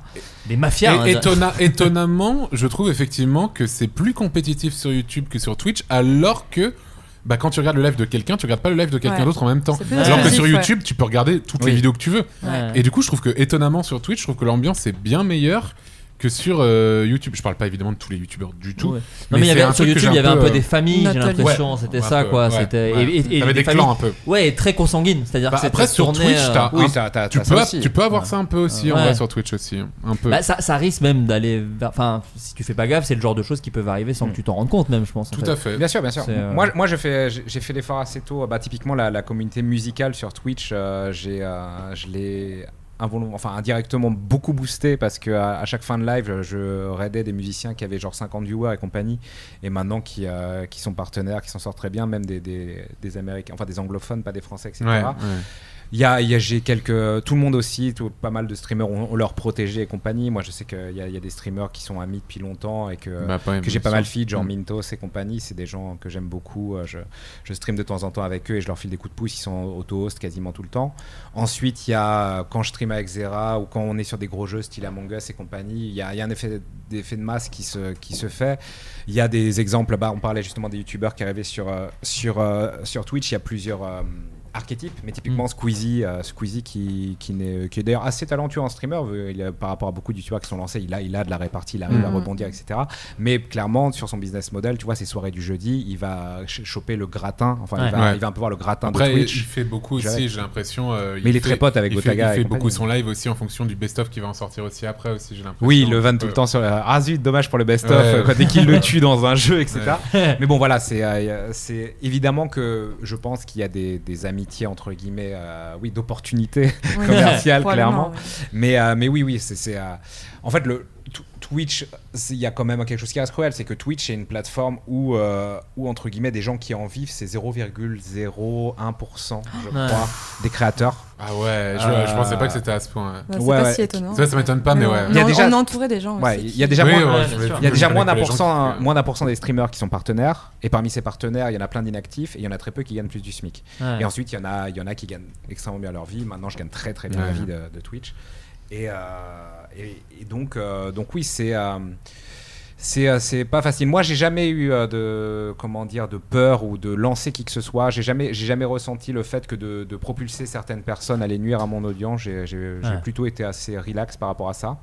Des mafias, hein, Et ça. étonna- étonnamment, je trouve effectivement que c'est plus compétitif sur YouTube que sur Twitch, alors que. Bah, quand tu regardes le live de quelqu'un, tu regardes pas le live de quelqu'un Ouais. d'autre en même temps. C'est plus Alors que exclusif, sur ouais. YouTube, tu peux regarder toutes les Oui. vidéos que tu veux. Ouais. Et du coup, je trouve que étonnamment sur Twitch, je trouve que l'ambiance est bien meilleure que sur euh, YouTube. Je parle pas évidemment de tous les YouTubeurs du tout. Ouais. Non, mais il y c'est avait- un sur truc que YouTube, il y j'ai avait un peu euh, des familles, j'ai Nathalie. l'impression, Ouais, c'était un ça, peu, quoi, ouais, c'était- ouais. et- et- et T'avais des des familles- clans un peu. Ouais, et très consanguines, c'est-à-dire Bah, que c'est après très sur tourné, Twitch, euh, t'as oui. un- tu, peux, avoir- tu peux avoir ça un peu aussi en Ouais. vrai sur Twitch aussi, un peu. Bah, ça, ça risque même d'aller. vers- Enfin, si tu fais pas gaffe, c'est le genre de choses qui peuvent arriver sans que tu t'en rendes compte, même, je pense. en Bien sûr, bien sûr. C'est, euh, Moi, moi j'ai fait, j'ai- j'ai fait l'effort assez tôt. Bah, typiquement, la, la communauté musicale sur Twitch, euh, j'ai, euh, je l'ai involu- enfin, indirectement beaucoup boosté parce que à, à chaque fin de live, je raidais des musiciens qui avaient genre 50 viewers et compagnie, et maintenant qui, euh, qui sont partenaires, qui s'en sortent très bien, même des, des, des Américains, enfin des anglophones, pas des Français, etc. Ouais, ouais. Il y a, il y a- j'ai quelques, tout le monde aussi, tout- pas mal de streamers ont, ont leur protégé et compagnie. Moi, je sais qu'il y, a- il y a des streamers qui sont amis depuis longtemps et que, Bah, pas, que j'ai bien pas mal sûr. feed, genre Mm. Mintos et compagnie. C'est des gens que j'aime beaucoup. euh, Je, je stream de temps en temps avec eux et je leur file des coups de pouce. Ils sont auto-host quasiment tout le temps. Ensuite, il y a euh, quand je stream avec Zera ou quand on est sur des gros jeux style Among Us et compagnie, il y a, il y a un effet, d'effet de masse qui se, qui se fait. Il y a des exemples. Bah, on parlait justement des youtubeurs qui arrivaient sur, euh, sur, euh, sur Twitch. Il y a plusieurs. euh, archétypes, mais typiquement Squeezie, euh, Squeezie qui, qui, n'est- qui est d'ailleurs assez talentueux en streamer euh, il a- par rapport à beaucoup de youtubeurs qui sont lancés, il a, il a de la répartie, il arrive à Mm. rebondir rebondir, etc. Mais clairement, sur son business model, tu vois, ses soirées du jeudi, il va ch- choper le gratin. Enfin, il, va, Ouais. Bah, il va un peu voir le gratin Après, de Twitch. il fait beaucoup Je- aussi, j'ai l'impression. euh, Mais il est très fait- pote avec il fait- Il Gotaga et fait beaucoup compagnie. son live aussi en fonction du best-of qui va en sortir aussi après aussi, j'ai l'impression. Oui, il le vanne Euh, tout le temps sur. euh, Ah zut, dommage pour le best-of, Ouais. euh, quoi, dès qu'il le tue dans un jeu, etc. Ouais. Mais bon, voilà, c'est euh, c'est évidemment que je pense qu'il y a des, des amis d'amitié entre guillemets, euh, oui, [LAUGHS] d'opportunité Oui. commerciale Probablement, clairement. ouais. Mais euh, mais oui oui, c'est c'est, euh, en fait le Tw- Twitch, c'est- il y a quand même quelque chose qui reste cruel, c'est que Twitch est une plateforme où, euh, où entre guillemets, des gens qui en vivent, c'est 0,01%, je Ouais. crois, des créateurs. Euh, Ah ouais, je- je pensais pas que c'était à ce point. hein. Ouais, c'est pas si étonnant. Ça, ça m'étonne pas, mais ouais. Il y a on- déjà- on est entouré des gens Ouais, aussi il qui- y a déjà Oui, moins, ouais, bien sûr. il y a déjà Je moins d'un connais les pour gens cent, moins d'un pour cent des streamers qui sont partenaires. Et parmi ces partenaires, il y en a plein d'inactifs et il y en a très peu qui gagnent plus du SMIC. Ouais. Et ensuite, il y en a, il y en a qui gagnent extrêmement bien leur vie. Maintenant, je gagne très très bien Ouais. ma vie de, de Twitch. Et, euh, et, et donc, euh, donc oui, c'est euh, c'est euh, c'est pas facile. Moi, j'ai jamais eu euh, de comment dire de peur ou de lancer qui que ce soit. J'ai jamais j'ai jamais ressenti le fait que de, de propulser certaines personnes allait nuire à mon audience. J'ai j'ai- j'ai Ouais. plutôt été assez relax par rapport à ça.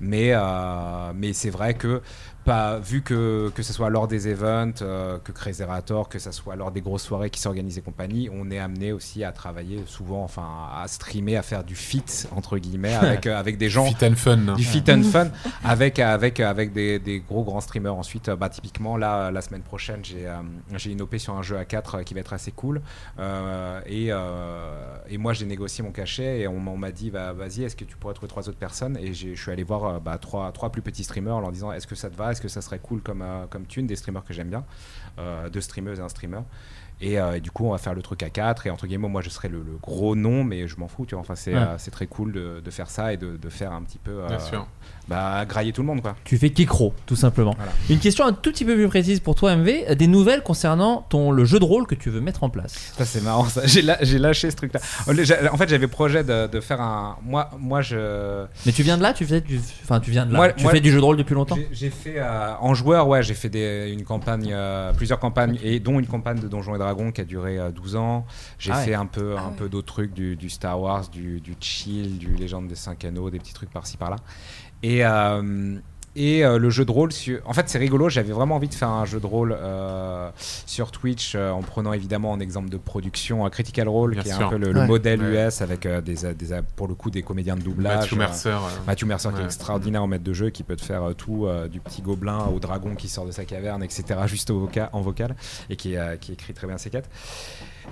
Mais euh, mais c'est vrai que pas vu que que ce soit lors des events, euh, que Crazy-Rator, que ce soit lors des grosses soirées qui s'organisent et compagnie, on est amené aussi à travailler souvent, enfin à streamer, à faire du fit entre [LAUGHS] guillemets avec euh, avec des gens Fit and fun. hein. du fit Mmh. and fun avec avec avec des, des gros grands streamers ensuite euh, bah typiquement là euh, la semaine prochaine j'ai euh, j'ai une op sur un jeu à 4 qui va être assez cool Euh, et euh, et moi j'ai négocié mon cachet et on, m'a- on m'a dit bah, vas-y est-ce que tu pourrais trouver trois autres personnes et j'ai- je suis allé voir euh, bah, trois trois plus petits streamers en leur disant est-ce que ça te va est-ce que ça serait cool comme euh, comme thune des streamers que j'aime bien euh, deux streameuses et un streamer et, euh, et du coup, on va faire le truc à 4. Et entre guillemets, moi, je serai le, le gros nom, mais je m'en fous. Tu vois. Enfin, c'est Ouais. euh, c'est très cool de, de faire ça et de, de faire un petit peu. euh, Bien sûr. Bah, grailler tout le monde, quoi. Tu fais Kikro, tout simplement. Une question un tout petit peu plus précise pour toi, MV. euh, Des nouvelles concernant ton, le jeu de rôle que tu veux mettre en place. Ça, c'est marrant, ça. [LAUGHS] J'ai la- j'ai lâché ce truc-là. Oh, le- j'ai- En fait, j'avais projet de, de faire un. Moi, moi je. Mais tu viens de là Tu fais du, enfin, tu viens de là. Moi- tu moi- fais du jeu de rôle depuis longtemps J'ai- J'ai fait euh, en joueur, ouais, j'ai fait des- une campagne, euh, plusieurs campagnes, et dont une campagne de Donjons et Dragons qui a duré euh, 12 ans. J'ai Ah ouais. fait un peu, un peu d'autres trucs, du, du Star Wars, du, du Chill, du Légende des Cinq Anneaux, des petits trucs par-ci par-là. Et euh, et euh, le jeu de rôle, sur- en fait, c'est rigolo. J'avais vraiment envie de faire un jeu de rôle euh, sur Twitch, euh, en prenant évidemment en exemple de production euh, Critical Role, Bien qui est un sûr. peu le, le Ouais. modèle US avec euh, des, euh, des, euh, pour le coup des comédiens de doublage. Matthew euh, Mercer, ouais. Matthew Mercer qui est Ouais. extraordinaire en maître de jeu, qui peut te faire euh, tout, euh, du petit gobelin au dragon qui sort de sa caverne, etc., juste au voca- en vocal, et qui, euh, qui écrit très bien ses quêtes.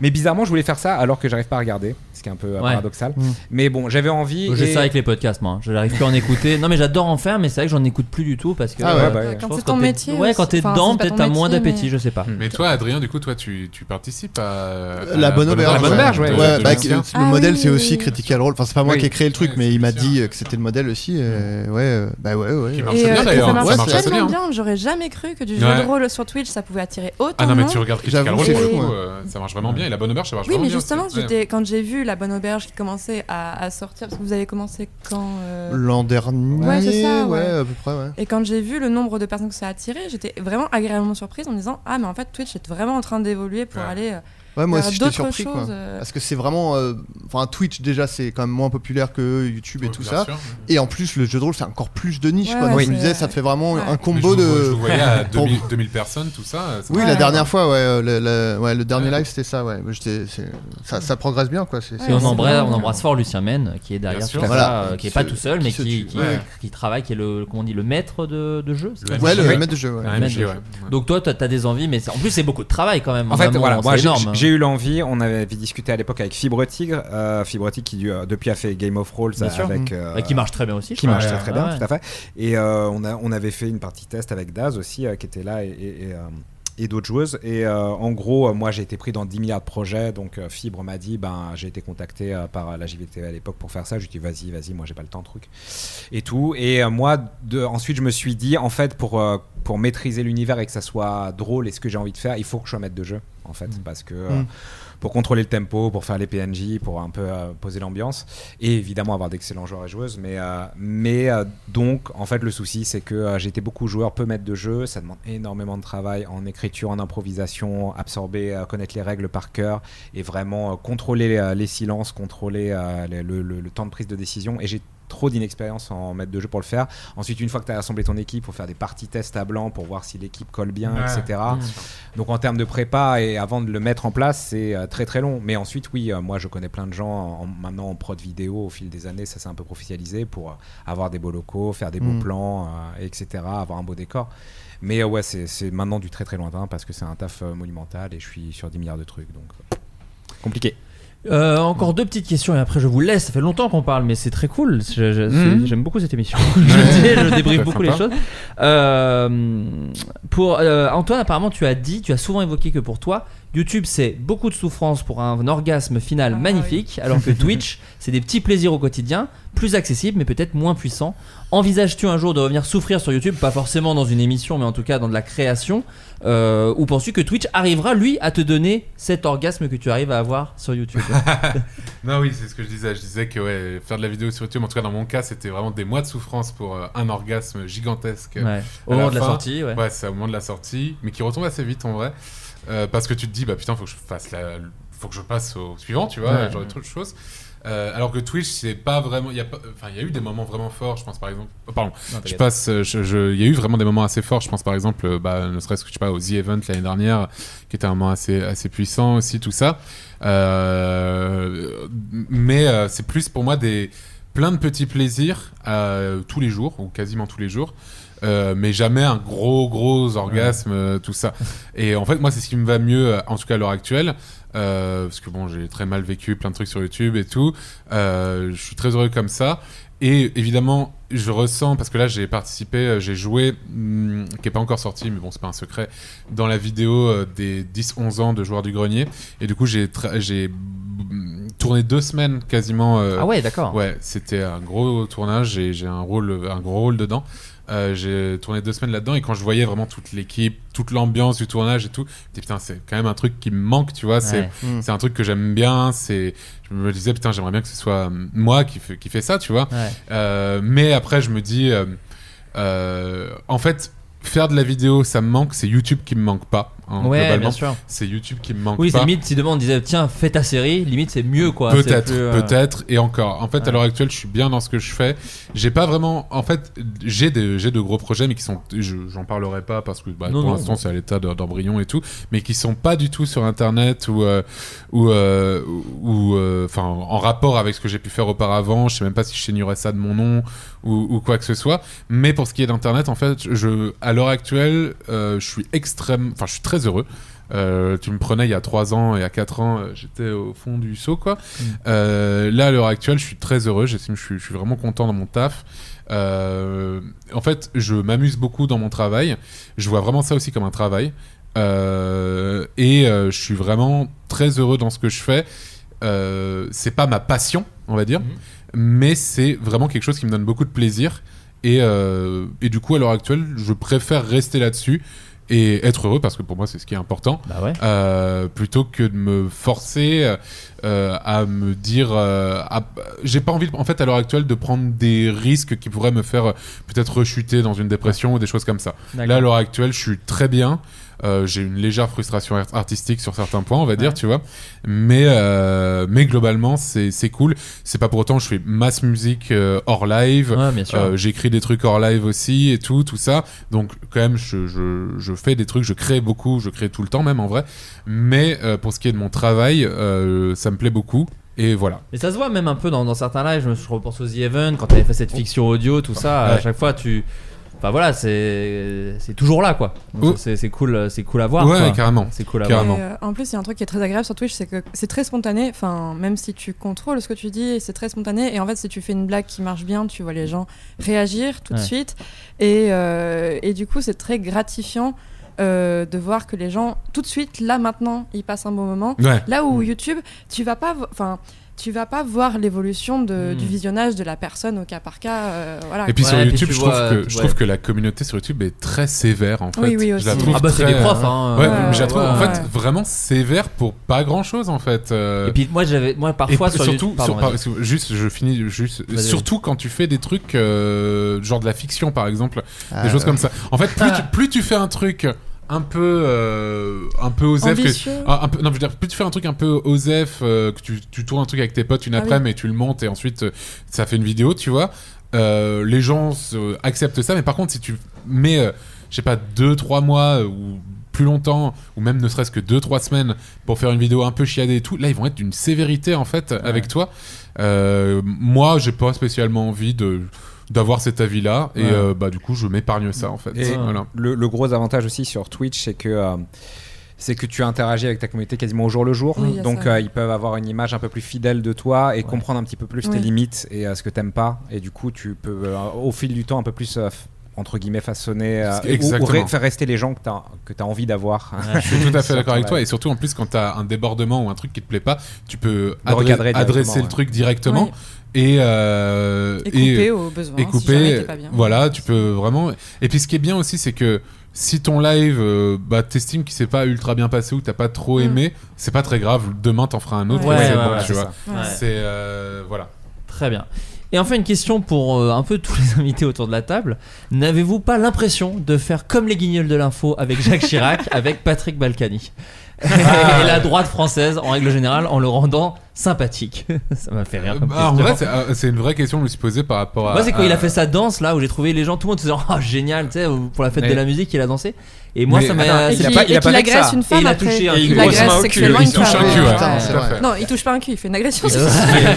Mais bizarrement, je voulais faire ça alors que j'arrive pas à regarder, ce qui est un peu euh, Ouais. paradoxal. Mm. Mais bon, j'avais envie. J'ai et- ça avec les podcasts, moi. hein. Je n'arrive plus à en écouter. Non, mais j'adore en faire, mais c'est vrai que j'en écoute plus du tout parce que. Ah ouais, euh, bah, je ouais. Quand pense c'est ton t'es- métier Ouais, aussi. quand t'es Enfin, dedans, c'est pas peut-être ton t'as moins métier, d'appétit, mais- je sais pas. Mais toi, Adrien, du coup, toi, tu, tu participes à, à La bonne auberge. La bonne auberge, ouais. Ouais, de bah, Lucien. Ah que- le modèle, c'est aussi Critical Role. Enfin, c'est pas moi Oui. qui ai créé le truc, mais il m'a dit euh, que c'était le modèle aussi. euh, ouais, euh, bah ouais, ouais. Qui ouais. marche Et, euh, bien, ça d'ailleurs. marche Ça marche assez tellement bien. bien, hein. j'aurais jamais cru que du jeu Ouais. de rôle sur Twitch ça pouvait attirer autant Ah non, de mais monde. tu regardes Critical J'avoue, Role, c'est pour le fou, coup, ouais. euh, ça marche vraiment bien. Et la bonne auberge, ça marche Oui, vraiment mais bien. justement, aussi. Ouais. j'étais- quand j'ai vu la bonne auberge qui commençait à, à sortir, parce que vous avez commencé quand euh, L'an dernier, Ouais, c'est ça, ouais. à peu près, ouais. Et quand j'ai vu le nombre de personnes que ça a attiré, j'étais vraiment agréablement surprise en me disant Ah, mais en fait, Twitch est vraiment en train d'évoluer pour aller euh, Ouais, moi vers aussi j'étais d'autres surpris quoi. choses. euh. Parce que c'est vraiment. euh, Enfin, Twitch déjà c'est quand même moins populaire que YouTube et tout bien ça. sûr. Et en plus, le jeu de rôle c'est encore plus de niche Ouais, quoi. ouais, Donc je c'est- me disais, ça fait vraiment un combo Mais je vous- de. Je vous [LAUGHS] voyais à pour- 2000, 2000 personnes, tout ça. ça Oui, marche la bien. dernière fois, ouais, euh, le, le- ouais, le dernier live c'était ça, ouais. J'étais- c'est- ça, ça progresse bien quoi. c'est- c'est Et on, vraiment embrasse, bien. on embrasse fort Lucien Mène qui est derrière Bien tout sûr. ça, Voilà. euh, qui est Qui pas se- tout seul, mais qui se qui, tue. qui- Ouais. qui travaille, qui est le, comment on dit, le maître de, de jeu. c'est Le ça Ouais, le Oui. maître de jeu, ouais. Le Le maître MJ, de jeu. ouais. Donc toi, t'as t'as des envies, mais c'est- en plus c'est beaucoup de travail quand même. En fait, vraiment, voilà, c'est moi j'ai énorme, hein. j'ai eu l'envie. On avait discuté à l'époque avec Fibre Tigre, euh, Fibre Tigre qui euh, depuis a fait Game of Rolls Bien sûr. avec euh, Mm. Et qui marche très bien aussi, je qui crois. marche Ouais. très, très Ah bien, ouais. tout à fait. Et euh, on a on avait fait une partie test avec Daz aussi euh, qui était là et, et- et, euh, et d'autres joueuses. Et euh, en gros, euh, moi j'ai été pris dans 10 milliards de projets. Donc euh, Fibre m'a dit, ben j'ai été contacté euh, par la JVT à l'époque pour faire ça. Je lui ai dit vas-y, vas-y, moi j'ai pas le temps, truc et tout. Et euh, moi, de, ensuite je me suis dit en fait pour euh, pour maîtriser l'univers et que ça soit drôle et ce que j'ai envie de faire, il faut que je sois maître de jeu en fait parce que euh, Mm. pour contrôler le tempo, pour faire les PNJ, pour un peu euh, poser l'ambiance, et évidemment avoir d'excellents joueurs et joueuses. Mais, euh, mais euh, donc, en fait, le souci, c'est que euh, j'étais beaucoup joueur, peu maître de jeu, ça demande énormément de travail en écriture, en improvisation, absorber, euh, connaître les règles par cœur, et vraiment euh, contrôler euh, les silences, contrôler euh, les- le, le- le temps de prise de décision. Et j'ai trop d'inexpérience en maître de jeu pour le faire. Ensuite, une fois que tu as assemblé ton équipe, faut faire des parties tests à blanc pour voir si l'équipe colle bien, Ouais. etc. Mmh. Donc en termes de prépa et avant de le mettre en place, c'est euh, très très long. Mais ensuite, oui, euh, moi je connais plein de gens en- maintenant en prod vidéo au fil des années, ça s'est un peu professionnalisé pour euh, avoir des beaux locaux, faire des beaux Mm. plans, euh, etc., avoir un beau décor. Mais euh, ouais, c'est c'est maintenant du très très lointain parce que c'est un taf euh, monumental et je suis sur 10 milliards de trucs, donc euh, compliqué. Euh, encore deux petites questions et après je vous laisse. Ça fait longtemps qu'on parle, mais c'est très cool. Je- je- c'est- Mhm. J'aime beaucoup cette [LAUGHS] émission. je, le dis, je débriefe Ça, beaucoup les sympa. choses. Euh, pour euh, Antoine, apparemment, tu as dit, tu as souvent évoqué que pour toi, YouTube c'est beaucoup de souffrance pour un orgasme final magnifique, alors [LAUGHS] que Twitch c'est des petits plaisirs au quotidien, plus accessibles mais peut-être moins puissants. Envisages-tu un jour de revenir souffrir sur YouTube, pas forcément dans une émission, mais en tout cas dans de la création, euh, ou penses-tu que Twitch arrivera lui à te donner cet orgasme que tu arrives à avoir sur YouTube [LAUGHS] Non, oui, c'est ce que je disais. Je disais que ouais, faire de la vidéo sur YouTube, en tout cas dans mon cas, c'était vraiment des mois de souffrance pour euh, un orgasme gigantesque. Ouais. à Au moment de la sortie, ouais. c'est au moment de la sortie, mais qui retombe assez vite en vrai. Euh, parce que tu te dis, bah putain, faut que je fasse la. Faut que je passe au suivant, tu vois, Ouais. genre trop de choses. Euh, alors que Twitch, c'est pas vraiment. il y a pas- Enfin, il y a eu des moments vraiment forts, je pense par exemple. oh, pardon, Non, t'inquiète. je passe. euh, je- je- Il y a eu vraiment des moments assez forts, je pense par exemple, euh, bah, ne serait-ce que je sais pas, au The Event l'année dernière, qui était un moment assez, assez puissant aussi, tout ça. Euh, mais euh, c'est plus pour moi des plein de petits plaisirs euh, tous les jours ou quasiment tous les jours. euh, mais jamais un gros gros orgasme euh, tout ça et en fait moi c'est ce qui me va mieux euh, en tout cas à l'heure actuelle euh, parce que bon j'ai très mal vécu plein de trucs sur YouTube et tout Euh, je suis très heureux comme ça et évidemment, je ressens, parce que là j'ai participé, euh, j'ai joué, hum, qui n'est pas encore sorti, mais bon, c'est pas un secret, dans la vidéo euh, des 10-11 ans de joueurs du grenier. Et du coup, j'ai tra- j'ai, hum, tourné deux semaines quasiment. euh, Ah ouais, d'accord. Ouais, c'était un gros tournage, j'ai j'ai un, rôle, un gros rôle dedans. Euh, j'ai tourné deux semaines là-dedans et quand je voyais vraiment toute l'équipe, toute l'ambiance du tournage et tout, je me dis, putain, c'est quand même un truc qui me manque, tu vois. C'est Ouais. Mm. c'est un truc que j'aime bien. C'est, je me disais putain, j'aimerais bien que ce soit euh, moi qui fait, qui fait ça, tu vois. Ouais. Euh, mais après, je me dis, euh, euh, en fait, faire de la vidéo, ça me manque. C'est YouTube qui me manque pas. hein, Ouais, globalement. bien sûr. C'est YouTube qui me manque Oui, c'est pas. limite, si demain on disait tiens, fais ta série, limite c'est mieux quoi. c'est Peut-être, plus, euh, peut-être, et encore. En fait, Ouais. à l'heure actuelle, je suis bien dans ce que je fais. J'ai pas vraiment. En fait, j'ai des- j'ai de gros projets, mais qui sont. je- J'en parlerai pas parce que bah, Non, pour non. l'instant, c'est à l'état de- d'embryon et tout, mais qui sont pas du tout sur Internet ou euh, ou euh, ou euh, enfin en rapport avec ce que j'ai pu faire auparavant. Je sais même pas si je signerais ça de mon nom ou, ou quoi que ce soit. Mais pour ce qui est d'Internet, en fait, je à l'heure actuelle, euh, je suis extrême. Enfin, je suis très heureux. Euh, tu me prenais il y a 3 ans et à 4 ans, euh, j'étais au fond du seau. Quoi. Euh, là, à l'heure actuelle, je suis très heureux. J'estime que je suis, je suis vraiment content dans mon taf. Euh, en fait, je m'amuse beaucoup dans mon travail. Je vois vraiment ça aussi comme un travail. Euh, et euh, je suis vraiment très heureux dans ce que je fais. Euh, c'est pas ma passion, on va dire, mais c'est vraiment quelque chose qui me donne beaucoup de plaisir. Et, euh, et du coup, à l'heure actuelle, je préfère rester là-dessus et être heureux parce que pour moi c'est ce qui est important Bah Euh, plutôt que de me forcer euh, à me dire euh, à- j'ai pas envie en fait à l'heure actuelle de prendre des risques qui pourraient me faire euh, peut-être rechuter dans une dépression ou des choses comme ça D'accord. là à l'heure actuelle je suis très bien Euh, j'ai une légère frustration art- artistique sur certains points on va dire tu vois mais euh, mais globalement c'est c'est cool c'est pas pour autant que je fais masse musique euh, hors live Ouais, bien sûr. Euh, j'écris des trucs hors live aussi et tout, tout ça. Donc quand même, je, je- je fais des trucs, je crée beaucoup, je crée tout le temps même en vrai. Mais euh, pour ce qui est de mon travail, euh, ça me plaît beaucoup. Et voilà. Mais ça se voit même un peu dans, dans certains lives. Je me- Je repense aux The Event, quand t'avais fait cette fiction audio, tout ça. À Ouais. chaque fois, tu. Enfin voilà, c'est c'est toujours là quoi. Donc, C'est c'est cool, euh, c'est cool à voir. Ouais, quoi. carrément. C'est cool à Et, voir. euh, en plus, il y a un truc qui est très agréable sur Twitch, c'est que c'est très spontané. Enfin, même si tu contrôles ce que tu dis, c'est très spontané. Et en fait, si tu fais une blague qui marche bien, tu vois les gens réagir tout de Ouais. suite. Et, euh, et du coup, c'est très gratifiant. euh, de voir que les gens tout de suite là maintenant ils passent un bon moment Ouais. là où YouTube tu vas pas vo- enfin tu vas pas voir l'évolution de- du visionnage de la personne au cas par cas euh, voilà Hmm. Et puis quoi. sur YouTube, je, vois, trouve que, tu je vois. trouve que la communauté sur YouTube est très sévère en fait. Oui, oui, aussi. Je la trouve Ah bah, c'est très, les profs, euh, hein. Ouais, Ouais, mais je la ouais, trouve en ouais. fait vraiment sévère pour pas grand chose en fait. euh. Et puis moi, j'avais- moi, parfois, Et sur surtout, YouTube- pardon, sur- par- vas-y. parce que juste, je finis juste. Vas-y, vas-y. Surtout quand tu fais des trucs euh, genre de la fiction par exemple, Ah, des choses ouais. comme ça. En fait, plus tu, plus tu fais un truc un peu euh, un peu osef Ambitieux. que, Ah, un, un peu non je veux dire plus tu fais un truc un peu osef euh, que tu, tu tournes un truc avec tes potes une Ah après oui. mais tu le montes et ensuite euh, ça fait une vidéo tu vois euh, les gens se- acceptent ça mais par contre si tu mets euh, je sais pas deux trois mois euh, ou plus longtemps ou même ne serait-ce que deux trois semaines pour faire une vidéo un peu chiadée et tout là ils vont être d'une sévérité en fait avec toi Euh, moi j'ai pas spécialement envie de d'avoir cet avis là et Ouais. Ah. euh, bah du coup je m'épargne ça en fait Et Voilà. le, le gros avantage aussi sur Twitch, c'est que euh, c'est que tu interagis avec ta communauté quasiment au jour le jour. Oui, il y a donc ça. euh, ils peuvent avoir une image un peu plus fidèle de toi et comprendre un petit peu plus tes Oui. limites et euh, ce que t'aimes pas. Et du coup, tu peux euh, au fil du temps un peu plus euh, f- entre guillemets façonner euh, Parce que- ou- ou, Exactement. re- faire rester les gens que t'as que t'as envie d'avoir. [LAUGHS] Je suis tout à fait d'accord avec toi. Et surtout, en plus, quand tu as un débordement ou un truc qui te plaît pas, tu peux Le recadrer adre- adresser le directement, ouais. truc directement. Et, euh, Et couper au besoin, et si couper, jamais t'es pas bien. Voilà, tu peux vraiment. Et puis ce qui est bien aussi, c'est que si ton live, euh, bah, t'estimes qu'il s'est pas ultra bien passé ou t'as pas Mm. trop aimé, c'est pas très grave. Demain, t'en feras un autre. Ouais, et c'est ouais, bon, ouais, tu c'est vois. ça. [LAUGHS] Ouais. C'est euh, voilà. Très bien. Et enfin, une question pour euh, un peu tous les [LAUGHS] invités autour de la table. N'avez-vous pas l'impression de faire comme les guignols de l'info avec Jacques [LAUGHS] Chirac, avec Patrick Balkany [LAUGHS] Ah. Et la droite française, en règle générale, en le rendant sympathique Ça m'a fait rire. Comme Bah, en question. vrai, c'est euh, c'est une vraie question que je me suis posée par rapport à. Moi, c'est quand à- il a fait sa danse là où j'ai trouvé les gens, tout le monde se disant Ah, génial, tu sais, pour la fête Mais- de la musique, il a dansé. Et moi, Mais- ça Attends, m'a. et Euh, c'est qu'il- et qu'il fait que agresse ça. une femme Et il a après. touché un Et il cul. agresse Grosse main au cul, sexuellement il une touche femme. un cul, ouais. Putain, Ouais. c'est vrai. Non, il touche pas un cul, il fait une agression. C'est-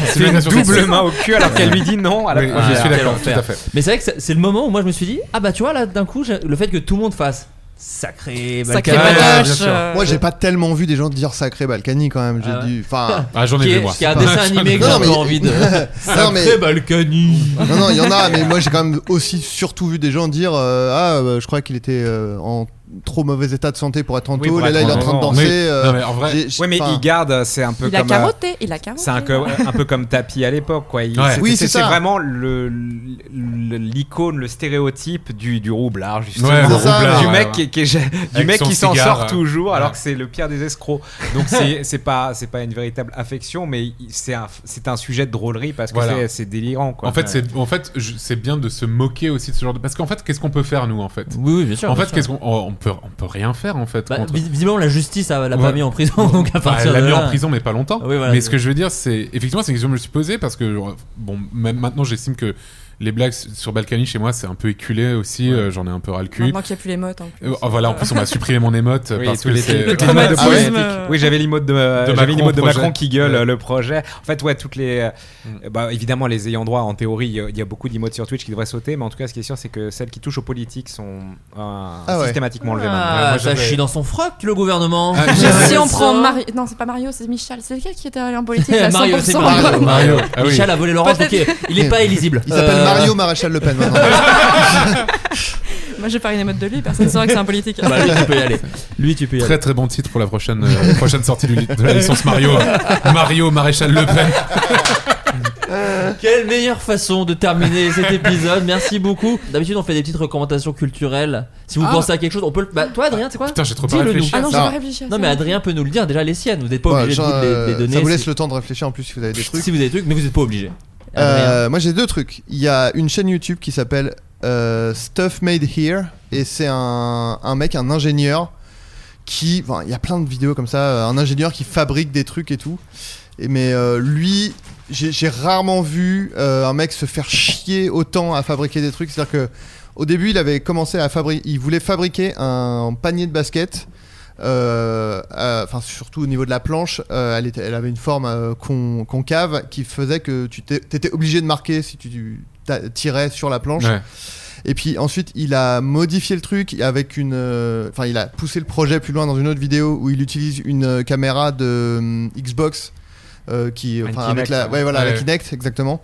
C'est une double main au cul alors qu'elle lui dit non à la Oui, première. je suis Quel d'accord, enfer. tout à fait. Mais c'est vrai que c'est- c'est le moment où moi je me suis dit ah bah tu vois là d'un coup j'ai- le fait que tout le monde fasse sacré Sacré euh, Balkany. euh, Moi, j'ai pas tellement vu des gens dire sacré Balkany quand même. J'ai Ah ouais. dû. Enfin. Ah, [LAUGHS] j'en ai Qui vu, est- moi. qui est [LAUGHS] un dessin animé que Non, j'ai un mais- peu envie [LAUGHS] de- Non, mais- Sacré Balkany. Non, non, il y en a, mais moi j'ai quand même aussi surtout vu des gens dire euh, Ah, euh, je crois qu'il était euh, en trop mauvais état de santé pour être en Oui, taule, pour et là être il est en en train de avant. danser. Oui. euh, Non, mais en vrai- j'ai- j'ai- Ouais, mais enfin- il garde, c'est un peu Il a comme. euh, carotté, il a carotté. C'est un, co- un peu comme tapis à l'époque, quoi. Il- Ouais. c'est- Oui, c'est- c'est c'est ça. vraiment le- le- l'icône, le stéréotype du, du roublard, justement. Ouais, le C'est ça, roublard, du ouais, mec ouais. qui, qui est- du Avec mec son qui s'en cigare, sort ouais. toujours, alors que c'est le pire des escrocs. Donc [LAUGHS] c'est c'est pas, c'est pas une véritable affection, mais il- c'est un, c'est un sujet de drôlerie parce que Voilà. c'est- c'est délirant, quoi. En fait, Ouais. c'est en fait je- c'est bien de se moquer aussi de ce genre de parce qu'en fait, qu'est-ce qu'on peut faire nous en fait Oui, oui, bien sûr, En bien fait, sûr. qu'est-ce qu'on oh, on on peut on peut rien faire en fait. Bah, contre- vis- visiblement la justice elle l'a pas Ouais. mis en prison [LAUGHS] donc à Bah, partir elle l'a de mis là- en prison, mais pas longtemps. Oui, voilà. mais ce que je veux dire, c'est effectivement, c'est une question que je me suis posée parce que euh, bon, même maintenant, j'estime que les blagues sur Balkany chez moi, c'est un peu éculé aussi. euh, J'en ai un peu ras le cul. Maintenant qu'il y a plus les mottes, en plus. Euh, oh, voilà, en plus, on m'a supprimé mon émote Oui, parce tous que les- c'est Ah, toutes les modes de ouais. politique. Oui, j'avais l'imote de, euh, j'avais Macron l'imote de projet. Macron qui gueule Ouais. euh, le projet. En fait, ouais, toutes les. euh, bah, évidemment, les ayants droit, en théorie, il y a- il y, a beaucoup d'imotes sur Twitch qui devraient sauter, mais en tout cas, ce qui est sûr, c'est que celles qui touchent aux politiques sont euh, Ah Ah ouais. systématiquement enlevées maintenant. Ah, ça chie dans son froc le gouvernement. Si on prend Mario. Non, c'est pas Mario, c'est Michel. C'est lequel qui était allé en politique à 100% Mario, c'est Mario. Mario. Ah oui. Michel a volé Laurence, donc Peut-être- il est pas éligible. Il s'appelle Euh, Mario Maréchal Le Pen maintenant. [LAUGHS] Moi, j'ai pas une émote de lui, personne ne saurait que c'est un politique. Bah, lui, tu peux y aller. Lui, tu peux y Très très bon titre pour la prochaine, euh, [LAUGHS] prochaine sortie du- de la [LAUGHS] licence Mario. Mario, Maréchal Le Pen. Euh. Quelle meilleure façon de terminer cet épisode. Merci beaucoup. D'habitude, on fait des petites recommandations culturelles. Si vous Ah. pensez à quelque chose, on peut le. Bah, toi, Adrien, c'est quoi Putain, j'ai trop pas Dis-le réfléchi. nous. Ah non, j'ai pas réfléchi à Non, ça. mais Adrien peut nous le dire déjà les siennes. Vous n'êtes [LAUGHS] pas Ouais, obligé genre, de les- les euh, donner. Ça vous laisse si- le temps de réfléchir en plus si vous avez des trucs. [LAUGHS] Si vous avez des trucs, mais vous n'êtes pas obligé. Euh, moi j'ai deux trucs. Il y a une chaîne YouTube qui s'appelle euh, Stuff Made Here et c'est un, un mec, un ingénieur qui... enfin, Il y a plein de vidéos comme ça, euh, un ingénieur qui fabrique des trucs et tout. Et, mais euh, lui, j'ai j'ai rarement vu euh, un mec se faire chier autant à fabriquer des trucs. C'est-à-dire que au début il avait commencé à fabriquer... Il voulait fabriquer un panier de basket. euh, euh, enfin surtout au niveau de la planche, euh, elle, était- elle avait une forme euh, con- concave qui faisait que tu t'é- t'étais obligé de marquer si tu t'a- tirais sur la planche. Ouais. Et puis ensuite, il a modifié le truc avec une, euh, enfin, il a poussé le projet plus loin dans une autre vidéo où il utilise une euh, caméra de hum, Xbox euh, qui, Une enfin, avec Kinect, la, hein. ouais. ouais, voilà, la Ouais. Kinect exactement,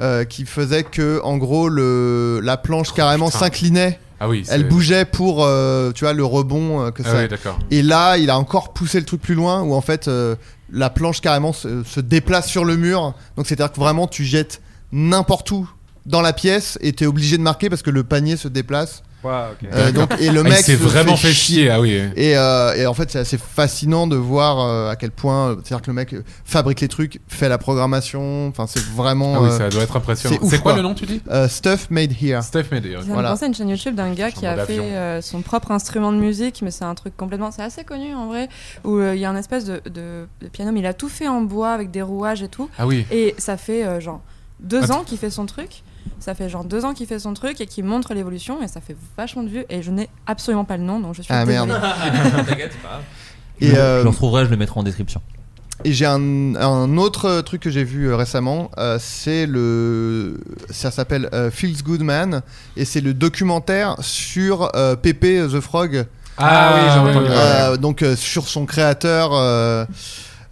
euh, qui faisait que en gros le, la planche carrément Oh, putain. s'inclinait. Ah oui, c'est- elle bougeait pour euh, tu vois le rebond euh, que Ah ça. oui, d'accord. Et là, il a encore poussé le truc plus loin où en fait euh, la planche carrément se, se déplace sur le mur. Donc c'est-à-dire que vraiment tu jettes n'importe où dans la pièce et t'es obligé de marquer parce que le panier se déplace. Ouais, ok. Euh, donc, et Ah, le il mec s'est se vraiment fait chier, ah oui. Et, euh, et en fait, c'est assez fascinant de voir euh, à quel point, euh, c'est-à-dire que le mec euh, fabrique les trucs, fait la programmation. Enfin, c'est vraiment. Ah oui, euh, ça doit être impressionnant. ouf, C'est quoi le nom, tu dis Euh, Stuff Made Here. Stuff Made Here. Je viens de penser à une chaîne YouTube d'un gars qui a fait d'avion. euh, son propre instrument de musique, mais c'est un truc complètement. C'est assez connu en vrai, où euh, il y a un espèce de, de- de piano, mais il a tout fait en bois avec des rouages et tout. Ah oui. Et ça fait euh, genre deux Attends. ans qu'il fait son truc. Ça fait genre deux ans qu'il fait son truc et qu'il montre l'évolution, et ça fait vachement de vues. Et je n'ai absolument pas le nom, donc je suis. Ah, désolée. merde. [LAUGHS] T'inquiète, c'est pas grave. Et, je, euh, je le retrouverai, je le mettrai en description. Et j'ai un, un autre euh, truc que j'ai vu euh, récemment, euh, c'est le. Ça s'appelle euh, Feels Good Man, et c'est le documentaire sur euh, Pépé euh, the Frog. Ah oui, j'ai entendu Euh, parler. donc euh, sur son créateur euh,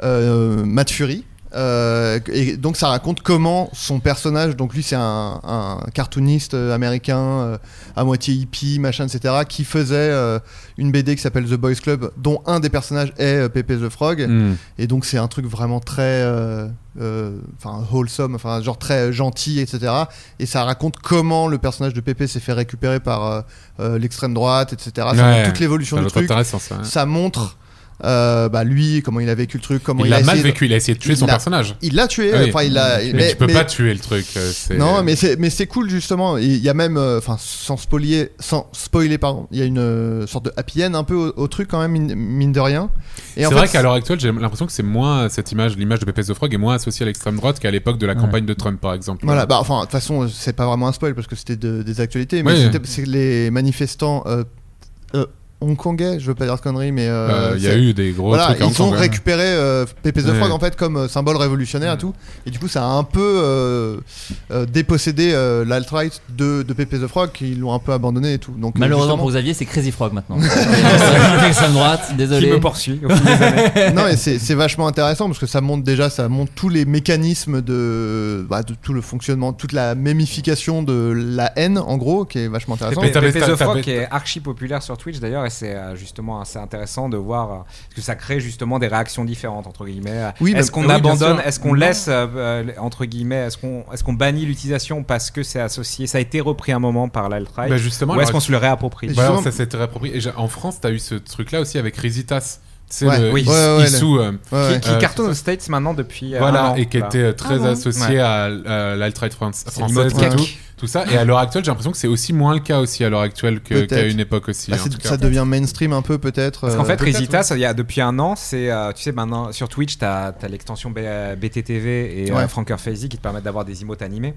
euh, Matt Fury. Euh, et donc ça raconte comment son personnage, donc lui c'est un, un cartooniste euh, américain euh, à moitié hippie, machin, etc., qui faisait euh, une BD qui s'appelle The Boys Club, dont un des personnages est euh, Pepe the Frog. Mm. Et donc c'est un truc vraiment très, euh, euh, enfin wholesome, enfin genre très euh, gentil, etc. Et ça raconte comment le personnage de Pépé s'est fait récupérer par euh, euh, l'extrême droite, etc. Ah, Ça Ouais. montre toute l'évolution Ça du doit être truc. intéressant, ça, ouais. montre. euh, bah, lui comment il a vécu le truc comment Il il, l'a a mal essayé de- vécu, il a essayé de tuer Il son l'a- personnage. il l'a tué Ah oui. enfin il l'a Mais tu peux pas tuer le truc, euh, c'est- non mais c'est mais c'est cool justement il y a même euh, enfin sans spoiler sans spoiler pardon il y a une euh, sorte de happy end un peu au, au truc quand même mine, mine de rien Et C'est en vrai fait, qu'à l'heure actuelle, j'ai l'impression que c'est moins cette image, l'image de Pepe the Frog est moins associée à l'extrême droite qu'à l'époque de la Ouais. campagne de Trump, par exemple. Voilà, bah, enfin, de toute façon, c'est pas vraiment un spoil parce que c'était de- des actualités, mais Oui. c'était- c'est les manifestants euh, euh, hongkongais, je veux pas dire de conneries, mais. euh, Euh, il y a c'est- eu des gros Voilà, trucs à ils ont Hong Kong, hein. récupéré euh, Pepe the Frog Ouais. en fait comme euh, symbole révolutionnaire et tout, et du coup, ça a un peu euh, euh, dépossédé euh, l'alt-right de, de Pepe the Frog, qui l'ont un peu abandonné et tout. Donc, euh, Malheureusement justement- pour Xavier, c'est Crazy Frog maintenant. [LAUGHS] [LAUGHS] C'est L'extrême droite, désolé. [LAUGHS] [LAUGHS] non, mais c'est c'est vachement intéressant parce que ça montre déjà, ça montre tous les mécanismes de, bah, de tout le fonctionnement, toute la mémification de la haine, en gros, qui est vachement intéressant. Pépé Pépé the Frog qui est archi populaire sur Twitch d'ailleurs et c'est euh, justement assez intéressant de voir euh, parce que ça crée justement des réactions différentes entre guillemets. Oui, est-ce mais- qu'on oui, bien abandonne, sûr. est-ce qu'on Non. laisse euh, euh, entre guillemets, est-ce qu'on est-ce qu'on bannit l'utilisation parce que c'est associé, ça a été repris un moment par l'alt-right Bah, justement, ou est-ce alors, qu'on se le réapproprie Voilà, ça s'était réapproprié. Et j'ai- en France, t'as eu ce truc-là aussi avec Risitas. C'est Ouais. le Oui. Is- Ouais, ouais, ouais, Issou, le- euh, Ouais, ouais. Qui- qui euh, cartonne aux States maintenant depuis, euh, Voilà, un an, et qui là. était euh, Ah très bon associé Ouais. à l- à l'alt-right fran- C'est du mode française. cac. Tout, tout ça. Et à l'heure actuelle, j'ai l'impression que c'est aussi moins le cas aussi à l'heure actuelle que- Peut-être. qu'à une époque aussi. Bah, en c'est- tout cas. ça devient mainstream un peu, peut-être. Parce qu'en euh, fait, peut-être, Resita, ça, il y a, depuis un an, c'est, euh, tu sais, maintenant sur Twitch, t'as as, l'extension B- euh, BTTV et Ouais. euh, Franker Fazy qui te permettent d'avoir des emotes animés.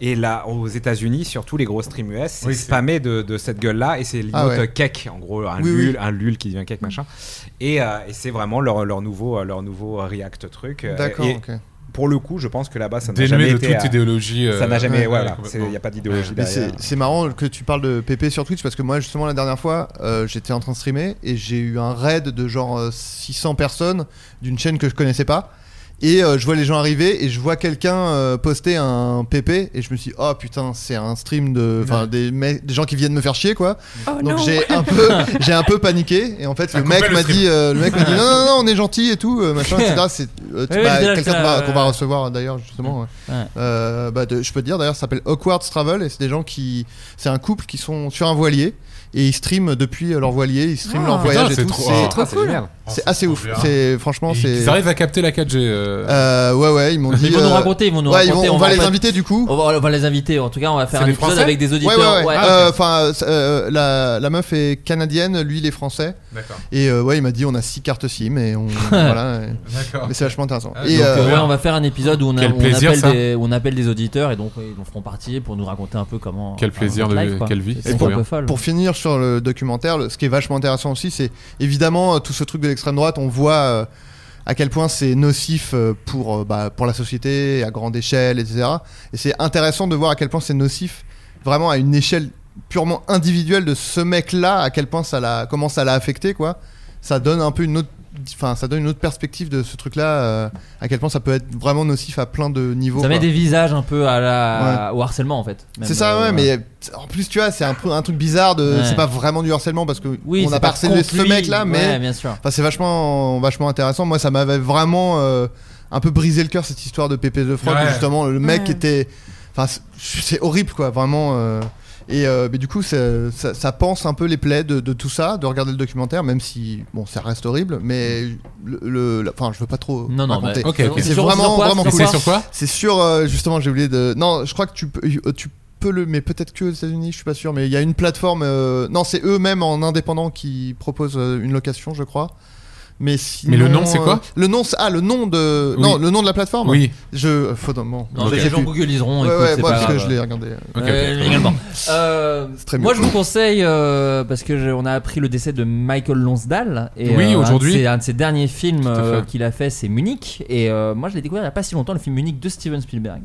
Et là, aux États-Unis, surtout les gros streams US, c'est Oui, c'est- spammé de, de cette gueule-là et c'est l'emote Ah ouais. euh, cake, en gros, un Oui, lul, oui. un lul qui devient cake, machin. Et, euh, et c'est vraiment leur, leur nouveau, euh, leur nouveau euh, React truc. euh, D'accord, et ok. Pour le coup, je pense que là-bas, ça n'a Dénué jamais de été. toute euh, idéologie, euh, Ça n'a jamais. ouais, voilà, ouais, c'est- il n'y a pas d'idéologie Mais derrière. c'est- C'est marrant que tu parles de Pépé sur Twitch parce que moi justement la dernière fois euh, j'étais en train de streamer et j'ai eu un raid de genre euh, 600 personnes d'une chaîne que je connaissais pas et euh, je vois les gens arriver et je vois quelqu'un euh, poster un Pépé et je me suis dit, oh putain c'est un stream de enfin des, me- des gens qui viennent me faire chier quoi Oh donc [LAUGHS] non. j'ai un peu j'ai un peu paniqué et en fait Ça le coupait mec le m'a stream. dit euh, le mec m'a dit non non non on est gentil et tout euh, machin etc c'est euh, Oui, oui, bah, j'étais là, quelqu'un ça, qu'on va- ouais, qu'on va ouais. recevoir d'ailleurs justement ouais. Euh, bah, de- je peux te dire d'ailleurs ça s'appelle Awkward Travel et c'est des gens qui c'est un couple qui sont sur un voilier et ils streament depuis leur voilier ils streament Ah. leur voyage Putain, et c'est tout trop- ah, c'est trop cool. génial. c'est assez ouf bien. c'est franchement Ils- c'est Ils arrivent à capter la 4G. euh. Euh, ouais ouais ils m'ont Mais dit ils vont nous euh, raconter, ils vont nous ouais, raconter, on, on va va les pas- inviter du coup On va, on va les inviter. En tout cas, on va faire un épisode avec des auditeurs. Ouais, ouais, ouais. Ouais. Ah, Euh, enfin, euh, c'est- euh, la, la meuf est canadienne, lui il est français. D'accord. Et euh, ouais, il m'a dit on a six cartes SIM et [LAUGHS] on Euh, voilà. et- D'accord. Mais c'est vachement intéressant. Ah, Et, donc, euh, ouais, on va faire un épisode où on, a- Quel on plaisir, ça. appelle des, où on appelle des auditeurs et donc euh, ils en feront partie pour nous raconter un peu comment. Quel enfin, plaisir notre de- life, quoi. quelle vie, Et c'est donc, trop un bien. peu folle. Pour finir sur le documentaire, le- ce qui est vachement intéressant aussi, c'est évidemment euh, tout ce truc de l'extrême droite. On voit euh, à quel point c'est nocif euh, pour, euh, bah, pour la société à grande échelle, etc. Et c'est intéressant de voir à quel point c'est nocif vraiment à une échelle purement individuelle de ce mec-là, à quel point ça l'a, comment ça l'a affecté, quoi. Ça donne un peu une autre. Enfin, ça donne une autre perspective de ce truc-là, euh, à quel point ça peut être vraiment nocif à plein de niveaux. Ça met quoi. des visages un peu à la... au harcèlement en fait. Même, C'est ça, ouais, euh, mais en plus, tu vois, c'est un, peu- un truc bizarre de. Ouais. C'est pas vraiment du harcèlement parce que Oui, on c'est a pas harcelé contre ce lui. mec-là, mais. Ouais, bien sûr. Enfin, c'est vachement, vachement intéressant. Moi, ça m'avait vraiment euh, un peu brisé le cœur cette histoire de Pépé de Frog, Ouais. où justement, le mec Ouais. était. Enfin, c'est- c'est horrible, quoi, vraiment. euh, Et euh, mais du coup, ça, ça- ça pense un peu les plaies de, de tout ça, de regarder le documentaire, même si bon, ça reste horrible, mais le, le- la- enfin, je veux pas trop Non, non, raconter. bah, ok, ok. Mais C'est Sur- sur vraiment, quoi, vraiment sur cool. quoi C'est sur quoi C'est sûr, euh, justement, j'ai oublié de. Non, je crois que tu peux, euh, tu peux le, mais peut-être que aux États-Unis, je suis pas sûr. Mais il y a une plateforme. euh, Non, c'est eux-mêmes en indépendant qui proposent euh, une location, je crois. Mais sinon, Mais le nom, c'est euh, quoi Le nom, c'est- ah, le nom de. Oui. Non, le nom de la plateforme. Oui. Je, euh, faut non, bon, Non, je mais sais les gens plus. googliseront. Ouais, écoute, ouais, c'est moi, pas parce que grave. je l'ai regardé. Euh, également. Euh, [LAUGHS] C'est très moi, mieux. je vous conseille euh, parce que je- on a appris le décès de Michael Lonsdale. Et, Oui, euh, un de aujourd'hui. ses- Un, de ses derniers films à euh, fait. qu'il a fait, c'est Munich. Et euh, moi, je l'ai découvert il n'y a pas si longtemps, le film Munich de Steven Spielberg.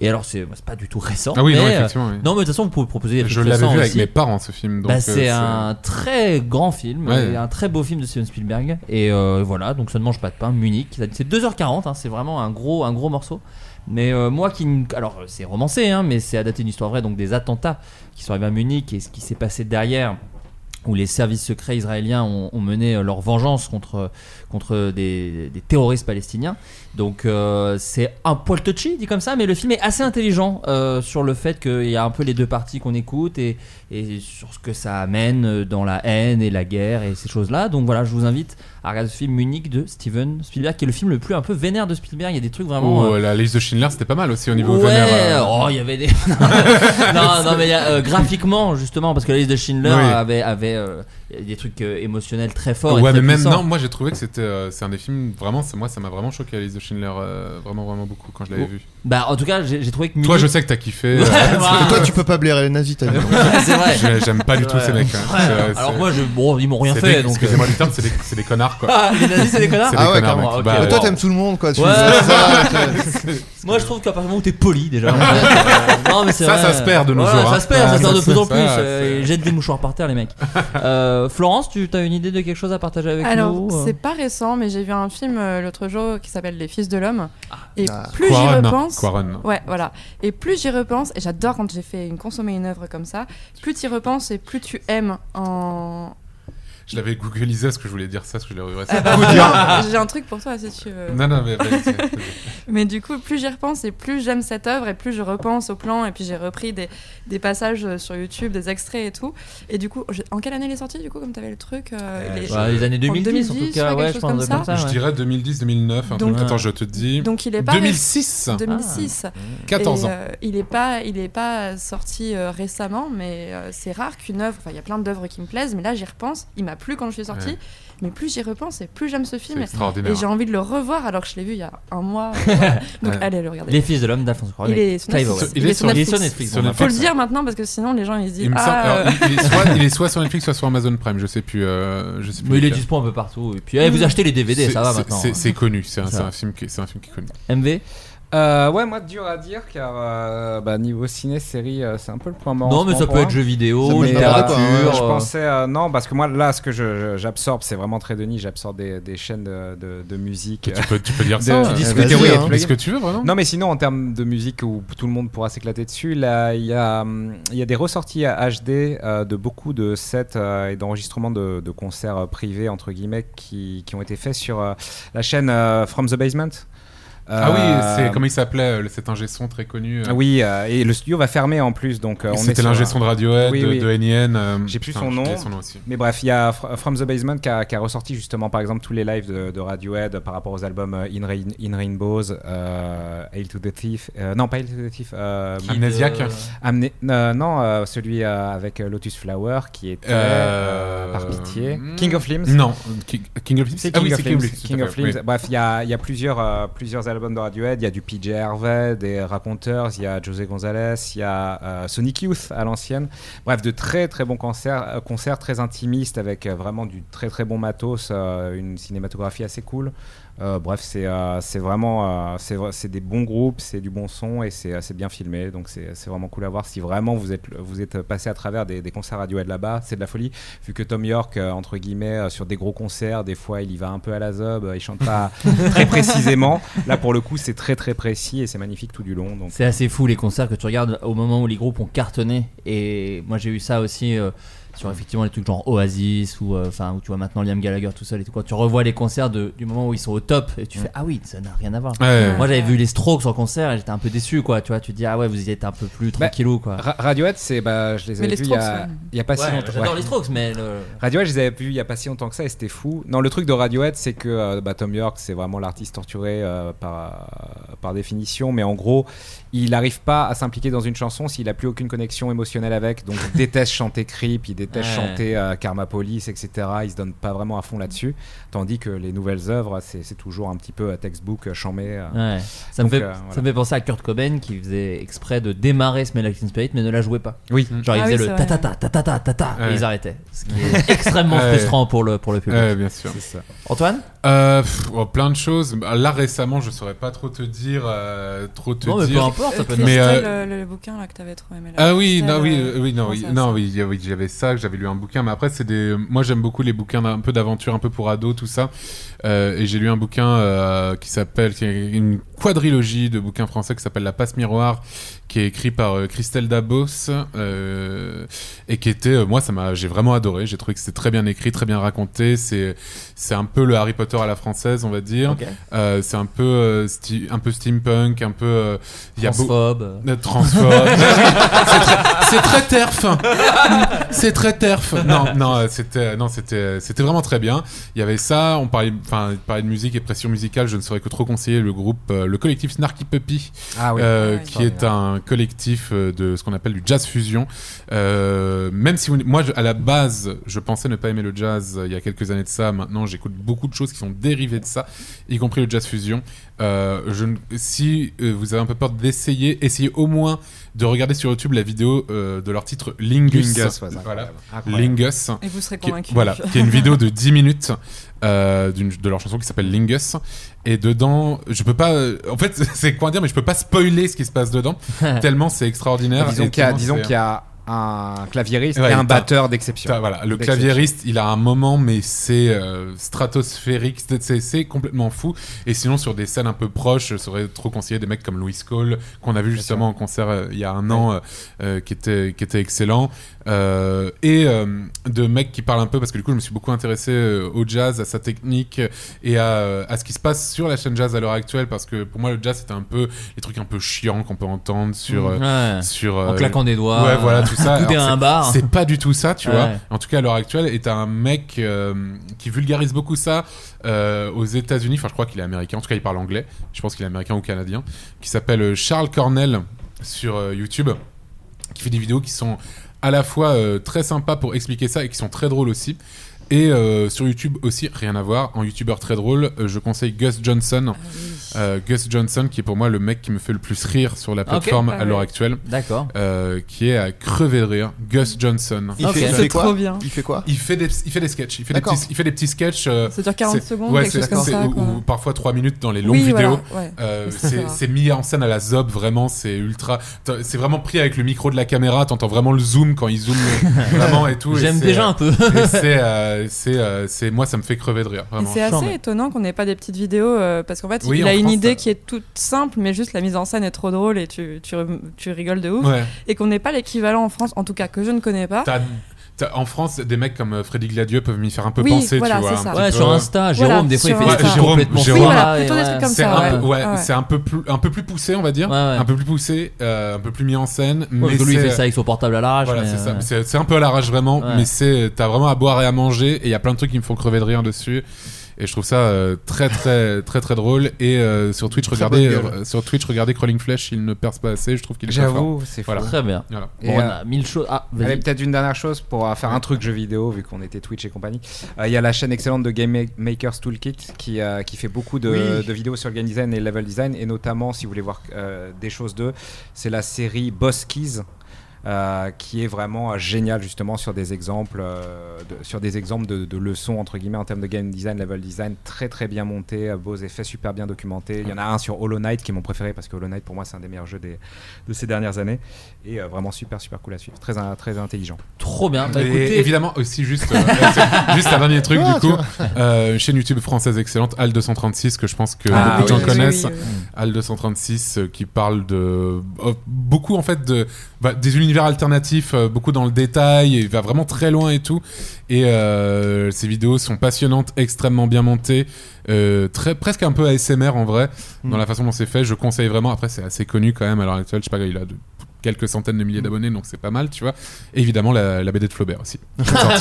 Et alors, c'est bah, c'est pas du tout récent. Ah oui, non, mais, euh, effectivement, oui. non, mais de toute façon, vous pouvez proposer des Je trucs l'avais récents vu avec aussi. mes parents, ce film, donc, Bah, euh, c'est c'est- un très grand film, Ouais. et un très beau film de Steven Spielberg. Et euh, voilà, donc ça ne mange pas de pain, Munich. C'est 2h40, hein, c'est vraiment un gros, un gros morceau. Mais euh, moi qui. ne- Alors, euh, c'est romancé, hein, mais c'est adapté d'une histoire vraie, donc des attentats qui sont arrivés à Munich et ce qui s'est passé derrière où les services secrets israéliens ont, ont mené euh, leur vengeance contre, contre des, des terroristes palestiniens. Donc euh, c'est un poil touchy, dit comme ça, mais le film est assez intelligent euh, sur le fait qu'il y a un peu les deux parties qu'on écoute et, et sur ce que ça amène euh, dans la haine et la guerre et ces choses-là. Donc voilà, je vous invite à regarder ce film Munich de Steven Spielberg, qui est le film le plus un peu vénère de Spielberg. Il y a des trucs vraiment... Ou euh, euh, la liste de Schindler, c'était pas mal aussi au niveau ouais, vénère. euh. oh, il y avait des. [LAUGHS] non, non, mais il y a, euh, graphiquement, justement, parce que la liste de Schindler Oui. avait, avait euh, des trucs euh, émotionnels très forts. et ouais, très mais même puissants. non, moi j'ai trouvé que c'était euh, c'est un des films vraiment c'est moi ça m'a vraiment choqué la liste de Schindler euh, vraiment vraiment beaucoup quand je l'avais Oh. vu. Bah, en tout cas, j'ai j'ai trouvé que. Toi, Munich- je sais que [LAUGHS] t'as kiffé. Ouais, euh, voilà. Toi, tu peux pas blairer les nazis, [LAUGHS] t'as dit. Ouais, c'est vrai. Je- J'aime pas du tout Ouais. ces mecs. hein. Ouais. C'est- Alors c'est- moi, je- bon, ils m'ont rien c'est fait, des- donc, Excusez-moi euh. du terme, c'est des, c'est des connards quoi. Ah, les nazis, c'est des connards des connards, mec. ok. Bah, Mais toi, ouais. t'aimes tout le monde, quoi, tu Ouais. fais ça, [LAUGHS] Moi, je trouve qu'à partir du moment où t'es poli, déjà. hein. non, mais c'est Ça, vrai. ça se perd de nos Voilà, jours, hein. Ça se perd, Ah, ça se perd de ça, plus en ça, plus. ça, euh, c'est- Ils jettent des mouchoirs par terre, les mecs. Euh, Florence, tu as une idée de quelque chose à partager avec Alors, nous euh c'est pas récent, mais j'ai vu un film euh, l'autre jour qui s'appelle Les Fils de l'Homme. Et Ah. plus j'y Quaron. repense. Quaron. Ouais, voilà. Et plus j'y repense, et j'adore quand j'ai fait une consommer une œuvre comme ça, plus t'y repenses et plus tu aimes en. Je l'avais googlisé parce que je voulais dire ça parce que je l'ai revu Ah récemment. bah, non, [LAUGHS] [LAUGHS] j'ai un truc pour toi si tu veux. Non, non, mais vas-y, [LAUGHS] vas-y. [LAUGHS] Mais du coup, plus j'y repense et plus j'aime cette œuvre et plus je repense au plan et puis j'ai repris des, des passages euh, sur YouTube, des extraits et tout. Et du coup, je- en quelle année il est sorti du coup comme t'avais le truc euh, il est- Bah, les années en 2010, en tout cas, ouais, quelque je chose pense comme que ça. comme ça, Je ouais. dirais 2010 2009 un Donc- truc. Attends, je te dis. Donc il est pas Ah. 2006. 2006. Et, 14 Ah. Mmh. ans. euh, il est pas il est pas sorti euh, récemment mais euh, c'est rare qu'une œuvre enfin il y a plein d'œuvres qui me plaisent mais là j'y repense, il m'a plu quand je suis sorti Ouais. mais plus j'y repense et plus j'aime ce film C'est Et- extraordinaire. et j'ai envie de le revoir alors que je l'ai vu il y a [LAUGHS] un mois. euh, voilà. Donc Ouais. allez le regarder. Les Fils de l'Homme d'Alphonse Cuarón. Il est sur Clive Netflix. Owen. Il est sur Netflix. Sur Faut le Netflix, dire maintenant parce que sinon les gens ils se disent Il me semble- ah, alors, euh, il, [LAUGHS] [LAUGHS] il est soit, il est soit sur Netflix, soit sur Amazon Prime, je sais plus. euh, je sais plus Mais il est lequel. dispo un peu partout, et puis, allez, Mm. vous achetez les DVD, C'est- ça va c'est- maintenant. hein. C'est c'est connu, c'est un, Ça c'est va. un film qui est- c'est un film qui est connu. MV Euh, ouais, moi, dur à dire car euh, bah, niveau ciné, série, euh, c'est un peu le point mort. Non, en ce mais ça moment peut pour être un. jeux vidéo, hein. Ça peut être littérature, n'importe quoi, ouais. Je euh. pensais, euh, non, parce que moi, là, ce que je- je- j'absorbe, c'est vraiment très Denis, j'absorbe des, des chaînes de, de- de musique. Tu peux- tu peux dire [LAUGHS] de- ça, de hein. discothèques, Vas-y, oui, hein. et plugins. Dis ce que tu veux, vraiment. Non, mais sinon, en termes de musique où tout le monde pourra s'éclater dessus, là, il y, a, hum, il y a des ressorties à HD euh, de beaucoup de sets euh, et d'enregistrements de, de concerts euh, privés, entre guillemets, qui, qui ont été faits sur euh, la chaîne euh, From the Basement. Ah oui, Euh, c'est comment il s'appelait euh, le- cet ingé son très connu. Ah euh, oui, euh, et le studio va fermer en plus, donc euh, on C'était est sur l'ingé un- son de Radiohead, Oui, de- oui. de NIN, euh, J'ai plus putain, son j'ai nom. oublié son nom aussi. Mais bref, il y a Fr- From the Basement qui a, qui a ressorti justement, par exemple, tous les lives de, de Radiohead par rapport aux albums euh, In, Rain- In Rainbows, euh, Hail to the Thief, euh, non pas Hail to the Thief, euh, Kid, Amnesiac. euh, Amné- euh, non, euh, celui euh, avec euh, Lotus Flower qui était, euh, Euh, par pitié, hmm. King of Limbs. Non, Ki- King of Limbs C'est Ah King, oui, of c'est King of Limbs, Limbs, tout King à of fait, Limbs. oui. Bref, il y a, il y a plusieurs, euh, plusieurs albums de Radiohead. Il y a du PJ Harvey, des Raconteurs, il y a José Gonzalez, il y a euh, Sonic Youth à l'ancienne. Bref, de très très bons concerts, euh, concerts très intimistes avec euh, vraiment du très très bon matos, euh, une cinématographie assez cool. Euh, bref, c'est euh, c'est vraiment euh, c'est vrai- c'est des bons groupes, c'est du bon son et c'est assez bien filmé. Donc c'est c'est vraiment cool à voir. Si vraiment vous êtes vous êtes passé à travers des, des concerts Radiohead là-bas, c'est de la folie. Vu que Tom York euh, entre guillemets euh, sur des gros concerts, des fois il y va un peu à la zob, euh, il chante [LAUGHS] pas très précisément. Là pour le coup, c'est très très précis et c'est magnifique tout du long. Donc C'est assez fou les concerts que tu regardes au moment où les groupes ont cartonné. Et moi j'ai eu ça aussi euh, sur effectivement les trucs genre Oasis ou euh, enfin où tu vois maintenant Liam Gallagher tout seul et tout. Quand tu revois les concerts de- du moment où ils sont au top et tu fais ah oui ça n'a rien à voir. Ouais. Moi j'avais vu les Strokes en concert et j'étais un peu déçu quoi. Tu vois tu te dis ah ouais vous y êtes un peu plus Bah, tranquillou quoi. Ra- Radiohead, c'est bah, je les Mais avais les vus il y Strokes, a, ouais. il y a pas si Ouais, longtemps. j'adore les Strokes, mais le- Radiohead, je les avais vus il y a pas si longtemps que ça et c'était fou. Non, le truc de Radiohead, c'est que euh, bah, Tom York, c'est vraiment l'artiste torturé euh, par, par définition, mais en gros, il n'arrive pas à s'impliquer dans une chanson s'il a plus aucune connexion émotionnelle avec. Donc, il déteste chanter Creep, il détestent Ouais. chanter euh, Karma Police, etc. Ils se donnent pas vraiment à fond là-dessus. Tandis que les nouvelles œuvres, c'est c'est toujours un petit peu euh, textbook, euh, chambé. euh. Ouais. Ça, me Donc, fait, euh, ça me fait penser à Kurt Cobain qui faisait exprès de démarrer Smell Like Teen Spirit mais ne la jouait pas. [LAUGHS] Oui. Genre il Ah oui, faisait c'est le vrai. ta ta ta ta ta ta ta ta Ouais. et ils arrêtaient. Ce [LAUGHS] qui est extrêmement Ouais. frustrant pour le, pour le public. Ouais, bien sûr. Antoine Euh, pff, oh, Plein de choses. Bah, Là récemment, je saurais pas trop te dire, euh, trop te Non, mais peu dire. importe, ça peut Mais, Christelle, euh, le, le bouquin là que t'avais trouvé. mais là, Ah oui, Christelle, non, oui, euh, euh, oui, non, comment oui, ça- non, oui, oui, j'avais ça, j'avais lu un bouquin, mais après c'est des, moi j'aime beaucoup les bouquins d'un un peu d'aventure, un peu pour ados, tout ça, Euh, et j'ai lu un bouquin euh, qui s'appelle, qui est une quadrilogie de bouquins français qui s'appelle La Passe Miroir, qui est écrit par euh, Christelle Dabos, euh, et qui était, euh, moi ça m'a, j'ai vraiment adoré, j'ai trouvé que c'était très bien écrit, très bien raconté, c'est, c'est un peu le Harry Potter à la française, on va dire, Ok. Euh, c'est un peu, euh, sti- un peu steampunk, un peu, euh, il y a beau- Transphobe. Euh, transphobe. [LAUGHS] C'est très- c'est très terf. C'est très terf. Non, [LAUGHS] non, euh, c'était, euh, non, c'était, euh, c'était vraiment très bien. Il y avait ça. On parlait, enfin, il parlait de musique et pression musicale. Je ne saurais que trop conseiller le groupe, euh, le collectif Snarky Puppy, Ah oui. euh, Ah oui. qui est un collectif euh, de ce qu'on appelle du jazz fusion. Euh, même si vous- moi, je- à la base, je pensais ne pas aimer le jazz euh, il y a quelques années de ça. Maintenant, j'écoute beaucoup de choses qui sont dérivées de ça, y compris le jazz fusion. Euh, je ne- si euh, vous avez un peu peur d'essayer, essayez au moins de regarder sur YouTube la vidéo euh, de leur titre Lingus. Lingus, ouais, voilà. incroyable. Incroyable. Lingus. Et vous serez Qui- convaincu. Voilà, qui est une vidéo de 10 minutes euh, d'une- de leur chanson qui s'appelle Lingus. Et dedans, je peux pas. euh, En fait, [LAUGHS] c'est quoi dire, mais je peux pas spoiler ce qui se passe [LAUGHS] dedans, tellement c'est extraordinaire. Disons et qu'il y a, tellement disons c'est- qu'il y a un claviériste Ouais, et un t'as- batteur d'exception. t'as- Voilà, le D'exception. claviériste, il a un moment, mais c'est euh, stratosphérique, c'est- c'est c'est complètement fou. Et sinon, sur des scènes un peu proches, je saurais trop conseiller des mecs comme Louis Cole, qu'on a vu justement en concert euh, il y a un an, euh, euh, qui, était, qui était excellent. Euh, et euh, de mecs qui parlent un peu, parce que du coup, je me suis beaucoup intéressé euh, au jazz, à sa technique et à, à ce qui se passe sur la chaîne jazz à l'heure actuelle, parce que pour moi, le jazz, c'était un peu les trucs un peu chiants qu'on peut entendre sur. euh, Ouais. sur En claquant des doigts, Ouais, voilà, [LAUGHS] tout ça. couder Alors, un c'est- bar. C'est pas du tout ça, tu Ouais. vois. En tout cas, à l'heure actuelle, est un mec euh, qui vulgarise beaucoup ça euh, aux États-Unis. Enfin, je crois qu'il est américain. En tout cas, il parle anglais. Je pense qu'il est américain ou canadien. Qui s'appelle euh, Charles Cornell sur euh, YouTube. Qui fait des vidéos qui sont à la fois euh, très sympas pour expliquer ça et qui sont très drôles aussi. Et euh, sur YouTube aussi, rien à voir. En youtubeur très drôle, euh, je conseille Gus Ah Johnson. Euh, Gus Johnson, qui est pour moi le mec qui me fait le plus rire sur la Ok. plateforme Ah à l'heure ouais. actuelle. D'accord. Euh, qui est à crever de rire. Gus Johnson. Il fait- il fait quoi Trop bien. Il fait quoi il fait, des, il fait des sketchs. Il fait, des D'accord. petits, il fait des petits sketchs. euh, Ça dure 40 c'est- secondes, ouais, quelque c'est- chose comme c'est- ça, Ou, quoi. ou parfois 3 minutes dans les longues Oui, voilà, vidéos. ouais. Euh, Oui, ça, c'est c'est- vrai. c'est mis en scène à la zob, vraiment. C'est ultra. t'as- C'est vraiment pris avec le micro de la caméra. T'entends vraiment le zoom quand il zoome vraiment et tout. et J'aime c'est, déjà euh, un peu. et c'est, euh, c'est, euh, c'est- moi, ça me fait crever de rire. Et Vraiment. C'est assez étonnant qu'on n'ait pas des petites vidéos euh, parce qu'en fait, Oui, il en a une France, idée ça- qui est toute simple, mais juste la mise en scène est trop drôle et tu, tu, tu rigoles de ouf. Ouais. Et qu'on n'ait pas l'équivalent en France, en tout cas que je ne connais pas. T'as- t'as- en France, des mecs comme euh, Freddy Gladieux peuvent m'y faire un peu Oui, penser, voilà, tu vois. c'est un ça. petit Ouais, peu. sur Insta, Jérôme, Voilà, des fois, il sur fait des Insta. trucs Jérôme, complètement Jérôme. Oui, voilà, plutôt des trucs comme C'est ça, un ouais. peu- ouais, Ouais. c'est un peu plus, un peu plus poussé, on va dire, un peu plus poussé, euh, un peu plus mis en scène. mais parce que lui, il c'est- fait ça avec son portable à l'arrache, Voilà, mais, c'est ça. euh, C'est- C'est un peu à l'arrache vraiment, Ouais. mais c'est t'as vraiment à boire et à manger, et il y a plein de trucs qui me font crever de rire dessus. Et je trouve ça euh, très très très très drôle. Et euh, sur Twitch, Très regardez bonne gueule. euh, sur Twitch, regardez Crawling Flesh, il ne perce pas assez. Je trouve qu'il est très fort. J'avoue, c'est fou. Voilà. Voilà. Et, euh, mille choses. Ah, vas-y. allez, peut-être une dernière chose pour euh, faire un truc jeu vidéo, vu qu'on était Twitch et compagnie. Euh, Il y a la chaîne excellente de Game Ma- Makers Toolkit qui, euh, qui fait beaucoup de, Oui. de vidéos sur le game design et level design. Et notamment, si vous voulez voir euh, des choses d'eux, c'est la série Boss Keys. euh, qui est vraiment euh, géniale justement sur des exemples euh, de- sur des exemples de, de leçons entre guillemets en termes de game design level design très très bien monté euh, beaux effets super bien documentés il y en a un sur Hollow Knight qui est mon préféré parce que Hollow Knight pour moi c'est un des meilleurs jeux des- de ces dernières années et euh, vraiment super super cool à suivre très un- très intelligent Trop bien. Bah, Et écoutez- évidemment aussi juste euh, [LAUGHS] juste un dernier truc Ah, du tu coup vois. euh, chaîne YouTube française excellente Al 236 que je pense que Ah, beaucoup de gens oui, oui, connaissent oui, oui. Al 236 euh, qui parle de euh, beaucoup en fait de bah, des univers alternatifs euh, beaucoup dans le détail et il va vraiment très loin et tout et euh, ses vidéos sont passionnantes extrêmement bien montées euh, très presque un peu ASMR en vrai Mm. dans la façon dont c'est fait je conseille vraiment après c'est assez connu quand même à l'heure actuelle je sais pas il a de- quelques centaines de Mm. milliers d'abonnés donc c'est pas mal tu vois et évidemment la, la BD de [LAUGHS] Flaubert aussi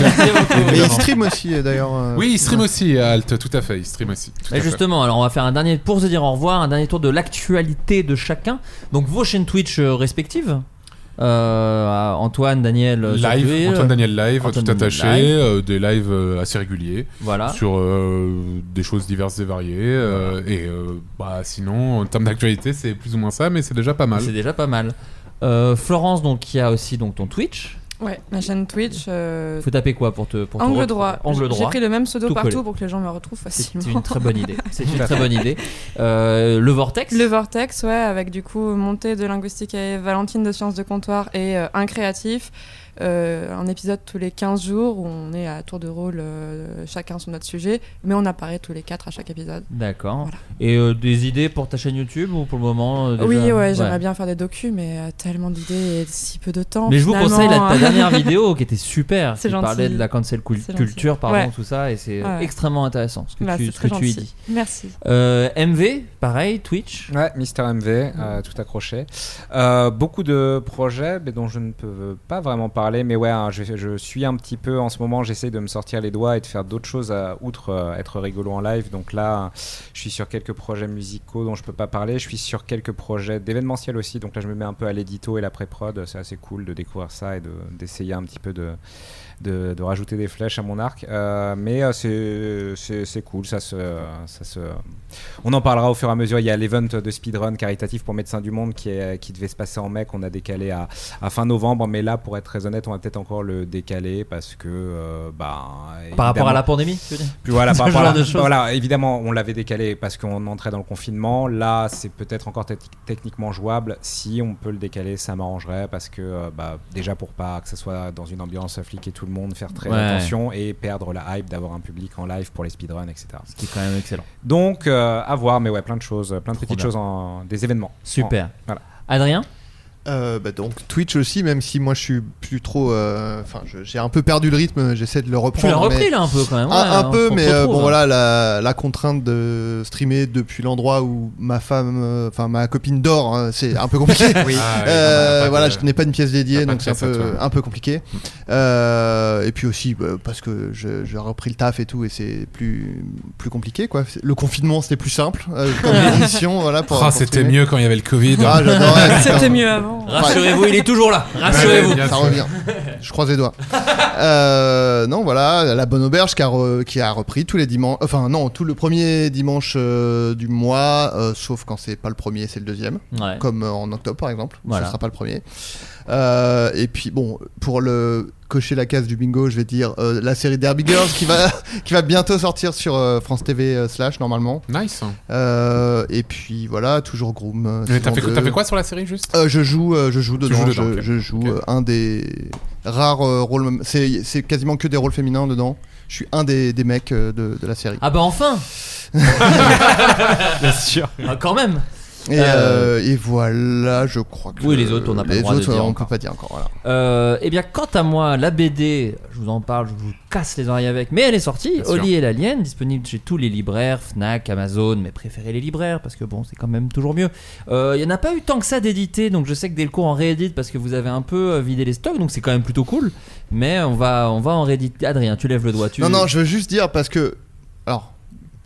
Mais il stream aussi euh, d'ailleurs. euh, oui, il stream aussi, Alt, tout à fait, il stream aussi. tout Bah, à fait. justement, alors on va faire un dernier pour se dire au revoir, un dernier tour de l'actualité de chacun. Donc vos chaînes Twitch euh, respectives. Euh, Antoine, Daniel, euh, sur Twitter. Live, Antoine Daniel Live, Antoine tout Daniel attaché, Live. euh, des lives euh, assez réguliers Voilà. sur euh, des choses diverses et variées. euh, et euh, bah, sinon, en termes d'actualité, c'est plus ou moins ça, mais c'est déjà pas mal. C'est déjà pas mal. Euh, Florence, donc, il y a aussi donc, ton Twitch. Ouais, ma chaîne Twitch. euh, Faut taper quoi pour te pour te Angle re- droit. Angle J'ai droit. pris le même pseudo Tout partout collé. pour que les gens me retrouvent facilement. C'est une très bonne [LAUGHS] idée. C'est une très bonne idée. Euh, le vortex. Le Vortex, ouais, avec du coup Montée de linguistique et Valentine de sciences de comptoir et euh, un créatif. Euh, un épisode tous les 15 jours où on est à tour de rôle euh, chacun sur notre sujet, mais on apparaît tous les quatre à chaque épisode. D'accord. Et euh, des idées pour ta chaîne YouTube ou pour le moment euh, déjà oui, ouais, j'aimerais bien faire des docus, mais euh, tellement d'idées et si peu de temps. Mais je vous finalement, conseille la, ta hein. dernière vidéo [LAUGHS] qui était super. C'est qui gentil. parlait de la cancel cul- C'est gentil. culture, pardon, Ouais. tout ça, et c'est euh, Ouais. extrêmement intéressant ce que Bah, tu, c'est ce très que tu y gentil. dis. Merci. Euh, MV, pareil, Twitch. Ouais, Mister MV, euh, tout accroché. Euh, beaucoup de projets mais dont je ne peux pas vraiment parler, mais ouais, hein, je, je suis un petit peu en ce moment, j'essaye de me sortir les doigts et de faire d'autres choses à, outre euh, être rigolo en live. Donc là, je suis sur quelques projets musicaux dont je peux pas parler. Je suis sur quelques projets d'événementiel aussi. Donc là, je me mets un peu à l'édito et la pré-prod. C'est assez cool de découvrir ça et de- d'essayer un petit peu de, de, de rajouter des flèches à mon arc. Euh, mais euh, c'est- c'est c'est cool, ça se, ça se. On en parlera au fur et à mesure. Il y a l'event de speedrun caritatif pour Médecins du Monde qui, est, qui devait se passer en mai, qu'on a décalé à, à fin novembre. Mais là, pour être très honnête, on va peut-être encore le décaler parce que. euh, bah, évidemment- rapport à la pandémie, tu veux dire Puis [LAUGHS] voilà, Ce par rapport à genre la- de choses. voilà, Ah, évidemment, on l'avait décalé parce qu'on entrait dans le confinement. Là, c'est peut-être encore tec- techniquement jouable. Si on peut le décaler, ça m'arrangerait parce que, euh, bah, déjà pour pas que ce soit dans une ambiance flic et tout le monde, faire très Ouais. attention et perdre la hype d'avoir un public en live pour les speedruns, etc. Ce qui est quand même excellent. Donc, euh, à voir, mais ouais, plein de choses, plein de petites bien. choses, en, des événements. Super. En- voilà. Adrien Euh, bah donc Twitch aussi, même si moi je suis plus trop. euh, Enfin, je- j'ai un peu perdu le rythme, j'essaie de le reprendre. l'as repris, mais- là, un peu, quand Un, même, ouais, un on peu, se mais euh, retrouve, bon hein. voilà, la, la contrainte de streamer depuis l'endroit où ma femme, euh, enfin ma copine dort, hein, c'est un peu [LAUGHS] compliqué. Oui. Ah oui, Euh, on a pas de- voilà, je n'ai pas une pièce dédiée, pas donc de c'est un pièce à peu, toi. un peu compliqué. Euh, et puis aussi bah, parce que je- j'ai repris le taf et tout, et c'est plus, plus compliqué quoi. Le confinement c'était plus simple euh, comme émission, voilà. Pour, Ah, pour c'était streamer. mieux quand il y avait le Covid. Ah, [LAUGHS] j'adorais, putain. C'était mieux avant. Rassurez-vous, il est toujours là. Rassurez-vous. Ça revient. Je croise les doigts. [LAUGHS] Euh, non, voilà, la bonne auberge qui a, re- qui a repris tous les dimanches. Enfin, non, tout le premier dimanche euh, du mois, euh, sauf quand c'est pas le premier, c'est le deuxième. Ouais. Comme euh, en octobre, par exemple. où Voilà. Ce sera pas le premier. Euh, et puis, bon, pour le cocher la case du bingo, je vais dire euh, la série Derby Girls qui va, [LAUGHS] qui va bientôt sortir sur euh, France TV euh, slash normalement. Nice. Euh, et puis voilà, toujours Groom. euh, Mais t'as saison fait, deux. t'as fait quoi sur la série juste Euh, je joue, euh, je joue Tu dedans. joues dedans, je, ok. je joue euh, un des rares euh, rôles. C'est, c'est quasiment que des rôles féminins dedans. Je suis un des, des mecs euh, de, de la série. Ah bah enfin Ah, Bien [LAUGHS] sûr. quand même. Et, Euh, euh, et voilà, je crois que. Oui, les autres, on n'a pas le les droit de autres, dire on encore. peut pas dire encore. Voilà. Euh, eh bien, quant à moi, la BD, je vous en parle, je vous casse les oreilles avec, mais elle est sortie, Bien sûr. Oli et l'Alien, disponible chez tous les libraires, Fnac, Amazon, mais préférez les libraires parce que bon, c'est quand même toujours mieux. Euh, Il y en a pas eu tant que ça d'édité, donc je sais que Delcourt en réédite parce que vous avez un peu euh, vidé les stocks, donc c'est quand même plutôt cool. Mais on va, on va en rééditer. Adrien, tu lèves le doigt, tu. Non, non, je veux juste dire parce que. Alors.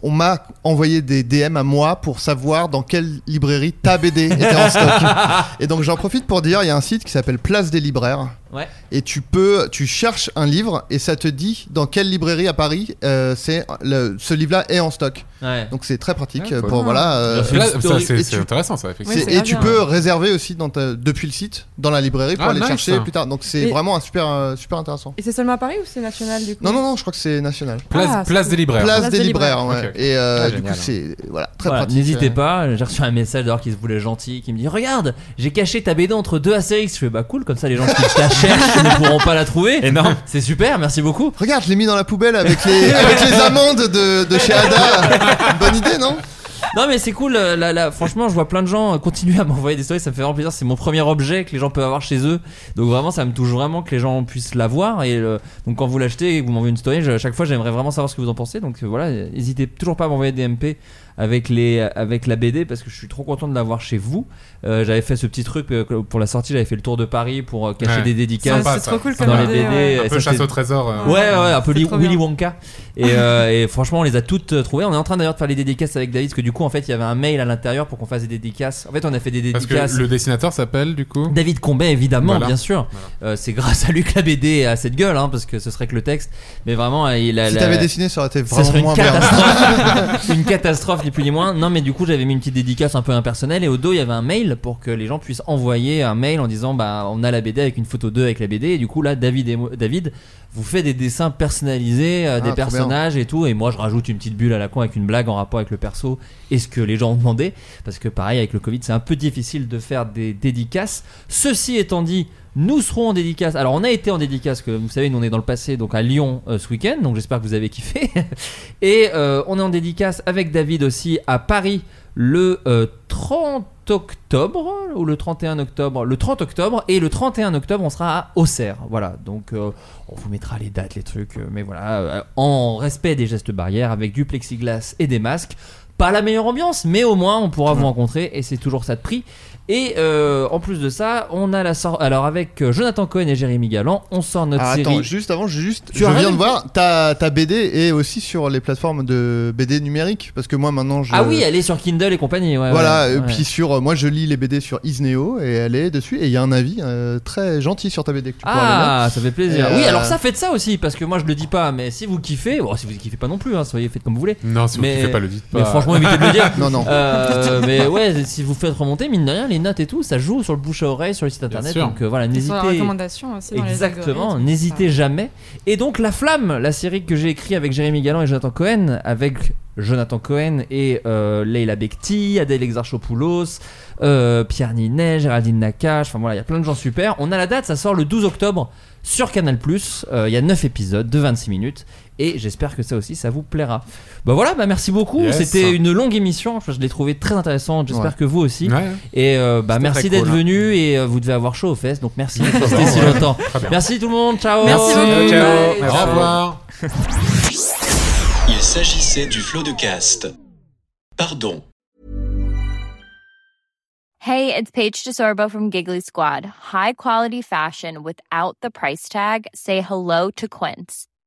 On m'a envoyé des DM à moi pour savoir dans quelle librairie ta BD était en stock. [LAUGHS] Et donc j'en profite pour dire, il y a un site qui s'appelle Place des libraires. Ouais. Et tu peux, tu cherches un livre et ça te dit dans quelle librairie à Paris euh, c'est le- ce livre-là est en stock. Ouais. Donc c'est très pratique Ouais, euh, cool. pour voilà. euh, Là, ça, et c'est- tu- c'est intéressant, ça, effectivement. c'est- Oui, c'est et bien, tu hein. peux réserver aussi dans ta- depuis le site dans la librairie pour Ah, aller nice. chercher plus tard. Donc c'est Et- vraiment un super euh, super intéressant. Et c'est seulement à Paris ou c'est national du coup Non non non, je crois que c'est national. Place- Ah, place c'est- des libraires. Place, Place des des libraires. libraires. ouais. Ok, ok. Et euh, Ah, du coup génial. c'est voilà très Voilà, pratique. N'hésitez euh. pas, j'ai reçu un message d'ailleurs qui se voulait gentil, qui me dit Regarde, j'ai caché ta BD entre deux Astérix. Je fais Bah cool, comme ça les gens qui la cherchent ne pourront pas la [LAUGHS] trouver. Et non, c'est super, merci beaucoup. Regarde, je l'ai mis dans la poubelle avec les [LAUGHS] avec [LAUGHS] les amendes de, de chez Ada. Bonne idée non Non mais c'est cool, euh, là, là, franchement je vois plein de gens euh, continuer à [LAUGHS] m'envoyer des stories, ça me fait vraiment plaisir, c'est mon premier objet que les gens peuvent avoir chez eux, donc vraiment ça me touche vraiment que les gens puissent l'avoir, et euh, donc quand vous l'achetez et que vous m'envoyez une story, je- à chaque fois j'aimerais vraiment savoir ce que vous en pensez, donc euh, voilà, n'hésitez toujours pas à m'envoyer des MP avec, les, avec la BD parce que je suis trop content de l'avoir chez vous. Euh, j'avais fait ce petit truc euh, pour la sortie, j'avais fait le tour de Paris pour euh, cacher Ouais. des dédicaces Sympa, C'est trop cool comme dans les idée, BD. ouais. Un Et peu ça, chasse c'était- au trésor, euh. Ouais, ouais, un peu C'est Li- trop bien. Willy Wonka. Et, euh, et franchement, on les a toutes euh, trouvées. On est en train d'ailleurs de faire les dédicaces avec David parce que du coup, en fait, il y avait un mail à l'intérieur pour qu'on fasse des dédicaces. En fait, on a fait des Parce dédicaces. que le dessinateur s'appelle du coup David Combet, évidemment, Voilà. bien sûr. Euh, c'est grâce à lui que la BD et à cette gueule, hein, parce que ce serait que le texte. Mais vraiment, euh, il a. Si la- t'avais dessiné, ça aurait été vraiment serait une moins bien. [LAUGHS] catastrophe. [LAUGHS] une catastrophe, ni plus ni moins. Non, mais du coup, j'avais mis une petite dédicace un peu impersonnelle et au dos, il y avait un mail pour que les gens puissent envoyer un mail en disant Bah, on a la BD avec une photo d'eux avec la BD. Et du coup, là, David, et moi- David vous fait des dessins personnalisés, Ah, euh, des trop bien. personnages et tout. Et moi, je rajoute une petite bulle à la con avec une blague en rapport avec le perso et ce que les gens ont demandé. Parce que, pareil, avec le Covid, c'est un peu difficile de faire des dédicaces. Ceci étant dit, nous serons en dédicace. Alors, on a été en dédicace, que vous savez, nous on est dans le passé, donc à Lyon euh, ce week-end. Donc, j'espère que vous avez kiffé. et euh, on est en dédicace avec David aussi à Paris le euh, 30 octobre ou le 31 octobre le 30 octobre et le 31 octobre on sera à Auxerre voilà donc euh, on vous mettra les dates les trucs euh, mais voilà euh, en respect des gestes barrières avec du plexiglas et des masques pas la meilleure ambiance mais au moins on pourra vous rencontrer et c'est toujours ça de prix et euh, en plus de ça on a la sor- alors avec euh, Jonathan Cohen et Jérémy Galland on sort notre Ah, série attends, juste avant, juste, Tu je as viens raison. de voir ta, ta BD est aussi sur les plateformes de BD numériques parce que moi maintenant je ah oui elle est sur Kindle et compagnie ouais, voilà, ouais, et ouais. puis sur euh, moi je lis les BD sur Isneo et elle est dessus et il y a un avis euh, très gentil sur ta BD que tu pourras aller Ah, lire. ça fait plaisir. Et, Oui, euh, alors ça, faites ça aussi, parce que moi je le dis pas, mais si vous kiffez, bon, si vous kiffez pas non plus, hein, soyez faites comme vous voulez. Non, si vous mais, kiffez pas, le dites pas. Mais franchement, évitez de le dire. [LAUGHS] Non, non. Euh, mais ouais, si vous faites remonter, mine de rien, les notes et tout, ça joue sur le bouche à oreille, sur le site internet. sûr. Donc euh, voilà, Et sur n'hésitez. la recommandation aussi dans les Exactement, algorithmes, n'hésitez ça. jamais. Et donc La Flamme, la série que j'ai écrite avec Jérémy Galland et Jonathan Cohen, avec Jonathan Cohen et euh, Leila Bekti, Adèle Exarchopoulos, euh, Pierre Ninet, Géraldine Nakache, enfin voilà, il y a plein de gens super. On a la date, ça sort le 12 octobre sur Canal+, Euh, il y a 9 épisodes de 26 minutes. Et j'espère que ça aussi, ça vous plaira. Bah voilà, bah merci beaucoup. Yes. C'était une longue émission. Je je l'ai trouvée très intéressante. J'espère Ouais. que vous aussi. Ouais. Et euh, bah C'était merci très d'être cool, hein. venu. Et euh, vous devez avoir chaud aux fesses. Donc merci [LAUGHS] de Ouais. rester si longtemps. Très bien. Merci tout le monde. Ciao. Merci beaucoup. Ciao. Merci. Au revoir. Il s'agissait du flot de cast. Pardon. Hey, it's Paige DeSorbo from Giggly Squad. High quality fashion without the price tag. Say hello to Quince.